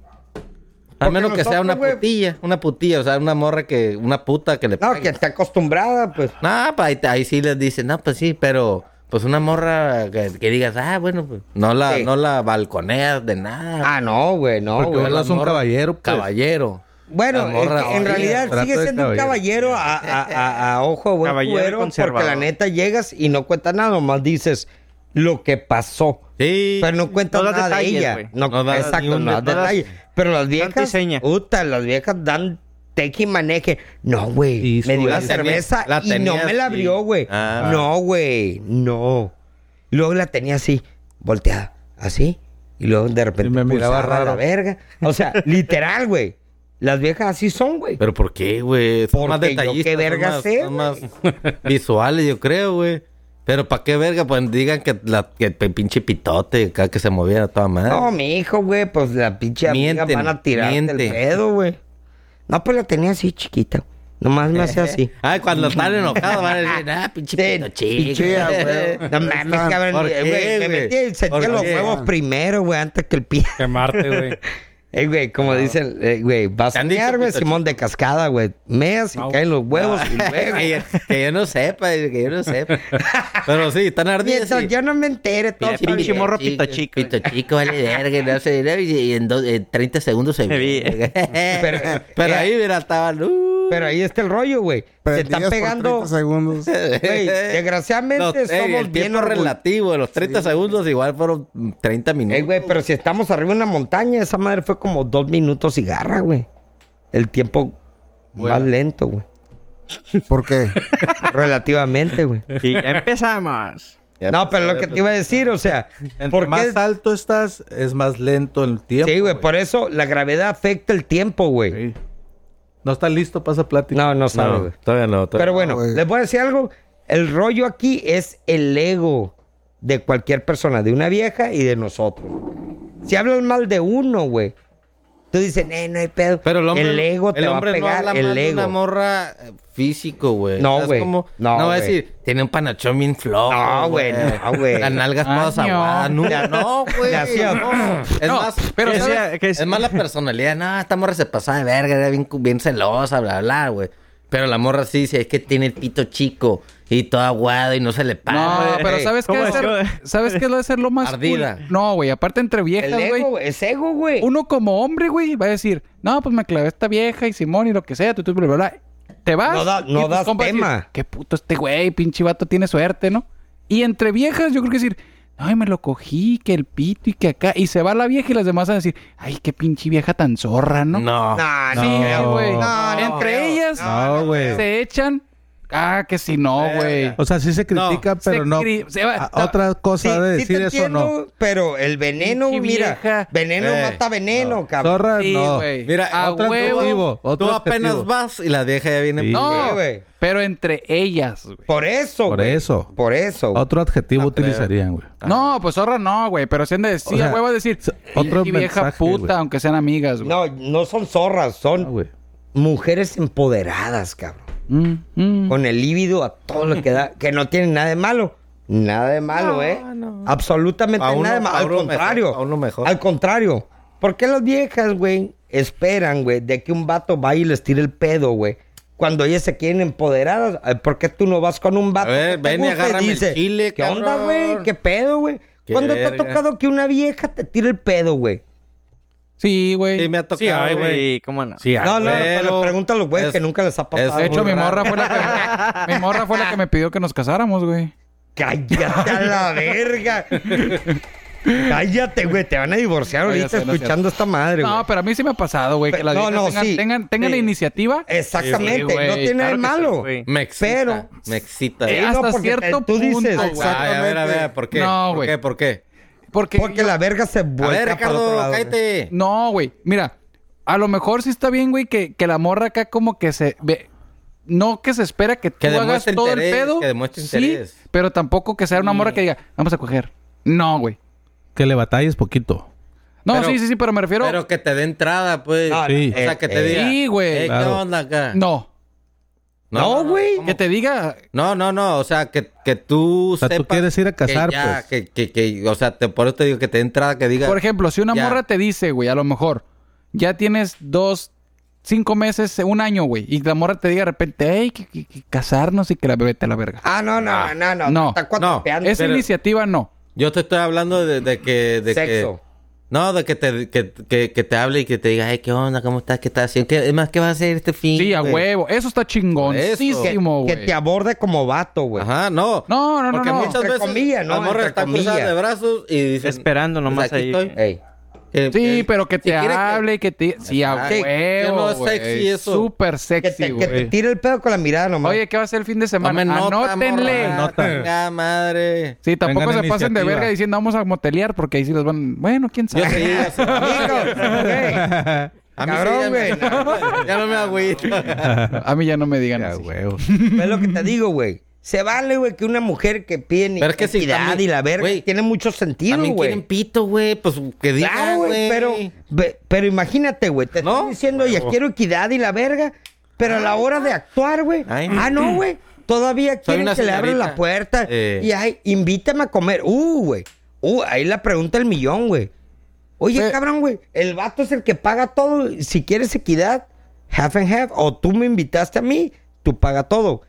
Speaker 6: A
Speaker 2: Porque
Speaker 6: menos que sea
Speaker 2: nosotros,
Speaker 6: una
Speaker 2: güey-
Speaker 6: putilla, una putilla, o sea, una morra que, una puta que le
Speaker 2: No, que está acostumbrada, pues.
Speaker 6: No, pa, ahí, te- ahí sí les dicen, no, pues sí, pero pues una morra que, que digas, ah, bueno, pues no la,
Speaker 2: Sí.
Speaker 6: no la balconeas de nada.
Speaker 2: Ah, no, güey, no,
Speaker 5: porque
Speaker 2: güey.
Speaker 5: él es un
Speaker 6: morra-
Speaker 5: caballero. pues.
Speaker 6: Caballero.
Speaker 2: Bueno,
Speaker 6: La morra
Speaker 2: es que en
Speaker 6: caballero,
Speaker 2: realidad
Speaker 5: trato
Speaker 2: sigue
Speaker 5: de
Speaker 2: siendo un
Speaker 5: caballero.
Speaker 2: caballero a, a- a- a ojo, güey,
Speaker 7: Caballero
Speaker 2: cuero, porque
Speaker 7: conservador.
Speaker 2: la neta llegas y no cuentas nada, nomás dices lo que pasó.
Speaker 6: Sí.
Speaker 2: Pero no cuentas
Speaker 7: No das
Speaker 2: nada
Speaker 7: detalles,
Speaker 2: de ella.
Speaker 7: güey.
Speaker 2: No,
Speaker 6: No das ni
Speaker 2: exacto,
Speaker 6: un
Speaker 2: no das
Speaker 7: detalle.
Speaker 2: detalles. Pero las
Speaker 7: Tanta y
Speaker 2: viejas,
Speaker 7: seña.
Speaker 2: puta, las viejas dan teque y maneje. No, güey,
Speaker 5: Y
Speaker 2: me dio
Speaker 5: su-
Speaker 2: la
Speaker 5: la
Speaker 2: cerveza
Speaker 6: la
Speaker 2: y no
Speaker 6: tenías,
Speaker 2: me la
Speaker 6: sí.
Speaker 2: abrió, güey.
Speaker 6: Ah.
Speaker 2: No, güey, no. Luego la tenía así, volteada, así. Y luego de repente
Speaker 5: Y me miraba
Speaker 2: pulsaba a la
Speaker 5: raro.
Speaker 2: verga. O sea, literal, güey. Las viejas así son, güey.
Speaker 6: ¿Pero por qué, güey? Son
Speaker 2: Porque
Speaker 6: más
Speaker 2: yo
Speaker 6: detallistas.
Speaker 2: qué verga
Speaker 6: son más-
Speaker 2: sé,
Speaker 6: son más visuales, yo creo, güey. Pero ¿para qué verga? Pues digan que, la, que pe- pinche pitote, acá que se moviera toda madre.
Speaker 2: No, mi hijo, güey, pues la pinche amiga
Speaker 6: Mienten,
Speaker 2: van a tirar el
Speaker 6: mienten.
Speaker 2: pedo, güey. No, pues la tenía así chiquita. Nomás me hacía así.
Speaker 6: Ay, cuando están enojados van a decir, ah, pinche
Speaker 2: Sí,
Speaker 6: pito
Speaker 2: pinche,
Speaker 6: chico.
Speaker 2: güey. No mames,
Speaker 3: Están-
Speaker 2: cabrón.
Speaker 6: ¿Por
Speaker 2: eh,
Speaker 6: qué,
Speaker 2: güey, me
Speaker 6: güey?
Speaker 2: metí y sentía
Speaker 6: ¿Por
Speaker 2: los
Speaker 6: qué?
Speaker 2: huevos primero, güey, antes que el pie.
Speaker 8: Quemarte, güey.
Speaker 2: Eh, güey, como dicen, eh, güey, vas
Speaker 6: Ah. ¿Te
Speaker 2: a
Speaker 6: han dicho
Speaker 2: mear, güey,
Speaker 6: pito
Speaker 2: Simón de cascada, güey. Meas y caen los huevos
Speaker 6: Ah.
Speaker 2: y luego.
Speaker 6: que, yo- que yo no sepa, que yo no sepa. Pero sí, están ardidos.
Speaker 2: Mientras
Speaker 6: sí.
Speaker 2: yo no me entere, todo
Speaker 6: Mira,
Speaker 2: está bien.
Speaker 7: morro pito chico.
Speaker 6: Pito chico, eh. vale verga. No sé, ¿no? y y en, do- en 30 segundos se
Speaker 7: Me vi.
Speaker 6: Pero,
Speaker 2: eh,
Speaker 6: ahí, mira, estaban. uh,
Speaker 2: Pero ahí está el rollo, güey. Se
Speaker 3: Prendidas
Speaker 2: están
Speaker 3: por
Speaker 2: pegando.
Speaker 3: 30 segundos.
Speaker 2: Güey,
Speaker 6: Los-
Speaker 2: desgraciadamente
Speaker 6: ey,
Speaker 2: somos
Speaker 6: el
Speaker 2: bien
Speaker 6: tiempo
Speaker 2: orgullosos.
Speaker 6: relativo, los 30 segundos igual fueron 30 minutos.
Speaker 2: Eh, güey, pero si estamos arriba de una montaña, esa madre fue como dos minutos y garra, güey. El tiempo más lento, güey.
Speaker 3: ¿Por qué?
Speaker 2: Relativamente, güey.
Speaker 7: Y ya empezamos.
Speaker 6: Ya
Speaker 2: No, pero lo que te iba a decir, o sea,
Speaker 5: pues, Entre
Speaker 2: ¿por
Speaker 5: más
Speaker 2: qué?
Speaker 5: alto estás, es más lento el tiempo.
Speaker 2: Sí, güey, por eso la gravedad afecta el tiempo, güey.
Speaker 5: Sí. No estás listo para esa plática.
Speaker 2: No, no sabe,
Speaker 6: No,
Speaker 2: güey.
Speaker 6: todavía no.
Speaker 2: Pero
Speaker 6: Todavía
Speaker 2: bueno,
Speaker 3: güey.
Speaker 2: les voy a decir algo. El rollo aquí es el ego de cualquier persona, de una vieja y de nosotros. Si hablan mal de uno, güey, tú dices, eh, no hay pedo.
Speaker 6: Pero el hombre,
Speaker 2: ego te
Speaker 6: el
Speaker 2: va
Speaker 6: hombre
Speaker 2: a pegar,
Speaker 6: no habla mal
Speaker 2: el
Speaker 6: de una
Speaker 2: ego.
Speaker 6: morra eh, físico, güey.
Speaker 2: No,
Speaker 6: ¿Sabes
Speaker 2: güey.
Speaker 6: cómo?
Speaker 2: No,
Speaker 6: No, va a
Speaker 2: güey.
Speaker 6: decir, tiene un panachón bien flojo.
Speaker 2: No, güey, no, güey.
Speaker 6: Las nalgas
Speaker 1: Ah,
Speaker 6: todas
Speaker 1: no.
Speaker 6: aguadas. No, no, güey.
Speaker 2: Ya hacía-
Speaker 6: no. Es
Speaker 1: No,
Speaker 6: más,
Speaker 1: pero
Speaker 6: es,
Speaker 1: ¿sabes?
Speaker 6: más- es más la personalidad. No, esta morra se pasaba de verga, era bien, bien celosa, bla, bla, güey. Pero la morra sí dice, es que tiene el pito chico y todo aguado y no se le para.
Speaker 1: No,
Speaker 6: güey.
Speaker 1: pero ¿sabes qué
Speaker 7: ¿Cómo
Speaker 1: debe ser?
Speaker 7: es?
Speaker 1: ¿Sabes qué debe ser lo más
Speaker 6: Ardida.
Speaker 1: cool? No, güey, aparte entre viejas,
Speaker 2: El
Speaker 1: güey.
Speaker 2: ego, güey, es ego, güey.
Speaker 1: Uno como hombre, güey, va a decir, no, pues me clavé esta vieja y Simón y lo que sea, tú, tú, bla, bla, bla. Te vas.
Speaker 2: No da-
Speaker 1: y
Speaker 2: no
Speaker 1: tus
Speaker 2: das
Speaker 1: compas
Speaker 2: tema.
Speaker 1: decir, Qué puto este güey, pinche vato tiene suerte, ¿no? Y entre viejas, yo creo que decir, ay, me lo cogí, que el pito y que acá. Y se va la vieja y las demás van a decir, ay, qué pinche vieja tan zorra, ¿no?
Speaker 6: No.
Speaker 2: No,
Speaker 1: Sí,
Speaker 5: No.
Speaker 1: güey.
Speaker 2: No, no
Speaker 1: entre
Speaker 2: creo.
Speaker 1: ellas
Speaker 5: No, güey.
Speaker 1: se echan. Ah, que si no, güey.
Speaker 5: O sea, sí se critica, pero
Speaker 1: Se
Speaker 5: no.
Speaker 1: cri- se va-
Speaker 5: a- Otra
Speaker 2: Sí,
Speaker 5: cosa de
Speaker 2: sí te
Speaker 5: decir eso no.
Speaker 2: entiendo, Pero el veneno,
Speaker 1: Pinche
Speaker 2: mira,
Speaker 1: vieja.
Speaker 2: veneno
Speaker 6: Eh,
Speaker 2: mata veneno, cabrón.
Speaker 5: Zorra,
Speaker 1: Sí,
Speaker 5: no.
Speaker 1: güey.
Speaker 6: Mira,
Speaker 1: a
Speaker 5: otro
Speaker 1: huevo.
Speaker 5: adjetivo.
Speaker 6: Tú
Speaker 5: otro
Speaker 6: apenas
Speaker 5: objetivo.
Speaker 6: vas y la vieja ya viene.
Speaker 5: Sí.
Speaker 1: No,
Speaker 2: Sí, güey.
Speaker 1: pero entre ellas, güey.
Speaker 2: Por eso,
Speaker 5: Por
Speaker 2: güey.
Speaker 5: eso.
Speaker 2: Por eso. güey.
Speaker 5: Otro adjetivo utilizarían, güey.
Speaker 1: No, pues zorra no, güey. Pero si han de decir,
Speaker 5: Ah. O sea,
Speaker 1: a huevo decir,
Speaker 5: s- otro
Speaker 1: "Pinche vieja
Speaker 5: mensaje,
Speaker 1: puta,
Speaker 5: güey.
Speaker 1: aunque sean amigas, güey.
Speaker 2: No, no son zorras,
Speaker 5: Ah,
Speaker 2: son
Speaker 5: güey.
Speaker 2: mujeres empoderadas, cabrón.
Speaker 1: Mm, mm.
Speaker 2: Con el líbido a todo lo que da, que no tienen nada de malo. Nada de malo, ¿eh? Absolutamente
Speaker 6: Pa' uno-
Speaker 2: nada de malo.
Speaker 6: pa'
Speaker 2: Al
Speaker 6: uno mejor,
Speaker 2: contrario.
Speaker 6: pa' uno mejor.
Speaker 2: Al contrario. ¿Por qué las viejas, güey, esperan, güey, de que un vato vaya y les tire el pedo, güey? Cuando ellas se quieren empoderadas, ay, ¿por qué tú no vas con un vato?
Speaker 6: A ver,
Speaker 2: que te
Speaker 6: ven y
Speaker 2: gusta
Speaker 6: agárrame el chile,
Speaker 2: ¿Qué onda,
Speaker 6: cabrón?"
Speaker 2: güey? ¿Qué pedo, güey?
Speaker 6: Qué
Speaker 2: ¿Cuándo te ha
Speaker 6: verga.
Speaker 2: tocado que una vieja te tire el pedo, güey?
Speaker 1: Sí, güey.
Speaker 6: Sí, me ha
Speaker 8: Sí,
Speaker 6: tocado,
Speaker 8: ay,
Speaker 6: güey.
Speaker 8: güey.
Speaker 7: Sí, cómo no.
Speaker 8: Sí, ah, ay,
Speaker 2: No, no,
Speaker 8: güey.
Speaker 2: pero,
Speaker 6: pero
Speaker 2: pregunta a los güeyes
Speaker 6: es-
Speaker 2: que nunca les ha pasado.
Speaker 1: de hecho,
Speaker 2: güey.
Speaker 1: mi morra, fue la que, mi morra fue la que me pidió que nos casáramos, güey.
Speaker 2: Cállate a la verga. Cállate, güey. Te van a divorciar
Speaker 1: No, ya
Speaker 2: ahorita
Speaker 1: sé, no es
Speaker 2: escuchando esta madre, güey.
Speaker 1: No, pero a mí sí me ha pasado, güey. Que
Speaker 2: Pe-
Speaker 1: las
Speaker 2: no,
Speaker 1: viejas
Speaker 2: no,
Speaker 1: tengan,
Speaker 2: sí.
Speaker 1: tengan, tengan la
Speaker 2: Sí. Eh,
Speaker 1: iniciativa.
Speaker 2: Exactamente.
Speaker 1: Sí, güey,
Speaker 2: no tiene nada de
Speaker 1: claro que sí,
Speaker 2: malo.
Speaker 7: güey.
Speaker 6: Me excita.
Speaker 2: Pero-
Speaker 6: me excita.
Speaker 1: Eh,
Speaker 2: no,
Speaker 1: hasta
Speaker 2: porque
Speaker 1: cierto
Speaker 2: te- tú
Speaker 1: punto,
Speaker 2: dices,
Speaker 1: güey.
Speaker 6: Ay, a ver, a ver, ¿por qué?
Speaker 1: No,
Speaker 6: ¿Por
Speaker 1: güey.
Speaker 6: qué? ¿Por qué?
Speaker 1: Porque,
Speaker 2: Porque la verga se
Speaker 6: A
Speaker 2: vuelve.
Speaker 6: ver, Ricardo, cállate.
Speaker 1: No, güey. Mira, a lo mejor sí está bien, güey, que, que la morra acá como que se ve. No que se espera que tú
Speaker 6: Que
Speaker 1: hagas
Speaker 6: demuestre
Speaker 1: todo el
Speaker 6: interés,
Speaker 1: pedo.
Speaker 6: que demuestre
Speaker 1: sí,
Speaker 6: interés.
Speaker 1: pero tampoco que sea una
Speaker 2: Mm.
Speaker 1: morra que diga, vamos a coger. No, güey.
Speaker 5: Que le batalles poquito.
Speaker 1: No,
Speaker 6: Pero-
Speaker 1: sí, sí, sí, pero me refiero.
Speaker 6: Pero que te dé entrada, pues.
Speaker 2: No,
Speaker 5: Sí.
Speaker 6: O sea, que te
Speaker 2: eh,
Speaker 6: diga.
Speaker 1: sí, güey.
Speaker 6: "Ey, ¿Qué
Speaker 5: Claro.
Speaker 6: onda acá?
Speaker 1: No.
Speaker 2: No, güey.
Speaker 6: ¿cómo?
Speaker 1: Que te diga.
Speaker 6: No, no, no. O sea, que, que tú
Speaker 5: sea, tú quieres ir a casar,
Speaker 6: que ya, que, que, que- o sea, te, por eso te digo que te dé entrada, que diga...
Speaker 1: pues. Por ejemplo, si una
Speaker 6: Ya.
Speaker 1: morra te dice, güey, a lo mejor ya tienes dos, cinco meses, un año, güey, y la morra te diga de repente, hey, que, que- que casarnos y que la bebé te la verga.
Speaker 2: Ah, no, no, no, no.
Speaker 1: No.
Speaker 2: Está cuatropeando.
Speaker 1: Esa iniciativa no.
Speaker 6: Yo te estoy hablando de, de que... De
Speaker 2: Sexo.
Speaker 6: Que, no, de que te, que, que, que te hable y que te diga, ay, ¿qué onda? ¿Cómo estás? ¿Qué estás haciendo? ¿Qué- es más, ¿qué vas a hacer este fin?
Speaker 1: Sí, a
Speaker 6: güey?
Speaker 1: huevo. Eso está
Speaker 2: Que,
Speaker 1: chingoncísimo,
Speaker 2: que
Speaker 1: güey.
Speaker 2: te aborde como vato, güey.
Speaker 6: Ajá, no.
Speaker 1: No, no, no,
Speaker 6: Porque
Speaker 1: no.
Speaker 6: muchas
Speaker 2: Entre
Speaker 6: veces
Speaker 2: comillas, ¿no?
Speaker 6: las
Speaker 2: Entre
Speaker 6: morras están cruzadas
Speaker 2: comillas.
Speaker 6: de brazos y dicen...
Speaker 7: Esperando nomás
Speaker 6: "Pues aquí
Speaker 7: ahí.
Speaker 6: estoy".
Speaker 2: Ey.
Speaker 6: Que-
Speaker 1: Sí,
Speaker 6: que-
Speaker 1: pero que
Speaker 6: si
Speaker 1: te
Speaker 6: quiere que-
Speaker 1: hable y que te... Sí, a
Speaker 6: Ajá. Sí, que
Speaker 1: huevo,
Speaker 6: no es
Speaker 1: güey.
Speaker 6: sexy eso.
Speaker 1: Súper
Speaker 2: Que
Speaker 1: sexy,
Speaker 2: te, que te
Speaker 1: güey.
Speaker 2: tire el pedo con la mirada nomás.
Speaker 1: Oye, ¿qué va a ser el fin de semana?
Speaker 6: Tomen nota,
Speaker 1: Anótenle.
Speaker 6: morra, chingada madre.
Speaker 1: Sí, tampoco
Speaker 5: Tengan
Speaker 1: se pasen de
Speaker 5: iniciativa.
Speaker 1: verga diciendo vamos a motelear porque ahí sí los van... Bueno, quién
Speaker 6: Yo
Speaker 1: sabe.
Speaker 6: sí, yo sí.
Speaker 2: Amigos, güey.
Speaker 6: A mí
Speaker 2: Cabrón,
Speaker 6: sí, ya
Speaker 2: güey.
Speaker 6: me- Ya no me agüito.
Speaker 1: A mí ya no me digan
Speaker 5: A
Speaker 1: así.
Speaker 5: huevo.
Speaker 2: Es lo que te digo, güey. Se vale, güey, que una mujer que pide
Speaker 6: Pero es que sí,
Speaker 2: identidad
Speaker 6: también-
Speaker 2: y la verga
Speaker 6: güey,
Speaker 2: tiene mucho sentido,
Speaker 6: También quieren
Speaker 2: güey.
Speaker 6: pito, güey. Pues que digan,
Speaker 2: Claro, güey,
Speaker 6: güey.
Speaker 2: pero, ve- pero imagínate, güey, te
Speaker 6: ¿No?
Speaker 2: estoy diciendo, ya quiero equidad y la verga, pero a la hora de actuar, güey,
Speaker 6: Ay.
Speaker 2: ah, no, güey, todavía quieren
Speaker 6: una
Speaker 2: que le abran
Speaker 6: señorita.
Speaker 2: la puerta
Speaker 6: Eh.
Speaker 2: y ay, invítame a comer. Uh, güey, uh, ahí la pregunta el millón, güey. Oye,
Speaker 1: Pe-
Speaker 2: cabrón, güey, el vato es el que paga todo. Si quieres equidad, half and half, o tú me invitaste a mí, tú paga todo.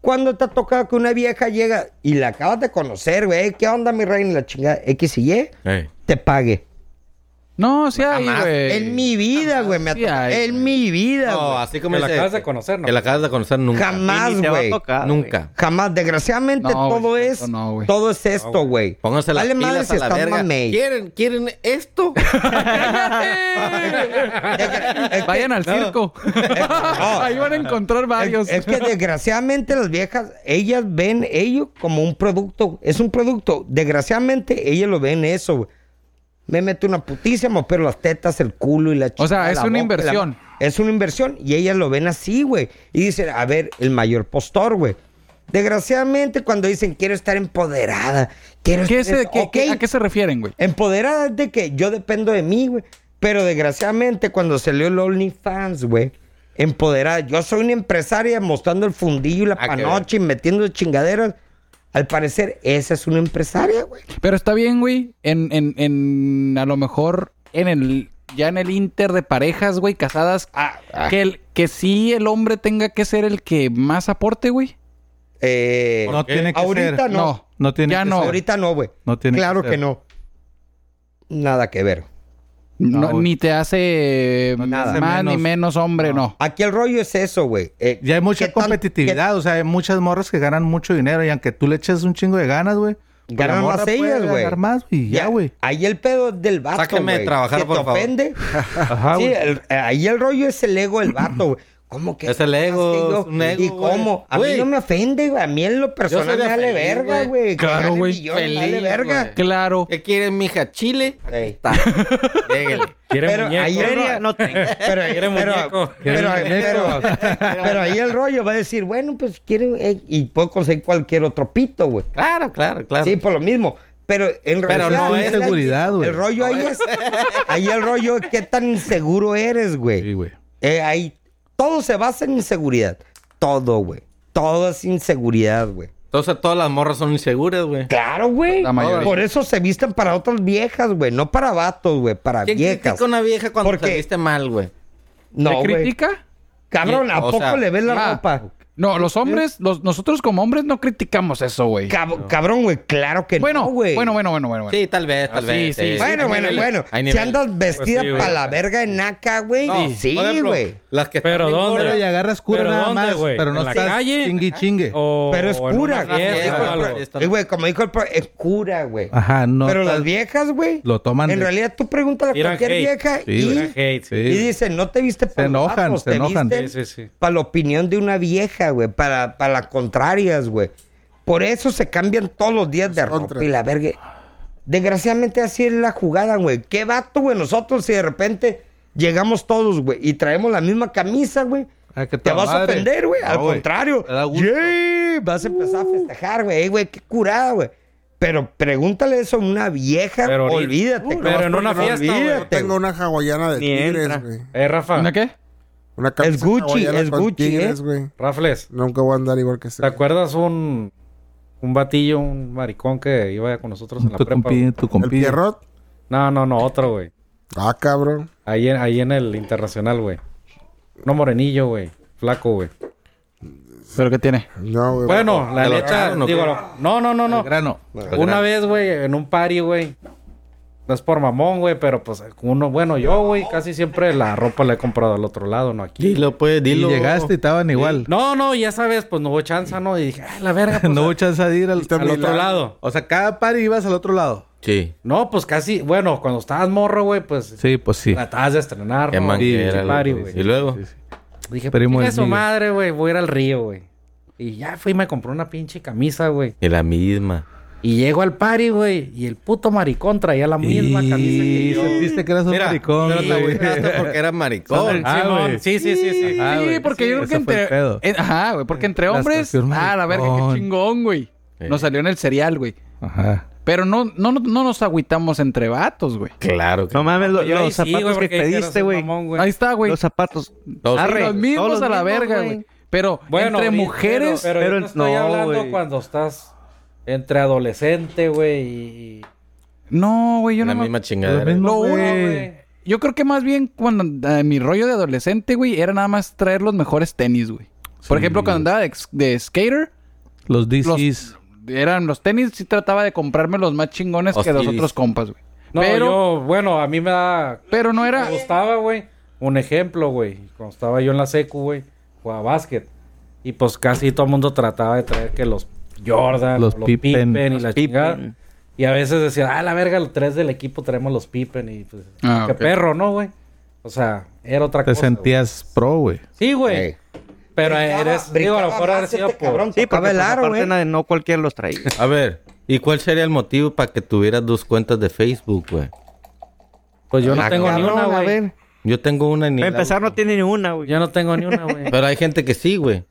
Speaker 2: ¿Cuándo te ha tocado que una vieja llega y la acabas de conocer, güey? ¿Qué onda, mi reina? La chingada X y Y,
Speaker 6: Ey.
Speaker 2: te pague.
Speaker 1: No, sí hay,
Speaker 6: Jamás.
Speaker 1: güey.
Speaker 2: En mi vida, güey. me ha
Speaker 1: Sí
Speaker 2: tocado.
Speaker 1: hay,
Speaker 2: en mi vida,
Speaker 6: No,
Speaker 2: güey.
Speaker 6: así
Speaker 8: Que
Speaker 6: como
Speaker 8: la
Speaker 6: dice,
Speaker 8: acabas de conocer, ¿no?
Speaker 6: Que la acabas de conocer nunca.
Speaker 2: Jamás,
Speaker 7: Ni te va a
Speaker 2: güey.
Speaker 7: tocar, güey.
Speaker 6: Nunca.
Speaker 2: Jamás. Desgraciadamente
Speaker 1: No, güey,
Speaker 2: todo
Speaker 1: tanto
Speaker 2: es.
Speaker 1: no, güey.
Speaker 2: todo es esto, güey.
Speaker 6: Pónganse las
Speaker 2: Vale
Speaker 6: pilas
Speaker 2: madre
Speaker 6: a
Speaker 2: si
Speaker 6: la
Speaker 2: estás
Speaker 6: verga.
Speaker 2: mamey.
Speaker 6: ¿Quieren, ¿Quieren esto?
Speaker 2: Es que-
Speaker 1: Vayan al circo.
Speaker 2: No.
Speaker 1: Ahí van a encontrar varios.
Speaker 2: Es, es que desgraciadamente las viejas, ellas ven ello como un producto. Es un producto. Desgraciadamente ellas lo ven eso, güey. Me meto una puticia, me opero las tetas, el culo y la
Speaker 1: O sea,
Speaker 2: chingada,
Speaker 1: es
Speaker 2: la
Speaker 1: una
Speaker 2: boca, la-
Speaker 1: inversión.
Speaker 2: Es una inversión y ellas lo ven así, güey. Y dicen, a ver, el mayor postor, güey. Desgraciadamente cuando dicen, quiero estar empoderada, quiero
Speaker 1: ¿Qué
Speaker 2: estar...
Speaker 1: se- qué-
Speaker 2: Ok,
Speaker 1: qué- ¿A qué se refieren, güey?
Speaker 2: Empoderada es de que yo dependo de mí, güey. Pero desgraciadamente cuando salió el OnlyFans, güey, empoderada. Yo soy una empresaria mostrando el fundillo y la
Speaker 6: Ah, qué
Speaker 2: panocha y metiendo chingaderas. Al parecer, esa es una empresaria, güey.
Speaker 1: Pero está bien, güey. En, en, en, a lo mejor, en el, ya en el inter de parejas, güey, casadas,
Speaker 2: Ah,
Speaker 1: que, el, que sí el hombre tenga que ser el que más aporte, güey.
Speaker 2: Eh,
Speaker 5: No tiene que
Speaker 2: ahorita
Speaker 5: ser.
Speaker 2: no.
Speaker 1: No.
Speaker 5: No tiene
Speaker 1: Ya
Speaker 5: que
Speaker 1: no.
Speaker 5: ser.
Speaker 2: Ahorita no, güey.
Speaker 5: No tiene
Speaker 2: claro
Speaker 5: que
Speaker 2: que,
Speaker 5: ser.
Speaker 2: no. Nada que ver.
Speaker 1: No,
Speaker 5: güey.
Speaker 1: ni te hace
Speaker 5: No te
Speaker 1: más
Speaker 5: hace
Speaker 1: ni
Speaker 5: menos.
Speaker 1: menos hombre, no.
Speaker 2: Aquí el rollo es eso, güey. Eh,
Speaker 5: Ya hay
Speaker 2: ¿qué
Speaker 5: mucha
Speaker 2: tan-
Speaker 5: competitividad, o sea, hay muchas morras que ganan mucho dinero y aunque tú le eches un chingo de ganas, güey.
Speaker 2: qué-
Speaker 5: pues
Speaker 2: Ganan
Speaker 5: la morra
Speaker 2: más
Speaker 5: puede
Speaker 2: ellas, güey.
Speaker 5: ganar más, güey, ya, güey.
Speaker 2: Ahí el pedo es del vato,
Speaker 6: Sáquenme de
Speaker 2: güey.
Speaker 6: trabajar,
Speaker 2: Si
Speaker 6: por
Speaker 2: te
Speaker 6: favor.
Speaker 2: ofende,
Speaker 5: Ajá,
Speaker 2: Sí,
Speaker 5: güey.
Speaker 2: el- eh, ahí el rollo es el ego del vato, güey. ¿Cómo que?
Speaker 6: Es el ego,
Speaker 2: más que yo?
Speaker 6: es un ego,
Speaker 2: ¿Y cómo? A
Speaker 6: güey.
Speaker 2: mí no me ofende, güey. A mí en lo personal
Speaker 6: de
Speaker 2: me vale
Speaker 6: feliz,
Speaker 2: verga,
Speaker 6: güey.
Speaker 2: güey.
Speaker 1: Claro, güey.
Speaker 2: Me vale
Speaker 6: Feliz,
Speaker 2: verga.
Speaker 6: güey.
Speaker 1: Claro.
Speaker 6: ¿Qué quieren, mija? ¿Chile?
Speaker 2: Ey.
Speaker 6: Está. Lléguenle.
Speaker 8: Quieren
Speaker 2: Pero
Speaker 8: muñeco.
Speaker 2: ahí el
Speaker 7: Feria
Speaker 2: rollo-
Speaker 7: no tengo.
Speaker 2: pero,
Speaker 8: Quiere
Speaker 2: pero,
Speaker 8: muñeco.
Speaker 2: pero- pero- pero ahí el rollo va a decir, bueno, pues quiero eh, y puedo conseguir cualquier otro pito, güey.
Speaker 6: Claro, claro, claro.
Speaker 2: Sí, por lo mismo. Pero en realidad.
Speaker 6: no
Speaker 2: ahí
Speaker 6: es
Speaker 2: la-
Speaker 5: seguridad, güey.
Speaker 2: El rollo ahí es. Ahí el rollo es qué tan inseguro eres, güey.
Speaker 5: Sí, güey.
Speaker 2: Eh, ahí todo se basa en inseguridad. Todo, güey. Todo es inseguridad, güey.
Speaker 6: Entonces todas las morras son inseguras, güey.
Speaker 2: Claro, güey.
Speaker 1: La mayoría.
Speaker 2: Por eso se visten para otras viejas, güey. No para vatos, güey. Para
Speaker 6: ¿Quién
Speaker 2: viejas.
Speaker 6: critica a una vieja cuando
Speaker 2: Porque-
Speaker 6: se viste mal, güey?
Speaker 1: ¿Te
Speaker 2: No, güey.
Speaker 1: critica?
Speaker 2: Cabrón, ¿a
Speaker 6: O
Speaker 2: poco
Speaker 6: sea,
Speaker 2: le ves la
Speaker 1: ah.
Speaker 2: ropa?
Speaker 1: No, los hombres, los, nosotros como hombres no criticamos eso, güey.
Speaker 2: Cab- Cabrón, güey. Claro que
Speaker 1: Bueno,
Speaker 2: no, güey.
Speaker 1: bueno, bueno, bueno, bueno, bueno.
Speaker 6: Sí, tal vez, tal
Speaker 1: Ah, sí,
Speaker 6: vez. eh.
Speaker 1: sí, sí.
Speaker 2: Bueno,
Speaker 6: Hay
Speaker 2: bueno,
Speaker 6: niveles,
Speaker 2: bueno.
Speaker 6: hay
Speaker 2: Si
Speaker 6: niveles.
Speaker 2: andas vestida
Speaker 8: Pues sí, güey.
Speaker 2: para la verga de naca, güey.
Speaker 6: No,
Speaker 2: sí,
Speaker 6: por ejemplo,
Speaker 2: güey.
Speaker 6: Las que
Speaker 8: Pero
Speaker 6: están bien
Speaker 8: ¿dónde?
Speaker 5: Pero
Speaker 6: gordas,
Speaker 5: y agarras cura
Speaker 8: ¿Pero
Speaker 5: nada
Speaker 8: dónde,
Speaker 5: más,
Speaker 8: güey?
Speaker 5: pero no
Speaker 8: ¿En la
Speaker 5: estás
Speaker 8: calle?
Speaker 5: chingui chingue.
Speaker 8: O
Speaker 2: Pero es
Speaker 8: en
Speaker 2: cura,
Speaker 8: una
Speaker 2: güey.
Speaker 8: fiesta
Speaker 6: Sí,
Speaker 8: o
Speaker 6: pero-
Speaker 8: algo.
Speaker 6: pero-
Speaker 2: Y, güey, como dijo el pro, es cura, güey.
Speaker 5: Ajá, no.
Speaker 2: Pero
Speaker 5: estás-
Speaker 2: las viejas, güey.
Speaker 5: lo toman
Speaker 2: En
Speaker 5: de-
Speaker 2: realidad tú pregúntale a
Speaker 8: Tiran
Speaker 2: cualquier
Speaker 8: hate.
Speaker 2: vieja
Speaker 5: Sí,
Speaker 2: y,
Speaker 5: güey.
Speaker 8: Hate,
Speaker 5: Sí.
Speaker 2: y dicen, no te viste para los
Speaker 5: enojan,
Speaker 2: vatos,
Speaker 5: se
Speaker 2: te
Speaker 5: enojan.
Speaker 2: visten
Speaker 8: Sí, sí, sí.
Speaker 2: para la opinión de una vieja, güey, para, para las contrarias, güey. Por eso se cambian todos los días de ropa
Speaker 3: contras.
Speaker 2: y la verga. Desgraciadamente así es la jugada, güey. Qué vato, güey. Nosotros si de repente llegamos todos, güey, y traemos la misma camisa, güey.
Speaker 5: Ah, que
Speaker 2: Te
Speaker 5: toda
Speaker 2: vas a
Speaker 5: madre.
Speaker 2: ofender, güey.
Speaker 5: No,
Speaker 2: Al contrario.
Speaker 5: Te da gusto.
Speaker 2: Yeah, Vas a empezar a festejar, güey. Ey, güey, qué curada, güey. Pero pregúntale eso a una vieja,
Speaker 8: Pero ahorita-
Speaker 2: olvídate.
Speaker 8: Pero
Speaker 2: cabrón,
Speaker 8: en una
Speaker 2: porque
Speaker 8: fiesta, güey,
Speaker 2: olvídate,
Speaker 3: Tengo una hawaiana de
Speaker 7: Ni entra.
Speaker 3: tigres, güey.
Speaker 8: Eh, Rafa,
Speaker 1: ¿Una qué?
Speaker 3: Una camisa
Speaker 2: Es Gucci,
Speaker 3: hawaiana
Speaker 2: es
Speaker 3: con
Speaker 2: Gucci,
Speaker 3: tigres,
Speaker 2: ¿eh?
Speaker 3: güey.
Speaker 8: Rafles,
Speaker 3: Nunca voy a andar igual que ese.
Speaker 8: ¿te acuerdas un, un batillo, un maricón que iba con nosotros en la
Speaker 5: Tu
Speaker 8: prepa?
Speaker 5: compi,
Speaker 8: güey?
Speaker 5: tu
Speaker 3: ¿El
Speaker 5: compi.
Speaker 3: Pierrot?
Speaker 8: No, no, no, otro, güey.
Speaker 3: Ah, cabrón.
Speaker 8: Ahí en, ahí en el Internacional, güey. No morenillo, güey. Flaco, güey.
Speaker 1: ¿Pero qué tiene?
Speaker 3: No, güey.
Speaker 8: Bueno, la
Speaker 6: ¿Te lo
Speaker 8: neta,
Speaker 6: echaron o qué? Pues
Speaker 8: digo, no, no, no, no.
Speaker 5: Grano.
Speaker 8: Una vez, güey, en un party, güey. No es por mamón, güey, pero pues uno, bueno, yo, güey, casi siempre la ropa la he comprado al otro lado, no aquí.
Speaker 6: Dilo, pues,
Speaker 5: Y
Speaker 6: dilo.
Speaker 5: llegaste y estaban igual.
Speaker 8: No, no, ya sabes, pues no hubo chance, ¿no? Y dije, ay, la verga, pues,
Speaker 5: No hubo chance de ir al,
Speaker 3: Está
Speaker 8: al
Speaker 5: al
Speaker 8: otro
Speaker 5: otro lado.
Speaker 8: lado.
Speaker 5: O sea, cada par ibas al otro lado.
Speaker 6: Sí.
Speaker 8: No, pues casi, bueno, cuando estabas morro, güey, pues
Speaker 5: Sí, pues sí.
Speaker 8: la acabas de estrenar,
Speaker 6: Qué
Speaker 8: ¿no?
Speaker 6: manguera,
Speaker 8: Y-
Speaker 6: loco.
Speaker 8: party, güey.
Speaker 6: Y luego,
Speaker 8: Dije,
Speaker 5: Primo
Speaker 8: "Chinga
Speaker 5: del
Speaker 8: su
Speaker 5: Miguel".
Speaker 8: madre, güey, voy a ir al río, güey. Y ya fui y me compré una pinche camisa, güey.
Speaker 6: y la misma.
Speaker 8: Y llego al party, güey, y el puto maricón traía la misma camisa que
Speaker 5: Y
Speaker 8: yo.
Speaker 5: sentiste que eras un maricón.
Speaker 6: pero te
Speaker 5: güey.
Speaker 6: agüitaste porque era maricón.
Speaker 5: Ah,
Speaker 8: Simón,
Speaker 5: güey.
Speaker 8: sí, sí, sí, sí.
Speaker 5: Ah,
Speaker 1: sí,
Speaker 5: güey,
Speaker 1: porque
Speaker 5: sí,
Speaker 1: yo creo
Speaker 5: ese
Speaker 1: que
Speaker 5: fue el
Speaker 1: entre.
Speaker 5: pedo.
Speaker 1: eh, ajá, güey, porque entre
Speaker 5: La
Speaker 1: hombres.
Speaker 5: estación
Speaker 1: Ah, la verga,
Speaker 5: maricón.
Speaker 1: qué chingón, güey.
Speaker 6: Eh.
Speaker 1: Nos salió en el cereal, güey.
Speaker 5: Ajá.
Speaker 1: Pero no, no, no- no nos agüitamos entre vatos, güey.
Speaker 6: Claro que
Speaker 7: No mames, lo-
Speaker 8: Yo ahí
Speaker 7: los
Speaker 8: sí, güey,
Speaker 7: zapatos
Speaker 8: porque
Speaker 7: que pediste,
Speaker 8: eres un
Speaker 7: güey.
Speaker 8: mamón,
Speaker 1: Ahí está, güey.
Speaker 7: Los zapatos.
Speaker 6: Todos-
Speaker 7: Arre,
Speaker 1: Los mismos
Speaker 7: todos los
Speaker 1: a la
Speaker 7: mismos,
Speaker 1: verga, güey. Pero entre
Speaker 8: ahorita-
Speaker 1: mujeres.
Speaker 8: Pero, pero,
Speaker 7: pero
Speaker 8: yo te estoy
Speaker 7: no,
Speaker 8: hablando
Speaker 7: güey.
Speaker 8: cuando estás entre adolescente, güey, y.
Speaker 1: No, güey, yo
Speaker 6: la
Speaker 1: no me-
Speaker 6: misma chingadera.
Speaker 5: Lo mismo.
Speaker 1: Lo
Speaker 5: güey.
Speaker 1: único, güey. Yo creo que más bien cuando eh, mi rollo de adolescente, güey, era nada más traer los mejores tenis, güey. Por
Speaker 5: Sí.
Speaker 1: ejemplo, cuando andaba de, ex- de skater,
Speaker 5: Los DCs.
Speaker 1: eran los tenis, sí trataba de comprarme los más chingones que los
Speaker 6: Hostilis.
Speaker 1: otros compas, güey.
Speaker 8: No,
Speaker 1: pero,
Speaker 8: yo, bueno, a mí me da.
Speaker 1: pero no era.
Speaker 8: Me gustaba, güey. Un ejemplo, güey. Cuando estaba yo en la secu, güey, jugaba básquet. Y pues casi todo el mundo trataba de traer que los Jordan,
Speaker 5: Los
Speaker 8: los,
Speaker 5: Pippen.
Speaker 8: Pippen, y la chingada. Y a veces decía, ah, la verga, los tres del equipo traemos los Pippen. Y pues,
Speaker 1: Ah,
Speaker 8: qué
Speaker 1: ok.
Speaker 8: perro, ¿no, güey? O sea, era otra
Speaker 5: Te
Speaker 8: cosa.
Speaker 5: sentías pro, güey.
Speaker 8: güey. Sí, güey.
Speaker 2: Ey.
Speaker 8: Pero eres. Digo, a lo mejor
Speaker 2: Brincaba
Speaker 8: haber
Speaker 2: más este
Speaker 8: sido por.
Speaker 2: cabrón,
Speaker 7: Sí,
Speaker 2: tocaba
Speaker 7: porque
Speaker 2: el
Speaker 7: pues,
Speaker 2: aro,
Speaker 7: aparte
Speaker 2: güey.
Speaker 7: na- no cualquiera los traía.
Speaker 6: A ver, ¿y cuál sería el motivo para que tuvieras dos cuentas de Facebook, güey?
Speaker 8: Pues yo no
Speaker 6: Ah,
Speaker 8: tengo ni
Speaker 7: Cabrón,
Speaker 8: una,
Speaker 7: a
Speaker 8: güey.
Speaker 7: ver.
Speaker 6: Yo tengo una ni
Speaker 7: Para
Speaker 6: la
Speaker 7: empezar, no
Speaker 6: uso.
Speaker 7: tiene ni una, güey.
Speaker 8: Yo no tengo ni una, güey.
Speaker 6: Pero hay gente que sí, güey.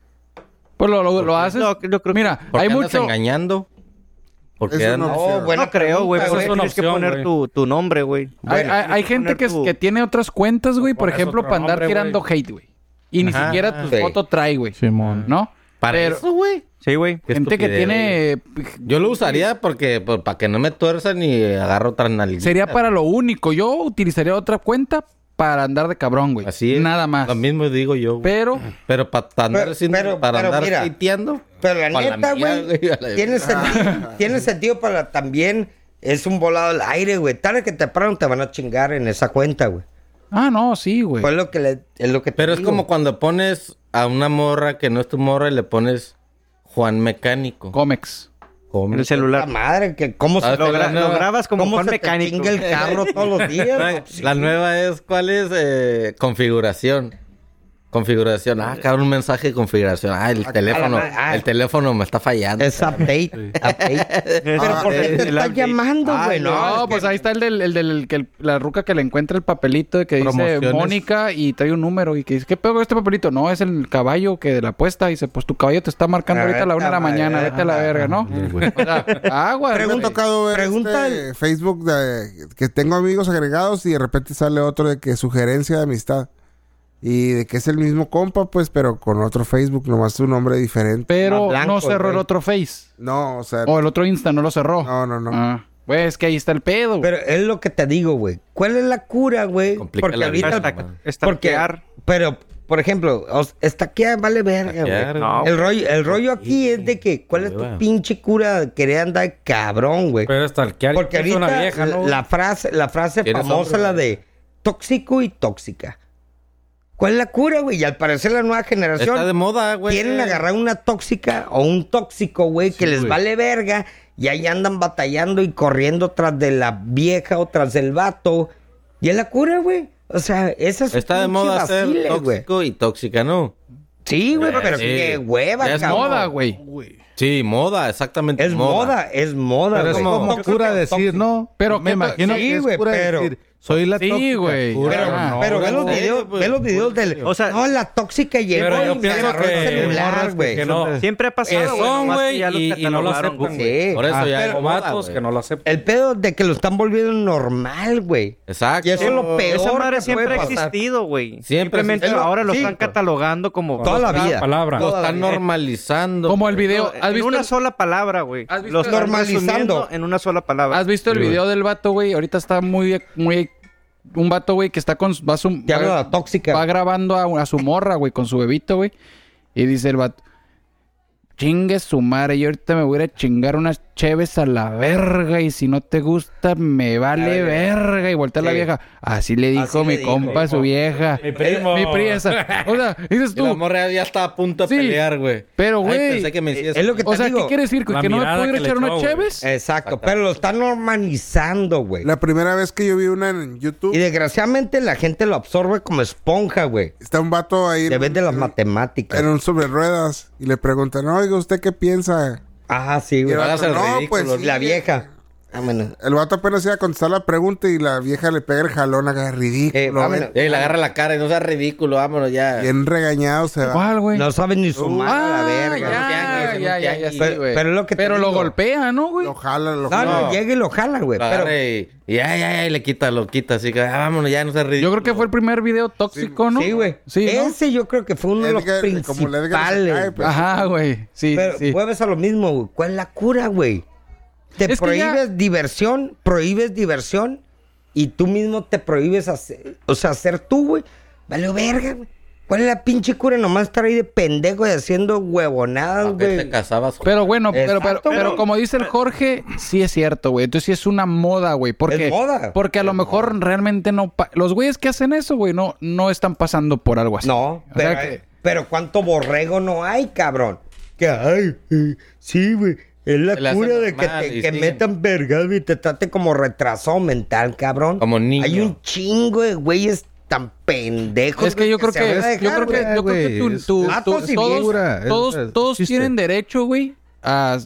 Speaker 1: Pues lo, lo, lo haces.
Speaker 7: No, yo creo que-
Speaker 1: Mira,
Speaker 6: ¿Por
Speaker 1: hay
Speaker 6: qué andas
Speaker 1: mucho.
Speaker 6: engañando? Porque
Speaker 3: Eso no-
Speaker 2: Oh, buena
Speaker 7: no creo, güey.
Speaker 8: pregunta,
Speaker 7: Por
Speaker 8: güey.
Speaker 7: eso tienes que
Speaker 8: Opción,
Speaker 7: poner
Speaker 8: güey.
Speaker 7: tu, tu nombre, güey.
Speaker 1: Hay, hay- hay
Speaker 7: Tienes
Speaker 1: gente
Speaker 7: poner
Speaker 1: que, es-
Speaker 7: tu-
Speaker 1: que tiene otras cuentas, güey, por
Speaker 8: Pones
Speaker 1: ejemplo,
Speaker 8: otro
Speaker 1: para andar
Speaker 8: nombre,
Speaker 1: tirando hate, güey. Y ni
Speaker 6: Ajá,
Speaker 1: siquiera tu
Speaker 2: sí.
Speaker 1: foto trae, güey.
Speaker 5: Simón.
Speaker 1: ¿No?
Speaker 6: Para
Speaker 1: Pero-
Speaker 6: eso, güey.
Speaker 7: Sí, güey.
Speaker 6: Qué
Speaker 1: Gente que
Speaker 6: estupidez,
Speaker 1: tiene. eh,
Speaker 6: güey. Yo lo usaría porque pues, para que no me tuerzan y agarro otras nalguitas.
Speaker 1: Sería para lo único. Yo utilizaría otra cuenta para andar de cabrón, güey.
Speaker 6: Así es.
Speaker 1: Nada más.
Speaker 6: Lo mismo digo yo. güey.
Speaker 1: Pero
Speaker 6: Pero para andar
Speaker 2: Pero-
Speaker 6: sin-
Speaker 2: pero-
Speaker 6: para
Speaker 2: pero
Speaker 6: andar
Speaker 2: mira.
Speaker 6: hateando,
Speaker 2: Pero la
Speaker 6: pa'
Speaker 2: neta,
Speaker 6: mía,
Speaker 2: güey,
Speaker 6: a la-
Speaker 2: tiene sentido, tiene sentido para también... Es un volado al aire, güey. Tarde que temprano te van a chingar en esa cuenta, güey.
Speaker 1: Ah, no, sí, güey.
Speaker 2: Fue lo que le, es lo que te
Speaker 6: Pero es
Speaker 2: digo.
Speaker 6: como cuando pones a una morra que no es tu morra y le pones Juan Mecánico.
Speaker 1: Comex.
Speaker 6: Come.
Speaker 7: En el celular.
Speaker 2: La madre, que cómo se
Speaker 6: Ah,
Speaker 7: Lo,
Speaker 6: la
Speaker 7: gra-
Speaker 6: nueva-
Speaker 7: lo grabas como
Speaker 2: cómo
Speaker 7: Juan
Speaker 2: se te
Speaker 7: Mecánico.
Speaker 2: chinga el carro todos los días.
Speaker 6: La- La nueva es, ¿cuál es? Eh, configuración. Configuración. Ah, cabrón, un mensaje de configuración. Ah, el teléfono.
Speaker 2: madre. Ah.
Speaker 6: El teléfono me está fallando.
Speaker 2: Es update. update. Pero
Speaker 7: Ah,
Speaker 2: ¿por qué
Speaker 7: el-
Speaker 2: te
Speaker 7: el
Speaker 2: estás
Speaker 7: update.
Speaker 2: llamando, güey?
Speaker 1: Ay, no,
Speaker 2: No,
Speaker 1: pues ahí está el del, el del que el- la ruca que le encuentra el papelito que dice
Speaker 5: Promociones.
Speaker 1: Mónica y trae un número y que dice, ¿qué pedo con este papelito? No, es el caballo que de la apuesta. Dice, pues tu caballo te está marcando
Speaker 2: Ah,
Speaker 1: ahorita a la
Speaker 2: vete
Speaker 1: una de la
Speaker 2: a la
Speaker 1: mañana,
Speaker 2: verga.
Speaker 1: vete a la verga, ¿no? O sea, agua.
Speaker 3: Me ha tocado ver
Speaker 2: pregunta
Speaker 3: este Facebook de, que tengo amigos agregados y de repente sale otro de que sugerencia de amistad. Y de que es el mismo compa, pues, pero con otro Facebook, nomás su nombre diferente.
Speaker 1: Pero
Speaker 2: Más blanco,
Speaker 1: no cerró el
Speaker 2: güey.
Speaker 1: otro Face.
Speaker 3: No, o sea,
Speaker 1: O el otro Insta no lo cerró.
Speaker 3: no, no, no.
Speaker 1: Ah, Pues es que ahí está el pedo.
Speaker 2: Pero es lo que te digo, güey. ¿Cuál es la cura, güey?
Speaker 6: Complica
Speaker 2: Porque
Speaker 6: la
Speaker 2: ahorita...
Speaker 6: vida, man.
Speaker 2: Porque,
Speaker 7: Estaquear.
Speaker 2: pero, por ejemplo, os- estaquear vale verga,
Speaker 6: Hackear,
Speaker 2: güey.
Speaker 7: No,
Speaker 2: El rollo, el rollo aquí es de que, ¿cuál es tu
Speaker 6: Hueva.
Speaker 2: pinche cura de querer andar de cabrón, güey?
Speaker 8: Pero hasta el que
Speaker 2: Porque
Speaker 8: es
Speaker 2: ahorita
Speaker 8: una vieja, ¿no?
Speaker 2: la frase, la frase
Speaker 6: ¿Quieres
Speaker 2: famosa,
Speaker 6: hombre,
Speaker 2: la de tóxico y tóxica. ¿Cuál es la cura, güey? Y al parecer la nueva generación
Speaker 6: está de moda, güey.
Speaker 2: quieren agarrar una tóxica o un tóxico, güey, que les vale verga y ahí andan batallando y corriendo tras de la vieja o tras del vato. Y es la cura, güey. O sea, esa es
Speaker 6: Está de
Speaker 2: pinche
Speaker 6: moda ser
Speaker 2: vacile, güey.
Speaker 6: tóxico y tóxica, ¿no?
Speaker 2: Sí, güey,
Speaker 6: Ya,
Speaker 2: pero
Speaker 6: sí.
Speaker 2: qué hueva,
Speaker 6: Ya es
Speaker 1: Moda,
Speaker 2: cabrón.
Speaker 1: güey.
Speaker 6: Sí, moda, exactamente.
Speaker 2: Es moda. es moda.
Speaker 5: Pero es
Speaker 2: güey.
Speaker 5: como
Speaker 2: Yo creo
Speaker 5: cura
Speaker 2: que es
Speaker 5: decir,
Speaker 2: tóxico.
Speaker 5: ¿no?
Speaker 1: Pero
Speaker 5: me
Speaker 1: qué to-
Speaker 5: imagino
Speaker 2: sí,
Speaker 5: que es
Speaker 2: güey,
Speaker 5: cura
Speaker 2: pero-
Speaker 5: decir, soy la
Speaker 1: Sí,
Speaker 5: tóxica,
Speaker 1: güey.
Speaker 5: cura,
Speaker 2: Pero,
Speaker 1: Ah,
Speaker 5: no,
Speaker 2: pero ve,
Speaker 5: güey.
Speaker 2: los
Speaker 6: güey.
Speaker 2: videos,
Speaker 6: Sí, güey.
Speaker 2: ve los videos del...
Speaker 7: O sea-
Speaker 2: no, la tóxica llegó
Speaker 8: Pero
Speaker 2: y
Speaker 8: yo
Speaker 2: me
Speaker 8: pienso
Speaker 2: agarró el
Speaker 8: que
Speaker 2: celular,
Speaker 8: morras
Speaker 2: güey.
Speaker 8: que no.
Speaker 7: Siempre ha pasado,
Speaker 8: Que
Speaker 7: güey,
Speaker 8: son,
Speaker 7: nomás que
Speaker 8: güey,
Speaker 7: ya los
Speaker 8: y, y no lo
Speaker 7: catalogaron,
Speaker 8: aceptan,
Speaker 7: güey.
Speaker 8: güey.
Speaker 2: Sí.
Speaker 6: Por eso
Speaker 8: Ah,
Speaker 6: ya
Speaker 8: pero-
Speaker 6: es
Speaker 8: como
Speaker 6: moda,
Speaker 8: vatos
Speaker 6: güey.
Speaker 8: que no lo aceptan.
Speaker 2: El pedo de que lo están volviendo normal, güey.
Speaker 6: Exacto.
Speaker 2: Y eso es lo peor.
Speaker 7: Esa
Speaker 2: que
Speaker 7: madre
Speaker 2: puede
Speaker 7: siempre ha
Speaker 2: pasar.
Speaker 7: existido, güey.
Speaker 6: Siempre
Speaker 7: Simplemente
Speaker 2: existió.
Speaker 7: ahora lo
Speaker 2: Sí.
Speaker 7: están catalogando como...
Speaker 2: Toda la vida.
Speaker 8: Palabra.
Speaker 6: Lo
Speaker 2: Toda la
Speaker 6: están
Speaker 2: vida.
Speaker 6: normalizando.
Speaker 1: Como el video. ¿Has
Speaker 7: en
Speaker 1: visto,
Speaker 7: una
Speaker 1: el-
Speaker 7: sola palabra, güey.
Speaker 1: ¿Has visto
Speaker 7: Lo están
Speaker 2: Normalizando.
Speaker 7: resumiendo En una sola palabra.
Speaker 1: has visto el video del vato, güey? Ahorita está muy. muy un vato, güey, que está con. Va, a su-
Speaker 2: Te hablo de la
Speaker 1: va
Speaker 2: tóxica.
Speaker 1: grabando a, a su morra, güey, con su bebito, güey. Y dice el vato. Chingue su madre, yo ahorita me voy a ir a chingar unas cheves a la verga y si no te gusta me vale verga y voltea la
Speaker 2: Sí.
Speaker 1: vieja. Así le dijo
Speaker 2: Así le
Speaker 1: mi
Speaker 2: dijo.
Speaker 1: compa a su vieja.
Speaker 8: Mi primo.
Speaker 1: Mi priesa. O sea, dices
Speaker 6: Y la
Speaker 1: tú,
Speaker 6: morra ya está a punto de
Speaker 1: Sí.
Speaker 6: pelear, güey.
Speaker 1: Pero,
Speaker 6: Ay,
Speaker 1: güey,
Speaker 6: pensé que me decías-
Speaker 2: Es lo que te
Speaker 1: o sea,
Speaker 2: digo. Eh,
Speaker 1: ¿qué quiere decir? güey?
Speaker 8: La
Speaker 1: ¿Que no me
Speaker 8: mirada
Speaker 1: puedo ir a
Speaker 8: que le
Speaker 1: echar unas
Speaker 8: echó, güey.
Speaker 1: cheves?
Speaker 2: Exacto, pero lo están normalizando, güey.
Speaker 3: La primera vez que yo vi una en YouTube,
Speaker 2: Y desgraciadamente la gente lo absorbe como esponja, güey.
Speaker 3: está un vato ahí.
Speaker 2: Le vende las matemáticas.
Speaker 3: en un sobre ruedas y le preguntan, oiga, ¿usted qué piensa?
Speaker 2: Ah, sí,
Speaker 3: Y
Speaker 2: güey.
Speaker 3: el
Speaker 6: hagas el
Speaker 3: vato, no,
Speaker 6: ridículo,
Speaker 3: pues sí".
Speaker 2: La vieja. Ah, Vámonos.
Speaker 3: El vato apenas iba a contestar la pregunta y la vieja le pega el jalón acá, ridículo.
Speaker 2: Eh, vámonos.
Speaker 6: Ey, le agarra la cara y no seas ridículo, vámonos ya.
Speaker 3: Bien regañado se va.
Speaker 1: ¿Cuál, güey?
Speaker 2: No saben ni
Speaker 3: Uh,
Speaker 2: sumar a la verga.
Speaker 1: Ah, ya,
Speaker 6: Tianguis,
Speaker 1: ya, ya, ya,
Speaker 6: tianguis.
Speaker 1: sí,
Speaker 2: Pero-
Speaker 1: güey.
Speaker 2: pero lo que te digo.
Speaker 1: golpea, ¿no, güey?
Speaker 3: Lo jala, lo
Speaker 2: No,
Speaker 3: jala.
Speaker 2: no,
Speaker 6: No.
Speaker 2: llega y lo jala, güey.
Speaker 6: Lo
Speaker 2: Pero
Speaker 6: agarra y, y ya, ya, ya, y le quita, lo quita. Así que, ah, vámonos ya, no seas ridículo.
Speaker 1: Yo creo que fue el primer video tóxico, ¿no?
Speaker 2: Sí, güey.
Speaker 1: Sí, ¿no?
Speaker 2: Ese yo creo que fue uno
Speaker 3: Edgar,
Speaker 2: de los
Speaker 3: como el Edgar se
Speaker 2: principales.
Speaker 3: cae,
Speaker 2: güey.
Speaker 3: pues.
Speaker 1: Ajá, güey. Sí,
Speaker 2: Pero
Speaker 1: sí.
Speaker 2: vuelves a lo mismo, güey. ¿Cuál es la cura, güey? Te
Speaker 1: Es que
Speaker 2: prohíbes
Speaker 1: ya-
Speaker 2: diversión, prohíbes diversión y tú mismo te prohíbes hacer, o sea, hacer tú, güey. Vale, verga, güey. ¿Cuál es la pinche cura? Nomás estar ahí de pendejo y haciendo huevonadas,
Speaker 6: ¿Para qué te
Speaker 2: güey.
Speaker 6: casabas?
Speaker 1: Pero bueno, pero, pero,
Speaker 2: Exacto,
Speaker 1: pero
Speaker 2: güey.
Speaker 1: como dice el Jorge, sí es cierto, güey. Entonces sí es una moda, güey. Porque,
Speaker 2: Es moda.
Speaker 1: Porque a lo mejor realmente no... pa- Los güeyes que hacen eso, güey, no, no están pasando por algo así.
Speaker 2: No,
Speaker 1: O sea
Speaker 2: pero,
Speaker 1: que-
Speaker 2: pero ¿cuánto borrego no hay, cabrón? Que, ay, eh, sí, güey. Es la
Speaker 6: Se le hace
Speaker 2: cura de que
Speaker 6: normal
Speaker 2: te
Speaker 6: y
Speaker 2: que
Speaker 6: siguen.
Speaker 2: metan vergas y te trate como retrasado mental, cabrón.
Speaker 6: Como niño.
Speaker 2: Hay un chingo de güeyes tan pendejos.
Speaker 1: Es que
Speaker 2: güey,
Speaker 1: yo creo que,
Speaker 2: se van a
Speaker 1: es- yo creo
Speaker 2: dejar,
Speaker 1: que,
Speaker 2: güey.
Speaker 1: yo creo que
Speaker 5: güey,
Speaker 1: tu-
Speaker 5: es-
Speaker 1: tu-
Speaker 2: es
Speaker 1: tu-
Speaker 2: datos y
Speaker 5: figura,
Speaker 1: todos,
Speaker 5: es-
Speaker 1: todos,
Speaker 5: es
Speaker 1: todos
Speaker 5: chiste.
Speaker 1: tienen derecho, güey, a,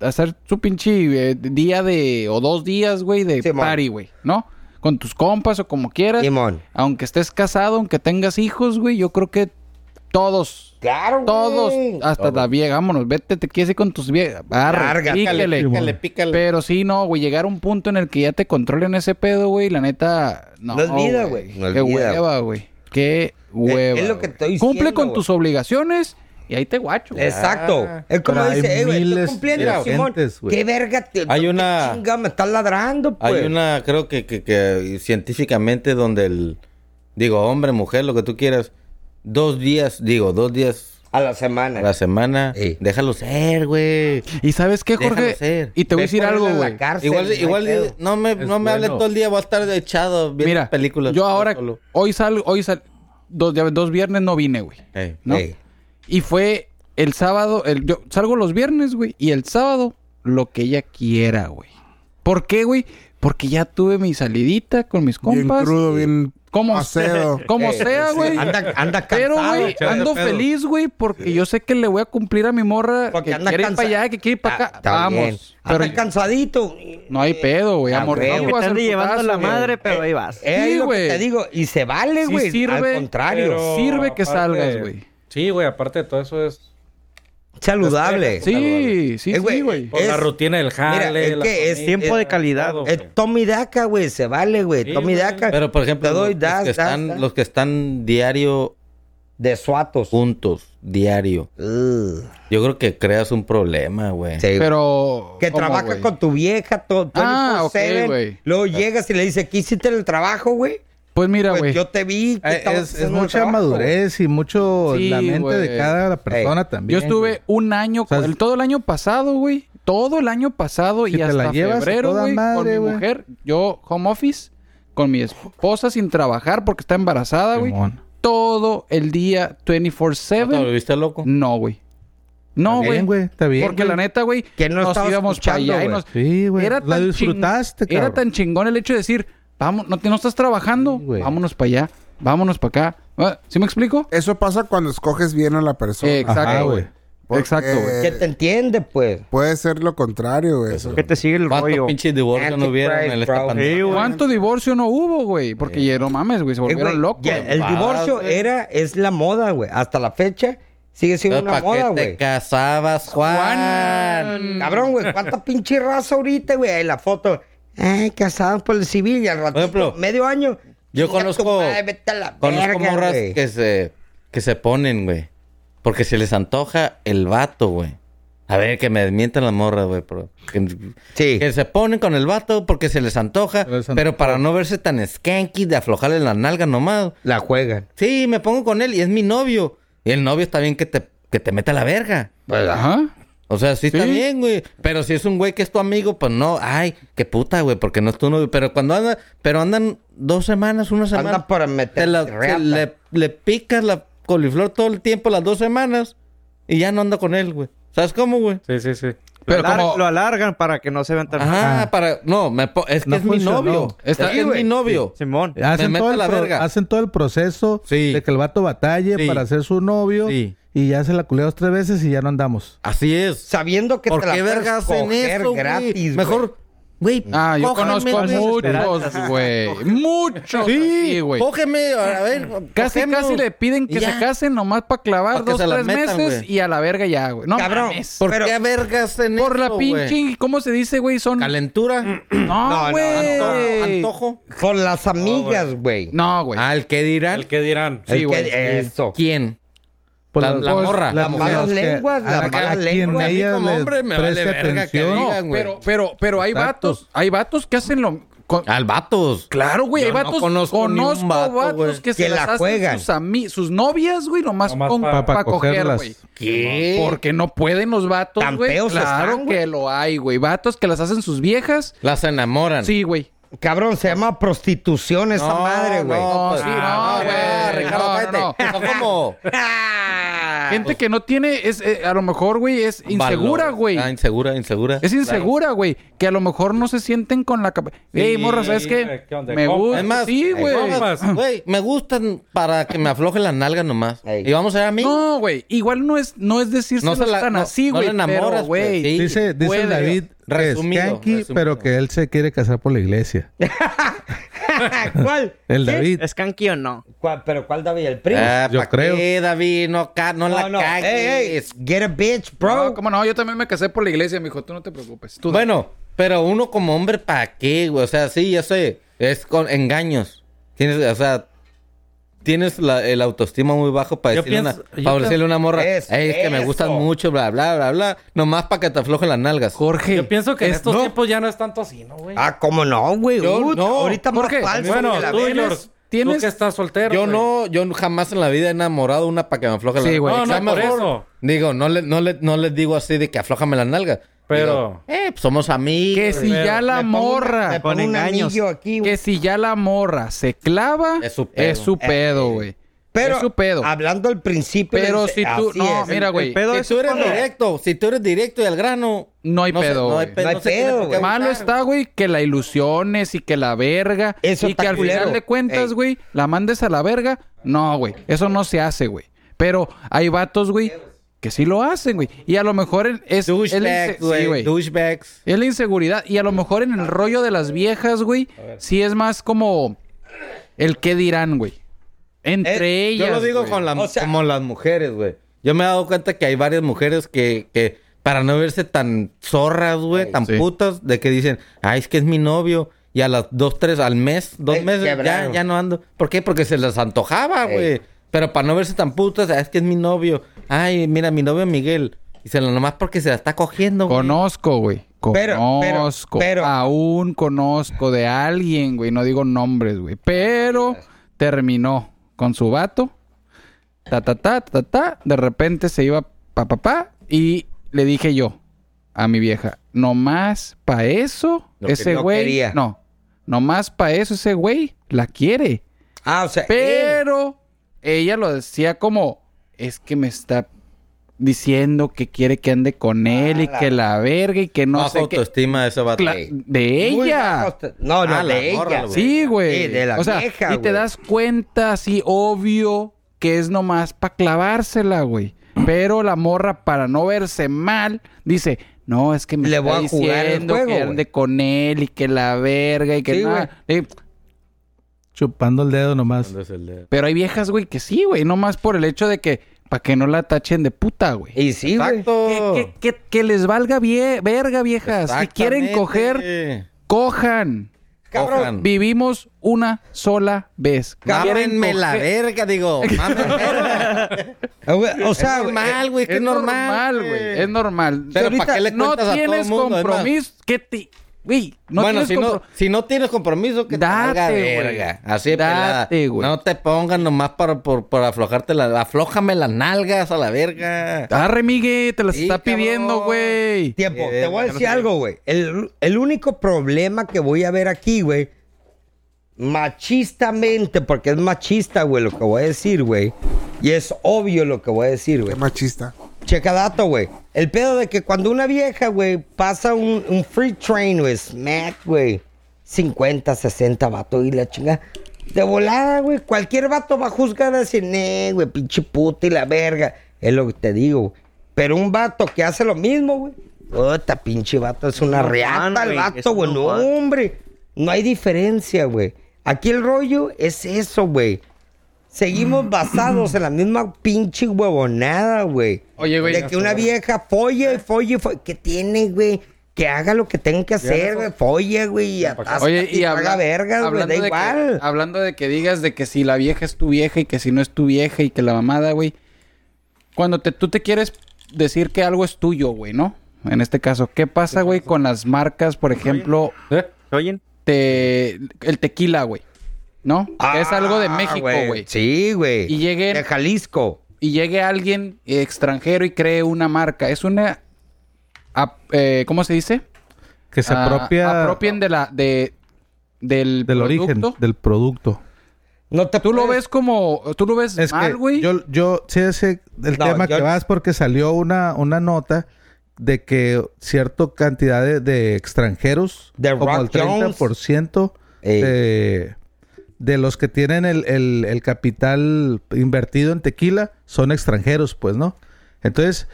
Speaker 1: a hacer su pinche eh, día de o dos días, güey, de
Speaker 2: Simón.
Speaker 1: party, güey, ¿no? Con tus compas o como quieras.
Speaker 2: Simón.
Speaker 1: Aunque estés casado, aunque tengas hijos, güey, yo creo que todos,
Speaker 2: Claro,
Speaker 1: todos,
Speaker 2: güey.
Speaker 1: hasta la vieja, vámonos, vete, te quieres ir con tus viejas. Arre,
Speaker 2: Lárgate,
Speaker 1: pícale.
Speaker 6: pícale, pícale.
Speaker 1: Pero sí, no, güey, llegar a un punto en el que ya te controlen ese pedo, güey, la neta, no.
Speaker 2: No es vida, güey. No es
Speaker 1: Qué
Speaker 2: vida, Eh,
Speaker 1: hueva, güey. Qué hueva.
Speaker 2: es lo que
Speaker 1: güey.
Speaker 2: estoy
Speaker 1: Cumple
Speaker 2: diciendo,
Speaker 1: con
Speaker 2: güey.
Speaker 1: tus obligaciones y ahí te guacho. güey.
Speaker 2: Exacto. es como
Speaker 5: pero hay
Speaker 2: dice, eh, güey, estoy
Speaker 5: miles
Speaker 2: cumpliendo,
Speaker 5: de
Speaker 2: Simón.
Speaker 5: gentes, güey.
Speaker 2: ¿Qué verga te
Speaker 6: Hay
Speaker 2: qué
Speaker 6: una-
Speaker 2: chinga me estás ladrando, pues?
Speaker 6: Hay una, creo que, que, que científicamente donde el, digo, hombre, mujer, lo que tú quieras, dos días, digo, dos días
Speaker 2: A la semana.
Speaker 6: a la semana, eh,
Speaker 2: Ey.
Speaker 6: déjalo ser, güey.
Speaker 1: Y sabes qué,
Speaker 6: Déjalo
Speaker 1: Jorge,
Speaker 6: ser.
Speaker 1: y te voy a
Speaker 2: Ve
Speaker 1: decir
Speaker 2: por él
Speaker 1: algo,
Speaker 2: a la
Speaker 1: güey.
Speaker 2: cárcel,
Speaker 6: Igual,
Speaker 2: no hay
Speaker 6: igual
Speaker 2: pedo.
Speaker 6: no me,
Speaker 5: Es
Speaker 6: no me hable
Speaker 5: bueno.
Speaker 6: todo el día, voy a estar echado viendo
Speaker 1: Mira,
Speaker 6: películas.
Speaker 1: yo ahora,
Speaker 6: solo.
Speaker 1: hoy salgo, hoy sal, dos, ya ves, dos viernes no vine, güey.
Speaker 6: Ey.
Speaker 1: ¿no?
Speaker 2: Ey.
Speaker 1: Y fue el sábado, el, yo salgo los viernes, güey, y el sábado lo que ella quiera, güey. ¿Por qué, güey? Porque ya tuve mi salidita con mis
Speaker 3: Bien
Speaker 1: compas.
Speaker 3: crudo, bien
Speaker 1: Como,
Speaker 3: acedo.
Speaker 1: como
Speaker 2: Ey,
Speaker 1: sea,
Speaker 2: Eh, sí,
Speaker 1: güey.
Speaker 2: Anda, anda
Speaker 1: Pero,
Speaker 2: cansado,
Speaker 1: güey,
Speaker 5: echado de
Speaker 1: ando
Speaker 5: pedo.
Speaker 1: feliz, güey, porque yo sé que le voy a cumplir a mi morra
Speaker 2: Porque
Speaker 1: que
Speaker 2: anda
Speaker 1: quiere ir
Speaker 2: cansa-
Speaker 1: para allá, que quiere ir para acá.
Speaker 2: Ah, está
Speaker 1: Vamos.
Speaker 2: bien.
Speaker 1: Pero
Speaker 2: Anda cansadito.
Speaker 1: no hay pedo, güey.
Speaker 2: Ah,
Speaker 1: Amor,
Speaker 2: güey,
Speaker 1: no
Speaker 2: que
Speaker 1: voy a
Speaker 7: Te
Speaker 1: hacer
Speaker 7: andan llevando
Speaker 1: putazo,
Speaker 7: la
Speaker 1: güey.
Speaker 7: madre, pero ahí vas.
Speaker 2: Eh,
Speaker 1: Sí,
Speaker 2: es lo que
Speaker 1: güey.
Speaker 2: te digo. Y se vale,
Speaker 1: Sí
Speaker 2: güey.
Speaker 1: sirve,
Speaker 2: Al contrario.
Speaker 8: pero
Speaker 1: Sirve que
Speaker 8: aparte-
Speaker 1: salgas, güey.
Speaker 8: Sí, güey, aparte de todo eso es
Speaker 2: Saludable.
Speaker 1: Sí, sí,
Speaker 2: Eh, güey,
Speaker 1: sí, güey.
Speaker 8: por
Speaker 2: Es-
Speaker 8: la rutina del jale.
Speaker 2: Mira, es
Speaker 8: la
Speaker 2: que es
Speaker 8: comida,
Speaker 2: tiempo
Speaker 7: de calidad.
Speaker 8: todo,
Speaker 2: Eh,
Speaker 8: güey.
Speaker 2: Tommy Daca, güey. Se vale, güey.
Speaker 8: Sí,
Speaker 2: Tommy
Speaker 8: güey.
Speaker 2: Daca.
Speaker 6: Pero, por ejemplo,
Speaker 2: Te doy,
Speaker 6: los,
Speaker 2: das,
Speaker 6: que
Speaker 2: das,
Speaker 6: están,
Speaker 2: das.
Speaker 6: los que están diario
Speaker 2: De suatos.
Speaker 6: juntos, diario,
Speaker 2: Uh,
Speaker 6: yo creo que creas un problema, güey.
Speaker 2: sí.
Speaker 1: Pero.
Speaker 2: que
Speaker 1: ¿cómo,
Speaker 2: trabaja
Speaker 1: güey?
Speaker 2: con tu vieja, todo.
Speaker 1: Ah, ok,
Speaker 2: 24/7,
Speaker 1: güey.
Speaker 2: Luego llegas y le dices, ¿qué hiciste en el trabajo, güey?
Speaker 1: Pues mira,
Speaker 2: Pues
Speaker 1: güey.
Speaker 2: yo te vi. que
Speaker 5: Eh,
Speaker 2: estabas
Speaker 5: es, es
Speaker 2: haciendo en el
Speaker 5: mucha
Speaker 2: trabajo, güey.
Speaker 5: madurez y mucho
Speaker 1: Sí,
Speaker 5: la mente
Speaker 1: güey.
Speaker 5: de cada persona también.
Speaker 1: Yo estuve un año,
Speaker 5: sea,
Speaker 1: con- el- todo el año pasado, güey. Todo el año pasado
Speaker 5: Si
Speaker 1: y
Speaker 5: te
Speaker 1: hasta
Speaker 5: la llevas a
Speaker 1: febrero,
Speaker 5: toda
Speaker 1: güey, con
Speaker 5: madre,
Speaker 1: mi
Speaker 5: güey.
Speaker 1: mujer. Yo, home office, con mi esposa sin trabajar porque está embarazada,
Speaker 5: güey.
Speaker 1: güey.
Speaker 5: Simón.
Speaker 1: Todo el día,
Speaker 6: ¿No te
Speaker 1: 24-7.
Speaker 6: volviste loco?
Speaker 1: No, güey.
Speaker 5: Está
Speaker 1: No,
Speaker 5: bien,
Speaker 1: güey.
Speaker 5: güey, está bien.
Speaker 1: Porque la neta, güey,
Speaker 2: Que no
Speaker 1: nos
Speaker 2: estabas
Speaker 1: íbamos para
Speaker 2: escuchando,
Speaker 1: allá y
Speaker 2: güey.
Speaker 1: nos...
Speaker 5: Sí, güey.
Speaker 1: Era
Speaker 5: La
Speaker 1: tan
Speaker 5: disfrutaste,
Speaker 1: ching- Era
Speaker 5: cabrón.
Speaker 1: tan chingón el hecho de decir, vamos, no, te- no estás trabajando,
Speaker 5: Sí, güey.
Speaker 1: vámonos para allá, vámonos para acá. Ah, ¿Sí me explico?
Speaker 3: Eso pasa cuando escoges bien a la persona.
Speaker 1: Eh,
Speaker 5: Ajá,
Speaker 1: Exacto,
Speaker 5: güey.
Speaker 1: güey.
Speaker 3: Porque
Speaker 1: Exacto, güey.
Speaker 2: Que te entiende, pues.
Speaker 3: Puede ser lo contrario, güey.
Speaker 6: Eso.
Speaker 7: ¿Qué te sigue el rollo?
Speaker 6: ¿Cuántos pinches divorcios no hubieron en
Speaker 2: Antichrist,
Speaker 6: esta
Speaker 2: bro.
Speaker 6: pandemia?
Speaker 7: Sí, güey.
Speaker 1: ¿Cuánto divorcio no hubo, güey? Porque ya no mames, güey, se
Speaker 2: Eh,
Speaker 1: volvieron
Speaker 2: güey,
Speaker 1: locos.
Speaker 2: ya, el
Speaker 6: Vas,
Speaker 2: divorcio
Speaker 6: güey.
Speaker 2: era, es la moda, güey. Hasta la fecha sigue siendo una
Speaker 6: ¿Para
Speaker 2: moda,
Speaker 6: qué te
Speaker 2: güey.
Speaker 6: casabas, Juan?
Speaker 2: Cabrón, güey, cuánta pinche raza ahorita, güey. Ahí La foto. Ay, casados por el civil y al ratito,
Speaker 6: ejemplo,
Speaker 2: medio año. Chinga
Speaker 6: Yo
Speaker 2: tu
Speaker 6: conozco-
Speaker 2: madre, vete a la
Speaker 6: Conozco
Speaker 2: verga,
Speaker 6: morras
Speaker 2: güey.
Speaker 6: que se, que se ponen, güey. Porque se les antoja el vato, güey. A ver, que me desmientan las morras, güey. pero Que,
Speaker 2: Sí.
Speaker 6: que se ponen con el vato porque se les antoja.
Speaker 5: Se les antoja.
Speaker 6: pero para no verse tan skanky de aflojarle la nalga nomás.
Speaker 2: La juegan.
Speaker 6: Sí, me pongo con él y es mi novio. Y el novio está bien que te, que te meta la verga.
Speaker 1: Ajá.
Speaker 6: O sea, sí, está
Speaker 1: Sí.
Speaker 6: bien, güey. Pero si es un güey que es tu amigo, pues no. Ay, qué puta, güey, porque no es tu novio. Pero cuando andan, pero andan dos semanas, una semana.
Speaker 2: Andan para
Speaker 6: Te
Speaker 2: meter.
Speaker 6: la- se
Speaker 2: reata.
Speaker 6: le, le picas la coliflor todo el tiempo, las dos semanas, y ya no anda con él, güey. ¿Sabes cómo, güey?
Speaker 8: Sí, sí, sí.
Speaker 1: Pero
Speaker 7: lo, alar-
Speaker 1: como
Speaker 7: lo alargan para que no se vean tan
Speaker 6: Ajá, Ah, para. No, me po- es que
Speaker 5: No
Speaker 6: es mi
Speaker 5: funcionó.
Speaker 6: novio.
Speaker 1: Está-
Speaker 6: es que es mi novio.
Speaker 7: Simón.
Speaker 5: Hacen
Speaker 6: Me
Speaker 5: todo,
Speaker 6: mete
Speaker 5: el
Speaker 6: la
Speaker 5: pro-
Speaker 6: verga.
Speaker 5: hacen todo el proceso
Speaker 6: Sí.
Speaker 5: de que el vato batalle
Speaker 6: Sí.
Speaker 5: para ser su novio
Speaker 6: Sí.
Speaker 5: y ya se la culea dos tres veces y ya no andamos.
Speaker 6: Así es.
Speaker 2: Sabiendo que
Speaker 6: ¿Por
Speaker 2: te la
Speaker 6: qué
Speaker 2: puedes
Speaker 6: verga hacen
Speaker 2: coger
Speaker 6: eso,
Speaker 2: gratis,
Speaker 6: güey?
Speaker 2: güey.
Speaker 6: Mejor, güey.
Speaker 1: Ah, yo
Speaker 6: cójanme,
Speaker 1: conozco
Speaker 6: güey.
Speaker 1: muchos, güey. Muchos. Sí, güey.
Speaker 6: Cógeme, a ver.
Speaker 1: Casi,
Speaker 6: cógeme.
Speaker 1: casi le piden
Speaker 6: Y
Speaker 1: que
Speaker 6: ya.
Speaker 1: se casen nomás para clavar
Speaker 6: Pa' que
Speaker 1: dos,
Speaker 6: se la
Speaker 1: tres
Speaker 6: metan,
Speaker 1: meses
Speaker 6: güey.
Speaker 1: y a la verga ya, güey. No
Speaker 2: Cabrón,
Speaker 1: mames.
Speaker 6: ¿Por
Speaker 2: Pero-
Speaker 6: qué verga hacen
Speaker 1: Por la
Speaker 6: eso, güey?
Speaker 1: pinche, ¿cómo se dice, güey? Son...
Speaker 6: Calentura.
Speaker 1: No, güey.
Speaker 6: Antojo. antojo.
Speaker 2: Con las amigas, güey.
Speaker 1: No, güey.
Speaker 6: Ah, ¿el qué dirán?
Speaker 8: ¿El qué dirán?
Speaker 1: sí,
Speaker 2: Es que
Speaker 1: güey.
Speaker 2: Eso.
Speaker 6: ¿Quién?
Speaker 5: Pues
Speaker 6: La- la morra.
Speaker 2: Las malas lenguas, las malas lenguas.
Speaker 6: A mí
Speaker 5: Ellas
Speaker 6: como
Speaker 5: les
Speaker 6: hombre me vale
Speaker 5: preste
Speaker 6: verga que
Speaker 5: atención.
Speaker 6: digan, güey.
Speaker 1: Pero, pero, pero hay
Speaker 5: Exacto.
Speaker 1: vatos, hay vatos que hacen lo... con-
Speaker 6: Al vatos.
Speaker 1: Claro, güey,
Speaker 6: Yo
Speaker 1: hay
Speaker 6: no
Speaker 1: vatos,
Speaker 6: conozco
Speaker 1: conozco,
Speaker 6: ni un vato,
Speaker 1: vatos
Speaker 6: güey.
Speaker 1: que se
Speaker 2: Que la
Speaker 1: las hacen
Speaker 2: juegan.
Speaker 1: sus, ami- sus novias, güey, nomás,
Speaker 8: Nomás
Speaker 1: con-
Speaker 8: pa-
Speaker 1: pa,
Speaker 5: pa
Speaker 1: coger,
Speaker 5: cogerlas.
Speaker 1: güey.
Speaker 6: ¿Qué?
Speaker 1: Porque no pueden los vatos,
Speaker 2: Tan
Speaker 1: güey.
Speaker 2: feos
Speaker 1: Claro
Speaker 2: están, güey.
Speaker 1: que lo hay, güey. Vatos que las hacen sus viejas.
Speaker 6: Las enamoran.
Speaker 1: Sí, güey.
Speaker 2: Cabrón, se llama prostitución esa madre, güey.
Speaker 1: no, sí, no,
Speaker 6: ah,
Speaker 1: güey.
Speaker 6: Ricardo,
Speaker 1: No,
Speaker 6: cállate.
Speaker 1: no,
Speaker 6: Son como Ah,
Speaker 1: Gente
Speaker 6: pues.
Speaker 1: que no tiene, es, eh, a lo mejor, güey, es insegura,
Speaker 6: valores.
Speaker 1: güey.
Speaker 6: Ah, insegura, insegura.
Speaker 1: Es insegura, güey. Que a lo mejor no se sienten con la capa. Ey, morra, ¿sabes qué?
Speaker 8: ¿qué onda?
Speaker 1: Me
Speaker 8: ¿Cómo?
Speaker 1: gusta.
Speaker 6: Es más,
Speaker 1: sí, güey.
Speaker 8: Compas.
Speaker 6: Güey, me gustan para que me afloje la nalga nomás.
Speaker 2: Ey.
Speaker 6: Y vamos a ir a mí.
Speaker 1: No, güey. Igual no es, no es decirse
Speaker 6: No se la-
Speaker 1: tan
Speaker 6: no-
Speaker 1: así,
Speaker 6: no
Speaker 1: güey.
Speaker 6: la enamoras,
Speaker 1: pero, güey.
Speaker 6: pues, sí.
Speaker 5: Dice, dice
Speaker 1: puede.
Speaker 5: el David que es
Speaker 6: Resumido,
Speaker 5: yankee,
Speaker 6: resumido.
Speaker 5: pero que él se quiere casar por la iglesia.
Speaker 2: ¿Cuál?
Speaker 5: El David.
Speaker 7: ¿Es canqui o no?
Speaker 2: ¿Cuál? ¿Pero cuál, David? ¿El primo?
Speaker 6: Ah,
Speaker 5: Yo
Speaker 6: ¿pa'
Speaker 5: creo.
Speaker 6: qué, David? No, ca- no, la
Speaker 2: no, no.
Speaker 6: cagues.
Speaker 2: Ey, ey, get a bitch, bro.
Speaker 1: No, cómo no, yo también me casé por la iglesia, mijo. Tú no te preocupes. Tú-
Speaker 6: Bueno, pero uno como hombre, ¿para qué, güey? O sea, sí, ya sé. Es con engaños. Tienes, o sea, tienes la- el autoestima muy bajo para
Speaker 8: Yo
Speaker 6: decirle,
Speaker 8: pienso-
Speaker 6: una,
Speaker 8: yo
Speaker 6: para decirle a una morra, "Ey,
Speaker 2: Es
Speaker 6: es, que me
Speaker 2: eso.
Speaker 6: gustan mucho, bla, bla, bla, bla. Nomás para que te aflojen las nalgas.
Speaker 1: Jorge.
Speaker 8: Yo pienso que en
Speaker 1: es-
Speaker 8: estos
Speaker 1: no,
Speaker 8: tiempos ya no es tanto así, ¿no, güey?
Speaker 2: Ah, ¿cómo no, güey?
Speaker 6: Yo
Speaker 2: Uh,
Speaker 6: no.
Speaker 2: Ahorita más
Speaker 1: Jorge,
Speaker 2: falso
Speaker 8: bueno,
Speaker 2: que la
Speaker 8: tú,
Speaker 2: verga.
Speaker 8: Lord,
Speaker 1: tienes-
Speaker 8: tú que estás soltero.
Speaker 6: Yo
Speaker 8: güey.
Speaker 6: no, yo jamás en la vida he enamorado una para que me afloje
Speaker 1: Sí,
Speaker 6: las
Speaker 1: güey,
Speaker 6: nalgas.
Speaker 8: No, no,
Speaker 6: Jamás.
Speaker 8: por eso.
Speaker 6: Digo, no le, no, le, no les digo así de que aflójame las nalgas.
Speaker 8: Pero-
Speaker 6: Digo, eh, pues somos amigos.
Speaker 1: Que si
Speaker 8: Pero
Speaker 1: ya la
Speaker 2: Me pongo una-
Speaker 1: morra.
Speaker 2: Me pongo
Speaker 7: Con
Speaker 2: un
Speaker 7: engaños.
Speaker 2: anillo aquí, güey.
Speaker 1: Que si ya la morra se clava,
Speaker 6: Es su pedo.
Speaker 1: es su pedo, güey.
Speaker 2: Eh, Pero,
Speaker 1: es su pedo.
Speaker 2: hablando al principio...
Speaker 1: Pero
Speaker 2: del-
Speaker 1: si tú.
Speaker 2: así
Speaker 1: No,
Speaker 2: es.
Speaker 1: mira, güey.
Speaker 7: pedo
Speaker 6: Si
Speaker 7: es
Speaker 6: tú eres
Speaker 7: cuando-
Speaker 6: directo, si tú eres directo y al grano...
Speaker 1: No hay
Speaker 6: se-
Speaker 1: pedo,
Speaker 6: No hay
Speaker 1: güey.
Speaker 6: pedo,
Speaker 2: No hay
Speaker 6: se tiene
Speaker 2: pedo,
Speaker 6: por qué
Speaker 2: güey.
Speaker 6: abusar,
Speaker 1: Malo está, güey, que la ilusiones y que la verga.
Speaker 2: Eso
Speaker 1: y
Speaker 2: está
Speaker 1: que al
Speaker 2: culero.
Speaker 1: final de cuentas,
Speaker 2: Ey.
Speaker 1: güey, la mandes a la verga. No, güey. Eso no se hace, güey. Pero hay vatos, güey, que sí lo hacen, güey. Y a lo mejor en- es. es la inse-
Speaker 6: Douchebags,
Speaker 1: sí,
Speaker 6: güey. Douchebags.
Speaker 1: Es la inseguridad. Y a lo mejor en el rollo de las viejas, güey, sí es más como el qué dirán, güey. Entre ellas.
Speaker 6: Eh, Yo lo digo
Speaker 1: güey.
Speaker 6: con la-
Speaker 2: O sea-
Speaker 6: como las mujeres, güey. Yo me he dado cuenta que hay varias mujeres que, que para no verse tan zorras, güey, tan
Speaker 1: sí.
Speaker 6: putas, de que dicen, ay, es que es mi novio. Y a las dos, tres, al mes, dos
Speaker 2: Ey,
Speaker 6: meses, ya,
Speaker 2: quebraron.
Speaker 6: ya no ando. ¿Por qué? Porque se las antojaba,
Speaker 2: Ey.
Speaker 6: güey. Pero para no verse tan putas, "Ah, es que es mi novio. Ay, mira, mi novio Miguel. Y se la nomás porque se la está cogiendo, güey.
Speaker 1: Conozco, güey.
Speaker 2: Pero, pero,
Speaker 1: Conozco.
Speaker 2: pero-
Speaker 1: Aún conozco de alguien, güey. No digo nombres, güey. Pero terminó con su vato. Ta, ta, ta, ta, ta. De repente se iba pa, pa, pa. Y le dije yo a mi vieja, nomás pa' eso,
Speaker 2: No que-
Speaker 1: ese
Speaker 2: no
Speaker 1: güey.
Speaker 2: quería.
Speaker 1: no, nomás pa' eso, ese güey la quiere.
Speaker 2: Ah, o sea... él.
Speaker 1: Pero ella lo decía como, es que me está diciendo que quiere que ande con él
Speaker 2: Ah,
Speaker 1: y que la verga y que no
Speaker 6: Baja
Speaker 1: sé qué.
Speaker 6: autoestima de ese vato.
Speaker 1: Cla-
Speaker 6: Ey.
Speaker 1: de
Speaker 2: Muy
Speaker 1: ella.
Speaker 2: bajo- No, no,
Speaker 6: Ah, la
Speaker 2: de
Speaker 6: morra,
Speaker 2: ella.
Speaker 6: güey.
Speaker 1: Sí, güey.
Speaker 2: Sí, de la
Speaker 1: o sea,
Speaker 2: vieja,
Speaker 1: y te
Speaker 2: güey.
Speaker 1: das cuenta así obvio que es nomás para clavársela, güey. Pero la morra, para no verse mal, dice, no, es que me
Speaker 2: Le
Speaker 1: está
Speaker 2: voy a jugar el
Speaker 1: diciendo
Speaker 2: juego,
Speaker 1: que
Speaker 2: güey.
Speaker 1: ande con él y que la verga y que
Speaker 2: Sí,
Speaker 1: nada. Eh,
Speaker 5: Chupando el dedo nomás.
Speaker 1: Pero hay viejas, güey, que sí, güey, no más por el hecho de que, para que no la tachen de puta, güey.
Speaker 2: Y sí, güey.
Speaker 6: Exacto.
Speaker 1: Eh, Que, que- que- que les valga bien, verga, viejas. Si quieren coger,
Speaker 6: Exactamente.
Speaker 1: cojan.
Speaker 6: Cojan.
Speaker 1: Vivimos una sola vez.
Speaker 6: Mámenme la
Speaker 1: coger-
Speaker 6: verga, digo. Mámenme.
Speaker 2: Ah, güey, O
Speaker 6: es
Speaker 2: sea,
Speaker 6: normal, güey. que
Speaker 1: Es normal, güey. Es normal.
Speaker 6: Pero
Speaker 1: Ahorita
Speaker 6: ¿para qué le
Speaker 1: no
Speaker 6: cuentas a todo
Speaker 1: tienes
Speaker 6: mundo, además?
Speaker 1: compromiso. ¿Qué te... Güey, no
Speaker 6: bueno,
Speaker 1: tienes
Speaker 6: si no,
Speaker 1: compromiso.
Speaker 6: si no tienes compromiso, que
Speaker 1: Date,
Speaker 6: te valga
Speaker 1: güey.
Speaker 6: verga. Así de
Speaker 1: Date,
Speaker 6: pelada.
Speaker 1: güey.
Speaker 6: No te pongan nomás para, por, por aflojarte la... Aflójame las nalgas a la verga.
Speaker 1: Arre, Migue, te las
Speaker 6: Sí,
Speaker 1: está
Speaker 6: cabrón.
Speaker 1: pidiendo, güey.
Speaker 2: Tiempo,
Speaker 6: Eh,
Speaker 2: te voy a
Speaker 6: ya no
Speaker 2: decir algo, güey. El, el único problema que voy a ver aquí, güey, machistamente, porque es machista, güey, lo que voy a decir, güey. Y es obvio lo que voy a decir,
Speaker 3: Qué
Speaker 2: güey.
Speaker 3: machista.
Speaker 2: Checa dato, güey. El pedo de que cuando una vieja, güey, pasa un, un free train, güey, smack, güey. 50, 60 vato y la chinga. De volada, güey. Cualquier vato va a juzgar a decir, "Nee, güey, pinche puta y la verga. Es lo que te digo, güey. Pero un vato que hace lo mismo, güey. Puta, pinche vato, es una
Speaker 7: No van,
Speaker 2: reata el
Speaker 7: güey,
Speaker 2: vato,
Speaker 7: eso
Speaker 2: güey.
Speaker 7: no
Speaker 2: No,
Speaker 7: van.
Speaker 2: hombre. No hay diferencia, güey. Aquí el rollo es eso, güey. Seguimos
Speaker 1: Mm.
Speaker 2: basados en la misma pinche huevonada, güey.
Speaker 1: Oye, güey,
Speaker 2: De que una vieja folla y folla y folla. ¿Qué tiene, güey? Que haga lo que tenga que hacer, güey. Folla, güey. Y atasca
Speaker 1: Oye, y
Speaker 2: haga
Speaker 1: habla-
Speaker 2: vergas, güey. Da
Speaker 1: de Que,
Speaker 2: igual.
Speaker 1: hablando de que digas de que si la vieja es tu vieja y que si no es tu vieja y que la mamada, güey. Cuando te, tú te quieres decir que algo es tuyo, güey, ¿no? En este caso, ¿qué pasa, güey, con las marcas, por ejemplo,
Speaker 8: ¿Eh?
Speaker 7: ¿Se oyen?
Speaker 1: te, el tequila, güey? ¿No? Que es algo de
Speaker 2: Ah,
Speaker 1: México, güey.
Speaker 2: Sí, güey.
Speaker 1: Y llegué-
Speaker 2: De Jalisco.
Speaker 1: Y llegue alguien extranjero y cree una marca. Es una... ap- eh, ¿Cómo se dice?
Speaker 5: Que se
Speaker 1: Ah,
Speaker 5: apropia
Speaker 1: apropien de la... De, del,
Speaker 5: del origen,
Speaker 1: producto.
Speaker 5: del producto.
Speaker 2: No te
Speaker 1: Tú lo
Speaker 2: puedes-
Speaker 1: ves como... Tú lo ves
Speaker 5: Es
Speaker 1: mal,
Speaker 5: que
Speaker 1: güey.
Speaker 5: yo, yo sé ese el
Speaker 2: No,
Speaker 5: tema
Speaker 2: yo-
Speaker 5: que vas porque salió una, una nota de que cierta cantidad de, de extranjeros,
Speaker 2: De
Speaker 5: como
Speaker 2: Rock
Speaker 5: el 30%
Speaker 2: Ey.
Speaker 5: de, de los que tienen el, el- el capital invertido en tequila, son extranjeros, pues, ¿no? Entonces,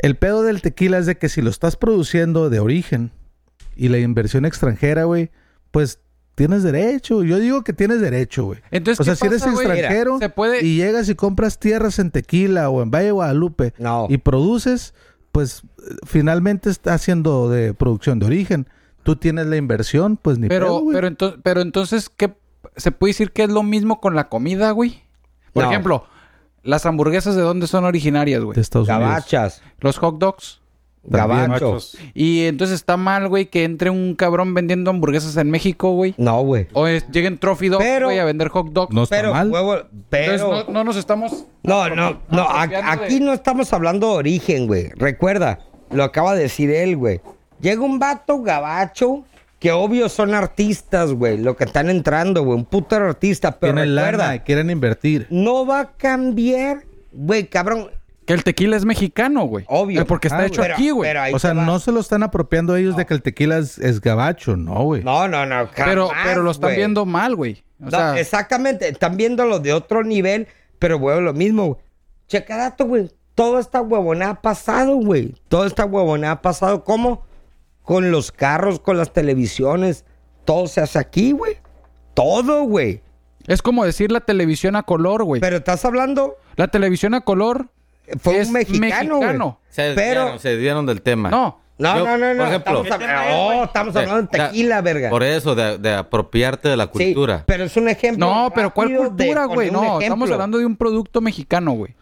Speaker 5: el pedo del tequila es de que si lo estás produciendo de origen y la inversión extranjera, güey, pues tienes derecho. Yo digo que tienes derecho, güey.
Speaker 1: Entonces,
Speaker 5: o sea,
Speaker 1: ¿qué
Speaker 5: si eres
Speaker 1: pasa, güey?
Speaker 5: extranjero
Speaker 1: Mira, se puede-
Speaker 5: y llegas y compras tierras en Tequila o en Valle de Guadalupe
Speaker 2: No.
Speaker 5: y produces, pues eh, finalmente está haciendo de producción de origen. Tú tienes la inversión, pues ni pedo,
Speaker 1: Pero,
Speaker 5: güey.
Speaker 1: pero, ento- pero entonces, ¿qué se puede decir que es lo mismo con la comida, güey? Por
Speaker 2: No.
Speaker 1: ejemplo, las hamburguesas de dónde son originarias, güey.
Speaker 5: de Estados Unidos.
Speaker 2: Gabachas.
Speaker 1: Los hot dogs.
Speaker 2: Gabachos.
Speaker 1: Y entonces está mal, güey, que entre un cabrón vendiendo hamburguesas en México, güey.
Speaker 2: No, güey.
Speaker 1: O es- lleguen Trophy Dogs,
Speaker 2: Pero-
Speaker 1: güey, a vender hot dogs.
Speaker 5: No está
Speaker 2: Pero,
Speaker 5: mal.
Speaker 2: huevo, pero...
Speaker 1: Entonces, no, no nos estamos...
Speaker 2: No, no, no. a-
Speaker 1: apropiando
Speaker 2: aquí
Speaker 1: de-
Speaker 2: no estamos hablando de origen, güey. Recuerda, lo acaba de decir él, güey. Llega un vato gabacho, que obvio son artistas, güey, lo que están entrando, güey. Un puto artista, pero
Speaker 5: Tienen
Speaker 2: recuerda,
Speaker 5: lana, y quieren invertir.
Speaker 2: no va a cambiar, güey, cabrón.
Speaker 1: Que el tequila es mexicano, güey.
Speaker 2: Obvio.
Speaker 1: Eh, Porque está
Speaker 5: Ah,
Speaker 1: hecho
Speaker 2: Pero-
Speaker 1: aquí, güey.
Speaker 2: pero ahí
Speaker 5: O sea,
Speaker 2: te va.
Speaker 5: no se lo están apropiando ellos de que el tequila es, es gabacho, no, güey.
Speaker 2: No, no, no.
Speaker 1: Pero,
Speaker 2: jamás,
Speaker 1: pero lo están
Speaker 2: güey.
Speaker 1: viendo mal, güey. O
Speaker 2: No,
Speaker 1: sea,
Speaker 2: exactamente, están viéndolo de otro nivel, pero güey, lo mismo, güey. Checa dato, güey. Todo esta huevonada ha pasado, güey. Todo esta huevonada ha pasado. ¿Cómo? Con los carros, con las televisiones. Todo se hace aquí, güey. Todo, güey.
Speaker 1: es como decir la televisión a color, güey.
Speaker 2: Pero estás hablando,
Speaker 1: La televisión a color
Speaker 2: fue
Speaker 1: Es
Speaker 2: un mexicano, güey.
Speaker 1: mexicano.
Speaker 6: Se desviaron,
Speaker 2: Pero,
Speaker 6: se desviaron del tema.
Speaker 1: No.
Speaker 2: no,
Speaker 6: Yo,
Speaker 2: no, no, no.
Speaker 6: por ejemplo-
Speaker 2: estamos, hab- oh, estamos
Speaker 6: De-
Speaker 2: hablando de tequila,
Speaker 6: de-
Speaker 2: verga.
Speaker 6: Por eso, de, de apropiarte de la
Speaker 2: Sí,
Speaker 6: cultura.
Speaker 2: pero es un ejemplo.
Speaker 1: No, pero ¿cuál
Speaker 2: rápido de
Speaker 1: cultura,
Speaker 2: poner
Speaker 1: güey?
Speaker 2: un
Speaker 1: No, estamos
Speaker 2: ejemplo.
Speaker 1: hablando de un producto mexicano, güey.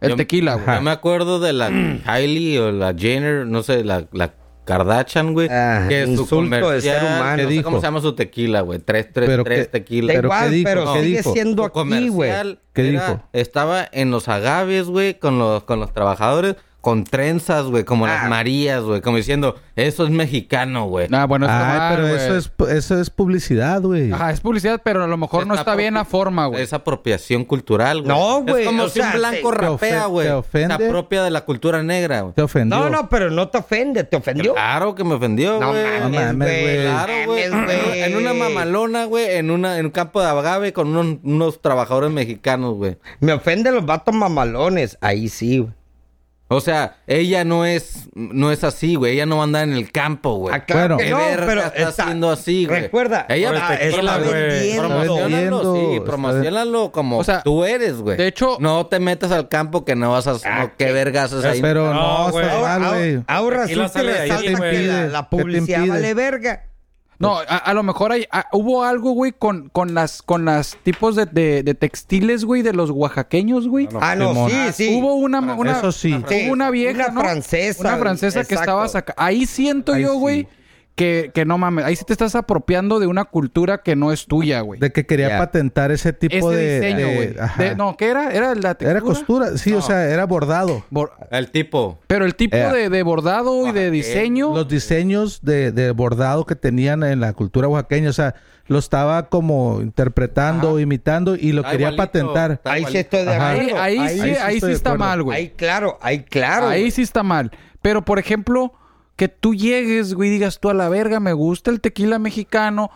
Speaker 1: El
Speaker 6: Yo-
Speaker 1: tequila,
Speaker 6: Yo
Speaker 1: güey.
Speaker 6: me acuerdo de la Kylie o la Jenner, no sé, la, la Kardashian, güey.
Speaker 2: Ah,
Speaker 6: que su
Speaker 2: insulto de
Speaker 6: comercial,
Speaker 2: ser humano.
Speaker 6: que no sé
Speaker 5: Dijo.
Speaker 6: cómo se llama su tequila, güey. Tres, tres,
Speaker 5: Pero que-
Speaker 6: tres tequila.
Speaker 2: Da
Speaker 5: Pero
Speaker 2: igual,
Speaker 5: ¿qué dijo?
Speaker 2: pero
Speaker 5: ¿Qué
Speaker 2: sigue
Speaker 5: dijo?
Speaker 2: siendo
Speaker 6: Su
Speaker 2: aquí, güey.
Speaker 6: comercial
Speaker 5: ¿Qué
Speaker 6: era-
Speaker 5: dijo?
Speaker 6: Estaba en los agaves, güey, con los, con los trabajadores, con trenzas, güey, como
Speaker 5: Ah.
Speaker 6: las Marías, güey, como diciendo, eso es mexicano, güey.
Speaker 1: Ah, bueno, es
Speaker 5: Ay,
Speaker 1: tomar,
Speaker 5: pero
Speaker 1: güey.
Speaker 5: eso es, eso es publicidad, güey.
Speaker 1: Ajá, es publicidad, pero a lo mejor no está
Speaker 6: apropi-
Speaker 1: bien la forma, güey.
Speaker 6: Es apropiación cultural, güey.
Speaker 2: No, güey,
Speaker 6: Es como
Speaker 2: o
Speaker 6: si un
Speaker 2: sea,
Speaker 6: blanco
Speaker 5: te- te
Speaker 6: rapea,
Speaker 5: ofen-
Speaker 6: güey.
Speaker 5: te ofende.
Speaker 6: Se apropia de la cultura negra, güey.
Speaker 5: Te ofendió.
Speaker 2: No, no, pero no te ofende, te ofendió.
Speaker 6: Claro que me ofendió, güey.
Speaker 5: No mames, güey.
Speaker 6: Claro, güey.
Speaker 2: mames, güey.
Speaker 6: En una mamalona, güey, en, una, en un campo de agave con unos, unos trabajadores mexicanos, güey.
Speaker 2: Me ofenden los vatos mamalones. Ahí sí, güey.
Speaker 6: O sea, ella no es, no es así, güey. Ella no anda en el campo, güey.
Speaker 2: Ah, claro
Speaker 5: Bueno.
Speaker 2: que
Speaker 6: ¿Qué
Speaker 2: no,
Speaker 6: verga
Speaker 2: pero
Speaker 6: está, haciendo así, güey.
Speaker 2: Recuerda,
Speaker 6: ella
Speaker 2: ah,
Speaker 6: protectora,
Speaker 2: está
Speaker 6: güey.
Speaker 2: vendiendo.
Speaker 6: Promocionalo, sí,
Speaker 5: Está-
Speaker 6: promocionalo como
Speaker 1: O sea,
Speaker 6: tú eres, güey.
Speaker 1: de hecho- Ah,
Speaker 6: no te metas al campo que no vas a. no, ¿Qué verga haces ahí?
Speaker 5: Pero no,
Speaker 8: No,
Speaker 5: estás
Speaker 8: güey.
Speaker 5: mal, güey.
Speaker 2: Ahora
Speaker 8: Aquí la
Speaker 2: resulta y
Speaker 8: sale de ahí,
Speaker 2: resalta
Speaker 8: güey.
Speaker 2: que la,
Speaker 5: ¿Qué
Speaker 2: la
Speaker 5: te
Speaker 2: publicidad
Speaker 5: impide?
Speaker 2: vale verga.
Speaker 1: No, a,
Speaker 5: Pues-
Speaker 1: a lo mejor hay, a- hubo algo, güey, con, con las con las tipos de, de- de textiles, güey, de los oaxaqueños, güey.
Speaker 2: Ah, no,
Speaker 5: Simón.
Speaker 2: sí, sí.
Speaker 1: Hubo una, una-
Speaker 5: Eso sí.
Speaker 1: hubo una vieja,
Speaker 2: Una
Speaker 1: ¿no?
Speaker 2: francesa,
Speaker 1: Una francesa que
Speaker 2: exacto.
Speaker 1: estaba sacando. Ahí siento
Speaker 5: Ahí
Speaker 1: yo,
Speaker 5: sí.
Speaker 1: güey, que, que no mames. Ahí sí te estás apropiando de una cultura que no es tuya, güey.
Speaker 5: De que quería
Speaker 2: Ya.
Speaker 5: patentar ese tipo
Speaker 1: Ese
Speaker 5: de.
Speaker 1: diseño,
Speaker 5: de-
Speaker 1: güey.
Speaker 5: ajá.
Speaker 1: De- No, ¿qué era? Era la textura.
Speaker 5: Era costura, sí, o sea, era bordado.
Speaker 1: Bor-
Speaker 6: El tipo.
Speaker 1: Pero el tipo
Speaker 5: Era.
Speaker 1: de, de bordado y de diseño.
Speaker 5: Los diseños de, de bordado que tenían en la cultura oaxaqueña, o sea, lo estaba como interpretando, imitando y lo
Speaker 6: Está
Speaker 5: quería
Speaker 6: igualito,
Speaker 5: patentar.
Speaker 6: está
Speaker 2: Ahí sí
Speaker 6: igualito.
Speaker 2: estoy de
Speaker 5: Ajá.
Speaker 1: Ahí,
Speaker 2: acuerdo.
Speaker 1: ahí sí, ahí
Speaker 5: ahí sí
Speaker 1: sí
Speaker 5: estoy de
Speaker 1: está
Speaker 5: acuerdo.
Speaker 1: mal, güey.
Speaker 2: Ahí claro, ahí claro.
Speaker 1: Ahí
Speaker 2: güey.
Speaker 1: sí está mal. Pero, por ejemplo, que tú llegues, güey, y digas tú a la verga, me gusta el tequila mexicano.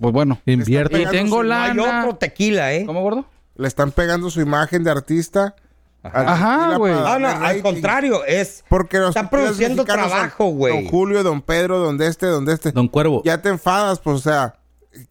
Speaker 1: Pues bueno.
Speaker 5: Invierte.
Speaker 1: Y
Speaker 3: Pegando
Speaker 1: tengo
Speaker 3: su-
Speaker 2: No hay
Speaker 1: lana.
Speaker 2: otro tequila, ¿eh?
Speaker 1: ¿Cómo, gordo?
Speaker 3: Le están pegando su imagen de artista. al
Speaker 1: Ajá,
Speaker 3: tequila
Speaker 1: güey.
Speaker 3: para
Speaker 2: No, no,
Speaker 3: darle
Speaker 2: al
Speaker 3: rating.
Speaker 2: contrario, es...
Speaker 3: Porque los
Speaker 2: Están
Speaker 3: tequilas
Speaker 2: produciendo
Speaker 3: mexicanos son
Speaker 2: trabajo, güey.
Speaker 3: Don Julio, Don Pedro, donde este, donde este.
Speaker 8: Don Cuervo.
Speaker 3: Ya te enfadas, pues, o sea,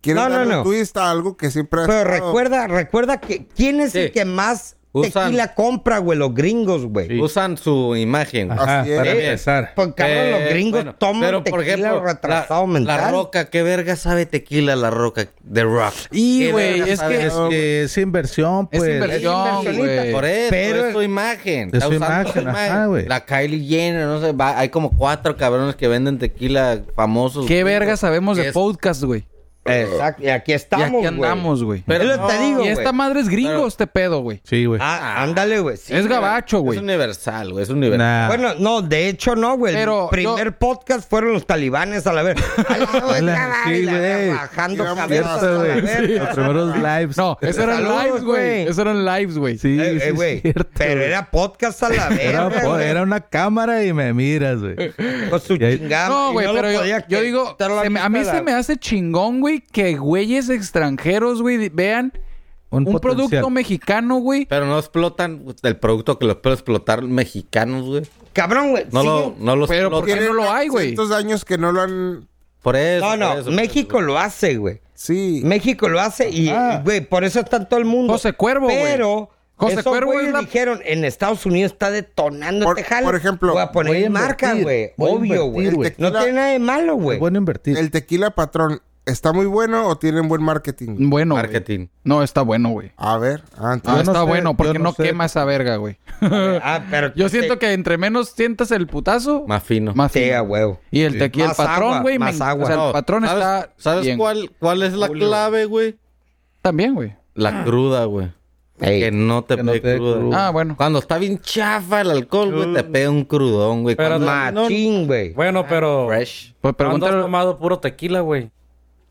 Speaker 3: quieren
Speaker 2: No, no,
Speaker 3: darle
Speaker 2: no.
Speaker 3: un twist a algo que siempre has
Speaker 2: Pero
Speaker 3: estado.
Speaker 2: recuerda, recuerda que... ¿Quién es el
Speaker 6: Sí.
Speaker 2: que más
Speaker 6: Usan-
Speaker 2: tequila compra, güey? Los gringos, güey.
Speaker 6: Usan su imagen. güey.
Speaker 5: Ajá,
Speaker 3: Así es.
Speaker 5: para
Speaker 6: Sí.
Speaker 5: empezar.
Speaker 2: Pues cabrón,
Speaker 6: Eh,
Speaker 2: los gringos
Speaker 6: bueno,
Speaker 2: toman
Speaker 6: pero, por
Speaker 2: tequila
Speaker 6: ejemplo,
Speaker 2: retrasado
Speaker 6: la,
Speaker 2: mental.
Speaker 6: La roca, qué verga sabe tequila la roca de rock.
Speaker 1: Y,
Speaker 6: Qué
Speaker 1: güey,
Speaker 6: verga
Speaker 1: es
Speaker 6: sabe
Speaker 1: que
Speaker 5: Es que es inversión,
Speaker 1: es
Speaker 5: pues.
Speaker 1: inversión,
Speaker 2: inversionista.
Speaker 1: güey.
Speaker 6: Por eso,
Speaker 2: Pero-
Speaker 6: es su imagen.
Speaker 5: Es su
Speaker 6: Está usando
Speaker 5: imagen, ajá, güey.
Speaker 6: La Kylie Jenner, no sé, va- hay como cuatro cabrones que venden tequila famosos.
Speaker 1: ¿Qué
Speaker 6: güey.
Speaker 1: verga sabemos de
Speaker 6: Es-
Speaker 1: podcast, güey?
Speaker 2: Exacto, y aquí
Speaker 1: Y
Speaker 2: estamos,
Speaker 1: aquí
Speaker 2: güey.
Speaker 1: andamos, güey.
Speaker 6: Pero
Speaker 2: Es lo que te
Speaker 6: no,
Speaker 2: digo,
Speaker 1: Y esta
Speaker 2: güey.
Speaker 1: madre es gringo
Speaker 6: Pero-
Speaker 1: este pedo, güey.
Speaker 5: Sí, güey.
Speaker 2: Ah, ándale, güey. sí.
Speaker 1: es gabacho, güey.
Speaker 6: Es universal, güey, es universal.
Speaker 5: Nah.
Speaker 2: Bueno, no, de hecho no, güey.
Speaker 1: Pero
Speaker 2: el primer podcast fueron los talibanes a la vez.
Speaker 5: Sí, güey.
Speaker 2: Bajando
Speaker 3: Digamos,
Speaker 2: cabezas a la
Speaker 5: Cierto, güey. Sí,
Speaker 2: verga. Eh,
Speaker 5: Los primeros lives.
Speaker 1: No, eso eran
Speaker 2: Saludos,
Speaker 1: lives, güey.
Speaker 2: güey.
Speaker 1: Eso eran lives, güey.
Speaker 5: sí,
Speaker 2: Eh, eh,
Speaker 5: sí, es
Speaker 2: güey,
Speaker 5: cierto,
Speaker 2: pero
Speaker 5: güey.
Speaker 2: era podcast a la
Speaker 5: Era,
Speaker 2: verga.
Speaker 5: po-
Speaker 2: güey.
Speaker 5: era una cámara y me miras, güey.
Speaker 2: Con su
Speaker 5: Y ahí-
Speaker 2: chingada.
Speaker 1: No,
Speaker 2: y
Speaker 1: güey,
Speaker 2: lo
Speaker 1: pero yo,
Speaker 2: podía
Speaker 1: yo digo,
Speaker 2: quitar la
Speaker 1: se me- a mí
Speaker 2: vista de
Speaker 1: se
Speaker 2: la-
Speaker 1: me hace chingón, güey, que güeyes extranjeros, güey, di- vean un,
Speaker 5: Un potencial.
Speaker 1: producto mexicano, güey.
Speaker 6: Pero no explotan el producto que los puede explotar mexicanos, güey.
Speaker 2: Cabrón, güey.
Speaker 6: No,
Speaker 2: sí.
Speaker 6: lo, no los
Speaker 1: Pero ¿por qué
Speaker 6: explotan.
Speaker 1: no lo hay, güey?
Speaker 3: Cientos de años que no lo han...
Speaker 6: Por eso.
Speaker 2: No, no,
Speaker 6: por eso,
Speaker 2: México lo hace, güey.
Speaker 3: Sí.
Speaker 2: México lo hace y,
Speaker 5: Ah.
Speaker 2: güey, por eso está en todo el mundo.
Speaker 1: José Cuervo, güey.
Speaker 2: Pero,
Speaker 1: José
Speaker 2: esos
Speaker 1: Cuervo es
Speaker 2: güeyes
Speaker 1: la-
Speaker 2: dijeron, en Estados Unidos está detonando
Speaker 3: Por-
Speaker 2: este jale.
Speaker 3: por ejemplo,
Speaker 2: voy a poner
Speaker 5: voy a
Speaker 2: marca,
Speaker 5: invertir,
Speaker 2: güey.
Speaker 5: voy a
Speaker 2: Obvio,
Speaker 5: invertir,
Speaker 2: güey.
Speaker 5: güey.
Speaker 2: No
Speaker 3: Tequila-
Speaker 2: tiene nada de malo, güey.
Speaker 5: Es bueno invertir.
Speaker 3: El tequila patrón, ¿está muy bueno o tienen buen
Speaker 6: Mm.
Speaker 3: marketing?
Speaker 1: Bueno, güey.
Speaker 6: Marketing.
Speaker 1: No, está bueno, güey.
Speaker 3: A ver, ah, antes.
Speaker 1: No,
Speaker 5: no
Speaker 1: está
Speaker 5: sé,
Speaker 1: bueno,
Speaker 5: yo
Speaker 1: porque
Speaker 5: no
Speaker 1: no,
Speaker 5: sé.
Speaker 1: quema esa verga, güey.
Speaker 2: Ah, pero
Speaker 1: Yo siento que entre menos sientas el putazo,
Speaker 6: Más fino.
Speaker 1: más
Speaker 2: Sí,
Speaker 1: fino.
Speaker 2: a huevo.
Speaker 1: Y el tequila, el
Speaker 2: Más
Speaker 1: patrón,
Speaker 2: agua,
Speaker 1: güey, me
Speaker 2: más
Speaker 1: en-
Speaker 2: agua.
Speaker 1: O sea,
Speaker 6: No,
Speaker 1: el patrón
Speaker 6: ¿sabes-
Speaker 1: está
Speaker 6: ¿Sabes
Speaker 1: bien.
Speaker 6: cuál cuál es la clave, güey?
Speaker 1: También, güey.
Speaker 6: La cruda, güey.
Speaker 2: Ey.
Speaker 6: Que no te
Speaker 5: Que no
Speaker 6: pegue
Speaker 5: te dé
Speaker 6: cruda.
Speaker 5: cruda.
Speaker 1: Ah, bueno.
Speaker 6: Cuando está bien chafa el alcohol, güey, te pega un crudón, güey.
Speaker 8: Pero
Speaker 6: Cuando-
Speaker 8: no- no-
Speaker 2: Machín, güey.
Speaker 8: Bueno, pero.
Speaker 6: Fresh.
Speaker 1: Pues
Speaker 8: ¿Cuándo has
Speaker 1: pregúntale.
Speaker 8: tomado puro tequila, güey?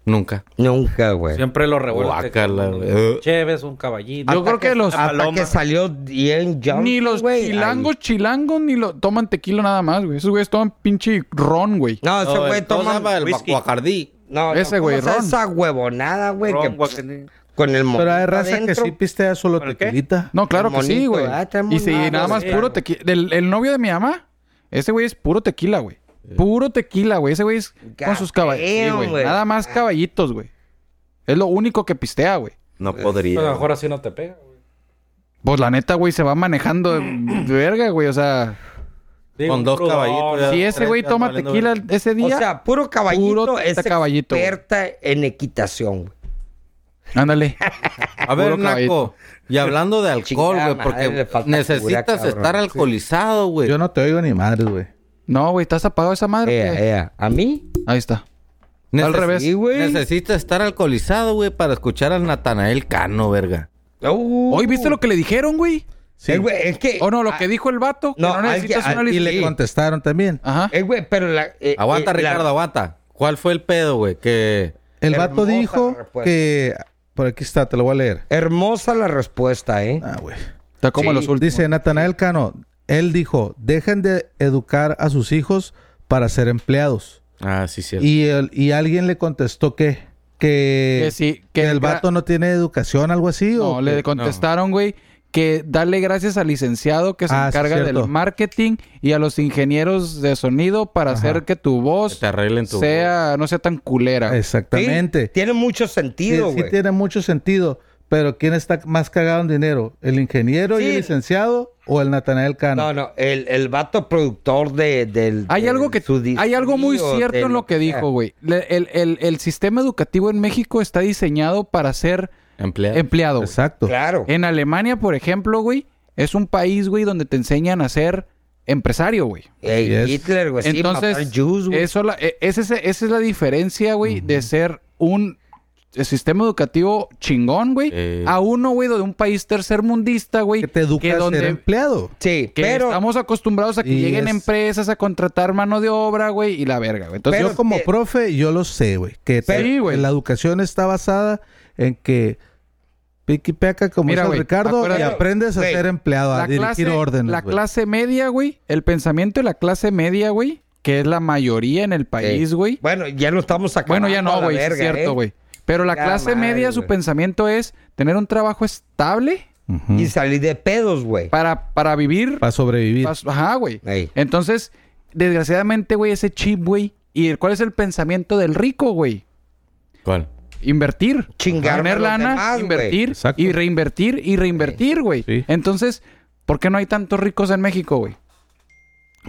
Speaker 6: Nunca.
Speaker 2: Nunca, güey.
Speaker 8: Siempre lo revuelve.
Speaker 6: Guácala, güey.
Speaker 8: Cheves, un caballito.
Speaker 1: Yo creo que los.
Speaker 2: Hasta que salió bien Johnson,
Speaker 1: Ni los
Speaker 2: güey.
Speaker 1: chilangos, chilangos, ni lo toman tequila nada más, güey. Esos güeyes toman pinche ron, güey.
Speaker 2: Ay. No, ese
Speaker 6: No,
Speaker 2: güey
Speaker 6: el- ¿cómo se llama?
Speaker 2: toma...
Speaker 6: el
Speaker 2: whisky.
Speaker 6: Bacardí.
Speaker 2: No,
Speaker 1: Ese, güey,
Speaker 2: ¿cómo se llama
Speaker 1: ron.
Speaker 2: Esa huevonada, güey. que- Con el
Speaker 5: Pero hay raza que
Speaker 2: adentro.
Speaker 5: sí pistea solo tequilita.
Speaker 1: No, claro que
Speaker 2: Qué
Speaker 1: sí,
Speaker 2: bonito,
Speaker 1: güey.
Speaker 2: ah, está muy
Speaker 1: Y sí,
Speaker 2: nada,
Speaker 1: nada más
Speaker 8: sí.
Speaker 1: puro tequila. El, el novio de mi mamá, ese güey es puro tequila, güey. Puro tequila, güey. Ese güey es con sus
Speaker 2: Damn,
Speaker 1: caballitos, güey.
Speaker 2: Eh. güey.
Speaker 1: Nada más caballitos, güey. Es lo único que pistea, güey.
Speaker 6: No
Speaker 8: A lo
Speaker 6: podría.
Speaker 8: mejor así no te pega, güey.
Speaker 1: Pues la neta, güey, se va manejando de, de verga, güey. O sea,
Speaker 8: Digo,
Speaker 6: Con dos
Speaker 8: crudón,
Speaker 6: caballitos. ya.
Speaker 1: si ese
Speaker 6: Tres
Speaker 1: güey
Speaker 6: ya
Speaker 1: toma
Speaker 6: valiendo
Speaker 1: tequila
Speaker 6: verga.
Speaker 1: ese
Speaker 2: O
Speaker 1: día,
Speaker 2: sea, puro caballito
Speaker 1: Puro
Speaker 2: es
Speaker 1: caballito, güey.
Speaker 2: experta en equitación, güey.
Speaker 1: ándale.
Speaker 6: A ver,
Speaker 1: Puro caballito.
Speaker 6: Naco. Y hablando de alcohol,
Speaker 2: Chingada
Speaker 6: güey, porque
Speaker 2: madre, le falta
Speaker 6: necesitas
Speaker 2: cura, cabrón.
Speaker 6: estar alcoholizado, güey.
Speaker 5: Yo no te oigo ni madres, güey.
Speaker 1: No, güey, estás apagado esa madre.
Speaker 2: Ea,
Speaker 1: güey?
Speaker 2: ea. ¿A mí?
Speaker 1: Ahí está.
Speaker 6: Neces-
Speaker 1: al revés.
Speaker 2: Sí, güey.
Speaker 6: Necesitas estar alcoholizado, güey, para escuchar al Natanael Cano, verga.
Speaker 2: Uh,
Speaker 1: Hoy, ¿viste lo que le dijeron, güey?
Speaker 5: Sí.
Speaker 2: El güey, es que.
Speaker 1: O Oh, no, lo que dijo el vato, que
Speaker 2: Eh, ah, no,
Speaker 1: no,
Speaker 2: alguien- ah,
Speaker 1: necesitas una
Speaker 2: al-
Speaker 5: Y
Speaker 1: licencia.
Speaker 5: le
Speaker 2: Sí.
Speaker 5: contestaron también.
Speaker 1: Ajá.
Speaker 2: Eh, güey, pero la. eh,
Speaker 6: Aguanta,
Speaker 2: eh, la-
Speaker 6: Ricardo, aguanta. ¿Cuál fue el pedo, güey? Que.
Speaker 5: El
Speaker 2: Hermosa
Speaker 5: vato dijo
Speaker 2: respuesta.
Speaker 5: que... Por aquí está, te lo voy a leer.
Speaker 2: hermosa la respuesta, ¿eh?
Speaker 5: Ah, güey.
Speaker 1: Está como
Speaker 2: Sí.
Speaker 1: los últimos.
Speaker 5: Dice Natanael Cano, él dijo, dejen de educar a sus hijos para ser empleados.
Speaker 6: Ah, sí, cierto.
Speaker 5: Y, el- y alguien le contestó que... Que,
Speaker 1: que sí,
Speaker 5: que
Speaker 1: que
Speaker 5: el vato no tiene educación, algo así.
Speaker 1: No,
Speaker 5: o
Speaker 1: le
Speaker 5: qué?
Speaker 1: contestaron, güey, que darle gracias al licenciado que se
Speaker 5: Ah, sí,
Speaker 1: encarga
Speaker 5: cierto.
Speaker 1: del marketing y a los ingenieros de sonido para hacer que tu
Speaker 6: Que
Speaker 1: voz
Speaker 6: te arreglen tu.
Speaker 1: sea, no sea tan culera. güey.
Speaker 5: Exactamente.
Speaker 2: Sí, Tiene mucho
Speaker 5: Sí,
Speaker 2: sentido,
Speaker 5: sí
Speaker 2: güey.
Speaker 5: tiene mucho sentido. Pero ¿quién está más cagado en dinero? ¿El ingeniero y
Speaker 2: Sí.
Speaker 5: el licenciado o el Natanael Cano?
Speaker 2: no, no, el, el vato productor de, del.
Speaker 1: Hay
Speaker 2: del-
Speaker 1: algo que
Speaker 2: su dis-
Speaker 1: hay algo muy
Speaker 2: o
Speaker 1: cierto
Speaker 2: del-
Speaker 1: en lo que dijo, güey. Le- El, el- el sistema educativo en México está diseñado para ser
Speaker 6: Empleado.
Speaker 1: empleado. güey. Eh,
Speaker 5: Exacto.
Speaker 2: Claro.
Speaker 1: En Alemania, por ejemplo, güey, es un país, güey, donde te enseñan a ser empresario, güey.
Speaker 2: Ey,
Speaker 5: Así es.
Speaker 2: Hitler, güey. sí, matar
Speaker 1: Entonces,
Speaker 2: Jews, güey.
Speaker 1: eso la- e- esa, es, esa es la diferencia, güey, de ser un sistema educativo chingón, güey,
Speaker 6: Eh.
Speaker 1: a uno, güey, de un país tercermundista, güey,
Speaker 5: Que te educa
Speaker 1: que
Speaker 5: a ser
Speaker 1: donde
Speaker 5: empleado.
Speaker 2: Sí,
Speaker 1: que
Speaker 2: pero.
Speaker 1: estamos acostumbrados a que
Speaker 5: Y
Speaker 1: lleguen
Speaker 5: es-
Speaker 1: empresas a contratar mano de obra, güey, y la verga, güey. Entonces,
Speaker 2: Pero-
Speaker 5: Pues yo como
Speaker 2: eh,
Speaker 5: profe, yo lo sé, güey. Que te-
Speaker 1: Sí, güey.
Speaker 5: la educación está basada en que piqui peca, como
Speaker 1: Mira,
Speaker 5: dice el
Speaker 1: güey,
Speaker 5: Ricardo, y
Speaker 1: acuérdate-
Speaker 5: aprendes a
Speaker 2: Güey,
Speaker 5: ser empleado, a
Speaker 1: la
Speaker 5: dirigir
Speaker 1: clase,
Speaker 5: órdenes.
Speaker 1: la
Speaker 5: güey.
Speaker 1: clase media, güey, el pensamiento de la clase media, güey, que es la mayoría en el país, güey.
Speaker 2: Bueno, ya lo estamos sacando.
Speaker 1: Bueno, ya
Speaker 2: a
Speaker 1: no,
Speaker 2: la
Speaker 1: güey, sí es
Speaker 2: verga, ¿eh?
Speaker 1: cierto, güey. Pero la
Speaker 2: Ya
Speaker 1: clase
Speaker 2: madre,
Speaker 1: media, su
Speaker 2: güey.
Speaker 1: pensamiento es tener un trabajo estable
Speaker 5: Ujú.
Speaker 2: Y salí de pedos, güey.
Speaker 1: para, para vivir
Speaker 5: Para sobrevivir.
Speaker 1: Pas- Ajá, güey.
Speaker 2: Ey.
Speaker 1: Entonces, desgraciadamente, güey, ese chip, güey. ¿Y el- cuál es el pensamiento del rico, güey?
Speaker 6: ¿Cuál?
Speaker 1: Invertir.
Speaker 2: Chingarme a
Speaker 1: Poner
Speaker 2: los
Speaker 1: lana,
Speaker 2: demás, güey.
Speaker 1: invertir
Speaker 5: Exacto.
Speaker 1: y reinvertir y reinvertir, güey.
Speaker 5: Sí.
Speaker 1: Entonces, ¿por qué no hay tantos ricos en México, güey?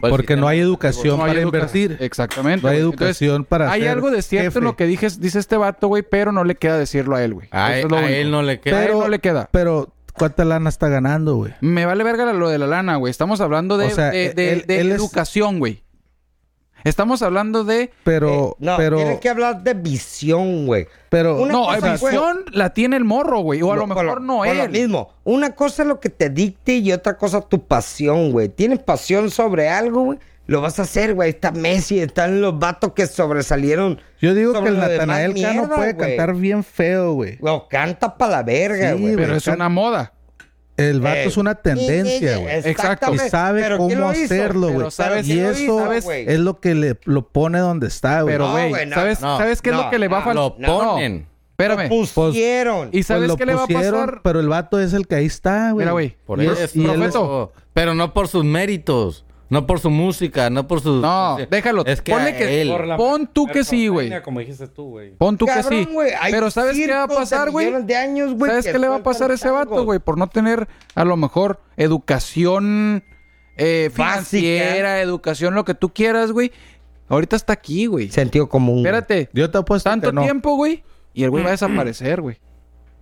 Speaker 5: porque no hay educación
Speaker 1: No hay
Speaker 5: para
Speaker 1: educa-
Speaker 5: invertir.
Speaker 1: Exactamente.
Speaker 5: No hay
Speaker 1: güey. Entonces,
Speaker 5: educación para
Speaker 1: Hay
Speaker 5: ser
Speaker 1: algo de cierto
Speaker 5: jefe.
Speaker 1: en lo que dices- dice este vato, güey, pero no le queda decirlo a él, güey.
Speaker 6: A,
Speaker 1: Eso es lo
Speaker 6: a
Speaker 1: único.
Speaker 6: él no le queda.
Speaker 1: A él
Speaker 5: Pero-
Speaker 1: no le queda.
Speaker 5: Pero, ¿cuánta lana está ganando, güey?
Speaker 1: Me vale verga lo de la lana, güey. Estamos hablando de,
Speaker 5: O sea,
Speaker 1: de- de-
Speaker 5: él-
Speaker 1: de
Speaker 5: él es-
Speaker 1: educación, güey. Estamos hablando de
Speaker 5: Pero,
Speaker 2: Eh, no,
Speaker 5: pero,
Speaker 2: tienes que hablar de visión, güey.
Speaker 5: pero,
Speaker 2: una-
Speaker 1: No,
Speaker 2: cosa, güey.
Speaker 1: visión la tiene el morro, güey. O a lo
Speaker 2: Por
Speaker 1: mejor no
Speaker 2: por
Speaker 1: él.
Speaker 2: lo mismo. Una cosa es lo que te dicte y otra cosa tu pasión, güey. Tienes pasión sobre algo, güey. Lo vas a hacer, güey. Está Messi, están los vatos que sobresalieron.
Speaker 5: yo digo
Speaker 2: sobre
Speaker 5: que el
Speaker 2: lo demás
Speaker 5: Natanael Cano
Speaker 2: mierda,
Speaker 5: puede
Speaker 2: güey.
Speaker 5: cantar bien feo, güey.
Speaker 2: Lo canta para la verga,
Speaker 5: Sí,
Speaker 2: güey.
Speaker 5: güey.
Speaker 1: Pero es una moda.
Speaker 5: El vato
Speaker 2: Eh,
Speaker 5: es una tendencia, güey.
Speaker 1: Exacto.
Speaker 5: Y
Speaker 2: Exactamente.
Speaker 5: sabe
Speaker 2: Pero ¿quién
Speaker 5: cómo
Speaker 2: lo hizo?
Speaker 5: hacerlo,
Speaker 1: Pero
Speaker 5: güey.
Speaker 1: sabes-
Speaker 5: Y
Speaker 2: ¿quién lo hizo,
Speaker 5: eso
Speaker 2: güey?
Speaker 5: es lo que le, lo pone donde está, güey.
Speaker 1: Pero,
Speaker 2: No,
Speaker 1: güey,
Speaker 2: güey, no,
Speaker 1: ¿sabes,
Speaker 6: no,
Speaker 1: ¿sabes qué es
Speaker 2: no,
Speaker 1: lo que le va a
Speaker 2: no,
Speaker 1: faltar?
Speaker 6: Ah, Lo ponen.
Speaker 1: Espérame.
Speaker 2: Pusieron.
Speaker 1: ¿Y sabes
Speaker 5: Pues lo
Speaker 1: qué le va a
Speaker 5: pusieron,
Speaker 2: pues,
Speaker 1: pasar?
Speaker 5: Pero el vato es el que ahí está, güey.
Speaker 1: Mira, güey.
Speaker 6: Por
Speaker 5: Y
Speaker 6: eso.
Speaker 5: es- y él es-
Speaker 1: Profeto.
Speaker 6: Pero no por sus méritos. No por su música, no por sus...
Speaker 1: No, déjalo.
Speaker 6: Es que
Speaker 1: Ponle
Speaker 6: a
Speaker 1: que-
Speaker 6: él.
Speaker 1: por la- Pon tú que sí, güey.
Speaker 8: Como dijiste tú, güey.
Speaker 1: Pon tú
Speaker 2: Cabrón,
Speaker 1: que sí.
Speaker 2: güey, hay
Speaker 1: Pero ¿sabes qué va a
Speaker 2: circos de
Speaker 1: pasar, güey?
Speaker 2: millones de años, güey,
Speaker 1: ¿Sabes
Speaker 2: que
Speaker 1: qué le va a
Speaker 2: sueltan
Speaker 1: pasar a ese vato,
Speaker 2: changos?
Speaker 1: güey? Por no tener, a lo mejor, educación eh,
Speaker 2: Básica.
Speaker 1: financiera, educación, lo que tú quieras, güey. Ahorita está aquí, güey.
Speaker 2: Sentido común. güey.
Speaker 1: Espérate.
Speaker 5: Yo te apuesto
Speaker 1: Tanto
Speaker 5: que no.
Speaker 1: tiempo, güey. Y el güey va a desaparecer, güey.
Speaker 6: Sí.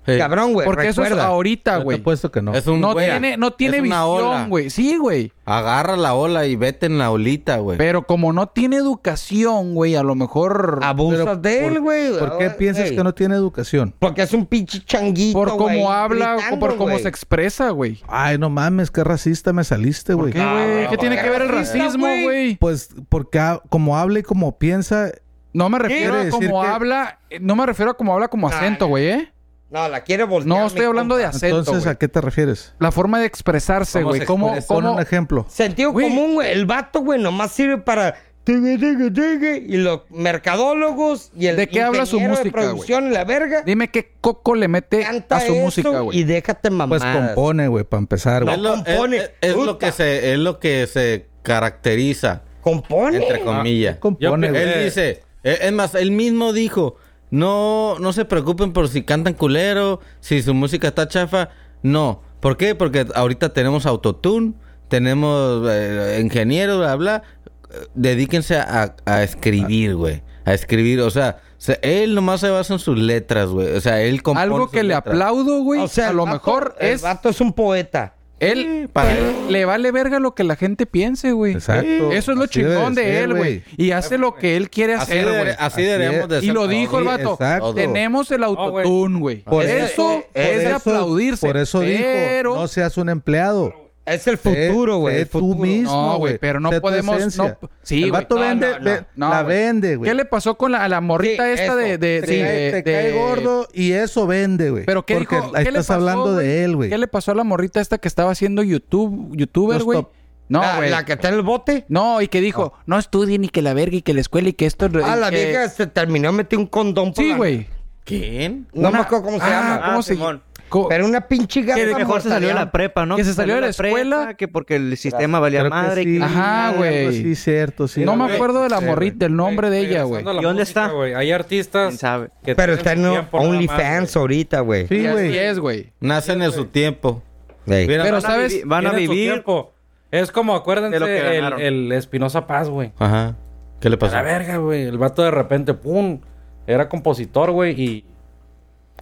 Speaker 2: Eh, Cabrón, güey.
Speaker 1: Porque eso es
Speaker 2: recuerda.
Speaker 1: ahorita,
Speaker 5: Yo te
Speaker 1: güey.
Speaker 5: apuesto que no.
Speaker 6: Es un
Speaker 1: No
Speaker 6: güey.
Speaker 1: tiene, no tiene
Speaker 6: Es una ola.
Speaker 1: visión, güey. Sí, güey.
Speaker 6: Agarra la ola y vete en la olita, güey.
Speaker 1: Pero como no tiene educación, güey, a lo mejor...
Speaker 2: Abusas
Speaker 5: Pero
Speaker 2: de él,
Speaker 5: por-
Speaker 2: güey.
Speaker 5: ¿Por qué piensas
Speaker 2: Ey.
Speaker 5: que no tiene educación?
Speaker 2: Porque es un pinche changuito,
Speaker 1: por cómo
Speaker 2: güey,
Speaker 1: habla o
Speaker 2: gritando,
Speaker 1: por cómo
Speaker 2: güey.
Speaker 1: se expresa, güey.
Speaker 5: Ay, no mames, qué racista me saliste,
Speaker 1: ¿Por
Speaker 5: güey.
Speaker 1: qué, güey? ¿Qué tiene que ver el racismo, güey?
Speaker 5: Pues porque ha- como habla y como piensa,
Speaker 1: No me refiero
Speaker 5: Quiere
Speaker 1: a
Speaker 5: decir
Speaker 1: cómo
Speaker 5: que-
Speaker 1: habla... eh, No me refiero a cómo habla como
Speaker 2: Ah,
Speaker 1: acento, güey, ¿eh?
Speaker 2: No, la quiere voltear.
Speaker 1: No
Speaker 2: mi
Speaker 1: estoy hablando de
Speaker 2: compa.
Speaker 1: acento,
Speaker 5: entonces,
Speaker 1: güey.
Speaker 5: ¿a qué te refieres?
Speaker 1: La forma de expresarse,
Speaker 6: ¿Cómo
Speaker 1: güey.
Speaker 6: se
Speaker 1: ¿Cómo,
Speaker 6: expresa?
Speaker 5: Pon
Speaker 1: cómo...
Speaker 5: un ejemplo.
Speaker 2: Sentido
Speaker 1: Güey.
Speaker 2: común, güey. El vato, güey, nomás sirve para... tigue, tigue, tigue, Y los mercadólogos y el
Speaker 1: ¿De qué habla su
Speaker 2: ingeniero de
Speaker 1: música, güey?
Speaker 2: producción, y la verga.
Speaker 1: Dime qué coco le mete
Speaker 2: Canta
Speaker 1: a su
Speaker 2: eso
Speaker 1: música,
Speaker 2: Y
Speaker 1: güey.
Speaker 2: déjate
Speaker 5: Pues
Speaker 2: mamadas.
Speaker 5: compone, güey, para empezar,
Speaker 2: No
Speaker 5: güey.
Speaker 6: es lo,
Speaker 2: compone,
Speaker 6: es- es- es lo
Speaker 2: puta.
Speaker 6: que se, es lo que se caracteriza,
Speaker 2: Compone.
Speaker 1: Ah,
Speaker 6: entre comillas.
Speaker 5: Compone,
Speaker 8: Yo-
Speaker 5: güey.
Speaker 6: Él dice, e- es más, él mismo dijo, no, no se preocupen por si cantan culero, si su música está chafa, no. ¿Por qué? Porque ahorita tenemos autotune, tenemos eh, ingenieros, bla, bla. Eh, Dedíquense a, a escribir, güey. A escribir, o sea, se- él nomás se basa en sus letras, güey. O sea, él compone
Speaker 1: Algo
Speaker 6: sus
Speaker 1: que le
Speaker 6: letras.
Speaker 1: aplaudo, güey.
Speaker 2: O sea,
Speaker 1: a
Speaker 2: el
Speaker 1: lo
Speaker 2: vato-
Speaker 1: mejor
Speaker 2: El
Speaker 1: es...
Speaker 2: vato es un poeta.
Speaker 1: Él,
Speaker 6: para
Speaker 1: él le vale verga lo que la gente piense, güey.
Speaker 5: Exacto.
Speaker 1: Eso es lo
Speaker 5: Así
Speaker 1: chingón
Speaker 5: debe
Speaker 1: de,
Speaker 5: ser,
Speaker 1: él, güey. Y hace lo que él quiere
Speaker 6: Así,
Speaker 1: hacer,
Speaker 6: debe-
Speaker 1: güey.
Speaker 6: así
Speaker 5: Así
Speaker 6: deberíamos de
Speaker 5: es.
Speaker 1: Y
Speaker 6: ser
Speaker 1: lo
Speaker 6: todos.
Speaker 1: dijo el
Speaker 5: Sí,
Speaker 1: vato.
Speaker 5: exacto.
Speaker 1: Tenemos el autotune, güey.
Speaker 5: Por
Speaker 1: eso,
Speaker 5: por
Speaker 1: es de
Speaker 5: eso-
Speaker 1: aplaudirse.
Speaker 5: Por eso dijo,
Speaker 1: pero
Speaker 5: no seas un empleado.
Speaker 2: Es el futuro,
Speaker 5: Sé-
Speaker 2: güey.
Speaker 5: sé
Speaker 2: el
Speaker 5: tú
Speaker 2: futuro.
Speaker 5: mismo,
Speaker 1: No, güey, pero no
Speaker 5: Sé tu
Speaker 1: podemos.
Speaker 5: esencia.
Speaker 1: No, sí,
Speaker 5: el
Speaker 1: güey.
Speaker 5: vato
Speaker 1: No,
Speaker 5: vende,
Speaker 1: no, no,
Speaker 5: ve-
Speaker 1: no,
Speaker 5: la
Speaker 1: güey.
Speaker 5: vende, güey.
Speaker 1: ¿Qué le pasó con la, a la morrita
Speaker 2: Sí,
Speaker 1: esta
Speaker 2: eso.
Speaker 1: de, de,
Speaker 5: te,
Speaker 1: de-
Speaker 5: cae, te
Speaker 1: de-
Speaker 5: cae gordo y eso vende, güey.
Speaker 1: Pero qué
Speaker 5: Porque
Speaker 1: dijo,
Speaker 5: ahí
Speaker 1: ¿qué le
Speaker 5: estás
Speaker 1: pasó,
Speaker 5: hablando de él, güey.
Speaker 1: ¿Qué le pasó a la morrita esta que estaba haciendo YouTube, youtuber,
Speaker 5: Los
Speaker 1: güey?
Speaker 5: top. Ah,
Speaker 1: No,
Speaker 2: la,
Speaker 1: güey.
Speaker 2: la que está en el bote.
Speaker 1: No, y que dijo, no estudien y que la verga y que la escuela y que esto.
Speaker 2: Ah, la
Speaker 1: que-
Speaker 2: vieja se terminó de meter un condón por
Speaker 1: eh, Sí,
Speaker 2: la-
Speaker 1: güey.
Speaker 6: ¿Quién?
Speaker 2: No
Speaker 1: Una-
Speaker 2: me acuerdo cómo se
Speaker 1: Ah, oh.
Speaker 2: llama.
Speaker 1: ¿Cómo
Speaker 7: Ah,
Speaker 1: se
Speaker 7: Simón.
Speaker 1: co-
Speaker 2: Pero una pinche gata.
Speaker 7: Que mejor se salió de la prepa, ¿no?
Speaker 1: Que se salió de la
Speaker 7: prepa,
Speaker 1: escuela.
Speaker 7: Que porque el sistema valía
Speaker 5: Creo que
Speaker 7: madre.
Speaker 5: sí.
Speaker 7: que-
Speaker 1: Ajá,
Speaker 5: Algo
Speaker 1: güey.
Speaker 5: así, cierto, sí.
Speaker 1: No me
Speaker 5: Güey.
Speaker 1: acuerdo de la
Speaker 5: Sí,
Speaker 1: morrita,
Speaker 5: güey.
Speaker 1: del nombre de ella, güey.
Speaker 8: Regresando a la
Speaker 7: ¿Y dónde
Speaker 8: música,
Speaker 7: está?
Speaker 8: güey. Hay artistas
Speaker 7: ¿Quién sabe?
Speaker 8: que
Speaker 2: Pero
Speaker 8: tienen
Speaker 2: está en
Speaker 8: su tiempo nada más,
Speaker 2: OnlyFans
Speaker 8: güey.
Speaker 2: ahorita, güey.
Speaker 5: Sí,
Speaker 1: Así
Speaker 5: güey.
Speaker 1: es, güey.
Speaker 6: Nacen en su tiempo.
Speaker 2: Ey.
Speaker 6: Mira,
Speaker 1: Pero,
Speaker 7: Van a
Speaker 1: ¿sabes?
Speaker 7: vivi- Van a
Speaker 8: Tienen su
Speaker 7: vivir.
Speaker 8: tiempo. Es como, acuérdense,
Speaker 7: de lo que
Speaker 8: el,
Speaker 7: ganaron.
Speaker 8: el Espinosa Paz, güey.
Speaker 6: Ajá. ¿Qué le
Speaker 8: A
Speaker 6: pasó?
Speaker 8: la verga, güey. El vato de repente, pum, era compositor, güey, y...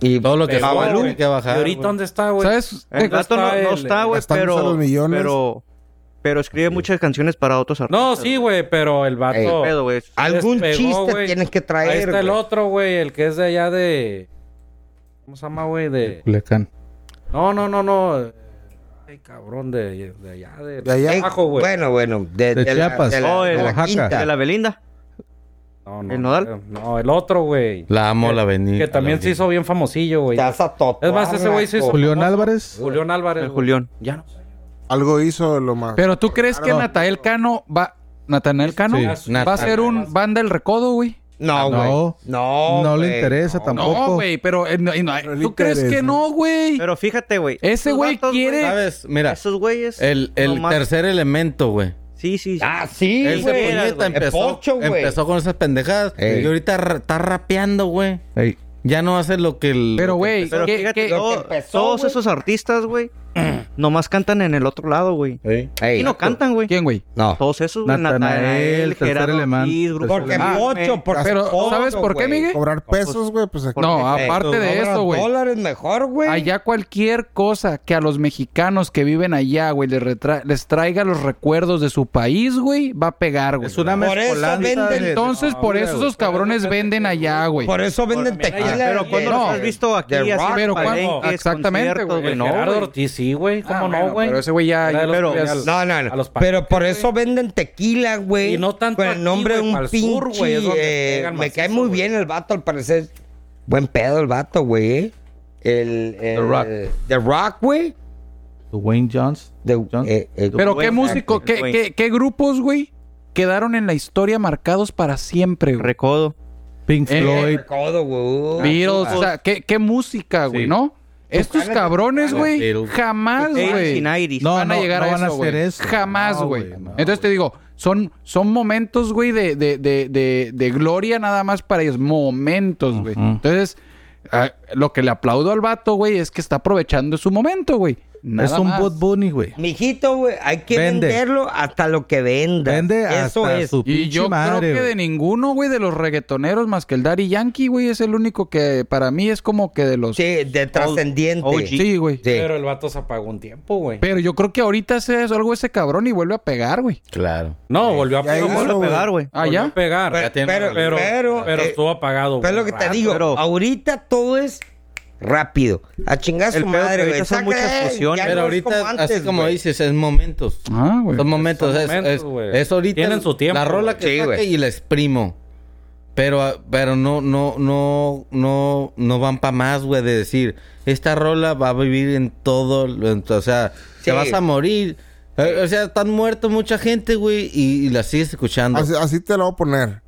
Speaker 2: Y
Speaker 6: Todo lo que
Speaker 8: Pegó,
Speaker 6: sube
Speaker 8: güey.
Speaker 6: tiene que
Speaker 8: ¿Y
Speaker 6: bajar.
Speaker 8: ahorita
Speaker 6: güey.
Speaker 8: dónde está, güey?
Speaker 1: ¿Sabes?
Speaker 7: El gato no, no está, güey,
Speaker 3: Gastándose
Speaker 7: pero,
Speaker 3: los millones.
Speaker 7: pero. Pero escribe muchas canciones para otros artistas.
Speaker 8: No, sí, güey, pero el vato...
Speaker 2: Ey,
Speaker 7: güey. Pedo, güey.
Speaker 2: algún
Speaker 8: despegó,
Speaker 2: chiste
Speaker 8: güey.
Speaker 2: tienes que traer.
Speaker 8: Ahí está el
Speaker 2: güey.
Speaker 8: otro, güey, el que es de allá de... ¿Cómo se llama, güey? De...
Speaker 5: Culiacán.
Speaker 8: No, no, no, no. Ay, cabrón, de, de allá, de,
Speaker 3: De allá.
Speaker 2: Ey,
Speaker 8: abajo, güey.
Speaker 2: Bueno, bueno. De,
Speaker 5: De
Speaker 2: la-
Speaker 5: Chiapas.
Speaker 2: de la-
Speaker 7: Oh,
Speaker 2: de la
Speaker 5: Oaxaca.
Speaker 2: quinta.
Speaker 7: De la Belinda.
Speaker 8: No, no,
Speaker 7: ¿El Nodal?
Speaker 8: No, el otro, güey.
Speaker 6: La amo, la vení.
Speaker 8: Que también
Speaker 6: la
Speaker 8: se
Speaker 6: vení.
Speaker 8: hizo bien famosillo, güey.
Speaker 2: Te vas a topar,
Speaker 8: Es más, ese güey se hizo-
Speaker 2: naco.
Speaker 5: Julián Álvarez.
Speaker 8: Julián Álvarez.
Speaker 7: El
Speaker 8: güey.
Speaker 7: Julián. Ya no.
Speaker 6: Ah.
Speaker 3: Algo hizo lo más.
Speaker 1: Pero tú crees que Natael Cano va. Natanael Cano
Speaker 5: Sí,
Speaker 1: va a ser un banda del recodo, güey.
Speaker 2: No, güey.
Speaker 5: No.
Speaker 2: No,
Speaker 5: no
Speaker 2: güey.
Speaker 5: le interesa tampoco.
Speaker 1: No, güey, pero eh, no, y no,
Speaker 3: No le
Speaker 1: tú crees
Speaker 3: interesa.
Speaker 1: que no, güey.
Speaker 7: Pero fíjate, güey.
Speaker 1: Ese
Speaker 7: esos
Speaker 1: güey
Speaker 7: vatos,
Speaker 1: quiere-
Speaker 6: ¿Sabes? Mira,
Speaker 7: Esos güeyes.
Speaker 6: el, el
Speaker 7: nomás-
Speaker 6: tercer elemento, güey.
Speaker 7: Sí, sí. sí.
Speaker 2: Ah, sí,
Speaker 6: Él se
Speaker 2: güey.
Speaker 6: puñeta,
Speaker 2: El
Speaker 6: empezó,
Speaker 2: pocho, güey.
Speaker 6: empezó con esas pendejadas.
Speaker 2: Ey.
Speaker 6: Y ahorita ra- está rapeando, güey.
Speaker 5: Ey,
Speaker 6: Ya no hace lo que el.
Speaker 1: Pero,
Speaker 6: lo que-
Speaker 1: güey,
Speaker 7: Pero
Speaker 1: ¿qué-
Speaker 7: fíjate,
Speaker 1: qué-
Speaker 7: todo-
Speaker 2: Lo que empezó,
Speaker 7: todos
Speaker 2: güey.
Speaker 7: esos artistas, güey, nomás cantan en el otro lado, güey.
Speaker 6: Ey.
Speaker 2: Ey,
Speaker 7: Y no cantan, güey.
Speaker 1: ¿Quién, güey?
Speaker 2: No.
Speaker 7: Todos esos, güey.
Speaker 5: Natanael,
Speaker 7: Natanael,
Speaker 5: Tercer
Speaker 7: Gerardo
Speaker 5: Alemán.
Speaker 7: Ortiz, Ah, Grupo
Speaker 2: Porque
Speaker 7: Firme.
Speaker 2: pocho, porque
Speaker 1: Pero,
Speaker 2: pocho,
Speaker 1: ¿sabes por qué,
Speaker 2: Eh, güey.
Speaker 6: ¿eh?
Speaker 1: Miguel?
Speaker 3: Cobrar pesos, güey, pues aquí.
Speaker 1: No,
Speaker 2: Eh,
Speaker 1: aparte
Speaker 2: tú
Speaker 1: de
Speaker 2: cobras
Speaker 1: eso, güey.
Speaker 2: dólares mejor, güey.
Speaker 1: Allá cualquier cosa que a los mexicanos que viven allá, güey, les, retra- les traiga los recuerdos de su país, güey, va a pegar, güey.
Speaker 5: es una
Speaker 2: Por eso
Speaker 5: mezcolanza
Speaker 2: venden-
Speaker 5: de- de-
Speaker 1: Entonces, por
Speaker 5: No,
Speaker 1: eso
Speaker 5: güey,
Speaker 1: esos cabrones venden allá, güey.
Speaker 2: Por eso venden tequila.
Speaker 7: Pero
Speaker 2: de-
Speaker 7: cuando
Speaker 1: No.
Speaker 7: los has visto aquí
Speaker 2: de
Speaker 7: haciendo
Speaker 2: rock,
Speaker 1: Pero cuando-
Speaker 7: palenques,
Speaker 1: exactamente,
Speaker 7: conciertos,
Speaker 1: güey,
Speaker 7: No,
Speaker 8: Gerardo
Speaker 7: güey.
Speaker 8: Ortiz, sí, güey. ¿Cómo
Speaker 1: Ah,
Speaker 8: no,
Speaker 1: bueno,
Speaker 8: güey?
Speaker 1: pero ese güey ya-
Speaker 8: Era de los
Speaker 7: pero-
Speaker 8: primeros.
Speaker 2: No, no,
Speaker 8: A
Speaker 2: no.
Speaker 8: los
Speaker 2: Pero eh. por
Speaker 8: paquetes,
Speaker 2: eso venden tequila, güey.
Speaker 8: Y no tanto
Speaker 2: Con
Speaker 8: aquí,
Speaker 2: el nombre de
Speaker 8: güey,
Speaker 2: un
Speaker 8: pa'l sur,
Speaker 2: pinche.
Speaker 8: güey, es donde
Speaker 2: eh,
Speaker 8: pegan
Speaker 2: me cae
Speaker 8: macizo,
Speaker 2: muy
Speaker 8: güey.
Speaker 2: bien el vato, al parecer. Buen pedo el vato, güey. eh. El, el-
Speaker 5: Rock.
Speaker 2: The Rock, güey.
Speaker 5: Dwayne Johnson.
Speaker 2: The-
Speaker 5: John-
Speaker 2: eh, eh,
Speaker 1: Pero
Speaker 7: Güey,
Speaker 1: qué músico, qué,
Speaker 7: exacto, güey.
Speaker 1: qué- qué grupos, güey, quedaron en la historia marcados para siempre, güey.
Speaker 7: Recodo.
Speaker 5: Pink
Speaker 1: Eh,
Speaker 5: Floyd.
Speaker 2: recodo,
Speaker 1: Ah.
Speaker 2: Ah, güey.
Speaker 1: Beatles, o sea, qué, qué música, güey,
Speaker 5: Sí.
Speaker 1: ¿no? Estos
Speaker 2: Tucanes,
Speaker 1: cabrones, güey,
Speaker 6: Tucanes.
Speaker 1: jamás, güey.
Speaker 7: 80s and 90s.
Speaker 5: No,
Speaker 1: van a
Speaker 5: no,
Speaker 1: llegar
Speaker 5: no
Speaker 1: a
Speaker 5: van a
Speaker 1: eso, güey.
Speaker 5: hacer eso.
Speaker 1: Jamás,
Speaker 5: No,
Speaker 1: güey.
Speaker 5: güey, no,
Speaker 1: Entonces te digo, son, son momentos, güey, de, de, de, de, de gloria nada más para ellos. Momentos, güey. Entonces, ah, lo que le aplaudo al vato, güey, es que está aprovechando su momento, güey.
Speaker 5: Es
Speaker 1: Nada
Speaker 5: un
Speaker 1: más.
Speaker 5: Bot Bunny, güey.
Speaker 2: Mijito, güey, hay que
Speaker 5: Vende.
Speaker 2: venderlo hasta lo que venda.
Speaker 5: Vende
Speaker 2: Eso
Speaker 5: hasta
Speaker 2: es.
Speaker 5: su pinche
Speaker 1: Y yo
Speaker 5: madre,
Speaker 1: creo que
Speaker 5: güey.
Speaker 1: de ninguno, güey, de los reggaetoneros más que el Daddy Yankee, güey, es el único que para mí es como que de los...
Speaker 2: Sí, de trascendiente.
Speaker 7: OG.
Speaker 2: Sí.
Speaker 1: Sí, güey.
Speaker 8: Pero el vato se apagó un tiempo, güey.
Speaker 1: Pero yo creo que ahorita se es algo ese cabrón y vuelve a pegar, güey.
Speaker 6: Claro.
Speaker 8: No, volvió a
Speaker 3: Ya
Speaker 8: pegar.
Speaker 3: hizo,
Speaker 8: volvió a
Speaker 3: güey.
Speaker 7: Pegar, güey.
Speaker 1: Ah,
Speaker 8: Volvió a
Speaker 1: ya.
Speaker 8: pegar.
Speaker 2: Pero-
Speaker 8: Pero,
Speaker 2: pero-
Speaker 8: pero,
Speaker 2: pero- eh,
Speaker 8: estuvo apagado,
Speaker 2: Pero es lo
Speaker 8: güey,
Speaker 2: que te
Speaker 8: rato.
Speaker 2: digo,
Speaker 7: pero-
Speaker 2: ahorita todo es rápido. A chingar su
Speaker 7: El pedo es que
Speaker 2: madre, güey.
Speaker 7: ahorita son
Speaker 2: Saca,
Speaker 7: muchas
Speaker 2: eh,
Speaker 7: fusiones.
Speaker 2: ya
Speaker 6: Pero
Speaker 2: no es
Speaker 6: ahorita, así como
Speaker 2: güey.
Speaker 6: dices, es momentos.
Speaker 1: Ah, güey.
Speaker 6: Son momentos.
Speaker 8: Son
Speaker 6: es-
Speaker 8: momentos,
Speaker 6: es,
Speaker 8: güey.
Speaker 6: es ahorita.
Speaker 8: Tienen su tiempo,
Speaker 6: La rola
Speaker 8: güey.
Speaker 6: que
Speaker 2: Sí,
Speaker 6: saque
Speaker 2: güey.
Speaker 6: y la exprimo. Pero, ah, pero no, no, no, no, no van pa' más, güey, de decir, esta rola va a vivir en todo, en- o sea,
Speaker 2: Sí.
Speaker 6: te vas a morir. Eh, O sea, están muertos mucha gente, güey, y, y la sigues escuchando.
Speaker 3: Así, así te lo voy a poner.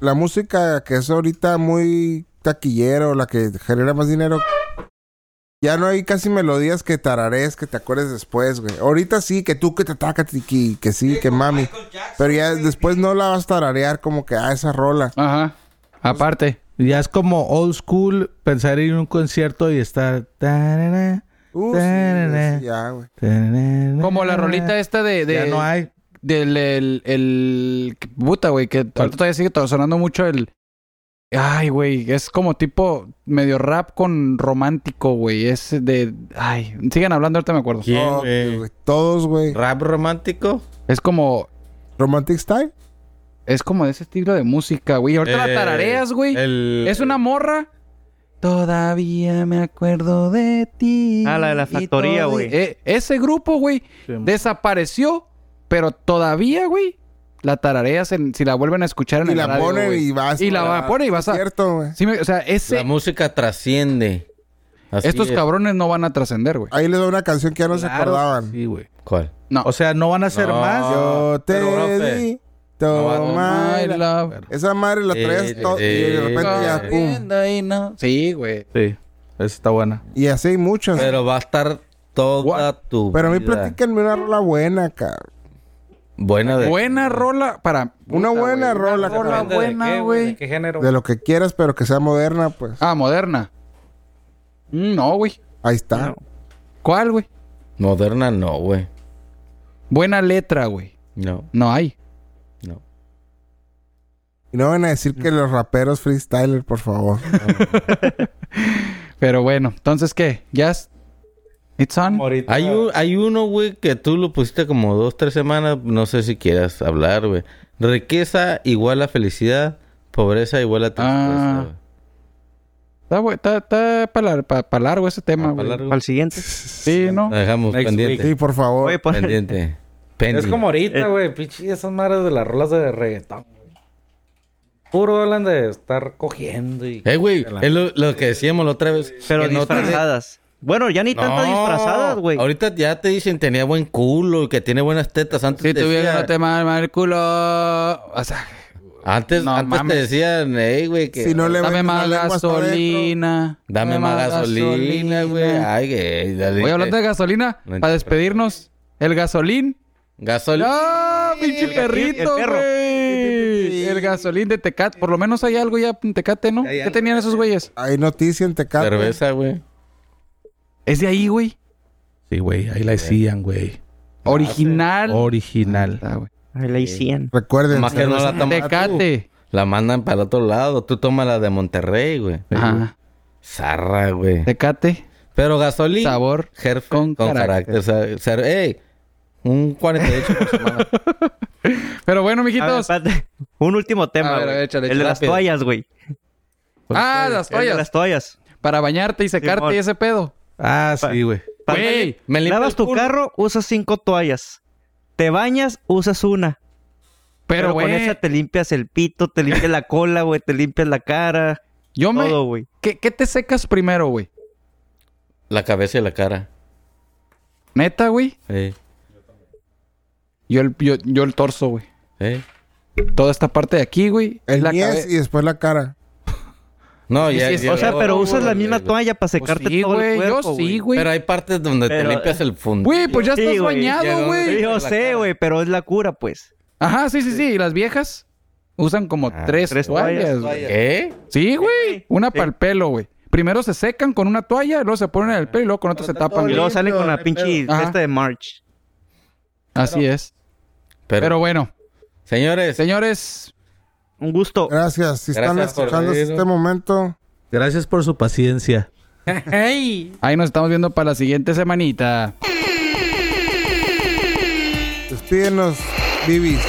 Speaker 3: La música que es ahorita muy taquillero, la que genera más dinero. Ya no hay casi melodías que tararees, que te acuerdes después, güey. Ahorita sí, que tú, que te atacas, y que, que sí, que mami. Pero ya después no la vas a tararear como que, ah, esa rola.
Speaker 1: Ajá. Aparte.
Speaker 5: Ya es como old school pensar en un concierto y estar. tarara,
Speaker 3: Uh, sí,
Speaker 5: tarara,
Speaker 3: sí, ya, güey.
Speaker 5: tarara.
Speaker 1: Como la rolita esta de... de
Speaker 5: Ya no hay.
Speaker 1: Del el, el- que- puta, güey, que ahorita todavía sigue to- sonando mucho el ay, güey, es como tipo medio rap con romántico, güey, es de ay, sigan hablando, ahorita me acuerdo.
Speaker 6: ¿Quién,
Speaker 3: Oh,
Speaker 6: güey?
Speaker 3: güey, Todos, güey.
Speaker 6: ¿Rap romántico?
Speaker 1: Es como
Speaker 3: Romantic Style.
Speaker 1: es como de ese estilo de música, güey. Ahorita la
Speaker 6: Eh,
Speaker 1: tarareas, güey.
Speaker 6: el-
Speaker 1: Es una morra Todavía me acuerdo de ti.
Speaker 7: Ah, la de la
Speaker 1: y
Speaker 7: factoría,
Speaker 1: toda-
Speaker 7: güey.
Speaker 1: Eh, ese grupo, güey, desapareció, pero todavía, güey, la tarareas en- si la vuelven a escuchar en
Speaker 3: Y
Speaker 1: el
Speaker 3: la
Speaker 1: radio,
Speaker 3: ponen
Speaker 1: güey.
Speaker 3: y vas.
Speaker 1: Y la va- pone y vas a-
Speaker 3: Cierto, güey.
Speaker 1: Sí, me- o sea,
Speaker 6: La
Speaker 1: ese,
Speaker 6: música trasciende. Así
Speaker 1: estos
Speaker 6: es.
Speaker 1: cabrones no van a trascender, güey.
Speaker 3: Ahí les doy una canción que ya no se
Speaker 8: Claro,
Speaker 3: acordaban.
Speaker 8: Sí, güey.
Speaker 6: ¿Cuál?
Speaker 1: No.
Speaker 5: O sea, no van a ser
Speaker 6: No.
Speaker 5: más.
Speaker 3: Yo te
Speaker 6: pero, profe,
Speaker 3: di.
Speaker 6: va a
Speaker 3: Toma.
Speaker 1: My
Speaker 3: la-
Speaker 1: love.
Speaker 3: Esa madre la traes
Speaker 6: Eh,
Speaker 3: todo. Y de
Speaker 6: eh,
Speaker 3: repente ya, pum.
Speaker 1: Corriendo y no- Sí, güey.
Speaker 5: Sí, esa está buena.
Speaker 3: Y así hay muchas.
Speaker 6: Pero va a estar toda
Speaker 1: What?
Speaker 6: tu
Speaker 3: Pero a mí
Speaker 6: vida.
Speaker 3: platíquenme una rola buena, cabrón.
Speaker 6: Buena de...
Speaker 1: Buena rola para...
Speaker 3: Una
Speaker 1: Puta,
Speaker 3: buena
Speaker 1: güey,
Speaker 3: rola,
Speaker 1: una rola
Speaker 3: cabrón.
Speaker 8: ¿De
Speaker 1: buena,
Speaker 8: qué,
Speaker 1: güey.
Speaker 8: ¿De qué género?
Speaker 3: De lo que quieras, pero que sea moderna, pues.
Speaker 1: Ah, moderna. Mm, No, güey.
Speaker 3: Ahí está.
Speaker 1: ¿Cuál, güey?
Speaker 6: Moderna no, güey.
Speaker 1: Buena letra, güey.
Speaker 6: No,
Speaker 1: No hay.
Speaker 6: no.
Speaker 3: Y no van a decir que los raperos freestyler, por favor.
Speaker 1: Pero bueno, entonces, ¿qué? ¿Ya? es- ¿It's on?
Speaker 8: Ahorita-
Speaker 6: Hay, un- hay uno, güey, que tú lo pusiste como dos, tres semanas. No sé si quieras hablar, güey. Riqueza igual a felicidad. Pobreza igual a
Speaker 1: Ah,
Speaker 6: tristeza.
Speaker 1: Está, bu- está, está para lar- pa- pa largo ese tema, güey.
Speaker 6: güey.
Speaker 7: Al siguiente.
Speaker 1: Sí, ¿no?
Speaker 6: La dejamos
Speaker 8: Next
Speaker 6: pendiente.
Speaker 3: Sí, por favor.
Speaker 7: Oye, pon-
Speaker 6: Pendiente. Pendiente.
Speaker 8: Es como ahorita, güey. Pichi, esas madres de las rolas de reggaetón. güey. Puro hablan de estar cogiendo y...
Speaker 6: Eh, güey, es lo, lo que decíamos la otra vez.
Speaker 7: pero
Speaker 6: que no te-
Speaker 7: disfrazadas. Bueno, ya ni tantas
Speaker 6: No,
Speaker 7: disfrazadas, güey.
Speaker 6: Ahorita ya te dicen tenía buen culo y que tiene buenas tetas. Antes
Speaker 1: Si
Speaker 6: te
Speaker 1: tuviera
Speaker 6: decía-
Speaker 1: no te mal el culo... O sea,
Speaker 6: Antes,
Speaker 1: No
Speaker 6: antes te
Speaker 1: mames.
Speaker 6: decían, hey, güey, que
Speaker 3: Si no le
Speaker 1: pues, dame
Speaker 3: metes la
Speaker 1: más
Speaker 3: lengua hasta adentro.
Speaker 1: gasolina.
Speaker 6: dame más gasolina, güey. Ay, que dale.
Speaker 1: Voy hablando de gasolina
Speaker 6: No
Speaker 1: para
Speaker 6: entiendo.
Speaker 1: despedirnos. El gasolín.
Speaker 6: gasolina.
Speaker 1: ¡Ah, pinche
Speaker 7: el
Speaker 1: perrito,
Speaker 7: perro.
Speaker 1: güey! El gasolín de Tecate. Por lo menos hay algo ya en Tecate, ¿no? ¿Qué tenían esos güeyes?
Speaker 3: Hay noticia en Tecate.
Speaker 6: cerveza, güey.
Speaker 1: Es de ahí, güey.
Speaker 5: Sí, güey, ahí la hacían, güey.
Speaker 7: Ah,
Speaker 1: Original.
Speaker 5: Original.
Speaker 1: Ah, güey.
Speaker 7: Ay, la hicieron.
Speaker 3: Recuerden.
Speaker 6: Más que no la tomas tú.
Speaker 1: Tecate.
Speaker 6: La mandan para otro lado. Tú tomas la de Monterrey, güey.
Speaker 1: Ajá.
Speaker 6: Zarra, güey.
Speaker 1: Tecate.
Speaker 6: Pero gasolina.
Speaker 1: Sabor
Speaker 6: Jerfe,
Speaker 1: con
Speaker 6: con,
Speaker 1: carácter.
Speaker 6: carácter. o sea, cer- ¡Ey! Un 48 por semana.
Speaker 1: Pero bueno,
Speaker 7: A ver,
Speaker 1: mijitos.
Speaker 7: espérate. Un último tema,
Speaker 1: A ver,
Speaker 7: güey.
Speaker 1: a ver, échale,
Speaker 7: El de
Speaker 1: échale.
Speaker 7: las toallas, güey.
Speaker 1: Ah, las
Speaker 7: El de
Speaker 1: toallas.
Speaker 7: las toallas.
Speaker 1: Para bañarte y secarte
Speaker 7: Simón.
Speaker 1: y ese pedo.
Speaker 5: Ah, sí, güey.
Speaker 1: Güey,
Speaker 6: me limpio
Speaker 7: Lavas
Speaker 6: el
Speaker 7: tu
Speaker 6: culo.
Speaker 7: carro, usas cinco toallas. Te bañas, usas una.
Speaker 1: Pero,
Speaker 7: con esa
Speaker 1: güey,
Speaker 7: te limpias el pito, te limpias la cola, güey, te limpias la cara.
Speaker 1: yo me...
Speaker 7: Todo, güey.
Speaker 1: ¿Qué, qué te secas primero, güey?
Speaker 6: La cabeza y la cara.
Speaker 1: ¿Neta, güey?
Speaker 6: Eh,
Speaker 1: Yo el, yo, yo el torso, güey.
Speaker 6: eh.
Speaker 1: Toda esta parte de aquí, güey.
Speaker 3: El
Speaker 1: la
Speaker 3: niés
Speaker 1: cabe-
Speaker 3: y después la cara.
Speaker 6: No,
Speaker 1: Sí,
Speaker 6: ya,
Speaker 1: sí,
Speaker 6: ya
Speaker 1: sí.
Speaker 7: O sea,
Speaker 6: luego-
Speaker 7: pero usas la
Speaker 6: güey,
Speaker 7: misma
Speaker 6: güey.
Speaker 7: toalla para
Speaker 1: Pues
Speaker 7: secarte
Speaker 1: sí,
Speaker 7: todo el
Speaker 1: güey. Yo
Speaker 7: cuerpo,
Speaker 1: sí, güey.
Speaker 6: Pero hay partes donde
Speaker 7: Pero-
Speaker 6: te limpias el fundillo.
Speaker 1: Güey, pues ya
Speaker 7: Sí,
Speaker 1: estás
Speaker 7: güey.
Speaker 1: bañado,
Speaker 6: Ya,
Speaker 1: güey.
Speaker 7: Yo
Speaker 6: la
Speaker 7: sé,
Speaker 6: cara.
Speaker 7: güey, pero es la cura, pues.
Speaker 1: Ajá, sí, sí, sí. ¿Y las viejas? Usan como
Speaker 6: Ah,
Speaker 1: tres,
Speaker 7: tres
Speaker 1: toallas.
Speaker 7: toallas,
Speaker 1: güey.
Speaker 6: ¿Qué?
Speaker 1: Sí, güey. Una
Speaker 7: Sí.
Speaker 1: para el pelo, güey. Primero se secan con una toalla, luego se ponen en el pelo y luego con otra se tapan.
Speaker 7: Y
Speaker 1: güey.
Speaker 7: luego salen con la pinche
Speaker 1: pedo. Ajá.
Speaker 7: esta de March.
Speaker 1: Así es.
Speaker 6: Pero,
Speaker 1: Pero bueno,
Speaker 6: señores,
Speaker 1: señores,
Speaker 7: Un
Speaker 6: Ah,
Speaker 7: gusto.
Speaker 3: Gracias. Si están
Speaker 6: Gracias por
Speaker 3: escuchando
Speaker 6: venir.
Speaker 3: este momento,
Speaker 5: Gracias por su paciencia.
Speaker 1: ahí nos estamos viendo para la siguiente semanita.
Speaker 3: despídenos, Vivis.